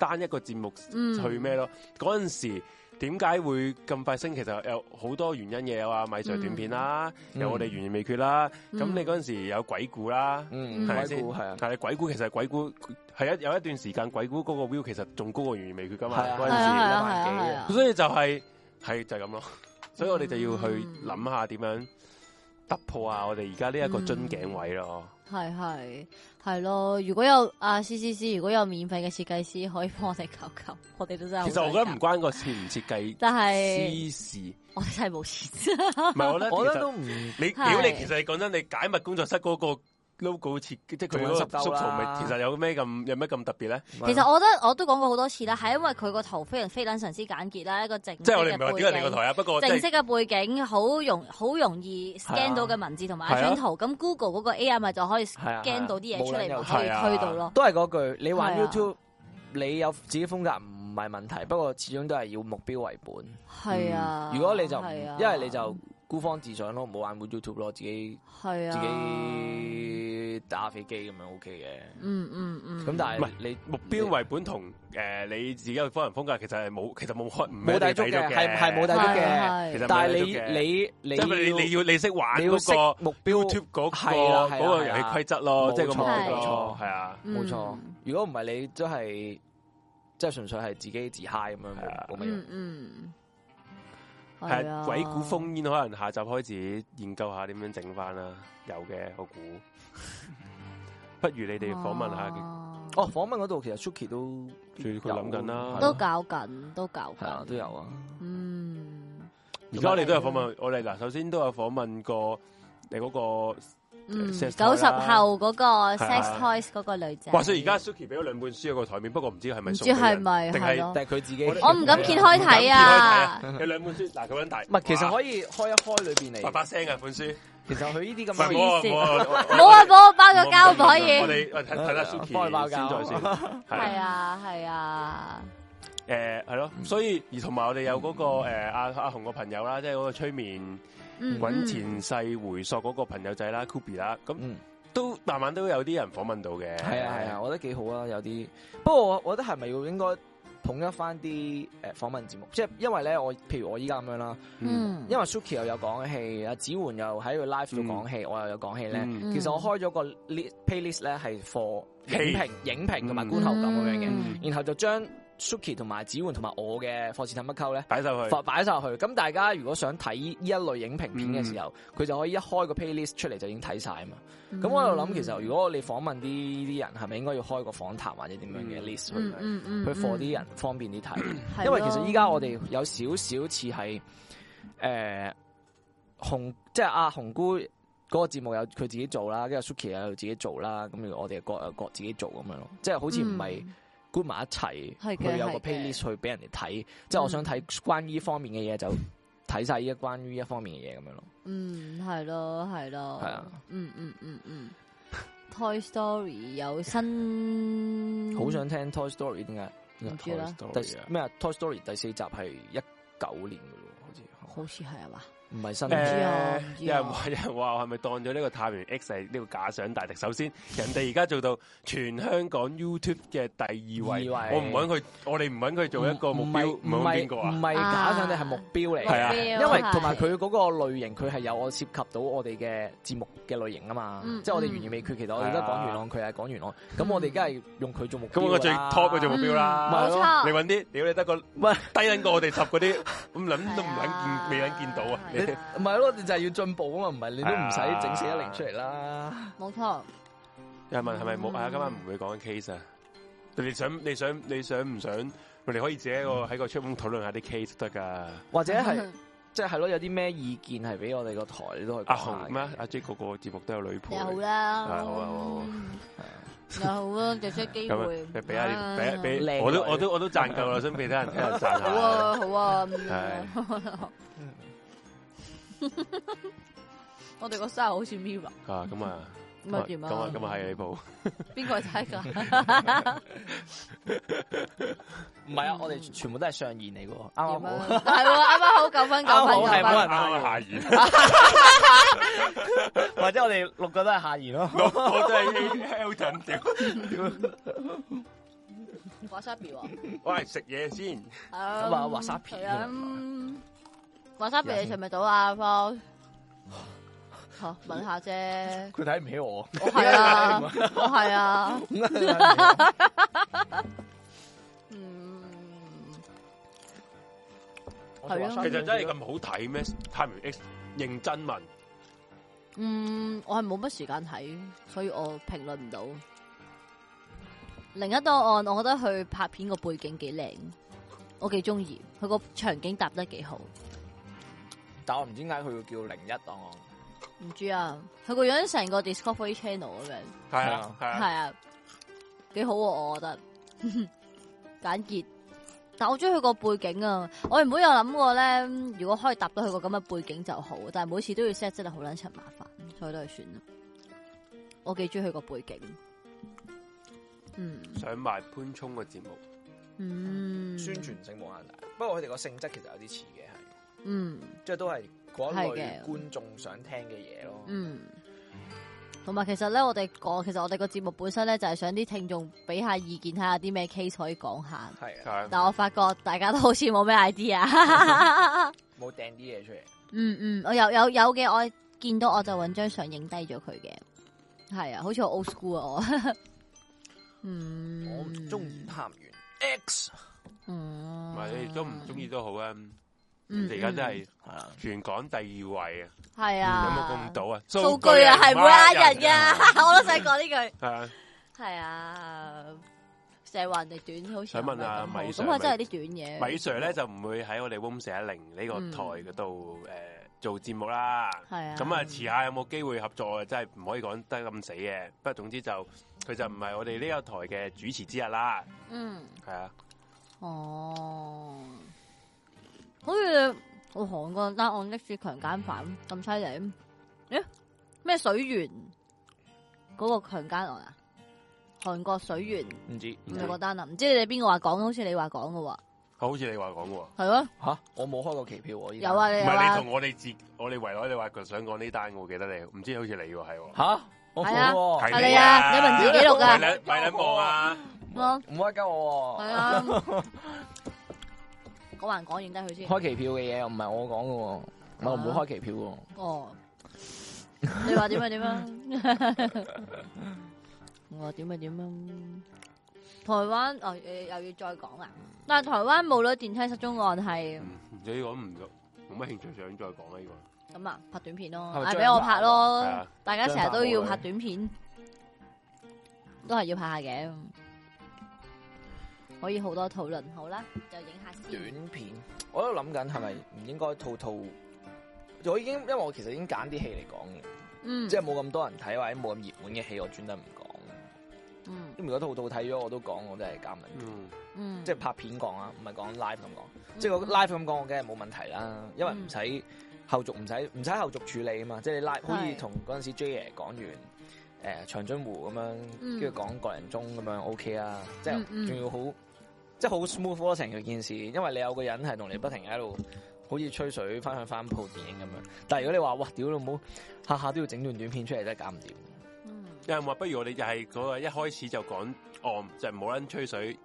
B: 單一個節目
C: 嗯
B: 去咩咯？嗰陣時點解會咁快升？其實有好多原因嘅，有啊米 Sir
C: 嗯
B: 短片啦，
A: 嗯
B: 有我哋懸而未決啦，咁
C: 嗯
B: 你嗰陣時有鬼故啦。
A: 嗯，
C: 係咪
A: 鬼
B: 先
A: 故係啊，
B: 但係鬼故其實鬼故係一有一段時間鬼故嗰個 view 其實仲高過懸而未決噶嘛
A: 係啊
B: 嗰
C: 係啊係
B: 陣
C: 啊係啊係啊
B: 時，所以就係係就係咁咯。
A: 嗯
B: 所以我哋就要去諗下點樣突破啊！我哋而家呢一個
A: 嗯
B: 樽頸位咯，
C: 係係係咯。如果有啊 C C C，如果有免費嘅設計師可以幫我哋搞搞， 我哋都
A: 啊
C: 真係好
B: 其實我覺得
C: 想
B: 唔關個設唔設計
C: 但係
B: 私事，唔
C: 我哋真係冇錢，
B: 係我覺 得
A: 我覺
B: 其實
A: 得都唔
B: 你
C: 係
B: 屌你，其實你講真，你解密工作室嗰個 logo 設，即係佢嗰個
A: 仲有濕
B: 縮
A: 鳩
B: 圖，
A: 啦嗯
B: 咪其實有咩咁有咩咁特別咧？
C: 其實我覺得我都講過好多次啦，係因為佢個圖非常非等神之簡潔啦，一個正
B: 即係
C: 式
B: 我哋唔係
C: 嘅
B: 話
C: 背
B: 屌人哋個
C: 景
B: 台。啊，不過即
C: 正式
B: 係
C: 嘅背景好容好容易
A: 哦係啊
C: scan 到嘅文字同埋
B: 係啊
C: 一張圖，咁 Google 嗰個 AI 咪就可以
A: 係啊
C: scan 到啲嘢出嚟，咪
A: 冇
B: 撚
C: 可以
B: 有趣
C: 推到咯。
A: 都係啊嗰句，你玩
C: 係啊
A: YouTube，你有自己風格唔係問題，不過始終都係要目標為本。
C: 係啊，
A: 嗯如果你就唔
C: 係啊
A: 因為你就孤芳自賞咯，唔好玩 YouTube 咯，自己
C: 係
A: 自
C: 啊，
A: 己打飛機咁樣 OK
C: 嗯嗯嗯，
A: 嘅。咁但
B: 唔
A: 係
B: 係
A: 你
B: 目標為本同誒你自己嘅個人風格，其實係冇，其實冇開
A: 冇抵觸嘅，係係冇抵觸嘅。
C: 係
B: 其實
A: 但係
B: 冇抵觸嘅
A: 你你你
B: 即係你你要你識玩
A: 你要識
B: 嗰個
A: 目標
B: YouTube 嗰個
A: 係啦係啦
B: 嗰個遊戲
A: 係啦
B: 規則咯，即係個
A: 冇
B: 目
C: 錯
B: 的咯
A: 冇，錯
B: 係啊。
C: 嗯
A: 冇錯。如果唔係你都係即係純粹係自己自嗨咁樣，
B: 係啊
A: 冇冇乜嘢
C: 嗯。嗯，
B: 係啊鬼谷烽煙，可能下集開始研究下點樣整翻啦。有嘅，我估。不如你哋訪問下佢，
C: 啊
A: 哦，訪問嗰度其實 Suki 都
B: 佢佢諗緊啦
C: 都搞緊，都搞
A: 係啊
C: 緊，
A: 都有啊。
C: 嗯，
B: 而家我哋都有訪問，我哋嗱首先都有訪問過你嗰個。
C: 嗯，
B: sex
C: 九十
B: toy 啦
C: 後嗰個
B: 係
C: sex
B: 啊
C: toys 嗰個女仔。
B: 哇！所以而家 Suki 俾咗兩本書喺個台面，不過唔知係咪送
C: 唔知
B: 俾人
C: 係咪
B: 定
C: 係
B: 係
C: 咯
A: 但係佢自己，
B: 我哋
C: 哦我唔敢揭開睇啊！
B: 有兩本書，嗱佢揾大，
A: 唔係，其實
B: 哇
A: 可以開一開裏邊
B: 叭
A: 嚟。
B: 叭聲啊本書，
A: 其實佢呢啲咁
B: 唔係
A: 嘅
C: 冇
B: 我我
C: 冇啊，幫我包咗膠唔可
B: 我
C: 以？
B: 哋我哋睇睇下 Suki
A: 幫佢包教
B: 先再先，
C: 啊係啊，係啊，
B: 诶係咯，所以而同埋我哋有嗰、個誒阿阿紅個朋友啦，即係嗰個催眠
C: 嗯
B: 滾前世回溯嗰個朋友仔啦，Kobe 啦，咁
A: 嗯，
B: 都慢慢都有啲人訪問到嘅，
A: 系啊
B: 嗯
A: 系啊，，我覺得幾好啊，有啲。不過我我覺得係咪要應該統一翻啲诶訪問節目？即係因為咧，我譬如我依家咁樣啦，
B: 嗯
C: 嗯，
A: 因為 Suki 又有講戲，阿子焕又喺個 live 度講戲，我又有講戲咧。
B: 嗯
A: 其實我開咗個 list playlist 咧，係 for
B: 戲
A: 影評、影評同埋
B: 嗯
A: 觀後感咁樣嘅。
C: 嗯
A: 然後就將 Suki 同埋子焕同埋我嘅《霍士坦乜溝》咧。
B: 擺上去，
A: 放擺晒落去，咁大家如果想睇呢一類影評片嘅時候，佢、就可以一開個 playlist 出嚟就已經睇晒啊嘛。
C: 嗯
A: 咁、我喺度諗，其實如果你訪問啲啲人，係咪應該要開個訪談或者點樣嘅
B: 嗯
A: list 去
C: 嗯嗯嗯，
A: 去 for 啲人方便啲睇？因為其實依家我哋有少少似係誒紅，即係阿紅姑嗰個節目有佢自己做啦，跟住 Suki 又自己做啦，咁我哋各有各自己做咁樣咯，即係好
C: 嗯
A: 似唔係。觀埋一齊，
C: 係嘅
A: 佢有個
C: 係嘅
A: playlist 去俾人哋睇，即係我想睇關於呢方面嘅嘢就睇晒呢一關於呢一方面嘅嘢咁樣咯。
C: 嗯，系咯，系咯，
A: 係啊，
C: 嗯嗯嗯嗯，Toy Story 有新，
A: 好想聽 Toy Story 點解？
C: 唔知啦，
A: 第咩啊？Toy Story 第四集係一九年嘅喎，好似
C: 好似系啊嘛，
A: 唔係新
B: 誒
A: 嘅。
C: 知啊唔知
B: 呃有
C: 啊
B: 人話有人話我係咪當咗呢個太原 X 係呢個假想大敵？首先， 人哋而家做到全香港 YouTube 嘅第二位，
A: 第二位
B: 我唔揾佢，我哋唔揾佢做一個目標，
A: 唔
B: 唔
A: 係
B: 揾邊
A: 唔
B: 個
A: 係唔
B: 啊？
A: 係假想定係目標嚟
B: 係啊
A: 嘅，
B: 因
A: 因為同埋佢嗰個類型，佢係有我涉及到我哋嘅節目嘅類型啊嘛，
C: 嗯
A: 即係我哋懸而未決。其實我哋而家講元朗，佢係講元朗，咁我哋梗係用佢做目標
B: 啊咁我最 top 嘅做目標啦，
C: 嗯冇錯
B: 你揾啲，屌你得個低
A: 喂
B: 撚過我哋十嗰 啲，咁諗都唔
C: 係啊
B: 撚見，未撚見到啊！
A: 你
C: 係
B: 你
C: 啊
A: 唔係咯，你就係要進步啊嘛，唔係你都唔使整死一零出嚟啦。
C: 冇错，
B: 有人問係咪
A: 嗯
B: 冇啊？今晚唔會講 case 啊？你想你想你想唔想？我哋可以自己喺個喺個出風討論下啲 case 都得噶。
A: 或者
C: 嗯
A: 係即係係咯，有啲咩意見係俾我哋個台你都可以
B: 阿
A: 講下
B: 紅
A: 嘅
B: 咩？阿 J 個個節目都有女
C: 你
B: 配。
C: 好啦，
B: 係好啊好啊好啊
C: 又好啊，就出機
B: 咁
C: 會
B: 啊，你俾下
C: 啊
B: 啲，俾
A: 靚
B: 俾，
A: 女
B: 我都我都我都賺夠啦，想俾啲人聽人賺
C: 好
B: 下。
C: 啊好啊，咁樣
B: 係
C: 我哋個 style 好似 Mira
B: 啊，咁啊，
C: 咁啊點
B: 咁啊，
C: 啊？
B: 咁啊係你部，
C: 邊個睇 㗎？
A: 唔係
C: 嗯
A: 啊，我哋全部都係上言嚟嘅喎，啱啱
C: 點啊
A: 好。？
C: 係喎，啱啱好九分九
A: 啱
C: 分
A: 好
C: 九
A: 係冇人
C: 分，
B: 啱啱下言，
A: 或者我哋六個都係下言咯。
B: 我我真係 Elton 屌，
C: 我 s a b i 喎。
B: 喂食嘢先，
C: 咁
A: 啊，wasabi
C: 係啊嗯，wasabi 你食咪到啊，Paul？吓，問下 啫，
A: 佢睇唔起 我，
C: 我係啊，我係啊，嗯，係咯
B: 其實真係咁好睇咩？太明 X 認真問，
C: 嗯，我係冇乜時間睇，所以我評論唔到。另一檔案，我覺得佢拍片個背景幾靚，我幾中意，佢個場景搭得幾好。
A: 但我唔知點解佢要叫零一檔案。
C: 唔知啊，佢個樣成個 Discovery Channel 咁樣。
B: 係
A: 係啊
B: 啊係啊，
C: 系啊，几好啊，我覺得 簡潔。但我中意佢個背景啊！我原本有諗過咧，如果可以搭到佢個咁嘅背景就好，但係每次都要 set 真係好撚柒麻煩，所以都係算啦。我幾中意佢個背景，嗯
B: 上埋潘聰嘅節目，
C: 嗯，
A: 宣傳性冇限大，不過佢哋個性質其實有啲似嘅，係
C: 嗯
A: 即係都係嗰一
C: 係
A: 類
C: 嘅
A: 觀眾想聽嘅嘢咯。
C: 嗯，同埋其實咧，我哋講，其實我哋個節目本身咧就係想啲聽眾俾下意見，睇下啲咩 case 可以講下。
A: 係啊，
B: 係啊
C: 但我發覺大家都好似冇咩 idea。
A: 冇掟啲嘢出嚟。
C: 嗯嗯，我有有有嘅，我見到我就揾張相影低咗佢嘅，係啊，好似好 old school 啊我。 嗯，
A: 我唔中意探員 X，
C: 嗯，
B: 唔係你都唔中意都好啊，
C: 嗯，嗯，
B: 你而家真係
A: 係啊，
B: 全港第二位啊，
C: 係
B: 有
C: 啊，
B: 冇咁唔到啊？
C: 數據啊，係唔會呃人噶， 我都想講呢句。
B: 係啊，
C: 係啊，成日話人哋短，好似
B: 想問下
C: 唔係咁好
B: 米
C: 咁嗯
B: Sir，
C: 佢真係啲短嘢。
B: 米 Sir 咧就唔會喺我哋 Room 四一零呢個台嗰度诶做節目啦。
C: 係啊，
B: 咁啊，遲下有冇機會合作啊？真係唔可以講得咁死嘅。不過總之就佢就唔係我哋呢個台嘅主持之一啦。
C: 嗯。
B: 係啊，
C: 哦，好似哦我韓國單案拎住強姦犯咁犀利，咦？咩水源嗰、個強姦案啊？韓國水源
A: 唔知嗯
C: 有個單啊？唔知你哋邊個話講？好似你話講嘅喎，
B: 好似你話講喎，唔
C: 系咯，
A: 吓，我冇開過期票喎，依家
C: 有啊，你有
B: 係你
C: 啊
B: 同，我哋自我哋圍內，你話佢想講呢單，我記得你，唔知好似你喎係喎，
A: 吓，我冇
C: 係啊
A: 喎，
C: 係你啊哦你文字記錄
B: 咪
C: 㗎
B: 撚咪撚望啊！
C: 我
A: 唔可以交我
C: 系
A: 喎。
C: 啊，講還講完得佢先。
A: 開期票嘅嘢又唔係我講嘅喎，我唔會開期票嘅喎。
C: 哦，你話點啊點啊？ 我話點啊點啊？台灣哦誒又要再講啊！但係台灣母女電梯失蹤案係
B: 嗯唔知講唔到，冇乜興趣想再講呢個。
C: 咁啊，拍短片咯，
A: 係咪
C: 嗌
A: 張
C: 俾我拍咯
B: 係啊，
C: 大家成日都要
A: 張
C: 拍
A: 拍
C: 短片，都係要拍下嘅，可以好多討論。好啦，就影下先。
A: 短片，我喺度諗緊係咪唔應該套套？我已經因為我其實已經揀啲戲嚟講嘅，
C: 嗯，
A: 即係冇咁多人睇或者冇咁熱門嘅戲，我專登唔講。
C: 嗯
A: 咁如果套套睇咗我都講，我真係夾硬。
B: 嗯，
C: 嗯，
A: 即係拍片講啊，唔係講 live 咁講。
C: 嗯
A: 即係我 live 咁講，我梗係冇問題啦，因為唔使後續，唔使唔使後續處理啊嘛。即係你 live 好似
C: 係
A: 同嗰陣時 J 爺講完誒、長津湖咁
C: 嗯
A: 樣，跟住講個零鐘咁樣 OK 啊，即
C: 嗯嗯
A: 係仲要好即係好 smooth 咯成件事，因為你有個人係同你不停喺度。好似吹水翻向翻部電影咁樣，但係如果你話哇屌老母，下下都要整段短片出嚟，真係搞唔掂。
C: 嗯
B: 有人話不如我哋就係嗰個一開始就講哦案，就唔好撚吹水，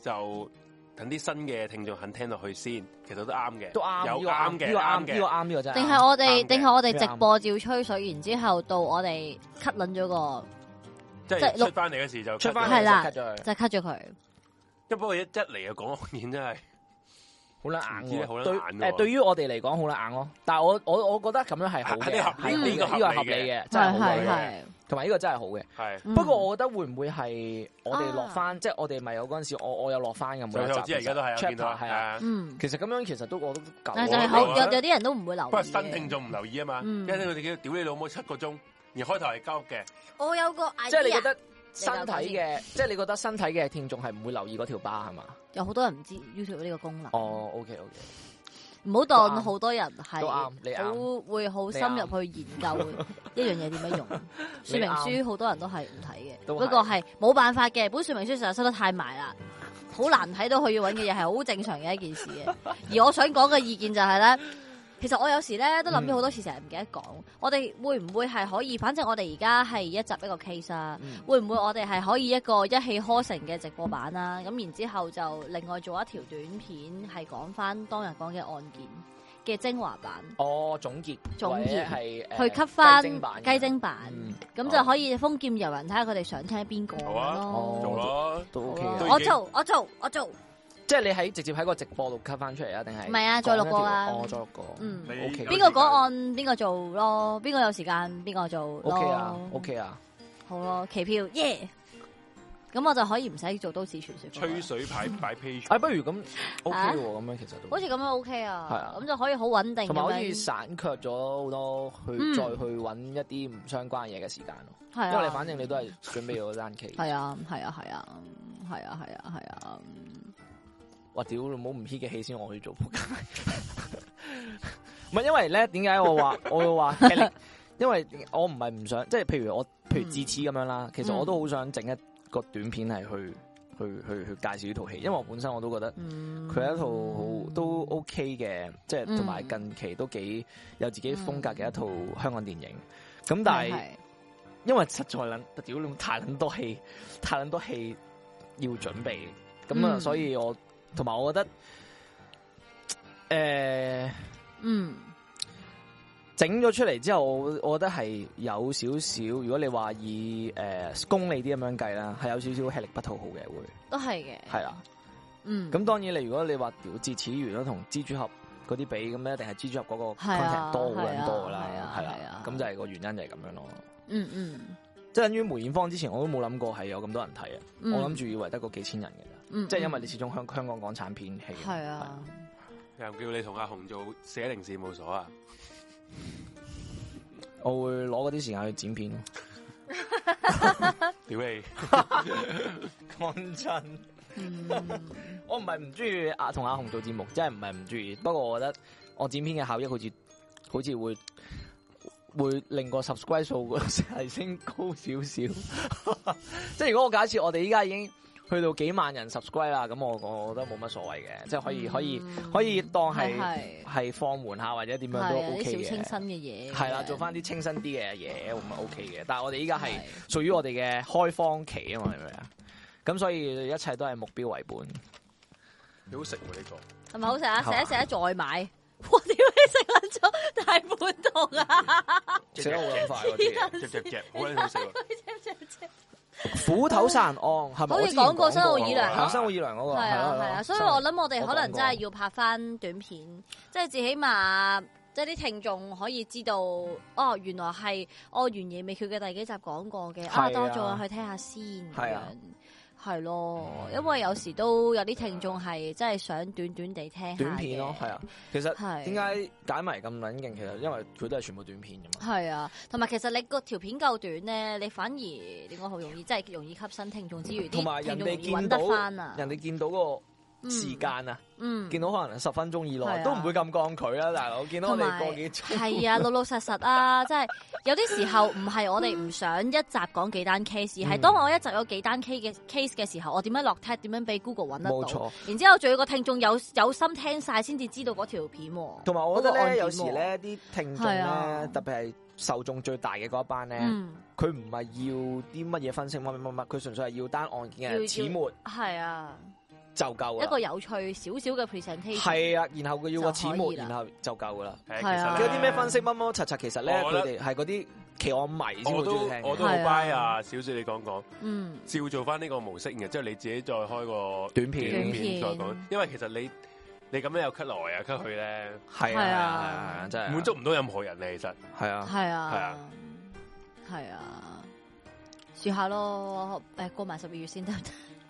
B: 就等啲新嘅聽眾肯聽落去先，其實都啱嘅，
A: 都啱，呢
B: 有
A: 個
B: 啱嘅，
A: 呢個啱，
B: 啱
A: 呢個
B: 嘅。
A: 啱，呢個真係啱。
C: 定係我哋，
B: 啱嘅
C: 定係我哋
A: 呢個啱
C: 直播照吹水，然之後到我哋 cut 撚咗個，
B: 即
C: 即係
B: 係
C: 錄
B: 出翻嚟嗰時就
A: 出翻
C: 係啦
A: 嚟就 cut 咗佢
C: 就 cut 咗佢。
B: 一不過一一嚟就講 案件真係
A: 好撚
B: 唔知
A: 硬喎，
B: 咧好撚
A: 對
B: 硬喎
A: 誒對於我哋嚟講好撚硬咯。但係我我我覺得咁樣係好嘅，係
B: 係係
A: 好
B: 呢
A: 嘅
B: 個合
A: 呢個
B: 理嘅
A: 係合理嘅，真係
C: 係
A: 好
C: 係
B: 嘅
A: 嘅。
C: 係。
A: 同埋呢個真係好嘅。
B: 係。
C: 嗯啊
A: 不過我覺得會唔會係我哋落翻，即係我哋咪有嗰陣時，我我有落翻嘅
B: 所以
A: 每一
B: 我
A: 集。
B: 知而家都係有見到
A: chapter 係啊。
B: 啊。
C: 嗯，
A: 其實咁樣其實都我都夠
C: 但
A: 喎。
C: 係就係
B: 好
C: 好有有啲人都唔會留意嘅。
B: 不過新聽眾唔留意啊嘛，
C: 嗯
B: 因為佢哋叫屌你老母七個鐘，而開頭係交嘅，
C: 我有個
A: 即係你覺
C: idea，
A: 得身體嘅，即係你覺得身體嘅聽眾係唔會留意嗰條疤係嘛？
C: 有好多人唔知 YouTube 呢個功能。
A: 哦，OK OK，
C: 唔好當好多人係
A: 都啱你啱
C: 好會好深入去研究一樣嘢點樣用。說明書好多人都係唔睇嘅，
A: 都
C: 不
A: 係
C: 過係冇辦法嘅，本說明書實在收得太埋啦，好難睇到佢要揾嘅嘢係好正常嘅一件事 嘅。而我想講嘅意見就係咧，其實我有時咧都諗咗好多次，成日唔記得講。我哋會唔會係可以？反正我哋而家係一集一個 case 啊。
A: 嗯
C: 會唔會我哋係可以一個一氣呵成嘅直播版啦、咁然之後就另外做一條短片，係講翻當日講嘅案件嘅精華版，
A: 哦，總結
C: 總結
A: 或者係誒
C: 去吸翻
A: 雞精版
C: 雞精版，
A: 嗯
C: 咁、
A: 哦
C: 就可以封劍遊人睇下佢哋想聽邊個
B: 啊好啊
C: 咁樣
A: 哦
B: 做咯。
A: 都
C: 好
A: OK
C: 啊
A: 嘅
B: 都。
C: 我
B: 已經
C: 做我做我做，
A: 即係你喺直接喺個直播度 cut 翻出嚟啊？定係
C: 唔係啊
A: 講一
C: 再錄過啦
A: 條哦，再錄過。
C: 嗯
B: 你，
A: OK
C: 邊個講案邊個做咯，邊個有時間邊個做
A: O
C: 咯
A: K 啊，O K 啊，
C: 好咯，期票耶！咁我就可以唔使做都市傳說，
B: 吹水牌擺 page，
A: 哎，不如咁 O K
C: 啊
A: 喎，咁樣其實都
C: 好似咁樣 OK
A: 係
C: 啊
A: 啊，
C: 咁就可以好穩定
A: 同埋
C: 咁
A: 好似
C: 樣，
A: 省卻咗好多
C: 嗯
A: 去再去揾一啲唔相關嘢嘅時間咯，
C: 係啊
A: 因為你反正你都係準備咗單期。
C: 系啊，系啊，系啊，系啊，系啊，系啊，
A: 哇屌，老母唔 hit 嘅戲先我去做仆街。 唔係因為咧，點解我話 我會話劇力？因為我唔係唔想，即係譬如我譬
C: 嗯
A: 如智齒咁樣啦，其實我都好想整一個短片係去去去去介紹呢套戲，因為我本身我都覺得。
C: 嗯，
A: 佢係一套好都 OK 嘅，即係同埋
C: 嗯
A: 近期都幾有自己風格嘅一套香港電影。咁但
C: 係
A: 係因為實在撚，屌你太撚多戲，太撚多戲要準備，咁啊，
C: 嗯
A: 所以我同埋我覺得，誒、
C: 嗯
A: 整咗出嚟之後，我我覺得係有少少，如果你話以誒、呃功利啲咁樣計啦，係有少少吃力不討好嘅會，
C: 都係嘅，
A: 係啦。
C: 嗯
A: 咁當然你如果你話屌智齒魚咯同蜘蛛俠嗰啲比，咁一定係蜘蛛俠嗰個
C: 係
A: content
C: 啊
A: 多好
C: 係啊
A: 撚多噶啦
C: 係啊，
A: 係
C: 係啊
A: 啦，咁就係個原因就係咁樣咯。
C: 嗯嗯
A: 即係等於梅艷芳之前我都冇諗過係有咁多人睇啊，
C: 嗯，
A: 我諗住以為得嗰幾千人嘅啫，
C: 嗯，
A: 即係因為你始終香香港港產片戲
C: 係啊，
B: 又叫你同阿紅做寫零事務所啊，
A: 係我會攞嗰啲時間去剪片咯。
B: 屌你！
A: 講真，
C: 嗯
A: 我唔係唔中意阿同阿紅做節目，真係唔係唔中意。不過我覺得我剪片嘅效益好似好似會會令個 subscribe 數提升高少少。即係如果我假設我哋依家已經去到幾萬人 subscribe 啦，咁我我覺得冇乜所謂嘅，即係可以可以可以當係
C: 嗯係
A: 係放緩下或者點
C: 係
A: 樣都
C: 啊啲
A: OK
C: 小
A: 嘅
C: 清。新嘅嘢，
A: 係啦，做翻啲清新啲嘅嘢咁啊 OK 嘅。但係我哋依家係
C: 係
A: 屬於我哋嘅開荒期啊嘛，明唔明啊？咁所以一切都係目標為本。
B: 你好食喎呢個。
C: 係咪好食啊？
A: 係
C: 食
A: 嘛
C: 一食一再買， 我屌你食撚咗大半桶啊！
A: 食得好撚快喎啲 嘢
B: 夾夾夾，好撚好食喎！
A: 虎頭散案係咪？
C: 好似
A: 我之前
C: 講過新奧爾
B: 良
A: 講過哦係新奧爾良嗰個
C: 係啊
A: 係
C: 係啊，所以我諗我哋可能真係要拍翻短片，即係至起碼即係啲聽眾可以知道，哦原來係我懸疑未決嘅第幾集講過嘅，
A: 係啊
C: 啊多咗去聽下先咁
A: 係
C: 樣
A: 啊。嗯
C: 係咯，因為有時都有啲聽眾係真係想短短地聽下
A: 短片咯，
C: 嘅
A: 係啊。其實
C: 係
A: 點解解埋咁撚勁？其實因為佢都係全部短片㗎嘛。
C: 係啊，同埋其實你個條片夠短咧，你反而點講好容易，即係容易吸新聽眾之餘，
A: 同埋
C: 啲
A: 人
C: 聽眾容
A: 哋
C: 易
A: 見
C: 揾
A: 到
C: 得翻啊，
A: 人哋見到個時間啊，
C: 嗯，
A: 見到可能十分鐘以
C: 係
A: 內
C: 啊
A: 都唔會咁抗拒啊，大佬。見到我
C: 同
A: 哋
C: 埋
A: 個幾鐘，
C: 係啊，老老實實 啊，即係有啲時候唔係我哋唔想一集講幾單 case，係、
A: 嗯
C: 當我一集有幾單 case 嘅 case 嘅時候，我點樣落 tag，點樣俾 Google 揾得
A: 冇
C: 到？
A: 錯。
C: 然之後仲要個聽眾有有心聽晒先至知道嗰條片喎。
A: 同埋我覺得
C: 嗰個
A: 咧，
C: 案件
A: 有
C: 喎
A: 時，咧啲聽眾
C: 係
A: 咧
C: 啊，
A: 特別係受眾最大嘅嗰一班咧，
C: 嗯，
A: 佢唔係要啲乜嘢分析乜乜乜乜，佢純粹係要單案件
C: 要
A: 嘅始末
C: 係啊，
A: 就夠
C: 一
A: 啦
C: 個。有趣少少嘅 presentation，
A: 係啊，然後佢要個始末，
C: 就可以啦
A: 然後就夠噶啦。
B: 係
C: 係啊
A: 有啲咩分析乜乜柒柒，其實咧佢
B: 我覺得
A: 哋係嗰啲奇案迷先
B: 我
A: 會
B: 都
A: 中意聽
B: 我都
A: 嘅。
B: 好
C: 係啊
B: buy 啊！小雪你講講，
C: 嗯，
B: 照做翻呢個模式，然之後你自己再開個
A: 短片
B: 短片再講
C: 短片，
B: 因為其實你你咁樣又 cut 來啊 cut 去咧，
A: 係啊，
C: 係
A: 係
C: 啊
A: 啊，真係
B: 滿足唔到任何人嘅其實。
A: 係啊。
C: 係
B: 係
C: 啊
B: 啊，
C: 係啊，試下咯，誒過埋十二 月先得，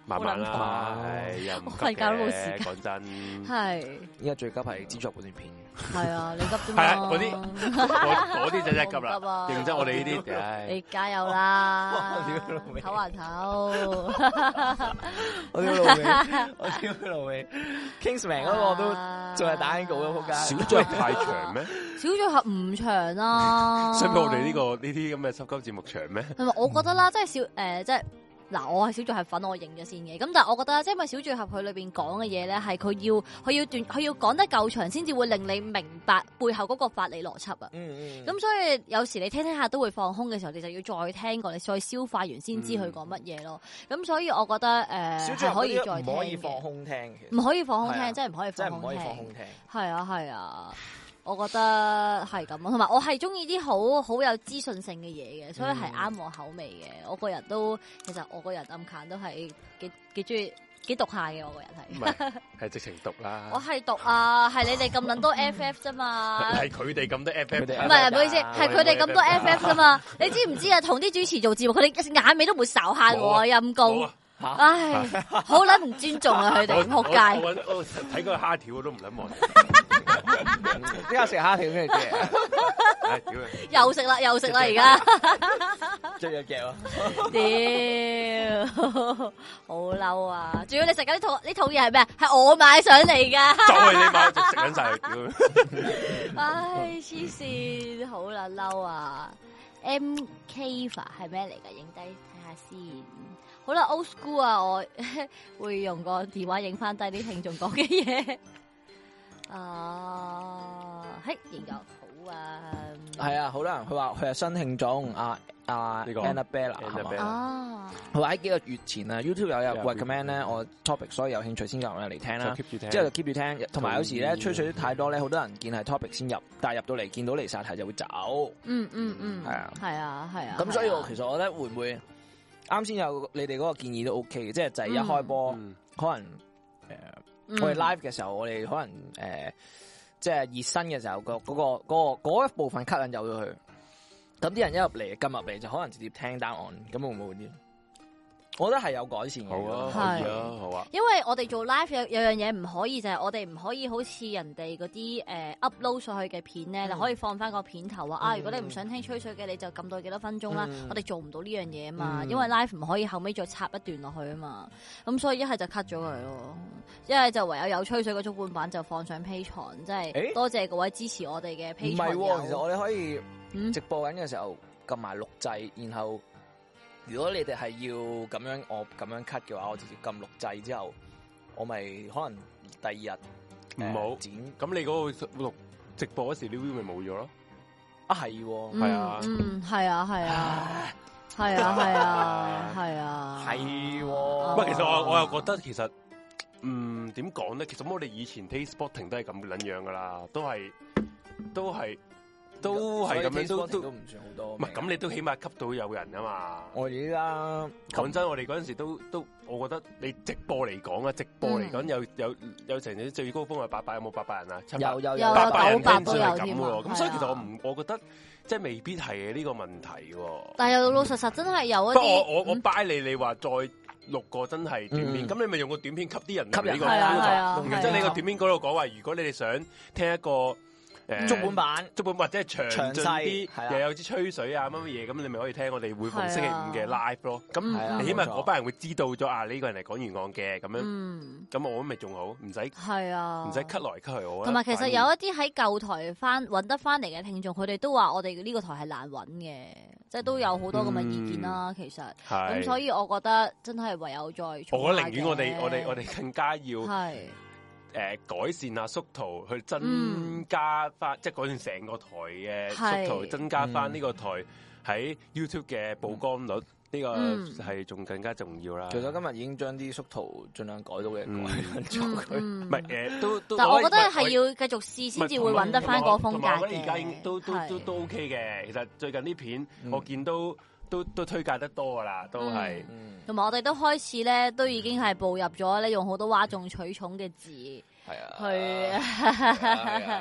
B: 慢慢
A: 好
B: 啦
A: 難，
B: 唉又唔急
C: 我瞓覺都冇
B: 嘅
C: 時間
B: 講真，
C: 係
A: 依家最急係資助嗰段片嘅，！
C: 係啊，你急啲
B: 係啊
C: 嘛，
B: 嗰啲嗰嗰啲就真係急
C: 我唔急啊
B: 啦。認真，我哋呢啲，唉
C: 你，加油啦
A: 屌你老味
C: 唞還唞，
A: 我屌老味，我屌佢老味，Kingsman 嗰個都仲係打緊稿咯，仆街。
B: 小咗太長咩？
C: 小組合唔長啊 啦。
B: 相比我哋呢個呢啲咁嘅濕鳩節目長咩？
C: 同埋啊我覺得啦，即係小誒，即係嗱，我係小聚合粉，我認咗先嘅。咁但係我覺得啦，即係因為小聚合佢裏邊講嘅嘢咧，係佢要佢要段佢要講得夠長，先至會令你明白背後嗰個法理邏輯啊。
A: 嗯嗯，
C: 咁所以有時你聽聽下都會放空嘅時候，你就要再聽過，你再消化完先知佢講乜嘢咯。咁所以我覺得誒
A: 嗯小
C: 係
A: 豬
C: 可以
A: 嗰
C: 再
A: 啲
C: 聽
A: 唔可以放
C: 嘅，
A: 空聽嘅，
C: 唔可以放
A: 係
C: 空
A: 啊
C: 聽，真係唔可以
A: 真係唔
C: 放空
A: 可以放
C: 聽
A: 空。聽。
C: 系啊系啊，我覺得係咁啊，同埋我係中意啲好好有資訊性嘅嘢嘅，所以係啱我口味嘅。我個人都其實我個人暗砍都係幾幾中意幾毒下嘅，我個人
B: 唔
C: 係。
B: 係，係直情讀啦
C: 我。係毒啊，係你哋咁撚多 FF 啫嘛。
B: 係佢哋咁多 F F，
A: 佢哋
C: 唔啊係，唔好意思，係啊佢哋咁多 FF 啫嘛。你知唔知啊？同啲主持做節目，佢哋眼尾都唔會睄下我，陰
B: 冇
C: 公
B: 啊。
A: 吓，
C: 唉，好撚唔尊重啊！佢
B: 我
C: 哋仆
B: 我
C: 街。
B: 我我我睇嗰個蝦條我都唔諗望，
A: 依家食蝦條咩嘅？
B: 唉屌啊！
C: 又食啦，又食啦，而家。
A: 最弱嘅咯，
C: 屌，好嬲啊！仲要你食緊呢套呢套嘢係咩？啊係我買上嚟噶，
B: 就係你買就食緊晒佢，屌！
C: 唉，黐線，好撚嬲啊！M K 法係咩嚟噶？影低睇下先。好啦，old school 啊，我會用個電話影翻低啲聽眾講嘅嘢。 啊，嘿，研究好啊，
A: 係啊，好多人佢話佢係新聽眾啊啊
B: 呢個
A: Annabella 係嘛
B: Annabella
C: 啊，
A: 佢話喺幾個月前啊，YouTube 又有
B: 有
A: recommend 咧我 topic，所以有興趣先入嚟聽啦。
B: keep 住聽
A: 啊之後就 keep 住聽，同埋有時咧吹水太多咧，好多人見係 topic 先入，但係入到嚟見到離晒題就會走。
C: 嗯嗯嗯，
A: 係啊
C: 係啊，係啊，
A: 咁所以我
C: 係啊
A: 其實我覺得會唔會啱先有你哋嗰個建議都 OK 嘅，即係就係一開波
B: 嗯
A: 可能誒。
C: 啊嗯
A: 我哋 live 嘅時候，我哋可能誒、呃即係熱身嘅時候，個嗰、個嗰、個嗰一部分吸引有咗佢。咁啲人一入嚟，撳入嚟就可能直接聽單案，咁會唔會好啲？我覺得係有改善嘅。
B: 好啊，
C: 係
B: 可以啊，好啊，
C: 因為我哋做 live 有有樣嘢唔可以就係、我哋唔可以好似人哋嗰啲誒 upload 上去嘅片
A: 嗯
C: 咧，你可以放翻個片頭啊！啊，如果你唔想聽吹水嘅，你就撳到幾多分鐘啦。
A: 嗯
C: 我哋做唔到呢樣嘢啊嘛，
A: 嗯
C: 因為 live 唔可以後尾再插一段落去啊嘛。咁所以一係就 cut 咗佢咯，一係就唯有有吹水嗰種半版就放上 p a t r o n 即
A: 誒
C: 係多謝各位支持我哋嘅
A: 唔
C: p a t r
A: 係
C: o
A: 喎，其實
C: n
A: 我哋可以
C: 嗯
A: 直播緊嘅時候撳埋錄掣，然後如果你哋係要咁樣我咁樣 cut 嘅話，我直接撳錄掣之後，我咪可能第二日
B: 唔
A: 呃
B: 好
A: 剪
B: 咁你嗰個錄直播嗰時啲 view 咪冇咗咯？
A: 啊係喎
B: 係啊
C: 嗯，系啊，系啊，系 啊，系啊，系啊，
A: 係
C: 啊
A: 喎，
B: 喂，其實我我又覺得其實，嗯，點講咧？其實我哋以前 taste spotting 都係咁撚樣噶啦，都係都係都係咁樣，
A: 所
B: 都
A: 以 Taste Spotting
B: 都
A: 唔算好多。
B: 唔係咁，你都起碼吸到有人啊嘛。
A: 我而家
B: 講真，我哋嗰陣時都都，我覺得你直播嚟講啊，直播嚟講
A: 嗯
B: 有有有成你最高峰係八百，有冇八百人啊？七百
A: 有有
C: 有
A: 有
B: 八
C: 啦
B: 百人
C: 900
B: fans
C: 都
B: 係
C: 有
B: 咁
C: 添
B: 喎。
C: 啊
B: 咁所以
C: 係啊
B: 其實我唔，我覺得即係未必係呢個問題喎。
C: 但系老老實實真係有
B: 不
C: 一
B: 過我我
C: 啲嗯
B: 我 buy 你，你話再錄個真係短片，
A: 嗯
B: 咁你咪用個短片吸啲人
A: 吸
B: 嚟
A: 引
B: 呢
C: 個
B: 個
C: 係啊係啊
B: 呢個
C: 係啊
B: 即係你個短片嗰度講話，如果你哋想聽一個誒
A: 足本版。
B: 足本或者係詳
A: 詳
B: 盡
A: 細係
B: 啲，
A: 啦
B: 又有啲吹水啊乜乜嘢，咁你咪可以聽我哋會逢星期五嘅
C: 係啊
B: live 咯。咁
C: 係啊
B: 你起碼
A: 冇錯
B: 嗰班人會知道咗啊，呢個人係講完案嘅咁樣，
C: 嗯，
B: 咁我咪仲好，唔使唔
C: 系啊，
B: 使 cut 來 cut 去我覺得。
C: 同埋其實
B: 反而
C: 有一啲喺舊台翻揾得翻嚟嘅聽眾，佢哋都話我哋呢個台係難揾嘅，即係都有好多咁嘅意見啦。其實咁，
B: 嗯係
C: 所以我覺得真係唯有再我
B: 我覺得寧願我哋我哋我哋更加要。
C: 係
B: 诶、改善啊縮圖，去
C: 嗯
B: 增加翻、即係改善成個台嘅
C: 係
B: 縮圖，增加翻呢個台喺 YouTube 嘅曝光率，呢、個
C: 嗯
B: 係仲更加重要啦。
A: 其實今日已經將啲縮圖盡量改到嘅
B: 嗯
A: 改咗
C: 嗯
A: 佢。
B: 唔
C: 嗯
B: 係诶，都都
C: 但我覺得
B: 唔
C: 係
B: 我
C: 要繼續試先至會
B: 唔係
C: 揾得翻個風
B: 同埋
C: 格
B: 我覺得而家已
C: 嘅
B: 經。都都都
C: 係
B: 都 OK 嘅。其實最近啲片
A: 嗯
B: 我見都都都推介得多噶啦，都係
A: 嗯，
C: 同埋我哋都開始咧，都已經係步入咗咧，用好多嘩眾取寵嘅字去，
A: 係啊，係啊
C: 係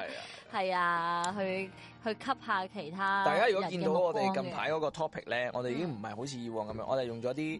A: 係啊
C: 啊，去去吸下其他
A: 大家如果
C: 人嘅
A: 見到我
C: 目
A: 哋
C: 光
A: 近
C: 嘅
A: 排嗰個 topic 咧，我哋已經唔係好似以往咁樣，我哋用咗啲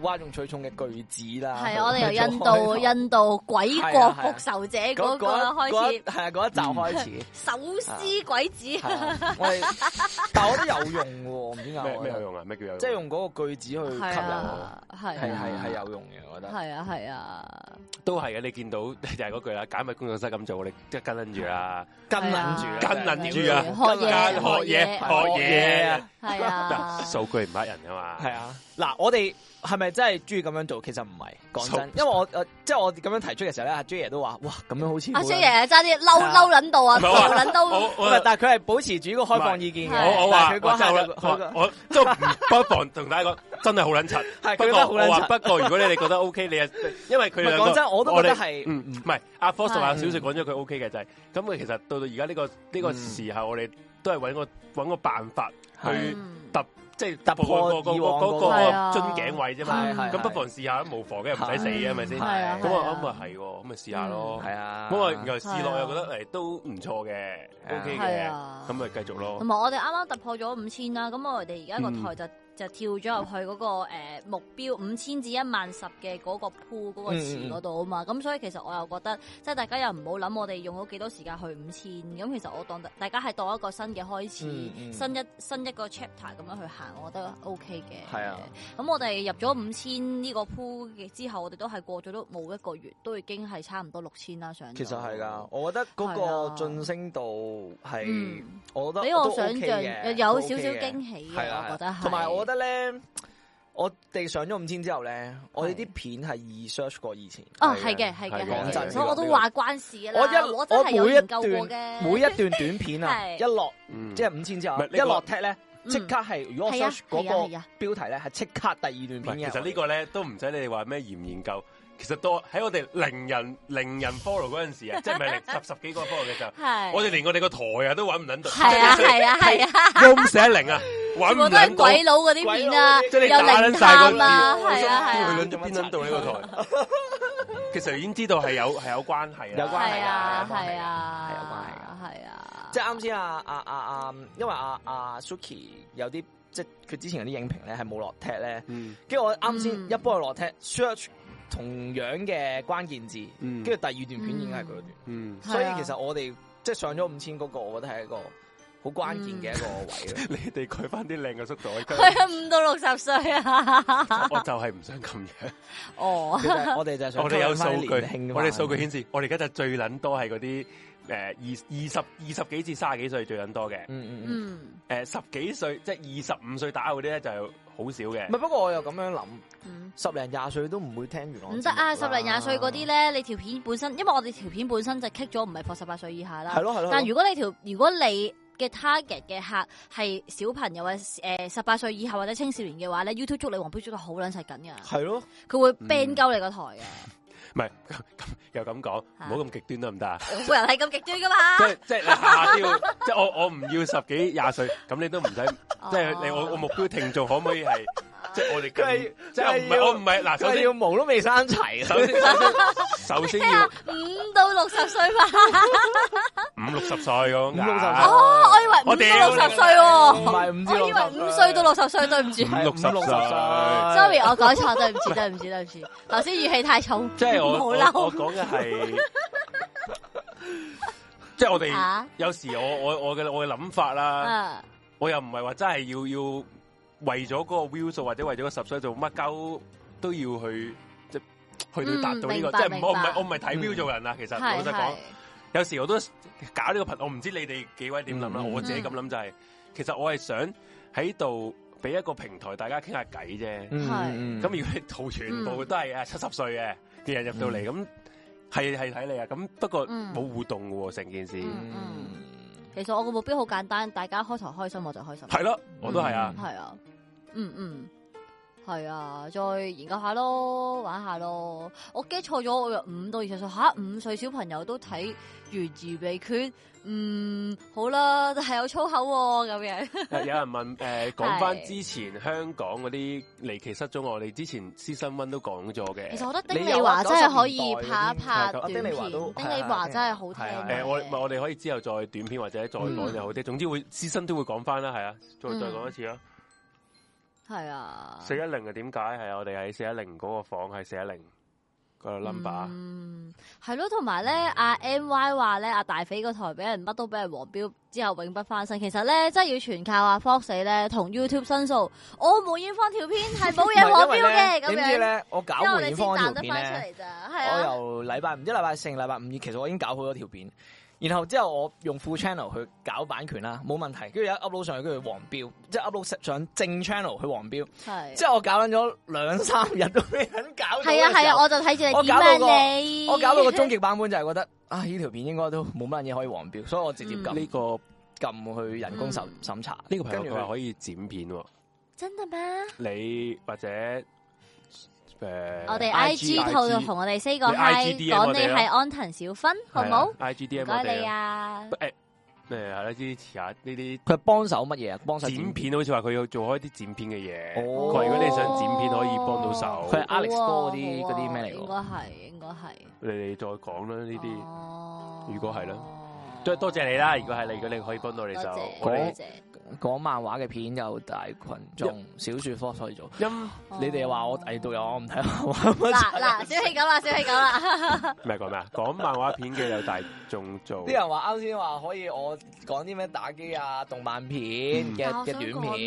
A: 哗眾取寵嘅句子啦。
C: 系
A: 去
C: 啊，我哋 由印
A: 去做
C: 度
A: 開
C: 印度鬼國復仇者
A: 頭嗰
C: 嗰個啦
A: 嗰
C: 開
A: 一
C: 始，
A: 係啊嗰一集開始。
C: 手撕鬼子，
A: 係 啊我哋，但我覺得有用喎，我唔知點解
B: 咩
A: 我覺
B: 咩有
A: 得，
B: 用啊？咩叫有用？
A: 即係用嗰個句子去吸引
C: 係
A: 我，
C: 啊，係
A: 係
C: 啊
A: 係係有用嘅，我覺得。
C: 係啊，係啊，
B: 都係嘅。你見到 就係嗰句啦，解密工作室咁做，你即係跟跟住啦。
A: 跟撚住啊，
B: 跟撚住啊
C: 學嘢
B: 學嘢學嘢啊
C: 係啊，
B: 數據唔呃人噶嘛。
A: 系啊，嗱，我哋係咪真係中意咁樣做？其實唔係，講真，
B: So-
A: 因為我 我即係我咁樣提出嘅時候咧，阿 J 爺都話：，哇，咁樣好似
C: 阿
A: 好
C: J 爺爭啲嬲嬲撚到啊，
B: 唔係我話
C: 嬲撚到，
B: 我
A: 唔係但係佢係保持住呢個開放意見嘅。
B: 我我話
A: 啊但係佢
B: 我
A: 嗰
B: 就
A: 下
B: 啦
A: 就，佢
B: 我
A: 嗰
B: 我即係唔不妨同大家講，真係好撚柒。
A: 係
B: 不
A: 佢覺
B: 過
A: 得好
B: 我
A: 撚
B: 話
A: 柒。
B: 不過，如果你哋覺得 OK，你啊，因為佢
A: 唔係
B: 兩個
A: 講真，我都覺得係
B: 嗯唔係阿 Force 同阿
C: 係
B: 小雪講咗佢 OK 嘅就係咁佢其實到到而家呢個呢個
A: 嗯
B: 時候，我哋都係揾個揾個辦法去
C: 嗯
B: 突即係
A: 突破
B: 個個
A: 以往
B: 個
A: 嗰
B: 個
A: 個
C: 係啊
B: 樽頸位啫嘛。
A: 係係
B: 嗯咁不妨試下，無妨嘅，唔使死嘅，係咪先？
C: 係啊，
B: 咁
C: 係
B: 我
C: 啊
B: 咁咪係喎，咁咪試下咯
A: 系。啊，
B: 咁啊，然後試
C: 係啊
B: 落又覺得誒都唔錯嘅
A: 係
B: ，OK
C: 係
B: 嘅，
C: 啊
B: 咁咪繼續咯
A: 哦
C: 同。埋我哋啱啱突破咗五千啦，咁我哋而家
A: 嗯
C: 個台就、就跳咗入去嗰、個、呃、目標五千至一萬十嘅嗰個 pool 嗰個
A: 嗯
C: 池嗰度啊嘛，咁、所以其實我又覺得，即係大家又唔好諗我哋用咗幾多時間去五千，咁其實我當大大家係當一個新嘅開始，
A: 嗯嗯
C: 新一新一個 chapter 咁樣去行，我覺得 OK 嘅。
A: 係啊
C: 咁我哋入咗五千呢個 pool 嘅之後，我哋都係過咗都冇一個月，都已經係差唔多六千啦上。
A: 其實係㗎，，我覺得嗰
C: 係
A: 個
C: 啊
A: 晉升度係，
C: 嗯，
A: 我覺得
C: 比
A: 都
C: 我
A: OK
C: 想象
A: 嘅
C: 有
A: 都
C: 有
A: OK
C: 少少
A: 嘅
C: 驚喜
A: 係
C: 嘅，
A: 啦
C: 我覺得係。
A: 同埋我覺得咧，我哋上咗五千之後咧，我哋啲片係易 search 過以前。
C: 哦，係嘅，係
B: 係嘅
C: 嘅，係
A: 講真
C: 嘅，所以我都
B: 呢個
C: 話關事㗎
A: 我
C: 啦。
A: 一
C: 我真
A: 我
C: 係有
A: 每一
C: 研究
A: 段
C: 過 嘅，
A: 每一段短片啊，
C: 係
A: 一落
B: 嗯
A: 即係五千之後
B: 唔係呢，個
A: 一落踢咧，即刻
C: 嗯
A: 係如果我
C: 係啊
A: search 嗰
C: 係啊係
A: 個
C: 啊
A: 標題咧，係即刻第二段
B: 唔係
A: 片嘅。
B: 其實呢個咧都唔使你哋話咩研唔研究，其實都喺我哋零人零人 follow 嗰陣時 啊，即係唔係零十十幾個 follow 嘅時候，
C: 係
B: 我哋連我哋個台啊都揾唔撚到，
C: 係 啊係啊係啊，
B: room 寫零啊，揾
C: 全
B: 唔
C: 部都係
B: 撚到，
C: 鬼佬嗰啲片啊，
A: 鬼佬嗰啲
B: 即係
C: 有
B: 你打撚晒
C: 靈
B: 個
C: 探
B: 字，
C: 啊，
B: 我
C: 係啊係
B: 想
C: 啊
B: 知佢撚咗邊撚到呢個台？其實已經知道係有係有關係啊，
A: 有關係
C: 係
A: 㗎
C: 啊
A: 有關係㗎
C: 係啊
A: 係有關係㗎
C: 係啊，
A: 即係啱先啊啊啊啊，因為啊啊 Suki 有啲即係佢之前有啲影評咧係冇落踢咧，
B: 嗯
A: 跟住我啱先
C: 嗯
A: 一波落踢 search 同樣嘅關鍵字，
B: 嗯
A: 跟住第二段片已經係佢嗰段，
B: 嗯
C: 係啊
A: 所以其實我哋即係上咗五千嗰個，我覺得係一個好關鍵嘅一個位
C: 嗯
A: 啊。
B: 你哋改翻啲靚嘅速度，
C: 係啊， 五到六十歲啊，
B: 我就係唔想咁樣。
C: 哦
A: 其，實我哋就係想
B: 我哋有
A: 吸引返啲
B: 數
A: 年輕
B: 據，
A: 嘅
B: 我哋
A: 嘛
B: 數據顯示，我哋而家就最撚多係嗰啲誒二二十二十幾至三十幾歲最撚多嘅，誒、呃
A: 嗯嗯嗯。
C: 嗯
B: 十幾歲即係二十五歲打嗰啲咧就好少嘅
A: 唔係，。不過我又咁樣諗，
C: 嗯，
A: 十零廿歲都唔會聽完我。
C: 唔得啊！十零廿歲嗰啲。咧，你條片本身，因為我哋條片本身就棘咗，唔係放十八歲以下啦
A: 係。咯係咯。
B: 嗯
C: 但如果你條如果你嘅 target 嘅客係小朋友或誒十八歲以下或者青少年嘅話咧，YouTube 捉你黃標捉得好撚實緊㗎，
A: 係咯，
C: 佢會
B: 嗯
C: ban 鳩你個台嘅。
B: 唔係咁咁又咁講，唔好咁極端得唔得啊？
C: 我個人係咁極端㗎
A: 啊
C: 嘛
B: 即。係即係你下下都要，即係我我唔要十幾廿歲，咁你都唔使，
A: 哦
C: 哦
B: 即係你我我目標聽眾可唔可以係，即係我哋
A: 佢
B: 咁
A: 係，
B: 即
A: 佢
B: 係唔
A: 係
B: 係
A: 要
B: 我唔係嗱，首
A: 佢
B: 先
A: 要毛都未生齊啊。
B: 首先首先首先要
C: 啊五到六十歲 嘛，
B: 五六十歲咁
A: 五六十歲
B: 㗎，
C: 哦，我以為五到六十歲喎，
A: 唔係五至
C: 哦我
A: 六
C: 以
A: 十
C: 為五歲到六十歲，對唔住
B: 五六十歲。
C: ，sorry，我講錯，對唔住，對唔住，對唔住，頭先語氣太重，
B: 即係 我
C: 唔好
B: 我
C: 嬲，
B: 我講嘅係，即係我哋
C: 啊
B: 有時我我我嘅我嘅諗法啦，
C: 啊，
B: 我又唔係話真係要要為咗嗰個 view 數或者為咗個 sub 數做乜鳩都要去即係去到達到呢
C: 嗯明
B: 個，
C: 白
B: 即係唔我唔係
C: 明白嗯
B: 我唔係睇 view 做人啊啦。其實老
C: 係
B: 實講
C: 係，，
B: 有時我都搞呢個頻，我唔知你哋幾位點諗啦。
A: 嗯
B: 我自己咁諗就係，其實我係想喺度俾一個平台大家傾下偈啫。
A: 嗯
C: 係
A: 嗯
B: 咁如果你套全部都係啊七十歲嘅嘅人入到嚟，咁係係睇你啊。咁不過
C: 嗯
B: 冇互動嘅喎，成件事
C: 嗯嗯，其實我個目標好簡單，大家開台開心我就開心，
B: 係咯， 我都係啊。
C: 係啊，嗯嗯。係啊，再研究下咯，玩下咯。我記錯咗，我有五到二十歲，吓五歲小朋友都睇《懸疑秘訣》，嗯，好啦，但係有粗口喎咁、樣。
B: 有人問誒，講翻
C: 係
B: 之前香港嗰啲離奇失蹤，我哋之前 season one 都講咗嘅
C: 其。實我覺得
A: 你
C: 丁
A: 有
C: 利
A: 啊
C: 華真係可
A: 90
C: 以
A: 年代
C: 拍一
A: 啲
B: 嗰
C: 拍短
A: 係啊
C: 片，
A: 丁利華都
C: 丁利華真係好聽
A: 係啊
B: 誒、
C: 嘅。
B: 我咪我哋可以之後再短片或者再講
C: 嗯
B: 又好啲，總之會私生都會講翻啦，係啊，再
C: 嗯
B: 再講一次啦。
C: 係啊，
B: 四一零嘅點解係啊我哋喺四一零嗰個房係四一零個 number，
C: 嗯，係咯，同埋咧，阿 M Y 話咧，阿大肥嗰台俾人乜都俾人黃標之後永不翻身。其實咧，真係要全靠阿 Fox 死咧同 YouTube 申訴，我梅艷芳條片係冇嘢黃標嘅咁
A: 點知
C: 樣，
A: 咧，我搞
C: 因為我哋
A: 梅艷
C: 先
A: 芳
C: 彈
A: 嗰條
C: 得
A: 片哎
C: 翻出
A: 咧，
C: 嚟咋，係
A: 我
C: 啊，
A: 由禮拜唔知禮拜四、禮拜五，其實我已經搞好咗條片。然後之後我用副 channel 去搞版權啦，冇問題。跟住一 upload 上去，跟住黃標，即係 upload 上正 channel 去黃標。
C: 係
A: 之後我搞緊咗兩三日都未肯搞到嘅時候。
C: 係啊係啊，我就睇住
A: 我
C: 你
A: 搞
C: 點
A: 到個
C: 啊你，
A: 我搞到個終極版本就係覺得啊，呢條片應該都冇乜嘢可以黃標，所以我直接撳
B: 呢、
A: 呢
B: 個
A: 撳去人工審
C: 嗯
A: 審查。
B: 嗯呢、個朋
A: 跟
B: 友
A: 住
B: 佢話
A: 佢
B: 可以剪片喎，
C: 真嘅咩？
B: 你或者呃誒、
C: 我哋 I
B: IG
C: G 套就
B: 啊
C: 同我哋 say 個
B: 你 IG
C: hi，
B: DM
C: 講
B: 我哋
C: 你
B: 啦
C: 係安藤小芬，好唔好？
B: I G D
C: 唔
B: M 我
C: 該
B: 哋
C: 你
B: 啊，
C: 啊，
B: 誒誒係啦，呢啲遲下呢啲
A: 佢幫手乜嘢啊？幫手
B: 剪。片，好似話佢要做開啲剪片嘅嘢。
C: 啊
A: 哦
B: 佢話如果你想剪片，可以幫到手。
A: 佢係 Alex
C: 好啊
A: Go 嗰啲
C: 好
A: 嗰
C: 啊
A: 啲咩嚟㗎
C: 應該係，應該係
B: 你哋再講啦，呢啲。
C: 哦
B: 如果係啦多多謝你啦如果係你如果你可以幫到你就
C: 多謝
B: 我
A: 哋
C: 多謝
A: 講漫畫嘅片有大群眾，小說科所以做。
B: 音
A: 你哋話我偽到有，我唔睇漫畫乜柒
C: 哦嗱嗱，小氣咁啦，小氣咁 啦，
B: 咩講咩啊？講漫畫片嘅有大眾做
A: 啲。人話啱先話可以我講啲咩打機啊、動漫片嘅嘅
C: 嗯但我想
A: 短
C: 講
A: 片，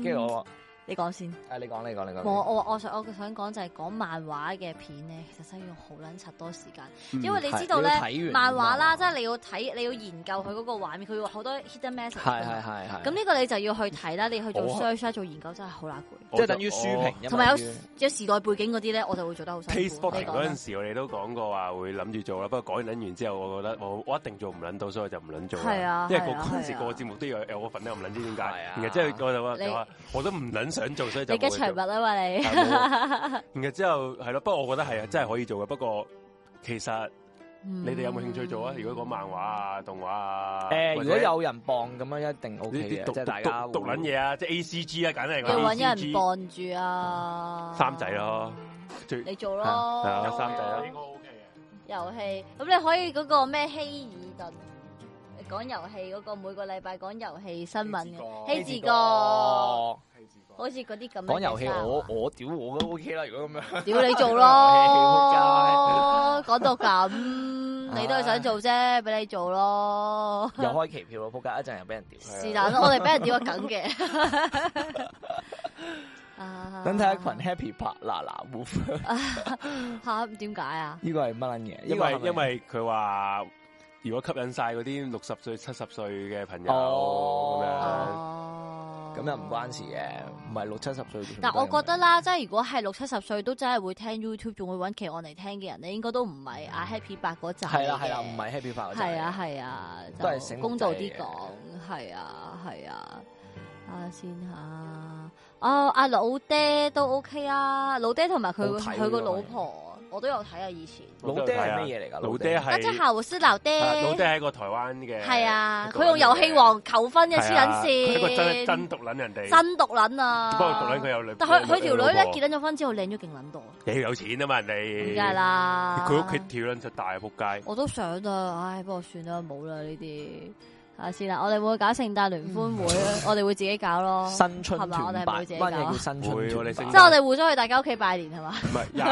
C: 呢
A: 跟住我
C: 你講先。
A: 誒你講你講你
C: 我
A: 講，
C: 我我想我想講就係講漫畫嘅片咧，其實真係要好撚柒多時間，
B: 嗯
C: 因為你知道
A: 係
C: 咧
A: 你要睇完
B: 啊
C: 漫畫
A: 漫畫
C: 啦，即係你要睇，你要研究佢嗰個畫面，佢會有好多 hidden message 㗎
A: 係
C: 嘛。
A: 係係係。
C: 咁呢個你就要去睇啦，你去做
B: 我
C: search 啦做研究真係好乸攰。
B: 我
A: 即
B: 就
A: 係等於書評。因
B: 我
A: 為
C: 同埋有
A: 要
C: 有時代背景嗰啲咧，我就會做得好辛苦。
B: Taste Boxing
C: 你講啊
B: 嗰
C: 啦
B: 陣時，我哋都講過話會諗住做啦。不過講撚完之後，我覺得我我一定做唔撚到，所以我就唔撚做啦。
C: 係啊
B: 因為
C: 係
B: 個
C: 啊
B: 嗰陣時
C: 係啊
B: 個節目都有有我份咧，我唔撚知點解。
A: 係啊
B: 然後之後我就話
C: 你
B: 就話我都唔撚想做，所以就
C: 你嘅
B: 冇去做
C: 財物啊嘛，你
B: 係冇然後之後係咯，不過我覺得係啊，真係可以做嘅。不過其實 你
C: 你
B: 哋有冇興趣做啊？
C: 嗯
B: 如果講漫畫啊、動畫啊，
A: 誒，
B: 或
A: 如
B: 者
A: 果有人傍咁樣，一定 O
B: 呢
A: K
B: 啲
A: 嘅，
B: 讀
A: 即係大家
B: 讀讀撚嘢啊，即係 A C G 啊，簡單嚟
C: 要
B: 講
C: 揾人
B: ACG
C: 傍住啊？
B: 三仔咯，最
C: 你做咯，
B: 係啊三仔啦
E: 應該 OK 嘅。
C: 遊戲咁你可以嗰個咩希爾頓講遊戲嗰個，每個禮拜講遊戲新聞嘅
E: 希
C: 希
E: 字
C: 字哥，
A: 個
E: 希子哥
C: 好似嗰啲咁樣
A: 哦講遊戲，
C: 嘅衫啊啊
A: 我我屌 我都 O K 啦，如果咁樣。
C: 屌你做
A: 講遊戲
C: 咯，講到咁。你都係想做啫，俾你做咯。
A: 又開期票咯，仆街一陣又俾人屌佢。
C: 是但咯，我哋俾人屌咗梗嘅。 啊
A: 等睇下群 Happy 拍嗱嗱 move，
C: 吓，嗯點解啊？
A: 呢個係乜撚嘢？
B: 因
A: 為
B: 為因為佢話如果吸引晒嗰啲六十歲、七十歲嘅朋友咁
A: 哦
B: 樣，
C: 哦，
A: 咁又唔關事嘅，唔係六七十歲。
C: 但我覺得，啦，即係如果係六七十歲都真係會聽 YouTube，仲會揾奇案嚟聽嘅人咧，應該都唔係阿 Happy 八嗰陣
A: 嗯
C: 嚟嘅。
A: 係啦係啦，唔係 Happy 拍嗰陣
C: 係啊，係啊，
A: 都係醒
C: 就
A: 目
C: 公道啲
A: 仔嚟嘅
C: 講，係啊係啊，睇下先吓。哦，阿老爹都 OK 啊，老爹同埋佢
A: 好睇喎
C: 佢個老婆，我都有睇啊，以前。
A: 老爹係咩嘢嚟㗎？
B: 老爹
C: 大家
B: 係
C: 好，我是老爹。
B: 啊老爹係一個台灣嘅，
C: 係啊，
B: 一個
C: 佢用遊戲王求婚嘅
B: 係
C: 黐
B: 啊
C: 撚
B: 佢一個真
C: 線，
B: 真毒撚人哋，
C: 真毒撚啊！
B: 不過毒撚佢有女，
C: 但佢佢條
B: 有
C: 女咧
B: 老婆
C: 結撚咗婚之後靚咗勁撚多，
B: 你要有錢啊嘛，人
C: 點
B: 哋
C: 解啦？
B: 佢屋企條撚實大啊仆街，
C: 我都想啊，唉，不過算啦，冇啦呢啲。睇下先啦，我哋會搞聖誕聯歡會，
B: 嗯
C: 我哋會自己搞咯。
A: 新春團
C: 係嘛我哋係咪
A: 拜，
C: 會自己
A: 乜嘢叫
C: 搞
A: 新
B: 會
A: 春
B: 我
A: 團
B: 哋聖
C: 即
A: 拜
C: 係我哋互相去大家屋企拜年係嘛？
B: 唔 係廿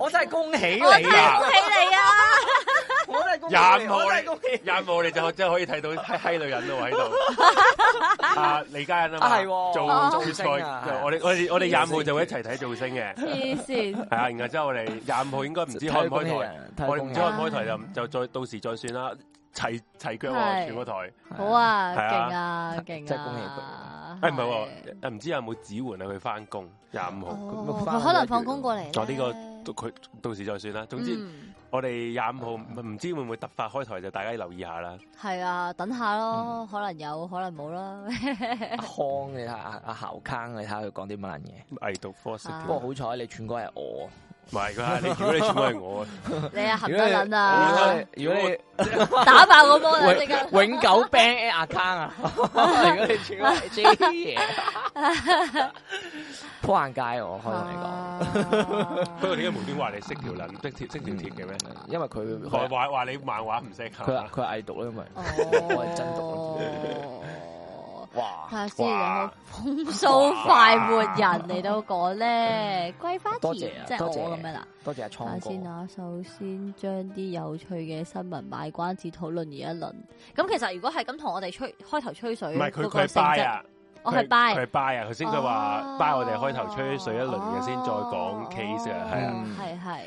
A: 我真係恭喜
C: 我真
A: 你
C: 係
A: 啊！
C: 恭喜你啊！
A: 我真係恭喜你，我真係恭喜
B: 廿五號廿五號你就真係可以睇到閪閪女人咯喺度， 啊李嘉欣啊
A: 啊
B: 嘛，
A: 係喎
B: 做
A: 造
B: 決賽，
A: 星啊
B: 就我哋我哋我哋廿五號就會一齊睇造星嘅。
C: 黐 線，
B: 系啊，然後之後我哋廿五號應該唔知開唔開台，
A: 啊睇佢
B: 我哋
A: 恭
B: 唔
A: 喜
B: 知
A: 人
B: 開唔開台就就再到時再算啦。齊齊腳
C: 係
B: 喎，全個台。
C: 好！啊，
B: 係啊
C: 勁啊，勁
A: 真
C: 啊！
A: 係恭喜
B: 誒
C: 佢
B: 唔係喎，唔知有冇指換啊？佢翻工廿五號，
C: 哦，佢可能放工過嚟呢。
B: 我呢個佢到時再算啦。總之
C: 嗯
B: 我哋廿五號唔知會唔會突發開台，就大家留意下啦。
C: 係啊，等下咯，可能有，可能冇啦。
A: 阿康，你睇下阿阿侯坑，你睇下佢講啲乜撚嘢。
B: 偽讀科識
C: 啊
A: 不過
B: 條，
A: 好彩你串哥係我，
B: 唔係佢係你，如果你全部係 我，
C: 你啊，含
A: 如
C: 得
A: 果你
C: 撚啊，
A: 如果你
C: 打爆個波啦！即刻
A: 永永久 ban account 啊，如果你串哥係 J 嘢，鋪硬街我可以同你
C: 啊
A: 講，
B: 不過點解無端話你識條撚，識條識條鐵嘅咩？
C: 嗯
A: 因為佢
B: 話
A: 佢
B: 話話你漫畫唔識
A: 佢
B: 啊？
A: 佢係偽毒啦，因為我係真毒
C: 哦。
A: 哇
C: 睇下先有冇
B: 哇
C: 風騷快活人嚟到講咧，桂花
A: 多謝
C: 田
A: 啊
C: 即係
A: 多謝
C: 我咁樣啦。
A: 多謝阿
C: 睇下
A: 倉
C: 先
A: 哥，
C: 啊，首先將啲有趣嘅新聞賣關子討論而一輪。咁其實如果係咁同我哋吹開頭吹水，
B: 唔係佢
C: 嗰
B: 佢
C: 個
B: 係
C: 性
B: buy
C: 質，
B: 啊。
C: 我係
B: 佢
C: buy。
B: 係 buy 啊！頭先佢話
C: 哦
B: buy 我哋開頭吹水一輪嘅，先再
C: 哦
B: 講 case 啊，係啊，
C: 哦係係。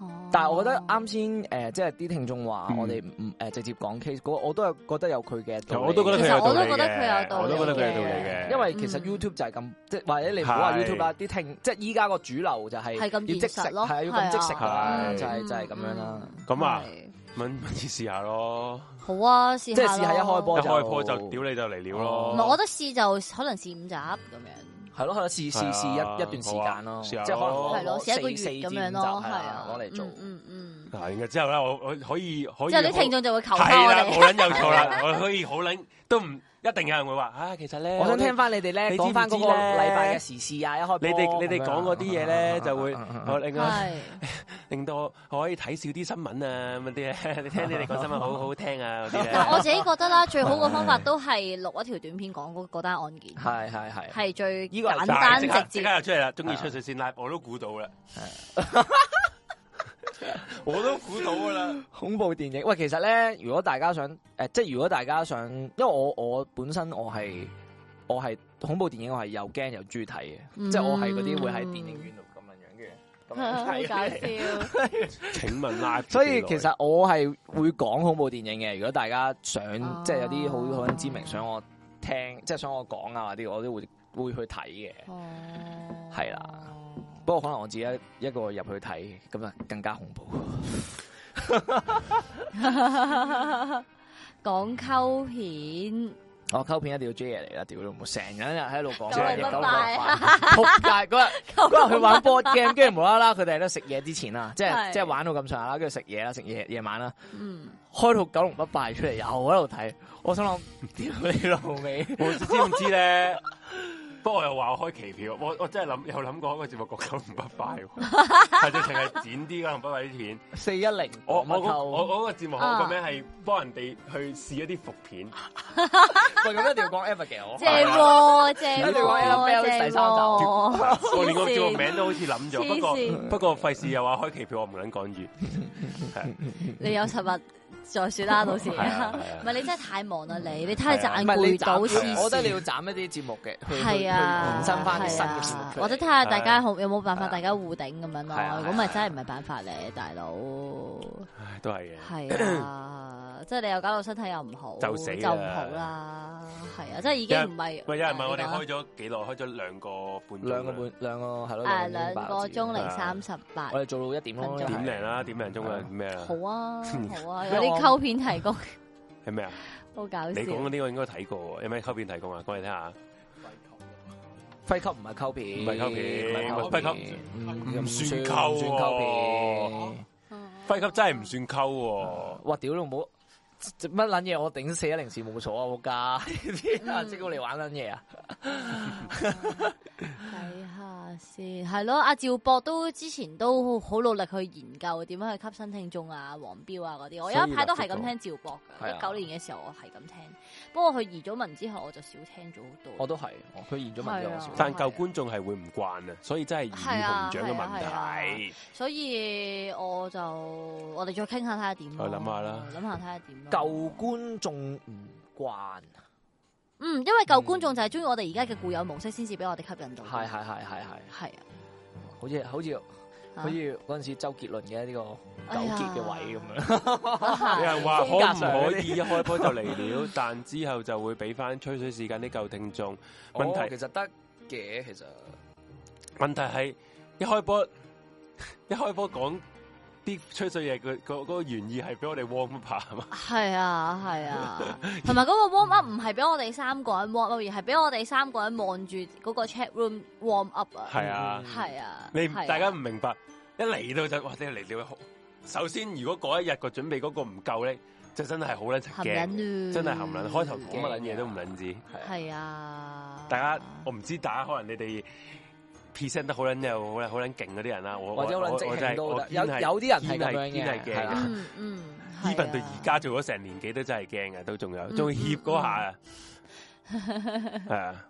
C: 哦
A: 但係我覺得啱先誒，即係啲聽眾話
B: 嗯
A: 我哋唔誒直接講 case，嗰我都有覺得有佢嘅道理嘅，
B: 我都覺得佢有道理
C: 其實我都覺得佢有
B: 嘅，
C: 道理
B: 我都覺得佢有道理
C: 嘅
B: 嘅，嗯
A: 因為其實
C: 嗯
A: YouTube 就係咁，即係或者你唔好話
B: 係
A: YouTube 啦，啲聽即係依家個主流就係
C: 係
A: 要
C: 咁
A: 即
C: 現實咯嗯
A: 係啊要咁即食
C: 係
B: 啊
A: 㗎，就係就係咁樣啦。
B: 咁啊
C: 係
B: 咪咪試下咯，
C: 好啊，試
A: 即係
C: 下
A: 試下一開
B: 一
A: 波我就
B: 開波就屌你就嚟料
C: 唔
B: 咯。
C: 係，我覺得試就可能試五集咁樣。
A: 係咯，係咯，試
B: 係
A: 試
B: 啊
A: 試一一段時間咯，
B: 好啊試
A: 即係
B: 下
A: 可能
B: 咯
A: 攞
C: 係咯，
A: 攞
C: 試一個月
A: 四四
C: 咁
A: 至五
C: 樣
A: 集
C: 咯，
A: 係
C: 係啊
A: 啊，，攞嚟做。
C: 嗯嗯
B: 嗱，然後之後咧，我我可以可
C: 嗯，
B: 以
C: 之後啲聽眾就會求
B: 好
C: 翻
B: 係
C: 我
B: 啦，
C: 哋
B: 冇。撚有錯啦，我可以好撚都唔一定有人會話啊，其實咧，
A: 我想聽
B: 哋
A: 翻你哋咧
B: 你知唔
A: 講翻嗰個
B: 知咧
A: 禮拜嘅時事啊，一開波
B: 你哋你哋講嗰啲嘢咧，就會我令我
C: 係
B: 令到我可以睇少啲新聞啊咁嗰啲咧，你聽你哋講新聞好好聽啊嗰啲
C: 嗱，我
B: 咧。
C: 自己覺得啦，最好個方法都係錄一條短片講嗰嗰單案 件，
A: 係係係
C: 係最
A: 呢個係
C: 簡
B: 但係
C: 單
B: 即刻
C: 直
B: 即刻
C: 接。
B: 又出嚟啦！中意吹水先 live，我都估到啦，我都估到噶啦。
A: 恐怖電影。喂，其實咧，如果大家想誒，即係如果大家想，因為我我本身我係我係恐怖電影，我係又驚又中意睇嘅，
C: 嗯
A: 即係我係嗰啲會喺電影院度咁樣 樣嘅，咁樣睇
C: 搞
A: 嘅。
C: 笑，
B: 請問 live，
A: 所以其實我係會講恐怖電影嘅。如果大家想、
C: 哦
A: 即係有啲好好知名，想我聽，即係想我講啊嗰啲，我都會會去睇嘅。
C: 哦，
A: 係啦不過可能我自己一一個入去睇，咁啊更加恐怖。
C: 講溝 片，
A: 我溝片一定要 J 嚟啦，屌你冇成日喺度講
C: 九
B: 係
A: 嘢，
C: 零
B: 乜
A: 九
C: 八
A: 九
C: 拜
A: 八
C: 啊
A: 仆街 嗰日嗰日去玩 board game，跟住無啦啦佢哋喺度食嘢之前啦，即係
C: 係
A: 即係玩到咁上下啦，跟住食嘢啦，食夜夜晚啦，
C: 嗯，
A: 開套九龍不敗出嚟，又喺度睇，我心諗屌你老味，
B: 我知唔知咧？不過我又話我開期票，我我真係諗有諗過一個節目講九唔不快喎，係直情係剪啲九唔不快啲片。
A: 四一零，
B: 我我
A: 乜
B: 嗰
A: 扣？
B: 我
A: 我
B: 我嗰個節目
C: 啊
B: 個名係幫人哋去試一啲伏片，
A: 喂，咁一定要講 Abigail。
C: 正喎，正
A: 你話有
C: 喎，
A: Bell 第三
C: 正
A: 集
C: 喎，
B: 我連個節目名都好似諗咗，不
C: 黐線
B: 過不過費事又話開期票，我唔撚講住。
C: 你有十日再 說啦，到時。
B: 係啊係啊
C: 唔係你真係太忙啦，你你太賺
A: 唔嗯係你
C: 攰到
A: 斬，
C: 黐
A: 我
C: 線。
A: 覺得你要斬一啲節目嘅，去
C: 係
A: 去
C: 啊，
A: 延伸翻啲
C: 係
A: 新嘅節
C: 啊
A: 目，出嚟
C: 或者睇下大家
B: 係
C: 好有冇辦法，
A: 係啊
C: 大家互頂咁樣咯
A: 係啊。
C: 咁咪真係唔係辦法咧，大佬。
B: 唉，都係嘅。
C: 係 啊，即係你又搞到身體又唔好，
B: 就
A: 啊
B: 死啦
C: 就唔好啦。係啊，即係已經唔係。啊
B: 喂，有人問我哋
C: 誒
B: 開咗幾耐？開咗兩個半鐘啦，啊
A: 兩個半兩個係咯，
C: 誒
A: 兩
C: 啊兩個鐘
A: 零，
C: 零三十八
A: 我。哋做到一點咯，
C: 分鐘
B: 點零啦，點零鐘啊？咩啊？
C: 好啊，好啊，
A: 因
C: 有
A: 為
C: 啲
A: 我
C: 溝片提供，
B: 係咩啊？
C: 好搞
B: 你講
C: 笑。
B: 嘅呢個應該睇過喎，有咩溝片提供啊？講嚟聽下。
A: 輝級唔係溝片，
B: 唔係溝片
A: 唔係溝片
B: 唔
A: 唔
B: 算
A: 算啊
B: 溝
A: 唔算溝片。
C: 哦
B: 輝級真係唔算溝喎。
A: 哇！屌你唔好，做乜撚嘢？我頂四一零事務所啊！仆街，
C: 嗯
A: 啲 人即過嚟玩撚嘢啊！
C: 睇下先，係咯，阿趙博都之前都好努力去研究點樣去吸新聽眾啊、黃標啊嗰啲。我有一排都係咁聽趙博
A: 所以立
C: 嘅，一
A: 足
C: 九
A: 到
C: 年嘅時候我係咁聽，不過佢移咗民之後我就少聽咗好
A: 我都
C: 多。
A: 係，我佢延咗文之後我少
C: 係啊
B: 但舊觀眾係會唔慣啊，所以真係耳紅獎嘅問
C: 係啊係
B: 題。
C: 所以我就我哋再傾下睇下點咯。
B: 我諗下啦
C: 諗下睇下點咯。
A: 舊觀眾唔慣，
C: 嗯，因為舊觀眾就係中意我哋而家嘅固有模式，先至俾我哋吸引到。
A: 係係係係係，
C: 係啊。
A: 好似好似好似嗰陣時周杰倫嘅呢個
C: 哎
A: 糾結嘅位咁 樣。
B: 有
C: 樣
B: 人話可
A: 風格上
B: 唔
A: 嗰啲
B: 可以一開波就嚟了， 但之後就會俾翻吹水時間啲舊聽眾。問題
A: 哦其實得嘅，其實
B: 問題係一開波 一開波講啲吹水嘢，佢嗰嗰個原意係俾我哋 warm up 下嘛。
C: 係啊，係 啊，同埋嗰個 warm up 唔係俾我哋三個人 warm up，而係俾我哋三個人望住嗰個 chat room warm up 啊。
B: 係啊
A: 嗯
C: 係啊，
B: 你
C: 係啊
B: 大家唔明白，一嚟到就哇！你嚟到好，首先如果嗰一日個準備嗰個唔夠咧，就真係好撚
C: 含
B: 嘅，
C: 忍
B: 真係含撚。開頭講乜
A: 撚
B: 撚嘢都唔撚知，
A: 係
C: 係啊，
B: 大家我唔知大家可能你哋 present 得好撚又好撚好撚勁嗰啲人啦，我
A: 或者好撚
B: 我
A: 正
B: 我我真
A: 氣
B: 係
A: 都
B: 我
A: 得，有
B: 堅係
A: 有啲人係咁樣嘅，
B: 堅係堅係
A: 係啊啦
B: 驚
C: 嗯嗯
B: even 到而家做咗成年幾都真係驚啊嘅，都仲有，
C: 嗯
B: 仲要怯嗰下啊，係啊，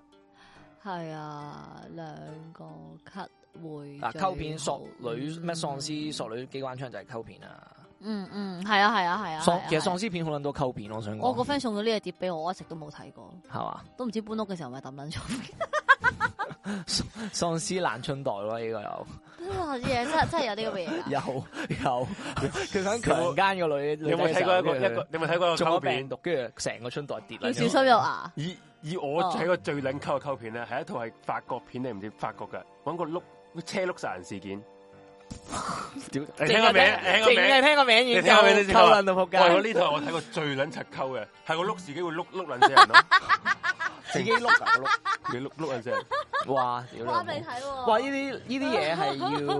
C: 係啊，兩個咳會
A: 嗱，
C: 最
A: 溝片
C: 好
A: 索女咩喪屍索女機關槍就係溝片啊！
C: 嗯嗯，係啊係啊係啊，係
A: 喪
C: 啊
A: 其實
C: 係啊
A: 喪屍片好撚多溝片，我想講，
C: 我個 friend 送咗呢個碟俾我，我一直都冇睇過，
A: 係嘛？
C: 都唔知搬屋嘅時候咪抌 撚咗。
A: 喪屍爛春袋咯，呢個有
C: 啊哇！啲嘢真係真係有啲咁嘅嘢㗎。
A: 有有，佢想強姦個女，
B: 你有冇睇過一個一個？你有冇睇過一個
A: 中
B: 溝
A: 咗嗯病
B: 片？
A: 毒，跟住成個春袋跌
C: 要
A: 啦！
C: 小心啊有牙。
B: 以以我
A: 哦
B: 睇過最撚溝嘅溝片咧，係一套係法國片定唔知法國嘅，揾個碌車碌殺人事件。
A: 屌，
B: 你聽個名，你聽個
A: 淨係
B: 名，
A: 聽個名已
B: 你
A: 經
B: 聽個名
A: 溝溝
B: 你知道啊
A: 撚到仆
B: 喂！我
A: 街，
B: 呢套我睇過最撚柒溝嘅，係個碌自己會碌碌撚 死人咯，
A: 自己碌啊個
B: 你碌碌撚死人。
A: 碌！哇！屌你
C: 哇！
A: 老
C: 未
A: 母！
C: 睇喎。
A: 哇！呢啲呢啲嘢係要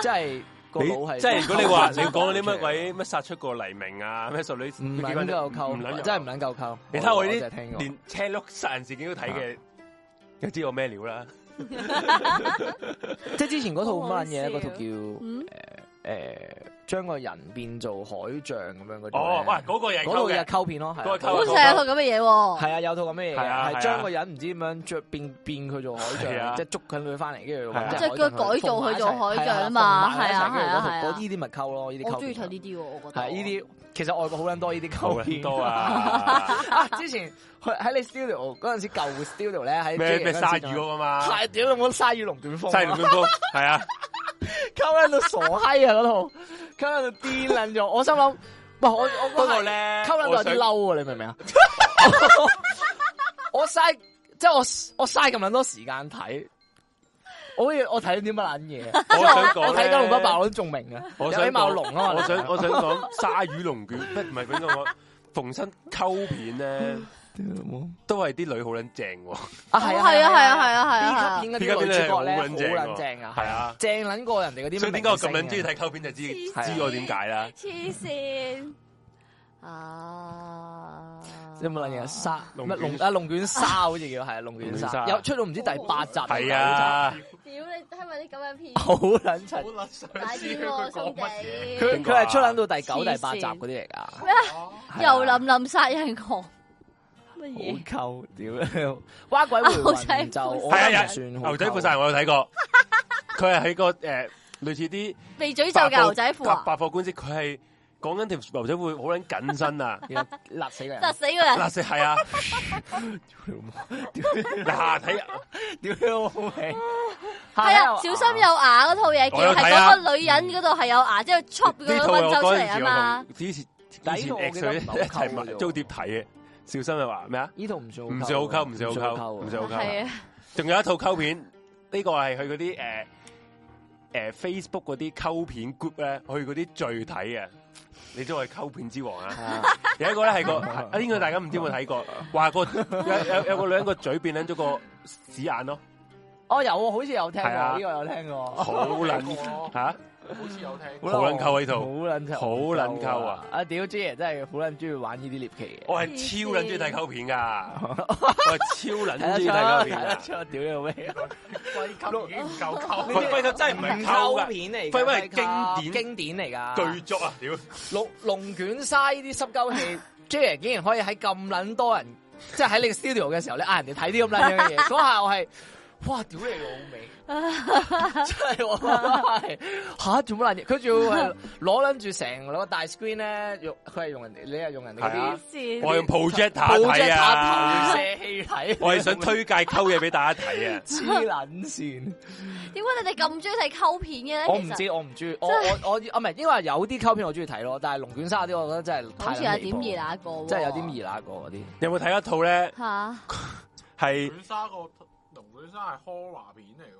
A: 即係 個腦係
B: 你即係如果 你話你講嗰啲乜鬼乜殺出個黎明啊，咩淑女
A: 唔撚夠
B: 唔撚
A: 溝，
B: 有
A: 真係唔撚夠溝。
B: 你睇我呢
A: 真係聽
B: 啲
A: 過啊
B: 連車碌殺人事件都睇嘅，就知我咩料啦。
A: 即係之前嗰套
C: 好好
A: 乜嘢
C: 笑
A: 嗰套叫
C: 嗯，
A: 诶，將個人變做海象咁樣 嗰啲呢。
B: 哦，哇，嗰個人
A: 嗰套
B: 溝
A: 嘅
B: 嘅，
A: 溝片咯，係
B: 嗰個
A: 啊
B: 溝
C: 好似係有套咁嘅嘢喎。
A: 係啊，有套咁嘅嘢
B: 係啊
A: 嘅，
B: 係啊
A: 係將個人唔知點樣着變變佢做海
B: 係啊
A: 象，即係捉緊佢翻嚟，跟住
B: 係啊
A: 搵隻
C: 即係佢改造佢做海象啊嘛
A: 海象同埋一齊跟住
C: 係啊係啊
A: 嗰
C: 係
A: 套
C: 啊
A: 嗰呢啲咪溝咯，呢啲
C: 我
A: 溝
C: 中意睇
A: 片
C: 呢啲喎，我覺得。
A: 係呢啲，其實外國好撚多呢啲
B: 好
A: 溝
B: 撚
A: 片
B: 多！啊，
A: 啊，之前去喺你 studio 嗰陣時舊 studio 咧，喺
B: 咩咩鯊魚
A: 嗰
B: 嗰個嘛，
A: 太屌啦！我鯊魚龍捲風啊，
B: 鯊魚官風係啊，
A: 溝撚到傻閪啊嗰 套，溝撚到癲撚咗，我心諗，哇！我我
B: 不
A: 嗰
B: 過
A: 下
B: 咧，
A: 溝撚到有
B: 我想
A: 啲嬲啊！你明 唔明啊？我嘥，即系我我嘥咁撚多時間睇，我好似我睇咗啲乜撚嘢？
B: 我想講
A: 我睇《九龍不敗》
B: 咧
A: 我都仲明啊，
B: 我
A: 有
B: 想
A: 起碼
B: 講
A: 有龍啊嘛！
B: 我想我想講鯊魚龍卷，不 唔係俾我講逢身溝片咧， 都係啲女好撚正喎，
A: 啊
C: 係
A: 係
C: 啊
A: 啊
C: 係啊係啊係
A: 啊！
C: 啊係啊！
A: B 級片嗰啲女主角咧好撚正啊，
B: 係啊，
A: 正撚過人哋嗰啲。啊
B: 所以點解我咁撚中意
A: 睇？
B: 睇溝片就知
C: 黐線
B: 知我點解啦。
C: 黐線啊！
D: 有冇嘢沙
B: 龍
A: 乜
B: 捲
A: 龍啊龍捲沙好似叫係龍捲
B: 龍捲沙
A: 沙，有出到唔知第八集
B: 係，啊，
C: 屌你睇埋啲咁嘅片，
A: 好撚柒
E: 好。撚想
C: 大
E: 知
C: 啲
E: 佢
C: 喎，
E: 講
C: 兄
E: 乜嘢。
B: 佢
C: 弟。
A: 佢佢系出捻到第九、第八集嗰啲嚟噶，
E: 哦
A: 係啊
C: 又林林殺人狂，乜嘢？
A: 好溝屌，蛙鬼回
D: 牛
C: 仔
A: 魂就我
B: 係啊
A: 覺
B: 係
A: 得
B: 啊
A: 唔算好溝
B: 牛仔褲晒我有睇 過，佢係喺個诶類似啲
C: 被詛咒嘅牛仔褲啊！
B: 百貨公司，佢係講緊條牛仔褲好撚緊身 啊！
A: 要勒死個 人
C: 窒，死個人，
B: 嗱，食係啊，嗱睇
A: 屌你老味，
C: 係啊，小心有牙嗰套嘢叫
B: 我有
C: 係
B: 睇啊
C: 嗰個女人嗰度係有牙，之後 chop 嗰
B: 呢
C: 個
B: 套
C: 温
B: 我
C: 州出
B: 嗰
C: 嚟
B: 陣
C: 啊
B: 時
C: 嘛
B: 我，同之前
A: 但係
B: 以
A: 呢套我
B: 前 ex
A: 記得
B: 一
A: 唔係好溝
B: 齊
A: 嘅
B: 買
A: 啫喎
B: 租碟睇嘅，啊小心你話咩啊？
A: 呢套唔算
B: 唔算好溝，唔算好溝，
A: 溝，
B: 唔
A: 算
B: 算好溝
C: 係。啊，
B: 仲有一套溝片，呢個係去嗰啲诶诶 Facebook 嗰啲溝片 group 咧，去嗰啲聚睇嘅。你都係溝片之王啊！有一個咧係個，啊應該大家唔知有冇睇過，話個有有有個女人個嘴變撚咗個屎眼咯，
A: 哦有啊，好似有聽過，
B: 係啊
A: 呢個有聽過，
B: 好撚啊
E: 我
B: 吓，
E: 好似有聽
B: 好
E: 過，
B: 撚啊溝呢
A: 好
B: 套。
A: 撚溝，
B: 好撚溝啊！
A: 啊屌 J 爺真係好撚中意玩呢啲獵奇嘅，
B: 我係超撚中意睇溝 片噶，我係超撚
A: 睇得
B: 中意
A: 出，
B: 睇溝
A: 睇
B: 片
A: 得
B: 噶。
A: 出，屌你老味。
E: 歸級已經唔夠溝。
B: 喂喂，佢真係唔 係溝㗎
A: 片嚟㗎，
B: 廢話係經典
A: 經典嚟㗎，
B: 巨作啊！屌，
A: 龍龍卷沙呢啲濕鳩戲 ，J 竟然可以喺咁撚多人，即係喺你嘅 studio 嘅時候，你嗌人哋睇啲咁撚樣 嘅嘢，嗰下我係，哇！屌你老味，真係我係吓做乜撚嘢？佢仲要係攞撚住成個大 screen 咧，用佢係用人哋，你係用人哋嗰
B: 係啊
A: 啲
C: 黐線
B: 我係 用 projector
A: 布
B: 睇啊
A: 投，射氣睇，
B: 我係想推介溝嘢俾大家睇 啊！
A: 黐撚線。
C: 點解你哋咁中意睇溝片嘅咧？
A: 我唔
C: 其實
A: 知，我唔中意，我我我啊，唔係，因為有啲溝片我中意睇咯，但係龍捲沙嗰啲，我覺得真係
C: 好
A: 太
C: 似有
A: 離譜
C: 點熱那啊個喎，
A: 真係有啲易那過嗰啲。
B: 有冇睇一套咧？
C: 吓。
B: 係
E: 龍捲沙個龍捲沙係 horror 片嚟嘅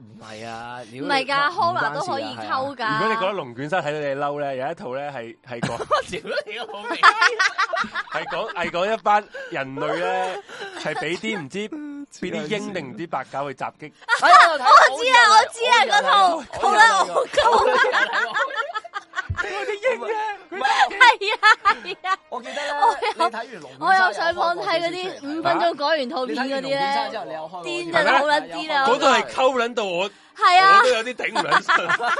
A: 唔係啊，唔
C: 唔
A: 啊
C: 係㗎，康娜都可以溝㗎。
A: 嗯
B: 如果你覺得龍捲山睇到你嬲咧，有一套咧係 係講係講係講一班人類 咧係俾啲唔知俾啲鷹定唔知白狗去襲 擊，
A: 哎呀我知
C: 我知啊，我知啊，嗰套 好啦，我溝啊，係啊，係啊，
A: 我記得咧，你
C: 我有
A: 睇完龍，
C: 我有上網睇嗰啲五分鐘講完套
A: 你
C: 片
A: 睇
C: 嗰
A: 完
C: 啲
A: 龍捲沙之後，你
C: 咧，
A: 有開
C: 癲
B: 真係
C: 好撚癲啊
A: 哦
B: 嗰度係溝撚到我，
A: 哎
C: 係啊
B: 我，都有啲頂唔撚順。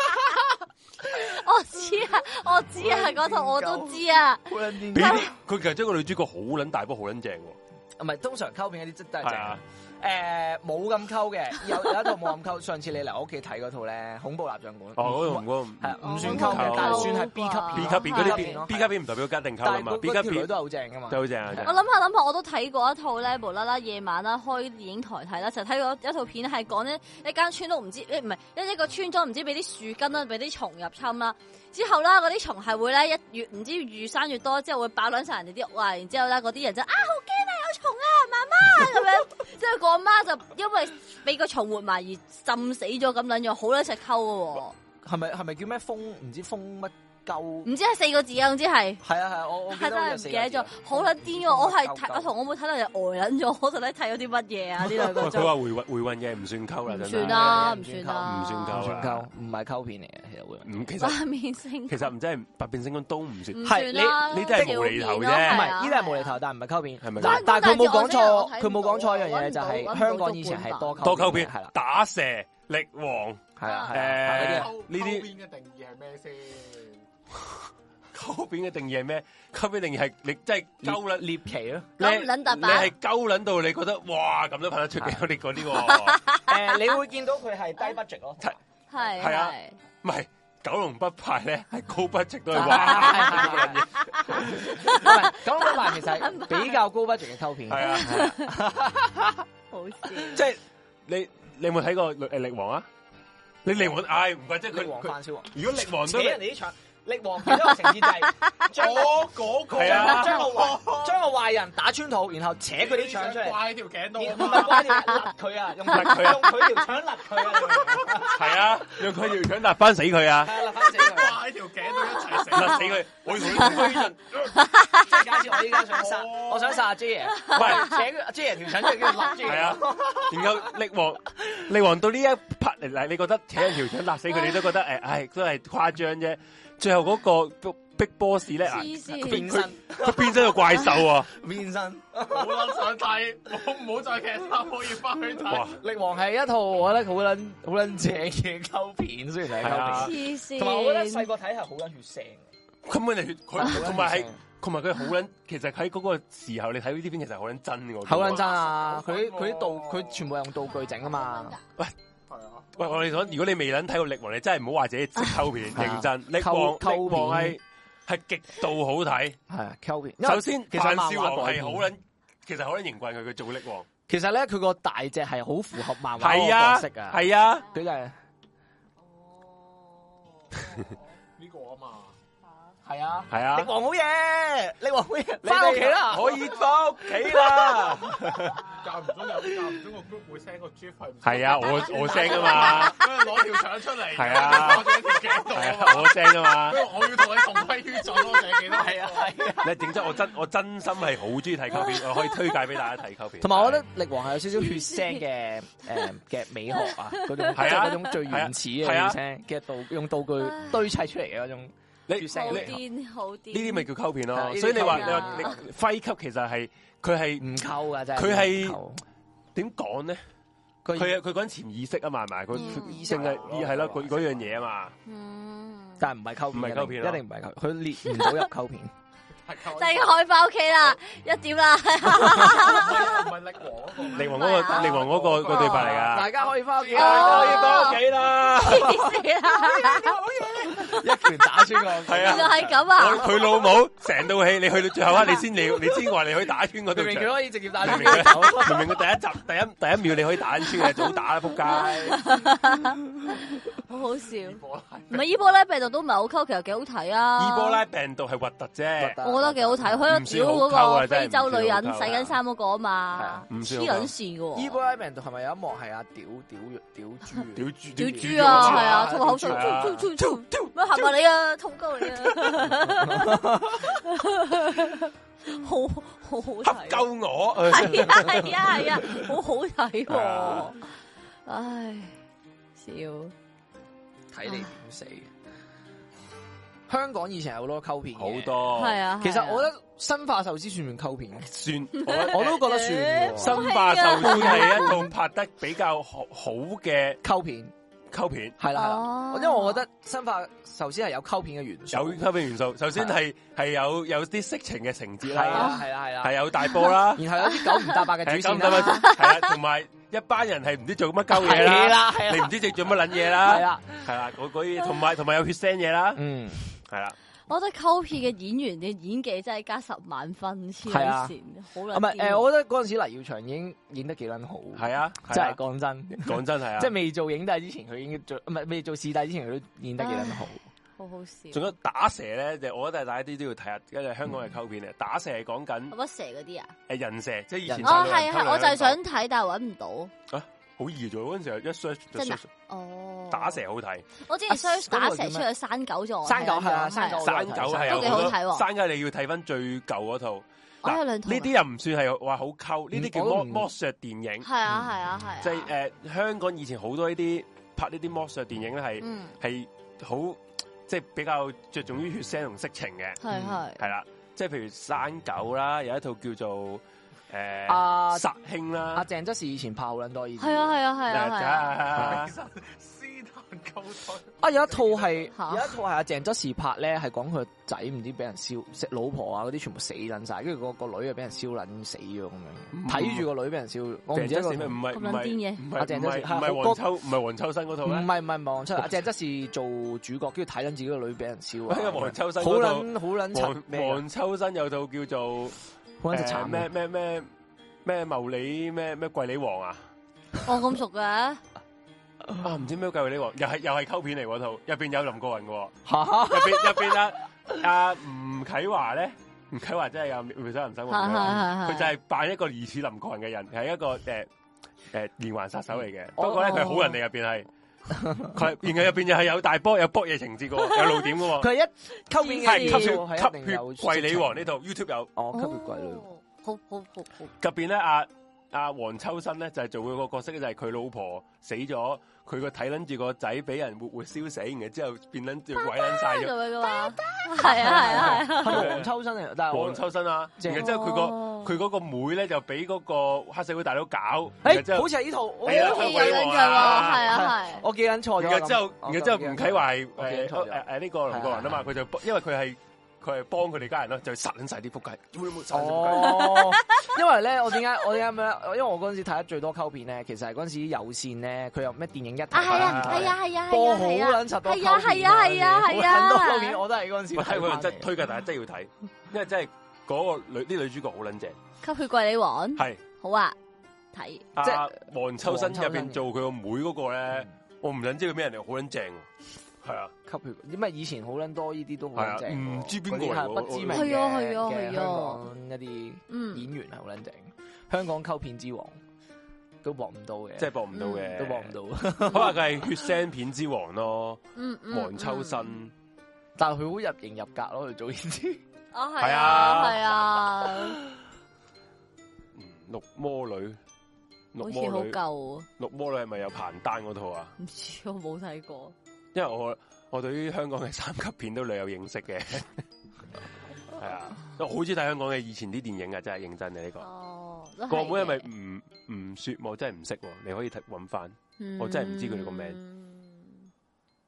C: 我知啊，我知啊，嗰套我都知啊，
B: 俾啲佢其實真係個女主角好撚大波，好撚正喎。
A: 啊唔係通常溝片嗰啲真係
B: 係啊
A: 正。誒冇咁溝嘅，有有一套冇咁溝。上次你嚟我屋企睇嗰套咧，恐怖蠟像館。
B: 哦，嗰度唔嗰
A: 嗯係啊
B: 個
A: 唔算溝嘅，但係算
C: 啊
A: 係 B 級
B: B
A: 片
B: 級片嗰啲
A: 係
B: 片
A: 啊
B: B 級片唔代表一定溝啊
A: 但
B: 嘛
A: 係
B: ，B
A: 嗰
B: 級
A: 條女都
B: 片就
A: 係好正噶嘛。
B: 好正啊！
C: 我諗下諗下，我都睇過一套咧，無啦啦夜晚啦，開電影台睇啦，就睇過一套片，係講呢一間村都唔知，誒唔係一一個村莊唔知俾啲樹根啊啦，俾啲蟲入侵啦，之後啦嗰啲蟲係會咧一越唔知越生越多，之後會爆撚晒人哋啲屋啊，然之後咧嗰啲人就啊好驚啊有蟲啊媽媽咁樣，之後個阿媽就因為俾個蟲活埋而浸死咗咁撚樣，好撚食溝嘅喎，
A: 係咪係咪叫咩風？唔知風乜鳩？
C: 唔知係四個字啊，總之係。
A: 係啊係啊，我我記
C: 係
A: 得
C: 真
A: 好
C: 係
A: 似
C: 唔
A: 四
C: 記
A: 個
C: 得
A: 字
C: 咗
A: 啊，
C: 好撚癲 喎！我係睇
A: 夠
C: 我同我妹睇到就呆撚咗，我到底睇咗啲乜嘢啊？呢 兩個
B: 佢
C: 鐘
B: 話回運回運嘅唔算溝啦，
C: 唔
B: 真
C: 算
B: 係
C: 啦，
A: 唔
C: 唔
A: 算
C: 算
A: 溝
C: 啦，
B: 唔算
A: 唔
B: 溝啦
A: 算溝，唔係溝片嚟嘅，其實會。
B: 唔其實
C: 八面星
B: 其實唔真係百變星君都唔算
C: 唔。算啦，
B: 係你你都係無厘頭啫
A: 唔
B: 係
A: 係，
C: 啊
A: 呢啲係無厘頭，。但係唔係溝片。
B: 係咪
A: 但但係佢冇講錯，佢冇講錯一樣
C: 我睇
A: 嘢
C: 唔
A: 就
C: 到
A: 係
C: 搵唔
A: 香
C: 到
A: 港以前係多溝
B: 多溝片
A: 係啦，，
B: 打蛇力王。
A: 係啦，係啊啦
B: 誒
A: 係啦。
E: 喎。
B: 呢啲
E: 溝邊嘅定義係咩先？
B: 溝片嘅定義係咩？溝片定義係你真係溝撚，
A: 獵奇咯，
B: 你
C: 咁撚特
B: 你
C: 版
B: 係溝撚到你覺得哇咁都拍得出嘅，你嗰啲喎
A: 誒，你會見到佢係低 budget 咯，
C: 係
B: 係啊
C: 係
B: 唔係九龍北派咧係高不值 都係哇咁樣嘢，
A: 啊咁嗰排其實係比較高 budget 嘅溝片，
B: 係啊，
C: 好笑。
B: 即係你你有冇睇過誒力王啊？你力王唉唔怪即係
A: 力
B: 佢
A: 王
B: 佢
A: 范少王，
B: 如果力王
A: 扯
B: 都
A: 人哋啲場，力王其中一個成 節就係啊
E: 我嗰個
B: 係啊
A: 將個壞將個壞人打穿肚，然後扯佢啲腸出嚟，
E: 掛喺條頸
A: 唔
E: 度啊
A: 係
E: 嘛。
A: 關鍵勒佢啊， 用
B: 勒佢啊
A: 用佢條腸勒佢啊你明唔明啊，
B: 係啊，用佢條腸勒翻死 佢啊！
A: 係啊，勒翻死佢。
E: 掛喺條頸度一齊死。
B: 勒 死佢！我同佢推 進，
A: 即係假設我依家想殺，我想殺阿 J 爺，
B: 喂
A: 扯佢阿 J 爺條腸出嚟，跟住勒住。
B: 係啊，然後力王 力王到呢一 part 嚟，你覺得扯人條腸勒死佢，你都覺得誒，唉，都係誇張啫。最後嗰個逼 boss 咧，啊
C: 黐線
B: 佢
A: 變
B: 佢
A: 身，
B: 佢變身個怪 獸啊！
A: 變身。
E: 好撚想睇，我唔好再劇透，可以翻去
B: 哇
E: 睇。，
A: 力王係一套我覺得好撚好撚正嘅溝片，雖然係溝
B: 係啊
A: 片，
C: 黐線，
A: 同埋我覺得細個睇係好撚血腥嘅。
B: 根本就血佢，同
A: 好
B: 埋
A: 撚血
B: 係
A: 腥
B: 同埋佢好撚，其實喺嗰個時候你睇呢啲片，其實好撚真嘅。我見
A: 好
B: 過
A: 撚真啊！
E: 好
A: 佢
E: 撚
A: 啲
E: 喎
A: 佢啲道佢全部係用道具整啊嘛，
E: 係啊，
B: 喂，我哋想，如果你未撚睇過力王，你真係唔好話自己只溝 片，
A: 係啊
B: 認真。力
A: 溝
B: 王
A: 溝
B: 力王
A: 片
B: 係係極度好睇。
A: 係啊溝片。因為
B: 首先，
A: 其實
B: 范
A: 漫畫
B: 少皇
A: 改
B: 係
A: 編
B: 好撚，其實好撚型貴佢，佢做力王
A: 其實咧，佢個大隻係好符合漫畫嗰
B: 係
A: 個
B: 啊，
A: 角色啊。
B: 係啊。
A: 佢就係
E: 呢個啊嘛，
A: 係啊，
B: 係啊
A: 力王好嘢，力王好嘢，
B: 你
A: 翻
B: 哋
A: 屋企啦，
B: 可以翻屋企啦。
E: 間唔中有，間唔中個 group 會 send 個 gif 係唔知
B: 係啊，我我聲 啊嘛，
E: 跟住攞條腸出嚟，
B: 係啊
E: 攞住條頸度
B: 係
E: 啊
B: 啊，
E: 嘛
B: 我聲啊嘛。
E: 跟住我要同你同歸於盡咯，我淨係記得
A: 係啊係啊。
B: 你認真，我真我真心係好中意睇溝片，我可以推介俾大家睇溝片。
A: 同埋我覺得力王係有少少血腥嘅 誒嘅美學啊，嗰種即係
B: 係啊
A: 嗰種最原始嘅
B: 係啊
A: 血腥嘅道用道具堆砌出嚟嘅嗰種。
B: 你
A: 係
C: 好
A: 你
B: 你
C: 癲好癲，
B: 呢啲咪叫溝片
A: 係啊呢
B: 咯。
A: 啲
B: 所以你話
C: 溝
B: 你
C: 片
B: 話
C: 啊
B: 你輝級其實係佢係
A: 唔溝噶真係，
B: 佢
A: 唔
B: 係
A: 溝
B: 點講咧？
A: 佢
B: 佢佢講潛意識啊嘛，係咪？佢
C: 嗯
B: 意識係係咯，嗰嗰樣嘢啊嘛。
C: 嗯，
A: 但係唔係溝片，啊
B: 唔係溝片
A: 一
B: 咯
A: 定唔係溝，佢列唔到入溝 片。
E: 係
C: 就係開翻屋企啦，一點啦，
E: 唔係力王嗰個咩
B: 力王嗰
C: 係啊
B: 個力王嗰個個對白嚟㗎。
A: 大家可以翻屋
B: 哦
A: 企
B: 可以
A: 啦，
B: 翻屋企啦。
C: 黐線啦，
A: 一拳打穿我。
B: 係
C: 原
B: 啊
C: 來係咁
B: 我
C: 啊，
B: 佢老母成套戲，你去到最後啊，你先你你先話你可以打穿嗰度
A: 明明佢可以直接打
B: 明
A: 穿
B: 明
A: 佢走。
B: 佢明明佢第一集第一第一秒你可以打穿嘅，早打啦，仆街！
C: 好好笑。
E: 我係
C: 唔係伊波拉病毒都唔係好溝，其實幾好睇啊。
B: 伊波拉病毒係核突啫，
C: 我覺得幾好睇，佢
B: 唔
C: 屌
B: 算好溝
C: 嗰個
B: 啊真係
C: 非
B: 唔算
C: 洲
B: 好溝啊
C: 女人洗緊衫嗰個啊
A: 係
C: 嘛
A: 啊，
B: 唔
C: 黐
B: 算好
C: 撚
B: 溝
C: 線嘅
A: 伊
C: 喎。
A: 波拉病毒係咪有一幕係啊屌屌屌豬？
B: 屌豬
C: 屌豬
B: 豬
C: 啊，
B: 豬
C: 係啊，
A: 豬
C: 吐口水，
B: 係啊
C: 吐吐吐吐，咩行埋你啊，吐鳩你啊， 好好好
B: 恰
C: 睇，
B: 鳩我，
C: 係啊係啊係啊，好好睇
B: 係啊哦
C: 喎，唉，笑，
A: 睇你點死。香港以前有好多溝片嘅
B: 好。多
C: 係啊，
A: 其
C: 係啊
A: 實我覺得生化壽司算唔算溝片？
B: 算
A: 我都覺得算
C: 誒
A: 喎。
B: 生化壽司係一套拍得比較好好嘅
A: 溝片
B: 溝片，
A: 係啦係啦，
C: 哦
A: 因為我覺得生化壽司係有溝片嘅元素。
B: 有溝片元素。首先係係有有啲色情嘅情節
A: 係
B: 啦，
C: 哦
A: 啦係啦係啦
B: 係。有大波啦，
A: 然後有啲九唔搭八 嘅
B: 係
A: 主線
B: 咁咁
A: 啦，
B: 啊，係啊，同埋一班人哎係唔知做乜鳩嘢
A: 係
B: 啦，
A: 啦係
B: 你
A: 啦
B: 唔知你做乜撚嘢
A: 係
B: 啦，
A: 啦，
B: 係啦，嗰嗰啲同埋同埋有血腥嘢啦，
A: 嗯，
B: 係啦。
C: 我覺得溝片嘅演員嘅演技真係加十萬分，黐
A: 係啊
C: 線，好
A: 唔
C: 撚
A: 係
C: 癲
A: 誒，我覺得嗰陣時黎耀祥已經演得幾撚好，
B: 係啊，
A: 真係講真，
B: 講真係啊，
A: 即
B: 即
A: 係未做影帝之前，佢已經做唔係未做視帝之前，佢都演得幾撚好。
C: 好好笑，
B: 仲有打蛇咧，就我覺得大家啲都要睇下，因為香港嘅溝片嚟。打蛇係講緊
C: 有乜蛇嗰啲啊？
B: 誒人蛇，即係以前
A: 嗯人
C: 哦，
B: 細路
C: 係
B: 人溝女
C: 啊，係，我就
B: 香
C: 係
B: 港
C: 想睇，但係揾唔到。
B: 好易做嗰陣時候一 search 就
C: 真啊
B: search
C: 哦，
B: 打蛇好睇，
C: 我之前 search
A: 啊嗰個
C: 打
A: 叫
C: 蛇
A: 咩
C: 出去山狗咗，
A: 山狗係啊
C: 係
A: 山狗
B: 山狗係
C: 都幾哦好睇
B: 多
C: 喎
B: 山狗你要睇翻最舊嗰套，
C: 我有
B: 嗱呢
C: 兩套啊
B: 啲又唔算係話好溝，呢啲
A: 嗯
B: 叫
A: 我都
B: 剝
A: 唔
B: 剝削電影，
C: 係啊係啊係啊，
B: 就係誒香港以前好多呢啲拍呢啲剝削電影咧係
C: 嗯
B: 係好即係比較着重於血腥同色情嘅。
C: 係係
B: 系啦，即系譬如山狗啦，有一套叫做诶
A: 啊
B: 杀兄
A: 阿
B: 啦，
A: 鄭則仕以前拍好撚多呢啲，
C: 係啊係啊係啊係啊，
B: 啊
E: 其實斯坦溝女
A: 啊有一套係有一
C: 嚇
A: 套係阿鄭則仕拍咧，係講佢仔唔知俾人燒，食老婆啊嗰啲全部死撚晒，跟住個個女又俾人燒撚死咗咁樣，睇住個女俾人燒，我唔
B: 嗯鄭
A: 知一
B: 則
A: 個
B: 仕咩？唔啊係
C: 咁
B: 唔
C: 撚癲
B: 係
C: 嘅
B: 唔
A: 阿
B: 係
A: 鄭
B: 唔
A: 則仕
B: 係唔
A: 係好
B: 係黃秋唔係黃秋生嗰套
A: 唔
B: 咩？
A: 係唔係 黃秋，阿鄭則仕做主角，跟住睇撚自己個女俾人燒啊！
B: 因 為黃秋生
A: 好
B: 嗰套
A: 撚好撚柒
B: 黃
A: 咩啊㗎？
B: 黃秋生有套叫做
A: 好撚柒
B: 誒
A: 慘啊咩？
B: 咩咩咩咩茂里咩咩桂里王啊？
C: 我咁熟嘅，
B: 啊唔知咩桂里王，又係又係溝片嚟嗰套，入边有林國雲嘅喎，
A: 嚇
B: 入边入边啊阿吳啟華咧。吳啟華真係有《妙手人生》
C: 係係係
B: 佢就係扮一個疑似林國人嘅人，係一個誒誒連環殺手嚟嘅。
A: 哦
B: 不過咧，佢係好人嚟入邊係，佢係然後入邊又係有大波有搏嘢情節 嘅喎，有露點嘅喎。
A: 佢係一溝面
B: 係
A: 嘅
B: 吸
A: 元素
B: 血
A: 係一定有
B: 吸血貴
A: 色
B: 女
A: 情
C: 哦
B: 王呢度 YouTube 有
A: 哦，吸血貴女王
C: 哦好好好好，
B: 入邊咧，阿阿黃秋生咧就係做佢個角色咧就係佢老婆死咗，佢個睇捻住個仔俾人活活燒死，然後之後變捻住毀捻晒
C: 咁
B: 咗。
C: 樣噶嘛，係啊係啊係啊，
A: 係咪黃秋生嚟？但係我
B: 黃秋生啊，
A: 正
B: 然後之後佢
C: 哦
B: 個佢嗰個妹咧就俾嗰個黑社會大佬搞，然後
A: 誒，
B: 之
A: 哎好
B: 後
A: 似係呢套，我
B: 係啊
C: 好似
B: 香
C: 有
B: 港
C: 印象喎，
B: 啊
C: 係啊係。
A: 我記緊錯咗。
B: 然後之後
A: 咁
B: 然後之後吳啟。華係
A: 我記
B: 誒哦
A: 錯咗
B: 誒誒呢個林國雲啊嘛，佢就幫因為佢係佢係幫佢哋家人咯，就殺捻晒啲仆街，屌你冇殺撚晒仆街。
A: 哦，因為咧，我點解我點解咁樣咧？因為我嗰陣時睇得最多溝片咧，其實係嗰陣時有線咧，佢有咩電影一
C: 啊，係啊，
B: 係
C: 係啊，係啊，
A: 播好
C: 係啊，
A: 撚柒多溝片
C: 係啊係啊係啊係
A: 好撚
C: 啊
A: 多溝片，我都係嗰陣時
B: 我睇嗰陣真係
A: 推
B: 推介大家真係要睇，因為真係嗰個女啲女主角好撚正，
C: 吸血鬼女王，
B: 係
C: 好啊，睇，
A: 即
B: 阿
A: 係
B: 黃秋生入
A: 黃秋
B: 邊
A: 生
B: 做佢個妹嗰個咧，我唔撚知佢咩人嚟，好撚正喎，係啊，
A: 吸血，因為以前好撚多呢啲都好撚
B: 係啊
A: 正喎，
B: 唔知邊個嚟
A: 嗰
B: 喎
A: 啲係不知名嘅
C: 係啊係啊
A: 嘅
C: 係啊
A: 香港一啲
C: 嗯，
A: 演員係好撚正，香港溝片之王都搏唔到嘅，
B: 即係搏唔到嘅，
A: 嗯都搏唔到。
B: 到， 可能佢係血腥片之王咯，
C: 嗯嗯，
B: 黃秋
C: 嗯，
B: 生
A: 但係佢好入型入格咯，佢做呢啲。
C: 哦係
B: 係
C: 啊
B: 啊
C: 係啊，
B: 嗯綠魔女，
C: 好
B: 綠
C: 似好
B: 魔女，
C: 舊，
B: 綠魔女係咪有彭丹嗰套啊？
C: 唔知 我冇睇過，
B: 因為我我對於香港嘅三級片都略有認識嘅， 係啊，我好中意睇香港嘅以前啲電影啊，真係認真嘅呢個。
C: 哦，都
B: 個妹係
C: 嘅？
B: 咪唔唔雪我真係唔識喎，你可以睇揾翻。
C: 嗯
B: 我真係唔知佢哋個
C: 名，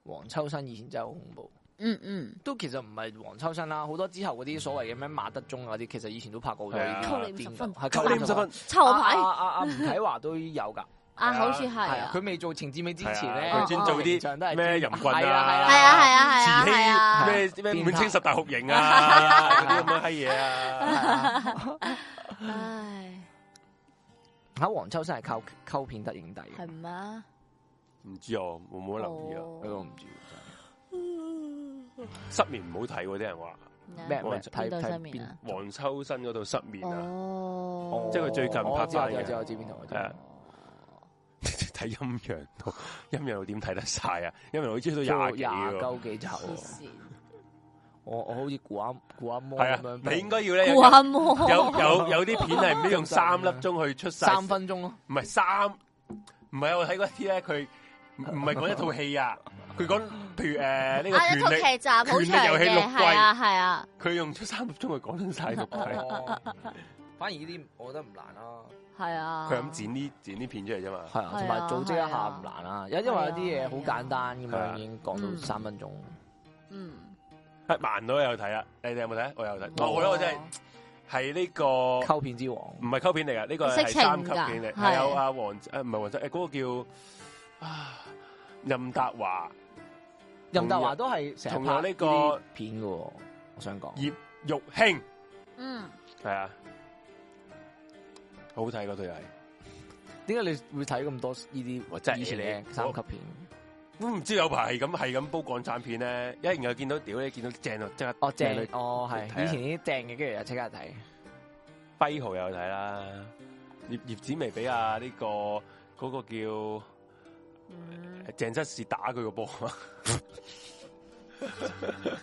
A: 黃秋生以前真係好恐怖，
C: 嗯嗯，
A: 都其實唔係黃秋生啦，好多之後嗰啲所謂嘅咩馬德鐘啊嗰啲，其實以前都拍過好多呢
B: 係啊
A: 啲
C: 扣嗯你五十分
A: 係
B: 扣你五十分，
C: 臭牌
A: 啊啊啊！吳啟華都有㗎，
C: 啊，好似係
A: 係啊
C: 啊，，
A: 佢未做情志美之前咧，
B: 係啊佢專做
A: 形象哦都係
B: 啲咩淫棍
A: 係啊係
C: 係
A: 啊
B: 啊，
C: 啊係啊係啊係啊，
B: 慈禧咩
A: 變態
B: 咩滿清十大酷刑 啊，嗰啲咁嘅閪嘢啊，
C: 唉，
A: 嚇黃秋生係靠溝片得影帝嘅，
C: 係咩？
B: 唔知啊我冇冇留意啊。
A: 呢個
C: 哦
A: 唔知
B: 失眠唔好睇喎，啲人話
A: 咩
C: 哦
A: 咩
B: 黃
A: 睇
C: 邊度
A: 睇
C: 失眠啊
A: 邊？
B: 黃秋生嗰度失眠啊，
C: 哦，
B: 即係佢最近
A: 我
B: 拍
A: 知我
B: 翻
A: 知我知
B: 嘅，
A: 我知邊度我知
B: 係啊 睇陰陽道，陰陽道點睇得晒啊？陰陽道好似都廿幾
A: 廿
B: 喎，
A: 鳩幾集
C: 黐
A: 喎，
C: 線，
B: 哦
A: 我我好似估阿估阿摩
B: 係
A: 咁
B: 啊
A: 樣，，
B: 你應該要咧
C: 估下魔
B: 有有有啲片係唔知用三粒鐘去出晒
A: 三分鐘咯，
B: 唔係三，唔係我睇嗰啲咧，佢唔唔係講一套戲啊，佢講譬如誒呢個
C: 啊，一套
B: 權力，
C: 劇集好長
B: 權力遊戲
C: 嘅，
B: 六季
C: 係啊係啊，
B: 佢用咗三粒鐘去講緊晒 啊六季，
A: 哦反而呢啲我覺得唔難啦。
C: 係啊，
B: 佢咁剪呢剪啲片出嚟啫嘛。
A: 系啊，同
C: 係
A: 埋
C: 啊
A: 組織一下唔難啊，因因為有啲嘢好簡單咁
B: 係
A: 樣
B: 啊哦
A: 已經講
C: 嗯
A: 到三分鐘。
C: 嗯，
B: 係慢到有睇啦，你哋有冇睇？我有睇，
A: 冇啊
B: 我覺得我真係係呢個
A: 溝片之王
B: 唔係溝片嚟噶，呢個
C: 色
B: 係
C: 情
B: 三級
C: 㗎
B: 片嚟，
C: 係
B: 係啊有阿黃誒唔係黃仔誒嗰個叫啊任達華、
A: 任達華都係成
B: 同
A: 日
B: 有
A: 拍
B: 呢
A: 呢
B: 個
A: 個片嘅喎，我想講
B: 葉玉卿，
C: 嗯，
B: 係啊，好睇嗰對係。
A: 點解你會睇咁多呢
B: 我真
A: 啲
B: 哦係
A: 以前
B: 你
A: 嘅
B: 我
A: 三級片？
B: 都唔知有排係咁係咁煲港產片咧，一然後見到屌你見到正啊，即刻
A: 哦正
B: 你
A: 哦係
B: 睇啊
A: 以前啲正嘅，跟住就即刻睇。
B: 跛豪有睇啦，葉葉子楣俾啊呢個嗰、個叫
C: 嗯
B: 鄭則仕打佢個波 啊，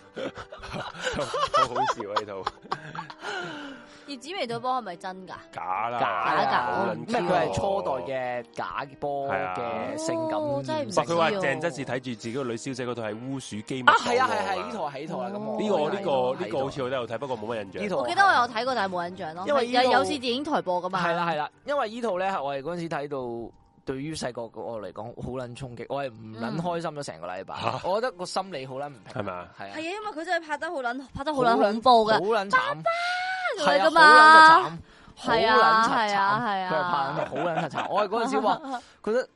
B: 好好笑啊呢套
C: 葉子楣對波係咪真㗎？
A: 哦
B: 假啦，
A: 假
C: 㗎
B: 啊好
A: 噶，
B: 撚啊
A: 咩
C: 知喎
B: 假
A: 佢係初代嘅假波
B: 係啊
A: 嘅性
C: 哦
A: 感
C: 真係唔
A: 現
B: 哇
A: 實
B: 佢話
C: 知喎
B: 鄭則仕睇住自己個女小姐嗰套係烏鼠機密
A: 啊係啊係係呢
B: 檔案
A: 套係呢套啦咁我
B: 呢個
C: 我
B: 呢
A: 我
B: 個呢個好似我都有睇，不過冇乜印象。
A: 呢套
C: 我記得我有睇過，但係冇印象咯。
A: 因為呢
C: 有
A: 度
C: 有線電影台播㗎嘛。
A: 系啦系啦，因為呢套咧，我哋嗰阵时睇到，對於細個我嚟講好撚衝擊，我係唔
C: 嗯
A: 撚開心咗成個禮拜，
B: 嚇
A: 我覺得個心理好撚唔平衡，
B: 係咪啊
A: 係啊
C: 係啊，，因為佢真係拍得好撚，拍得好
A: 好
C: 撚恐怖嘅
A: 好，撚慘，
C: 咁
A: 係
C: 樣㗎
A: 啊，好撚。
C: 嘛
A: 慘，好
C: 係
A: 撚
C: 啊
A: 慘，
C: 係啊係啊
A: 佢係拍得好撚慘，我係嗰陣時 話覺得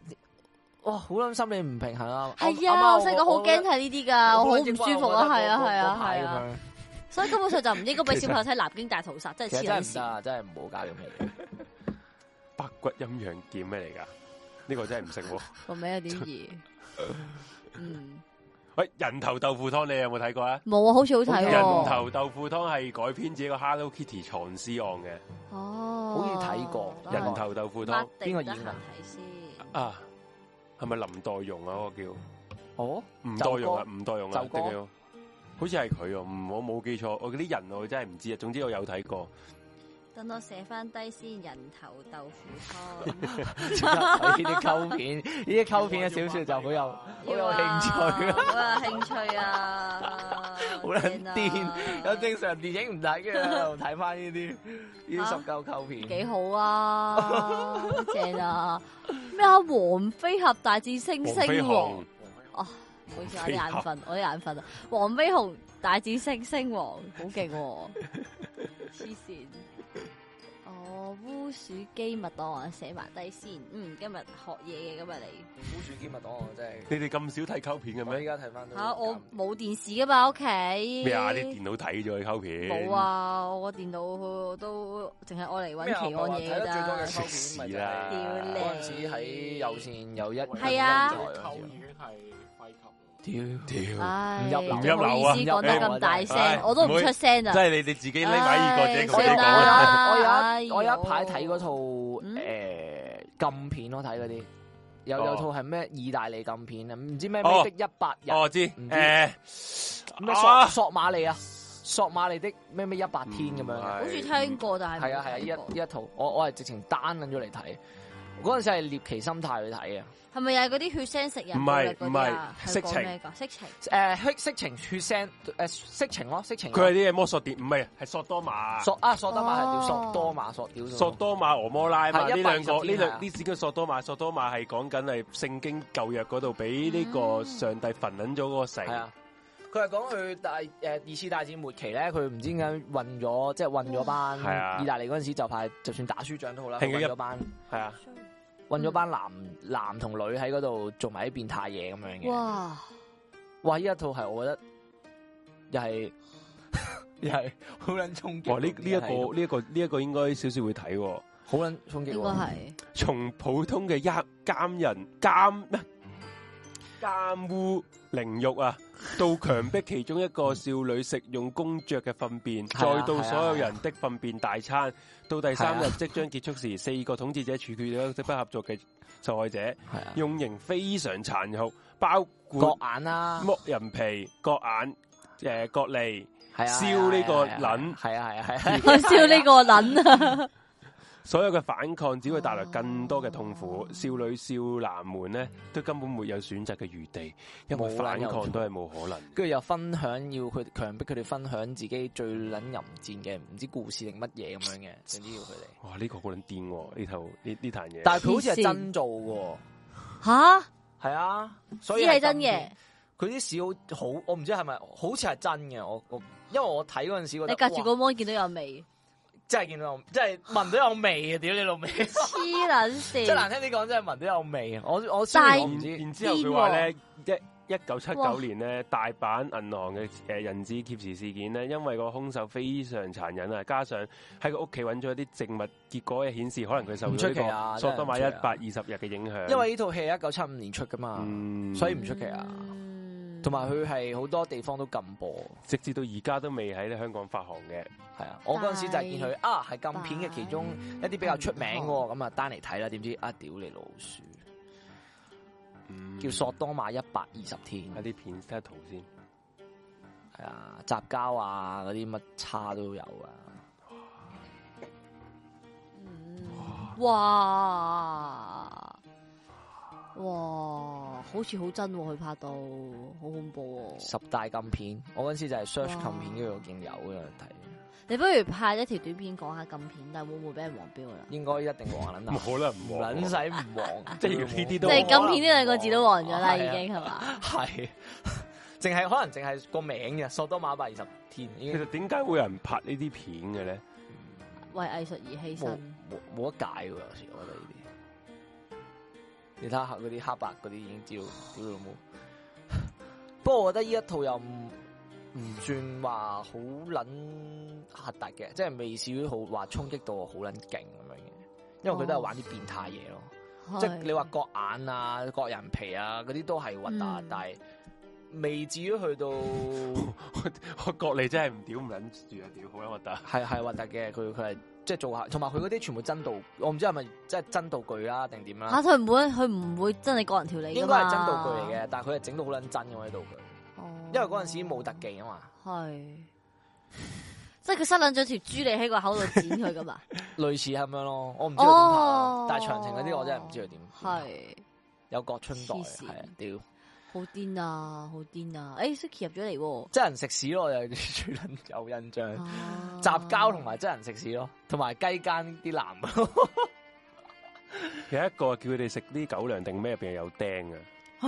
A: 哇好撚心理唔平衡啊，
C: 係啊，我細個好驚
A: 睇，
C: 睇呢啲㗎，我好唔舒服啊，
A: 我
C: 係
A: 覺得
C: 啊
A: 嗰
C: 係
A: 嗰
C: 啊
A: 排
C: 係
A: 咁
C: 啊，
A: 樣，
C: 所以根本上就唔應該俾小朋友睇《南京大屠殺》，真
A: 其
C: 係
A: 實
C: 黐
A: 真係唔得
C: 撚線。
A: 啊，真係唔好搞咁嘅嘢，
B: 白骨陰陽劍咩嚟㗎？呢個真係唔識喎。
C: 個名有啲易。嗯，
B: 喂，人頭豆腐湯你有冇睇過啊？
C: 冇啊，好似好睇
B: 人
C: 喎。
B: 頭豆腐湯係改編自一個 Hello Kitty 藏屍案嘅
C: 哦，
A: 好似睇過
C: 都係
B: 人頭豆腐湯
A: 邊個演
C: 得
A: 㗎
C: 閒睇先？
B: 啊，係咪林黛容啊？嗰個叫
A: 哦，
B: 吳黛容啊
A: 就，
B: 吳黛容啊，
A: 就哥
B: 定叫好似係佢啊，唔我冇記錯，我嗰啲人我真係唔知啊。總之我有睇過，
C: 等我寫翻低先，人頭豆腐湯。
A: 呢啲溝片，呢啲溝片嘅小说就好有 好有興趣啊！
C: 啊！好有興趣啊！
A: 好撚
C: 正啊
A: 癲，有正常電影唔睇嘅，喺度睇翻呢啲呢啲
C: 啊
A: 十鳩溝片。
C: 幾好 啊，正啊！咩啊？黃飛俠大戰猩
B: 黃飛
C: 猩王
B: 鴻，
C: 哦， 唔好意思，我啲
B: 飛
C: 眼
B: 俠
C: 瞓，我啲眼瞓啊！黃飛鴻大戰猩猩王，好勁喎！黐線！哦，烏鼠機密檔案寫埋低先。嗯，今日學嘢嘅今日你
A: 古主兼物檔我真係，
B: 你哋咁少睇溝片嘅
A: 我依
B: 咩？
A: 家睇翻
C: 吓，我冇電視噶嘛屋企。
B: 咩啊？你電腦睇咗嘅溝片？
C: 冇！啊！我個電腦都淨係愛嚟揾奇案嘢
A: 啊睇得
C: 㗎
A: 最多
B: 啊
A: 嘅
C: 咋。
A: 溝片咪就
B: 屌
A: 係
C: 你
A: 嗰陣時喺有線有一
C: 係啊
E: 扣已經係廢及咯。
A: 屌
B: 屌，
C: 唉，
A: 唔入流
C: 唔好意思
A: 啊唔入
C: 講
A: 流
C: 得
A: 啊
C: 咁大
B: 唉
C: 聲，我都唔出聲
B: 即
C: 啊！
B: 係你哋自己匿埋呢個自己
C: 我
B: 同
A: 我有
B: 自己
C: 算
B: 講啊
C: 啦
B: 啦。
A: 我有一
C: 哎呦
A: 我有一排睇嗰套
C: 嗯
A: 誒禁片咯，睇嗰啲有
B: 哦
A: 有套係咩意大利禁片啊，唔知咩
B: 哦
A: 咩的一百日
B: 哦，，我知
A: 唔知
B: 誒，
A: 咩索
B: 啊
A: 索馬利啊，索馬利的咩咩一百天咁樣嘅。
C: 好似聽過，但係
A: 係啊係啊，依
C: 依
A: 一依一套，我我係直情單撚咗嚟睇。嗰陣時係獵奇心態去睇啊，
C: 係咪又係嗰啲血腥食人？
B: 唔係
C: 嗰啲啊
B: 唔係
C: 係講咩㗎？色情
A: 誒、色色情血腥誒、色情咯，色情咯。
B: 佢係啲嘢魔索碟，唔係係索多瑪。
A: 索啊索多瑪係叫
C: 哦
A: 索多瑪索屌咗
B: 索多瑪俄摩拉嘛，呢
A: 係
B: 兩個
A: 120
B: 呢
A: 係啊
B: 兩呢啲叫索多瑪，索多瑪係講緊係聖經舊約嗰度俾呢個上帝焚撚咗嗰個
A: 係
B: 城
A: 啊。。佢係講佢大誒、二次大戰末期咧，佢唔知點解運咗，即係運咗
B: 係啊
A: 班意大利嗰陣時就派，就算打輸仗都好啦，佢
B: 慶祝一
A: 運咗班
B: 係啊，
A: 運咗班男男同女喺嗰度做埋啲變態嘢咁樣嘅。
C: 哇！
A: 哇！依一套係我覺得又係 又係好撚衝擊。
B: 哇！呢呢一個呢一個呢一個應該少少會睇喎。
A: 好撚衝擊
C: 應該
A: 喎。
C: 係
B: 從普通嘅一監人監咩監污凌辱啊，到強迫其中一個少女食用公爵嘅糞便，
A: 係啊
B: 再到所有人的糞便大餐，到第三
A: 係
B: 日
A: 啊
B: 即將結束時，四個統治者處決咗不合作嘅受害者，
A: 係啊，
B: 用刑非常殘酷，包括
A: 割眼啊啦，
B: 剝人皮、割眼、誒割脷，
A: 系啊，
B: 燒呢個撚
A: 系啊係啊係啊，
C: 我笑呢個撚啊！
B: 所有嘅反抗只會帶來更多嘅痛苦
C: 哦，
B: 少女少男們呢都根本沒有選擇嘅餘地，因為
A: 冇
B: 反
A: 撚有
B: 抗都係冇可能。
A: 跟住又分享要佢強迫佢哋分享自己最撚淫賤嘅唔知故事定乜嘢咁樣嘅，總之要佢哋。
B: 哇！呢、個好撚癲喎，呢頭呢呢壇嘢。
A: 但係佢好似係真做嘅，
C: 吓，
A: 係啊，所以
C: 知係真嘅。。
A: 佢啲屎好好，我唔知係咪，好似係真嘅。我我因為我睇嗰陣時覺得，
C: 你隔住個
A: 哇
C: mon 見到有 味，
A: 真係見到有，真係聞到有味啊！屌你老味，即
C: 黐撚
A: 係
C: 線！
A: 難聽啲講，真係聞到有味啊！我我雖然
C: 但係
A: 我唔
B: 然
A: 知，
B: 然之後佢話咧，一一九七九年咧，大阪銀行嘅誒人質劫持事件咧，因為個兇手非常殘忍啊，加上喺佢屋企揾咗一啲證物，結果顯示可能佢受
A: 唔出
B: 咗
A: 奇啊
B: 呢個索多瑪
A: 真係唔出
B: 一
A: 奇啊
B: 百二十日嘅影響。
A: 因為呢套戲一九七五年出噶嘛，
B: 嗯，
A: 所以唔出奇啊。
C: 嗯
A: 同埋佢係好多地方都禁播，
B: 直至到而家都未喺香港發行嘅。
A: 係啊！我嗰陣時就係見佢啊，係禁片嘅其中一啲比較出名嘅
C: 哦
A: 喎，咁啊單嚟睇啦，點知啊屌你老鼠，
B: 嗯
A: 叫索多瑪一百二十天，
B: 睇啲片睇下圖先。
A: 係啊雜交啊嗰啲乜叉都有啊，
C: 哇哇，好似好真喎、佢拍到好恐怖喎、
A: 十大禁片，我嗰陣時就係 search
C: 哇
A: 禁片，跟住我見有嘅睇，
C: 你不如拍一條短片講下禁片，但係會唔會俾人黃標㗎啊啦？
A: 應該一定黃撚
B: 唔
A: 啊，
B: 好啦，
A: 唔
B: 唔好
A: 撚使唔黃， 啊
B: 即係呢啲
C: 即
B: 都
C: 係
B: 冇
C: 禁片呢兩個字都黃咗啦，已
A: 係啊
C: 經係 嘛？
A: 係，淨係可能淨係個名嘅索多瑪一百二十天，已
B: 其
A: 經
B: 實點解會有人拍呢啲片嘅咧？
C: 為藝術而犧
A: 冇
C: 牲，
A: 冇冇得解喎，啊有時我覺得呢啲。你睇下嗰啲黑白嗰啲已經知道，屌老母。 不過我覺得呢一套又唔唔算話好撚核突嘅，即係未至於好話衝擊到我好撚勁咁樣嘅，因為佢都係玩啲變態嘢咯。即係
C: 係
A: 你話割眼啊、割人皮啊嗰啲都係核突，
C: 嗯
A: 但係未至於去到
B: 我覺你真係唔屌唔撚住啊！屌，好啦，核突。
A: 係係核突嘅。佢佢係即係做下，同埋佢嗰啲全部真道，我唔知係咪即係真道具啦定點啦。
C: 嚇佢唔會，佢唔會真係個人條理
A: 應
C: 㗎
A: 該
C: 嘛
A: 係真道具嚟嘅，，但係佢係整到好撚真咁喺道具，
C: 哦
A: 因為嗰陣時冇特技啊嘛。
C: 係。即係佢塞撚咗條豬脷喺個口度剪佢噶嘛？
A: 類似咁樣咯， 我唔知佢點拍啊
C: 哦，
A: 但係長情嗰啲我真係唔知佢啊點拍。
C: 係
A: 有郭春代
C: 黐線
A: 係啊，屌
C: 好癲啊，好癲啊！诶，Suki 入咗嚟喎
A: 真人食屎咯，我又 最撚有印象。
C: 啊，
A: 雜嗯交同埋真人食屎咯，同埋雞奸啲男咯，
B: 有一個叫佢哋食啲狗糧定咩入邊有釘啊！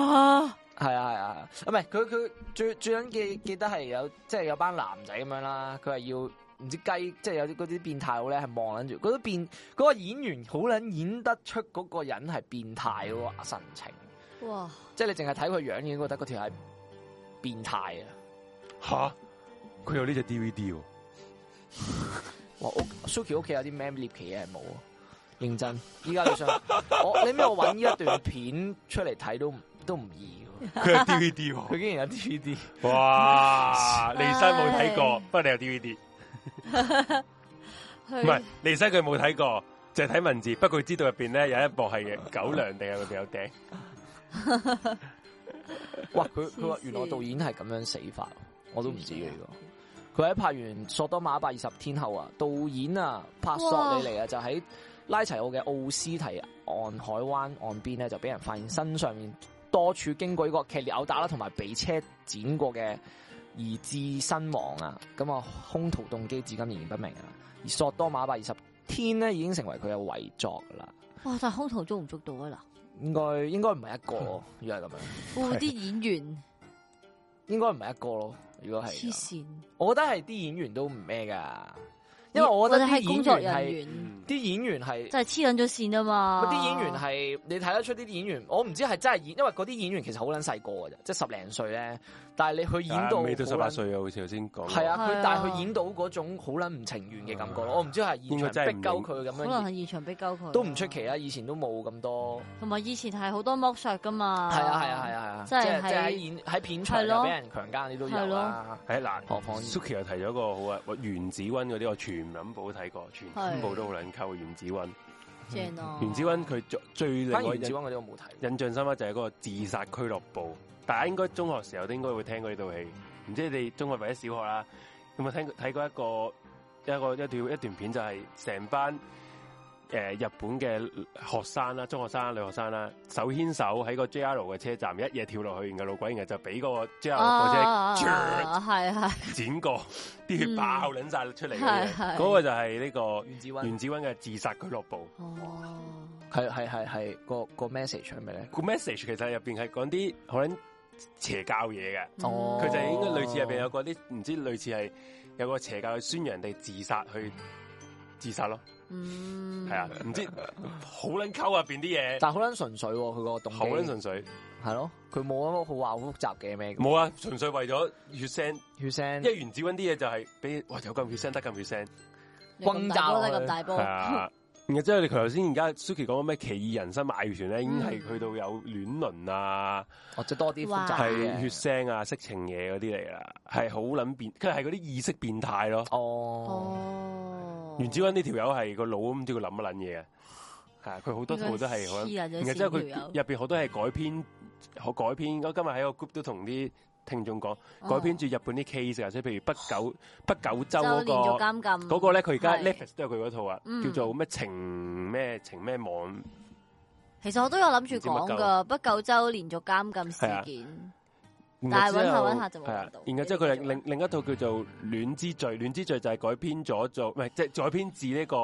C: 啊，
A: 係啊係啊，係啊唔係佢佢最最緊記記得係有即係有班男仔咁樣啦，佢係要唔知雞即係有啲嗰啲變態佬咧係望撚住嗰啲變嗰個演員好撚演得出嗰個人係變態嗰個神情，
C: 哇！
A: 即係你淨係睇佢樣已經覺得嗰條係變態啊！
B: 吓，佢有呢只 DVD 喎，
A: 哇屋 Suki 屋企有啲咩獵奇嘢係冇啊？認真，依家你想我你咩？我揾呢一段片出嚟睇都唔都唔易喎，
B: 佢有 DVD 喎
A: 佢，竟然有 DVD，
B: 哇！李生冇睇過，不過你有 DVD，
C: 唔
B: 唔係李生佢冇睇過，就係睇文字，不過佢知道入邊咧有一幕係狗糧定係入邊有釘，
A: 哇！佢佢話
C: 黐線
A: 原來導演係咁樣死法，我都唔知嘅呢個。佢喺拍完《索多瑪一百二十天後》啊，導演啊拍索里尼啊，就喺拉齊奧嘅奧斯提岸海灣岸邊咧，就俾人發現身上面多處經過呢個劇烈毆打啦，同埋被車剪過嘅而致身亡啊！咁啊，兇徒動機至今仍然不明啊！而索多瑪一百二十天咧已經成為佢嘅遺作㗎啦，
C: 哇！但係空徒捉唔捉到啊
A: 應該應該唔係一個咯，如果係咁樣，
C: 嗱，嗰啲演員
A: 應該唔係一個咯，如果係啊
C: 黐線，
A: 我覺得係啲演員都唔咩噶，因為我覺得啲
C: 係工作
A: 演員
C: 人
A: 係
B: 嗯
C: 員，
B: 啊
A: 啲演員係
C: 就係黐撚咗線啊嘛。
A: 啲演員係你睇得出啲演員，我唔知係真係演，因為嗰啲演員其實好撚細個嘅啫，即係十零歲咧。但係你去演到
B: 啊未到十八
A: 好撚，
B: 歲啊，好似頭先講過，
A: 係啊，
C: 係
A: 佢
C: 啊
A: 但係佢演到嗰種好撚唔情願嘅感覺咯。我唔知係現
B: 應該
A: 場
B: 真係
A: 逼
B: 嗯唔
A: 鳩佢咁
C: 可能
A: 樣，
C: 係現場逼鳩佢，啊
A: 都唔出奇。啦。以前都冇咁多，
C: 同埋以前係好多剝削噶嘛。
A: 係啊係啊係啊
C: 即
A: 係啊，即係
C: 係
A: 即係喺
C: 喺
A: 演喺片場
C: 係咯
A: 又俾人強姦，你都有
C: 係咯
A: 啦。
B: 係嗱
A: 何況
B: Suki 又提咗個好啊，原子温嗰啲我全撚部都睇過，全撚部都好撚溝原子温。
C: 正啊咯。
B: 原子温佢最最令
A: 反而
B: 我
A: 袁
B: 印
A: 子温嗰啲我冇睇。
B: 印象深刻就係嗰個自殺俱樂部，大家應該中學時候都應該會聽過呢套戲，唔知你哋中學或者小學啦，有冇聽過睇過一個一個一段一段片，就係成班誒、呃日本嘅學生啦，中學生啦、女學生啦，手牽手喺個 JR 嘅車站一夜跳落去，然後路軌，然後就俾個 JR 火車
C: 啊，係係
B: 剪過，啲血爆撚晒出嚟
C: 嗯係
B: 嘅，
C: 係
B: 嗰個就係呢個
A: 袁子温
B: 袁子温嘅自殺俱樂部。
C: 哦，
A: 係係係係個個 message 係咪咧？
B: 個 message 其實入邊係講啲可能邪教嘢嘅，
A: 哦
B: 佢就
A: 係
B: 應該類似入邊有個啲唔知類似係有個邪教去宣揚人哋自殺去自殺咯，
C: 嗯，
B: 係啊，唔知好撚溝入邊啲嘢，
A: 但係好撚純粹喎，佢個動機
B: 好撚純粹，
A: 係咯，佢冇乜好話好複雜嘅咩
B: 冇啊，純粹為咗血腥，
A: 血腥
B: 因為原子温啲嘢就係俾哇有咁血腥得咁血腥，
C: 你咁大波得咁大波
B: 係， 啊。然後之後你頭先而家 Suki 講嗰咩奇異人生買船咧，已經係去到有戀倫啊。
A: 或者多啲複雜
C: 哇
A: 嘅
B: 係血腥啊、色情嘢嗰啲嚟啦，係好撚變，佢係嗰啲意識變態咯。
A: 哦，
C: 哦，
B: 袁子温呢條友係個腦都唔知佢諗乜撚嘢嘅，係啊佢好多套都係可能
C: 黐，人咗
B: 然後
C: 線
B: 之後佢
C: 條友
B: 入邊好多係改編，可改編。我今日喺個 group 都同啲聽眾講，
C: 哦
B: 改編住日本啲 case 啊，即係譬如北九北九州
C: 就
B: 嗰
C: 連續
B: 個
C: 監禁
B: 嗰個咧，佢而家
C: 係
B: Netflix 都有佢嗰套啊，
C: 嗯
B: 叫做咩情咩情咩網，
C: 其實我都有諗住
B: 唔知
C: 講
B: 乜
C: 噶，不久州連續監禁事件，
B: 然
C: 但係
B: 後
C: 揾
B: 之
C: 下
B: 後
C: 揾下就冇
B: 係啊
C: 揾到
B: 然後之後佢另另另一套叫做《戀之罪》，《戀之罪》就係改編咗做，唔係即係改編自呢個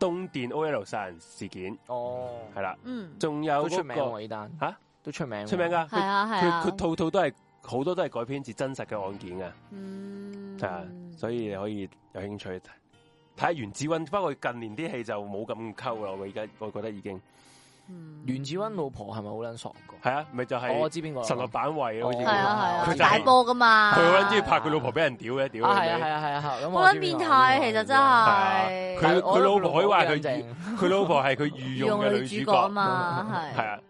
B: 東電 OL 殺人事件，
A: 哦，
B: 係啦。
C: 嗯，
B: 仲
A: 都
B: 有
A: 出
B: 嗰
A: 名
B: 個
A: 喎呢單
B: 吓
A: 都出名喎，
B: 出名噶，
C: 係啊
B: 佢
C: 係啊，
B: 佢套套都係好多都係改編自真實嘅案件嘅，
C: 嗯
B: 係啊，所以你可以有興趣睇睇下袁子温。不過近年啲戲就冇咁溝啦，我而家我覺得已經
C: 嗯
A: 袁子温老婆係咪好撚傻個？
B: 係啊，咪就
A: 我
B: 係
A: 知邊個啦
B: 神樂版位啊好似
A: 哦
C: 係
B: 佢
C: 啊係啊，
B: 就係
C: 大波噶嘛，
B: 佢好撚中意拍佢老婆俾人屌嘅，屌
A: 啊係
B: 你
A: 啊係
B: 咪
A: 啊係啊係啊，咁
C: 好
A: 我
C: 撚
A: 知邊
C: 變
A: 個啦
C: 態，其實真係
B: 係啊佢
A: 我
B: 佢老婆可以話
A: 老
B: 佢
A: 幾撚正
B: 佢老婆係佢御用嘅
C: 用
B: 女
C: 女
B: 主
C: 角啊
B: 角。
C: 嘛，係
B: 係啊，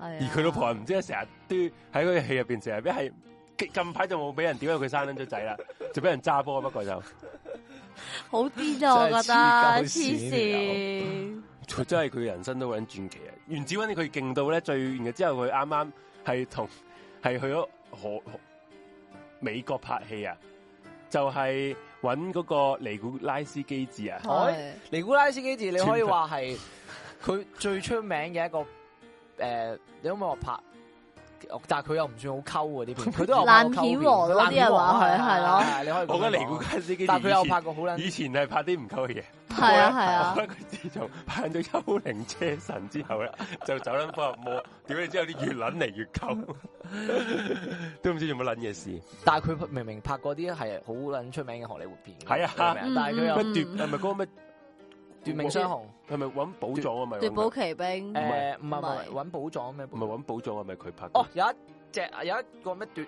C: 而
A: 啊
B: 而佢老婆唔知成日都喺佢戲入邊成日俾係近排就冇俾人屌，因為佢生撚咗仔啦， 就俾人揸波。不 過就
C: 好癲啊！我覺得
A: 真係黐鳩
C: 黐
A: 線
C: 線，
B: 佢真係佢人生都好撚傳奇啊！袁子温佢勁到咧，最然之後佢啱啱係同係去咗荷荷美國拍戲啊，就係、揾嗰個尼古拉斯基治啊，
A: 係尼古拉斯基治，你可以話係佢最出名嘅一個诶、呃你可唔可以話拍？但系佢又唔算好溝嗰啲 片，佢都有拍過溝
C: 爛片王嗰啲
A: 爛片王
C: 係嘛係係啊咯
A: 係你可以咁
B: 我覺得
A: 講
B: 尼古拉斯基治，
A: 哦但係佢又拍過好撚
B: 以前係拍啲唔夠嘅嘢，
C: 系
A: 哎
C: 啊系啊
B: 我，覺得佢自從拍咗《幽靈車神》之後咧， 就走撚翻入魔，屌你之後啲越撚嚟越溝， 都唔知做乜撚嘢事。
A: 但系佢明明拍嗰啲係好撚出名嘅荷里活片，
B: 係啊
A: 你明唔明但係佢
B: 乜
A: 又
C: 嗯
B: 奪係咪嗰個咩
A: 奪命雙雄，
B: 係咪揾寶藏啊？咪
C: 夺寶奇
B: 係
C: 兵
A: 诶呃唔係唔
C: 唔係
A: 係揾寶藏咩？
B: 唔係揾寶藏啊係咪佢拍？
A: 哦，，有一隻有一個咩奪，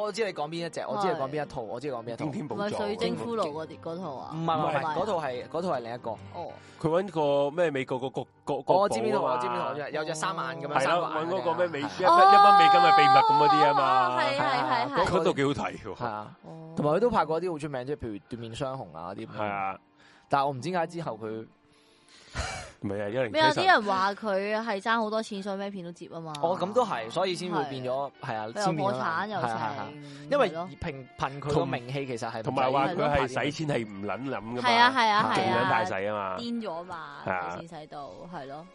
A: 我知你講邊一隻，我知你講邊一套，我知你講邊一套
B: 天。天寶
C: 唔
B: 藏
C: 係
B: 啊。
C: 水晶骷髏嗰啲嗰套啊，
A: 唔係唔係，唔係
C: 唔係
A: 嗰套係嗰套係另一個。
C: 哦，
B: 佢揾個咩美國個國國國
A: 我哦知邊
B: 寶
A: 套，
B: 啊
A: 我
B: 嘛
A: 知邊套，有隻三眼咁樣。
B: 係
A: 三個
B: 啦，揾
A: 眼啊
B: 嗰個咩美一
A: 係
B: 一蚊美金嘅秘密咁嗰啲啊
C: 哦係
B: 嘛，
C: 係係係
A: 嗰
B: 嗰度幾好睇
A: 係
B: 喎。
A: 啊，
C: 哦
A: 同埋佢都拍過啲好出名，即係譬如《奪面雙雄》啊嗰啲。
B: 係，啊，
A: 但係我唔知點解之後佢，
C: 啊
B: 唔係啊，一零
C: 咩有
B: 七
C: 啲
B: 神
C: 人話佢係爭好多錢，所以咩片都接啊嘛。
A: 哦咁都係，所以先會變咗係啊，
C: 佢又
A: 先變
C: 破
A: 咗
C: 產又
A: 係啊係啊
C: 成，
A: 因為
C: 係咯
A: 憑憑佢個
B: 同
A: 名氣其實係
B: 同埋話佢係使
A: 錢
B: 錢係唔撚諗噶嘛，
C: 係啊係啊
B: 勁
C: 係
B: 撚
C: 啊，
B: 大使啊嘛，
C: 癲咗嘛，
B: 係啊
C: 啲錢使到係咯，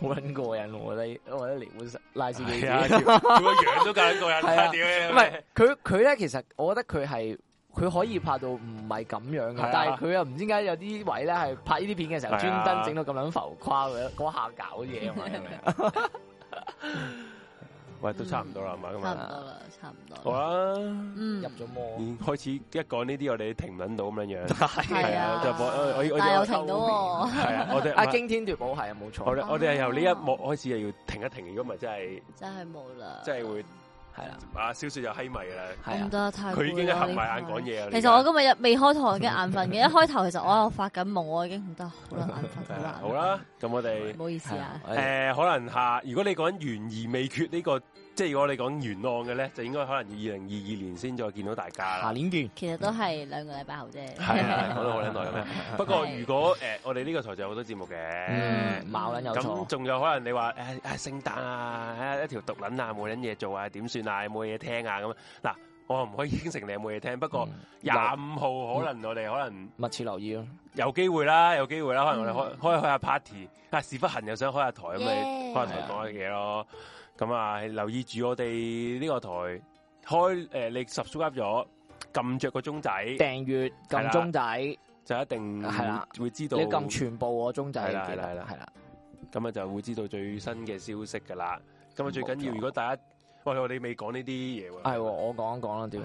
A: 好撚過癮喎，我覺得我覺得尼古拉斯基
B: 係
A: 治
B: 啊，條條個樣都夾過人，
A: 係啊
B: 屌你
A: 唔係佢佢咧，其實我覺得佢係佢可以拍到唔係咁樣
B: 係啊
A: 嘅，但係佢又唔知點解有啲位咧係拍呢啲片嘅時
B: 係
A: 候，
B: 啊
A: 專登整到咁樣浮誇嘅嗰下搞嘢啊 嘛，係咪
B: 喂，都差唔多啦，係嘛咁
C: 差唔
B: 啊，
C: 多啦，差唔
B: 好
C: 多啦。
B: 啦。
C: 嗯
A: 入，咗魔，
B: 嗯開始一講呢啲，我哋停撚到咁樣樣，
C: 係啊，
B: 就播我我我
C: 但係又
B: 我
C: 停到 喎。
B: 係啊， 我哋
A: 啊驚天奪寶係啊，冇
B: 我
A: 錯，
B: 哋我哋係由呢一幕開始，又要停一停，如果唔係真係
C: 真係冇啦，
B: 真係會
A: 係啦，
B: 啊，小雪就閪迷啦，
A: 係
C: 唔
A: 啊，
C: 得太攰啦
B: 佢已經係合埋眼講。嘢啊。
C: 其實我今日未開台已經眼瞓嘅，一開頭其實我喺度發緊夢，我已經唔得，好 啦，眼瞓，好
B: 係啊
C: 啦，
B: 好，啦，咁我哋
C: 唔好意思
A: 係啊
C: 啊，，
B: 誒呃可能下，如果你講懸而未決呢個，即係如果你講懸案嘅咧，就應該可能要二零二二年先再見到大家
A: 下
B: 啦。
A: 年見，
C: 其實都係兩個禮拜後啫。
B: 係啊，講到好撚耐咁樣。不過
C: 係
B: 如果誒我哋呢個台就有好多節目嘅
A: 嗯，。矛撚有
B: 咁
A: 錯，
B: 仲有可能你話誒誒聖誕啊，誒一條毒撚啊，冇撚嘢做啊，點算啊，有冇嘢聽啊咁。嗱，我唔可以應承你有冇嘢聽，不過
A: 嗯
B: 廿五號可能我哋可能
A: 密切留意咯，
B: 有機會啦，有機會啦，可能我哋
A: 嗯
B: 開開開下 party，啊屎忽痕又想開下台咁咪
C: Yeah
B: 開下台講下嘢咯。咁啊，留意住我哋呢個台開誒、呃你 subscribe 咗，撳着個鐘仔
A: 訂閱
B: 係
A: 撳
B: 啦
A: 鐘仔，
B: 就一定
A: 係啦
B: 會知道
A: 你，要撳全部我鐘仔，
B: 係啦
A: 記得
B: 係啦
A: 係啦，
B: 咁啊就會知道最新嘅消息噶啦。咁啊最緊
A: 冇
B: 要，
A: 錯
B: 如果大家喂我哋未講呢啲嘢喎，
A: 系我講一講啦，屌！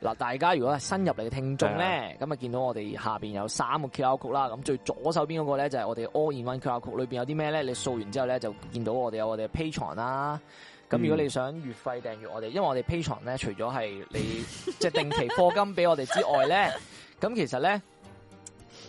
A: 嗱，大家如果係新入嚟嘅聽眾咧，咁啊見到我哋下边有三個 QR code 啦，咁最左手邊嗰個咧就係我哋 All in One QR code，裏边有啲咩咧？你掃完之後咧就見到我哋有我哋 P 床啦。咁
B: 嗯
A: 如果你想月費訂閱我哋，因為我哋 P 床咧除咗係你 即系定期課金俾我哋之外咧，咁其實咧。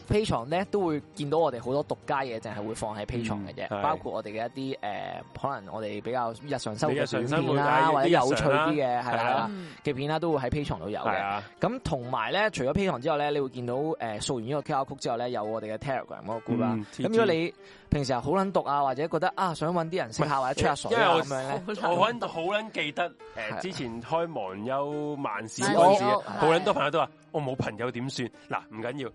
A: P 床咧都會見到我哋好多獨家嘢，淨係會放喺 P 床嘅啫，
B: 嗯係
A: 包括我哋嘅一啲誒、呃可能我哋比較日常生活
B: 你日常
A: 嘅
B: 生
A: 短
B: 活
A: 片啦，
B: 啊
A: 或者
B: 啲
A: 有
B: 日
A: 趣
B: 常啦
A: 啲嘅係
B: 係
A: 啦
B: 啊。
C: 嗯
A: 嘅片啦，都會喺 P 床度有
B: 係
A: 嘅。
B: 啊，
A: 咁同埋咧，除咗 P 床之外咧，你會見到誒掃完呢個 QR code 之後咧，有我哋嘅 Telegram 嗰個 group 啦
B: 嗯。
A: 咁
B: TG
A: 如果你平時係好撚讀啊，或者覺得啊想揾啲人識下或者吹下水
B: 因為
A: 啊
B: 我
A: 咁樣咧，
B: 我撚好撚記得
A: 係哦啊
B: 誒之前開忘憂萬事
A: 事
C: 萬
B: 嗰陣時
C: 屋
B: 啊，好
C: 係
B: 撚多朋友都話我冇朋友點算？嗱，唔緊要。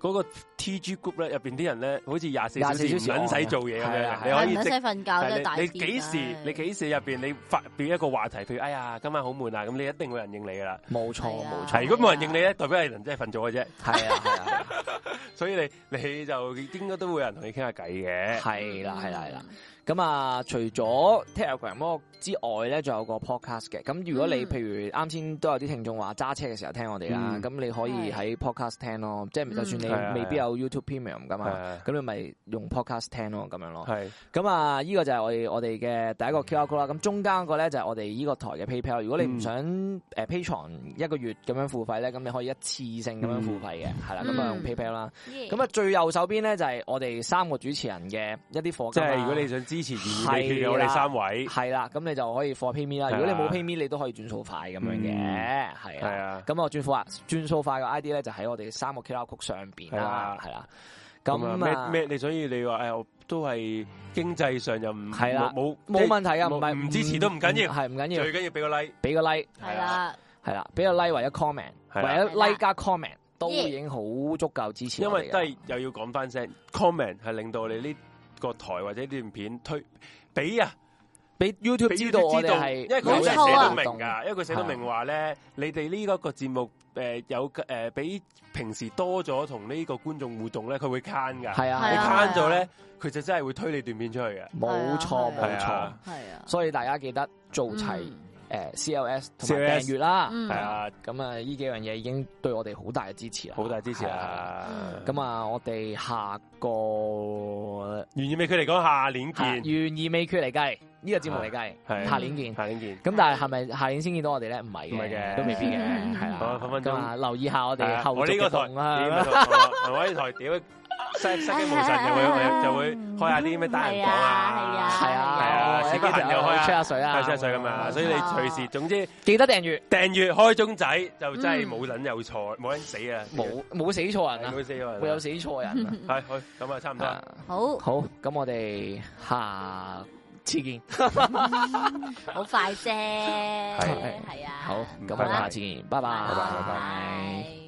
B: 嗰個 T G group 咧，入邊啲人咧，好似廿四小時
A: 24小
B: 唔
A: 時
B: 撚使做嘢咁
A: 係
B: 樣
A: 啊
B: 嘅，你
A: 係啊
B: 可
C: 但唔
B: 以
C: 使
B: 即
C: 瞓覺
B: 但
C: 真係
B: 係
C: 大啲
B: 你你幾時你幾時入邊你發表一個話題，譬如哎呀今晚好悶啊，咁你一定會有人應你噶啦。
A: 冇錯
C: 係啊
A: 冇錯，
B: 係如果冇人應你咧，代表係人真係瞓咗嘅啫，
A: 係啊係啊
B: 所以你 你就應該都會有人同你傾下
A: 啊
B: 偈 嘅。
C: 嗯
A: 係啦係啦係啦。咁啊，除咗 Telegram 嗰個之外咧，仲有個 podcast 嘅。咁如果你
C: 嗯
A: 譬如啱先都有啲聽眾話揸車嘅時候聽我哋啦，
B: 嗯
A: 咁你可以喺 podcast 聽咯，即係就
C: 嗯
B: 係啊
A: 算你未必有 YouTube Premium 噶嘛，
B: 係
A: 咁你咪用 podcast 聽咯，咁樣咯。
B: 啊係
A: 咁啊，呢個就係我哋我哋嘅第一
B: 嗯
A: 個 QR code 啦。咁中間嗰個咧就係我哋呢個台嘅 PayPal。如果你唔想誒 pay 床一個月咁樣付費咧，咁你可以一次性咁樣付費嘅，係啦。咁啊用
C: 嗯
A: PayPal 啦。咁
C: 咁
A: 啊最右手邊咧就係我哋三個主持人嘅一啲課
B: 即
A: 金啦
B: 係如果你想支持懸而未決嘅我哋三位，
A: 係啦，咁你就可以課 PayMe 啦。
B: 係啊
A: 如果你冇 PayMe，你都可以轉數快咁樣嘅，
B: 嗯
A: 係
B: 係
A: 啊。
B: 啊。
A: 咁我轉數快轉數快嘅 ID 咧就喺我哋三個 QR code 上邊啦，係
B: 係
A: 啦。
B: 咁
A: 咁
B: 啊
A: 啊
B: 咩咩？你所以你話誒，我都係經濟上又唔
A: 係啦
B: 冇
A: 冇問題㗎，
B: 冇
A: 唔係
B: 唔支持都唔緊要
A: 係唔緊
B: 即係
A: 要
B: 最，緊要俾個 like，
A: 俾個 like。
C: 係啦，
A: 系啦，俾個 like 或者 comment，或
B: 係啦
A: 者 like 加 comment 都已經好足夠支持
B: 因
A: 我
B: 為
A: 哋啊
B: 都
A: 㗎。
B: 係又要講翻聲 comment 係令到你呢個台或者呢段片推俾啊，
A: 俾
B: 俾
A: YouTube 知道我哋係
B: 因為
A: 有
B: 佢真係
C: 冇
B: 寫
C: 錯
B: 到
C: 啊
B: 明㗎，因為佢寫到明話
A: 啊
B: 咧，你哋呢一個節目誒有誒比平時多咗同呢個觀眾互動咧，佢會 can 㗎。
A: 係
B: 你
C: 係啊
A: 啊，
B: 慳咗咧，佢就真係會推你段片出去嘅。
A: 冇錯
C: 係啊
A: 冇
B: 係
A: 錯
B: 啊，
C: 系啊，
A: 所以大家記得做齊
C: 嗯
A: 誒 CLS 同埋
B: CLS
A: 訂閱啦。
C: 嗯
B: 係啊，
A: 咁啊，呢幾樣嘢已經對我哋好大嘅支持啦，
B: 好大支持
A: 係啊！
B: 啊！
C: 嗯
A: 咁啊，我哋下個
B: 願意未？佢嚟講下年
A: 下
B: 見，
A: 願意未決嚟計，呢個節目嚟
B: 係
A: 計，下年見。
B: 下年見。
A: 咁但係係咪下年先見到我哋咧？唔係
B: 唔係嘅
A: 嘅，都未必 嘅，係
B: 好
A: 啦。
B: 分分鐘
A: 咁啊，留意下我哋後
B: 我呢
A: 續
B: 個
A: 嘅
B: 台，
A: 動啊
B: 呢
A: 啦。
B: 個台我我呢台屌失失驚無神，就會就會開下啲咩單人講
C: 係啊
B: 啊，
A: 係
B: 係啊
A: 啊，
B: 自己朋友開啊
A: 吹下水啊，
B: 係真係水咁啊！所以你隨時，總之
A: 記得訂閱，
B: 訂閱開鐘仔就真係冇撚有錯，冇撚死啊！
A: 冇冇死錯人啊，
B: 冇死啊！
A: 會有死錯人啊。
B: 係好咁啊，差唔多啦。
A: 啊
C: 好
A: 好，咁我哋下次見。
C: 好快啫，
B: 係
C: 系啊，
A: 好，咁我
B: 拜拜
A: 哋下次見，拜拜，
B: 拜拜拜
C: 拜。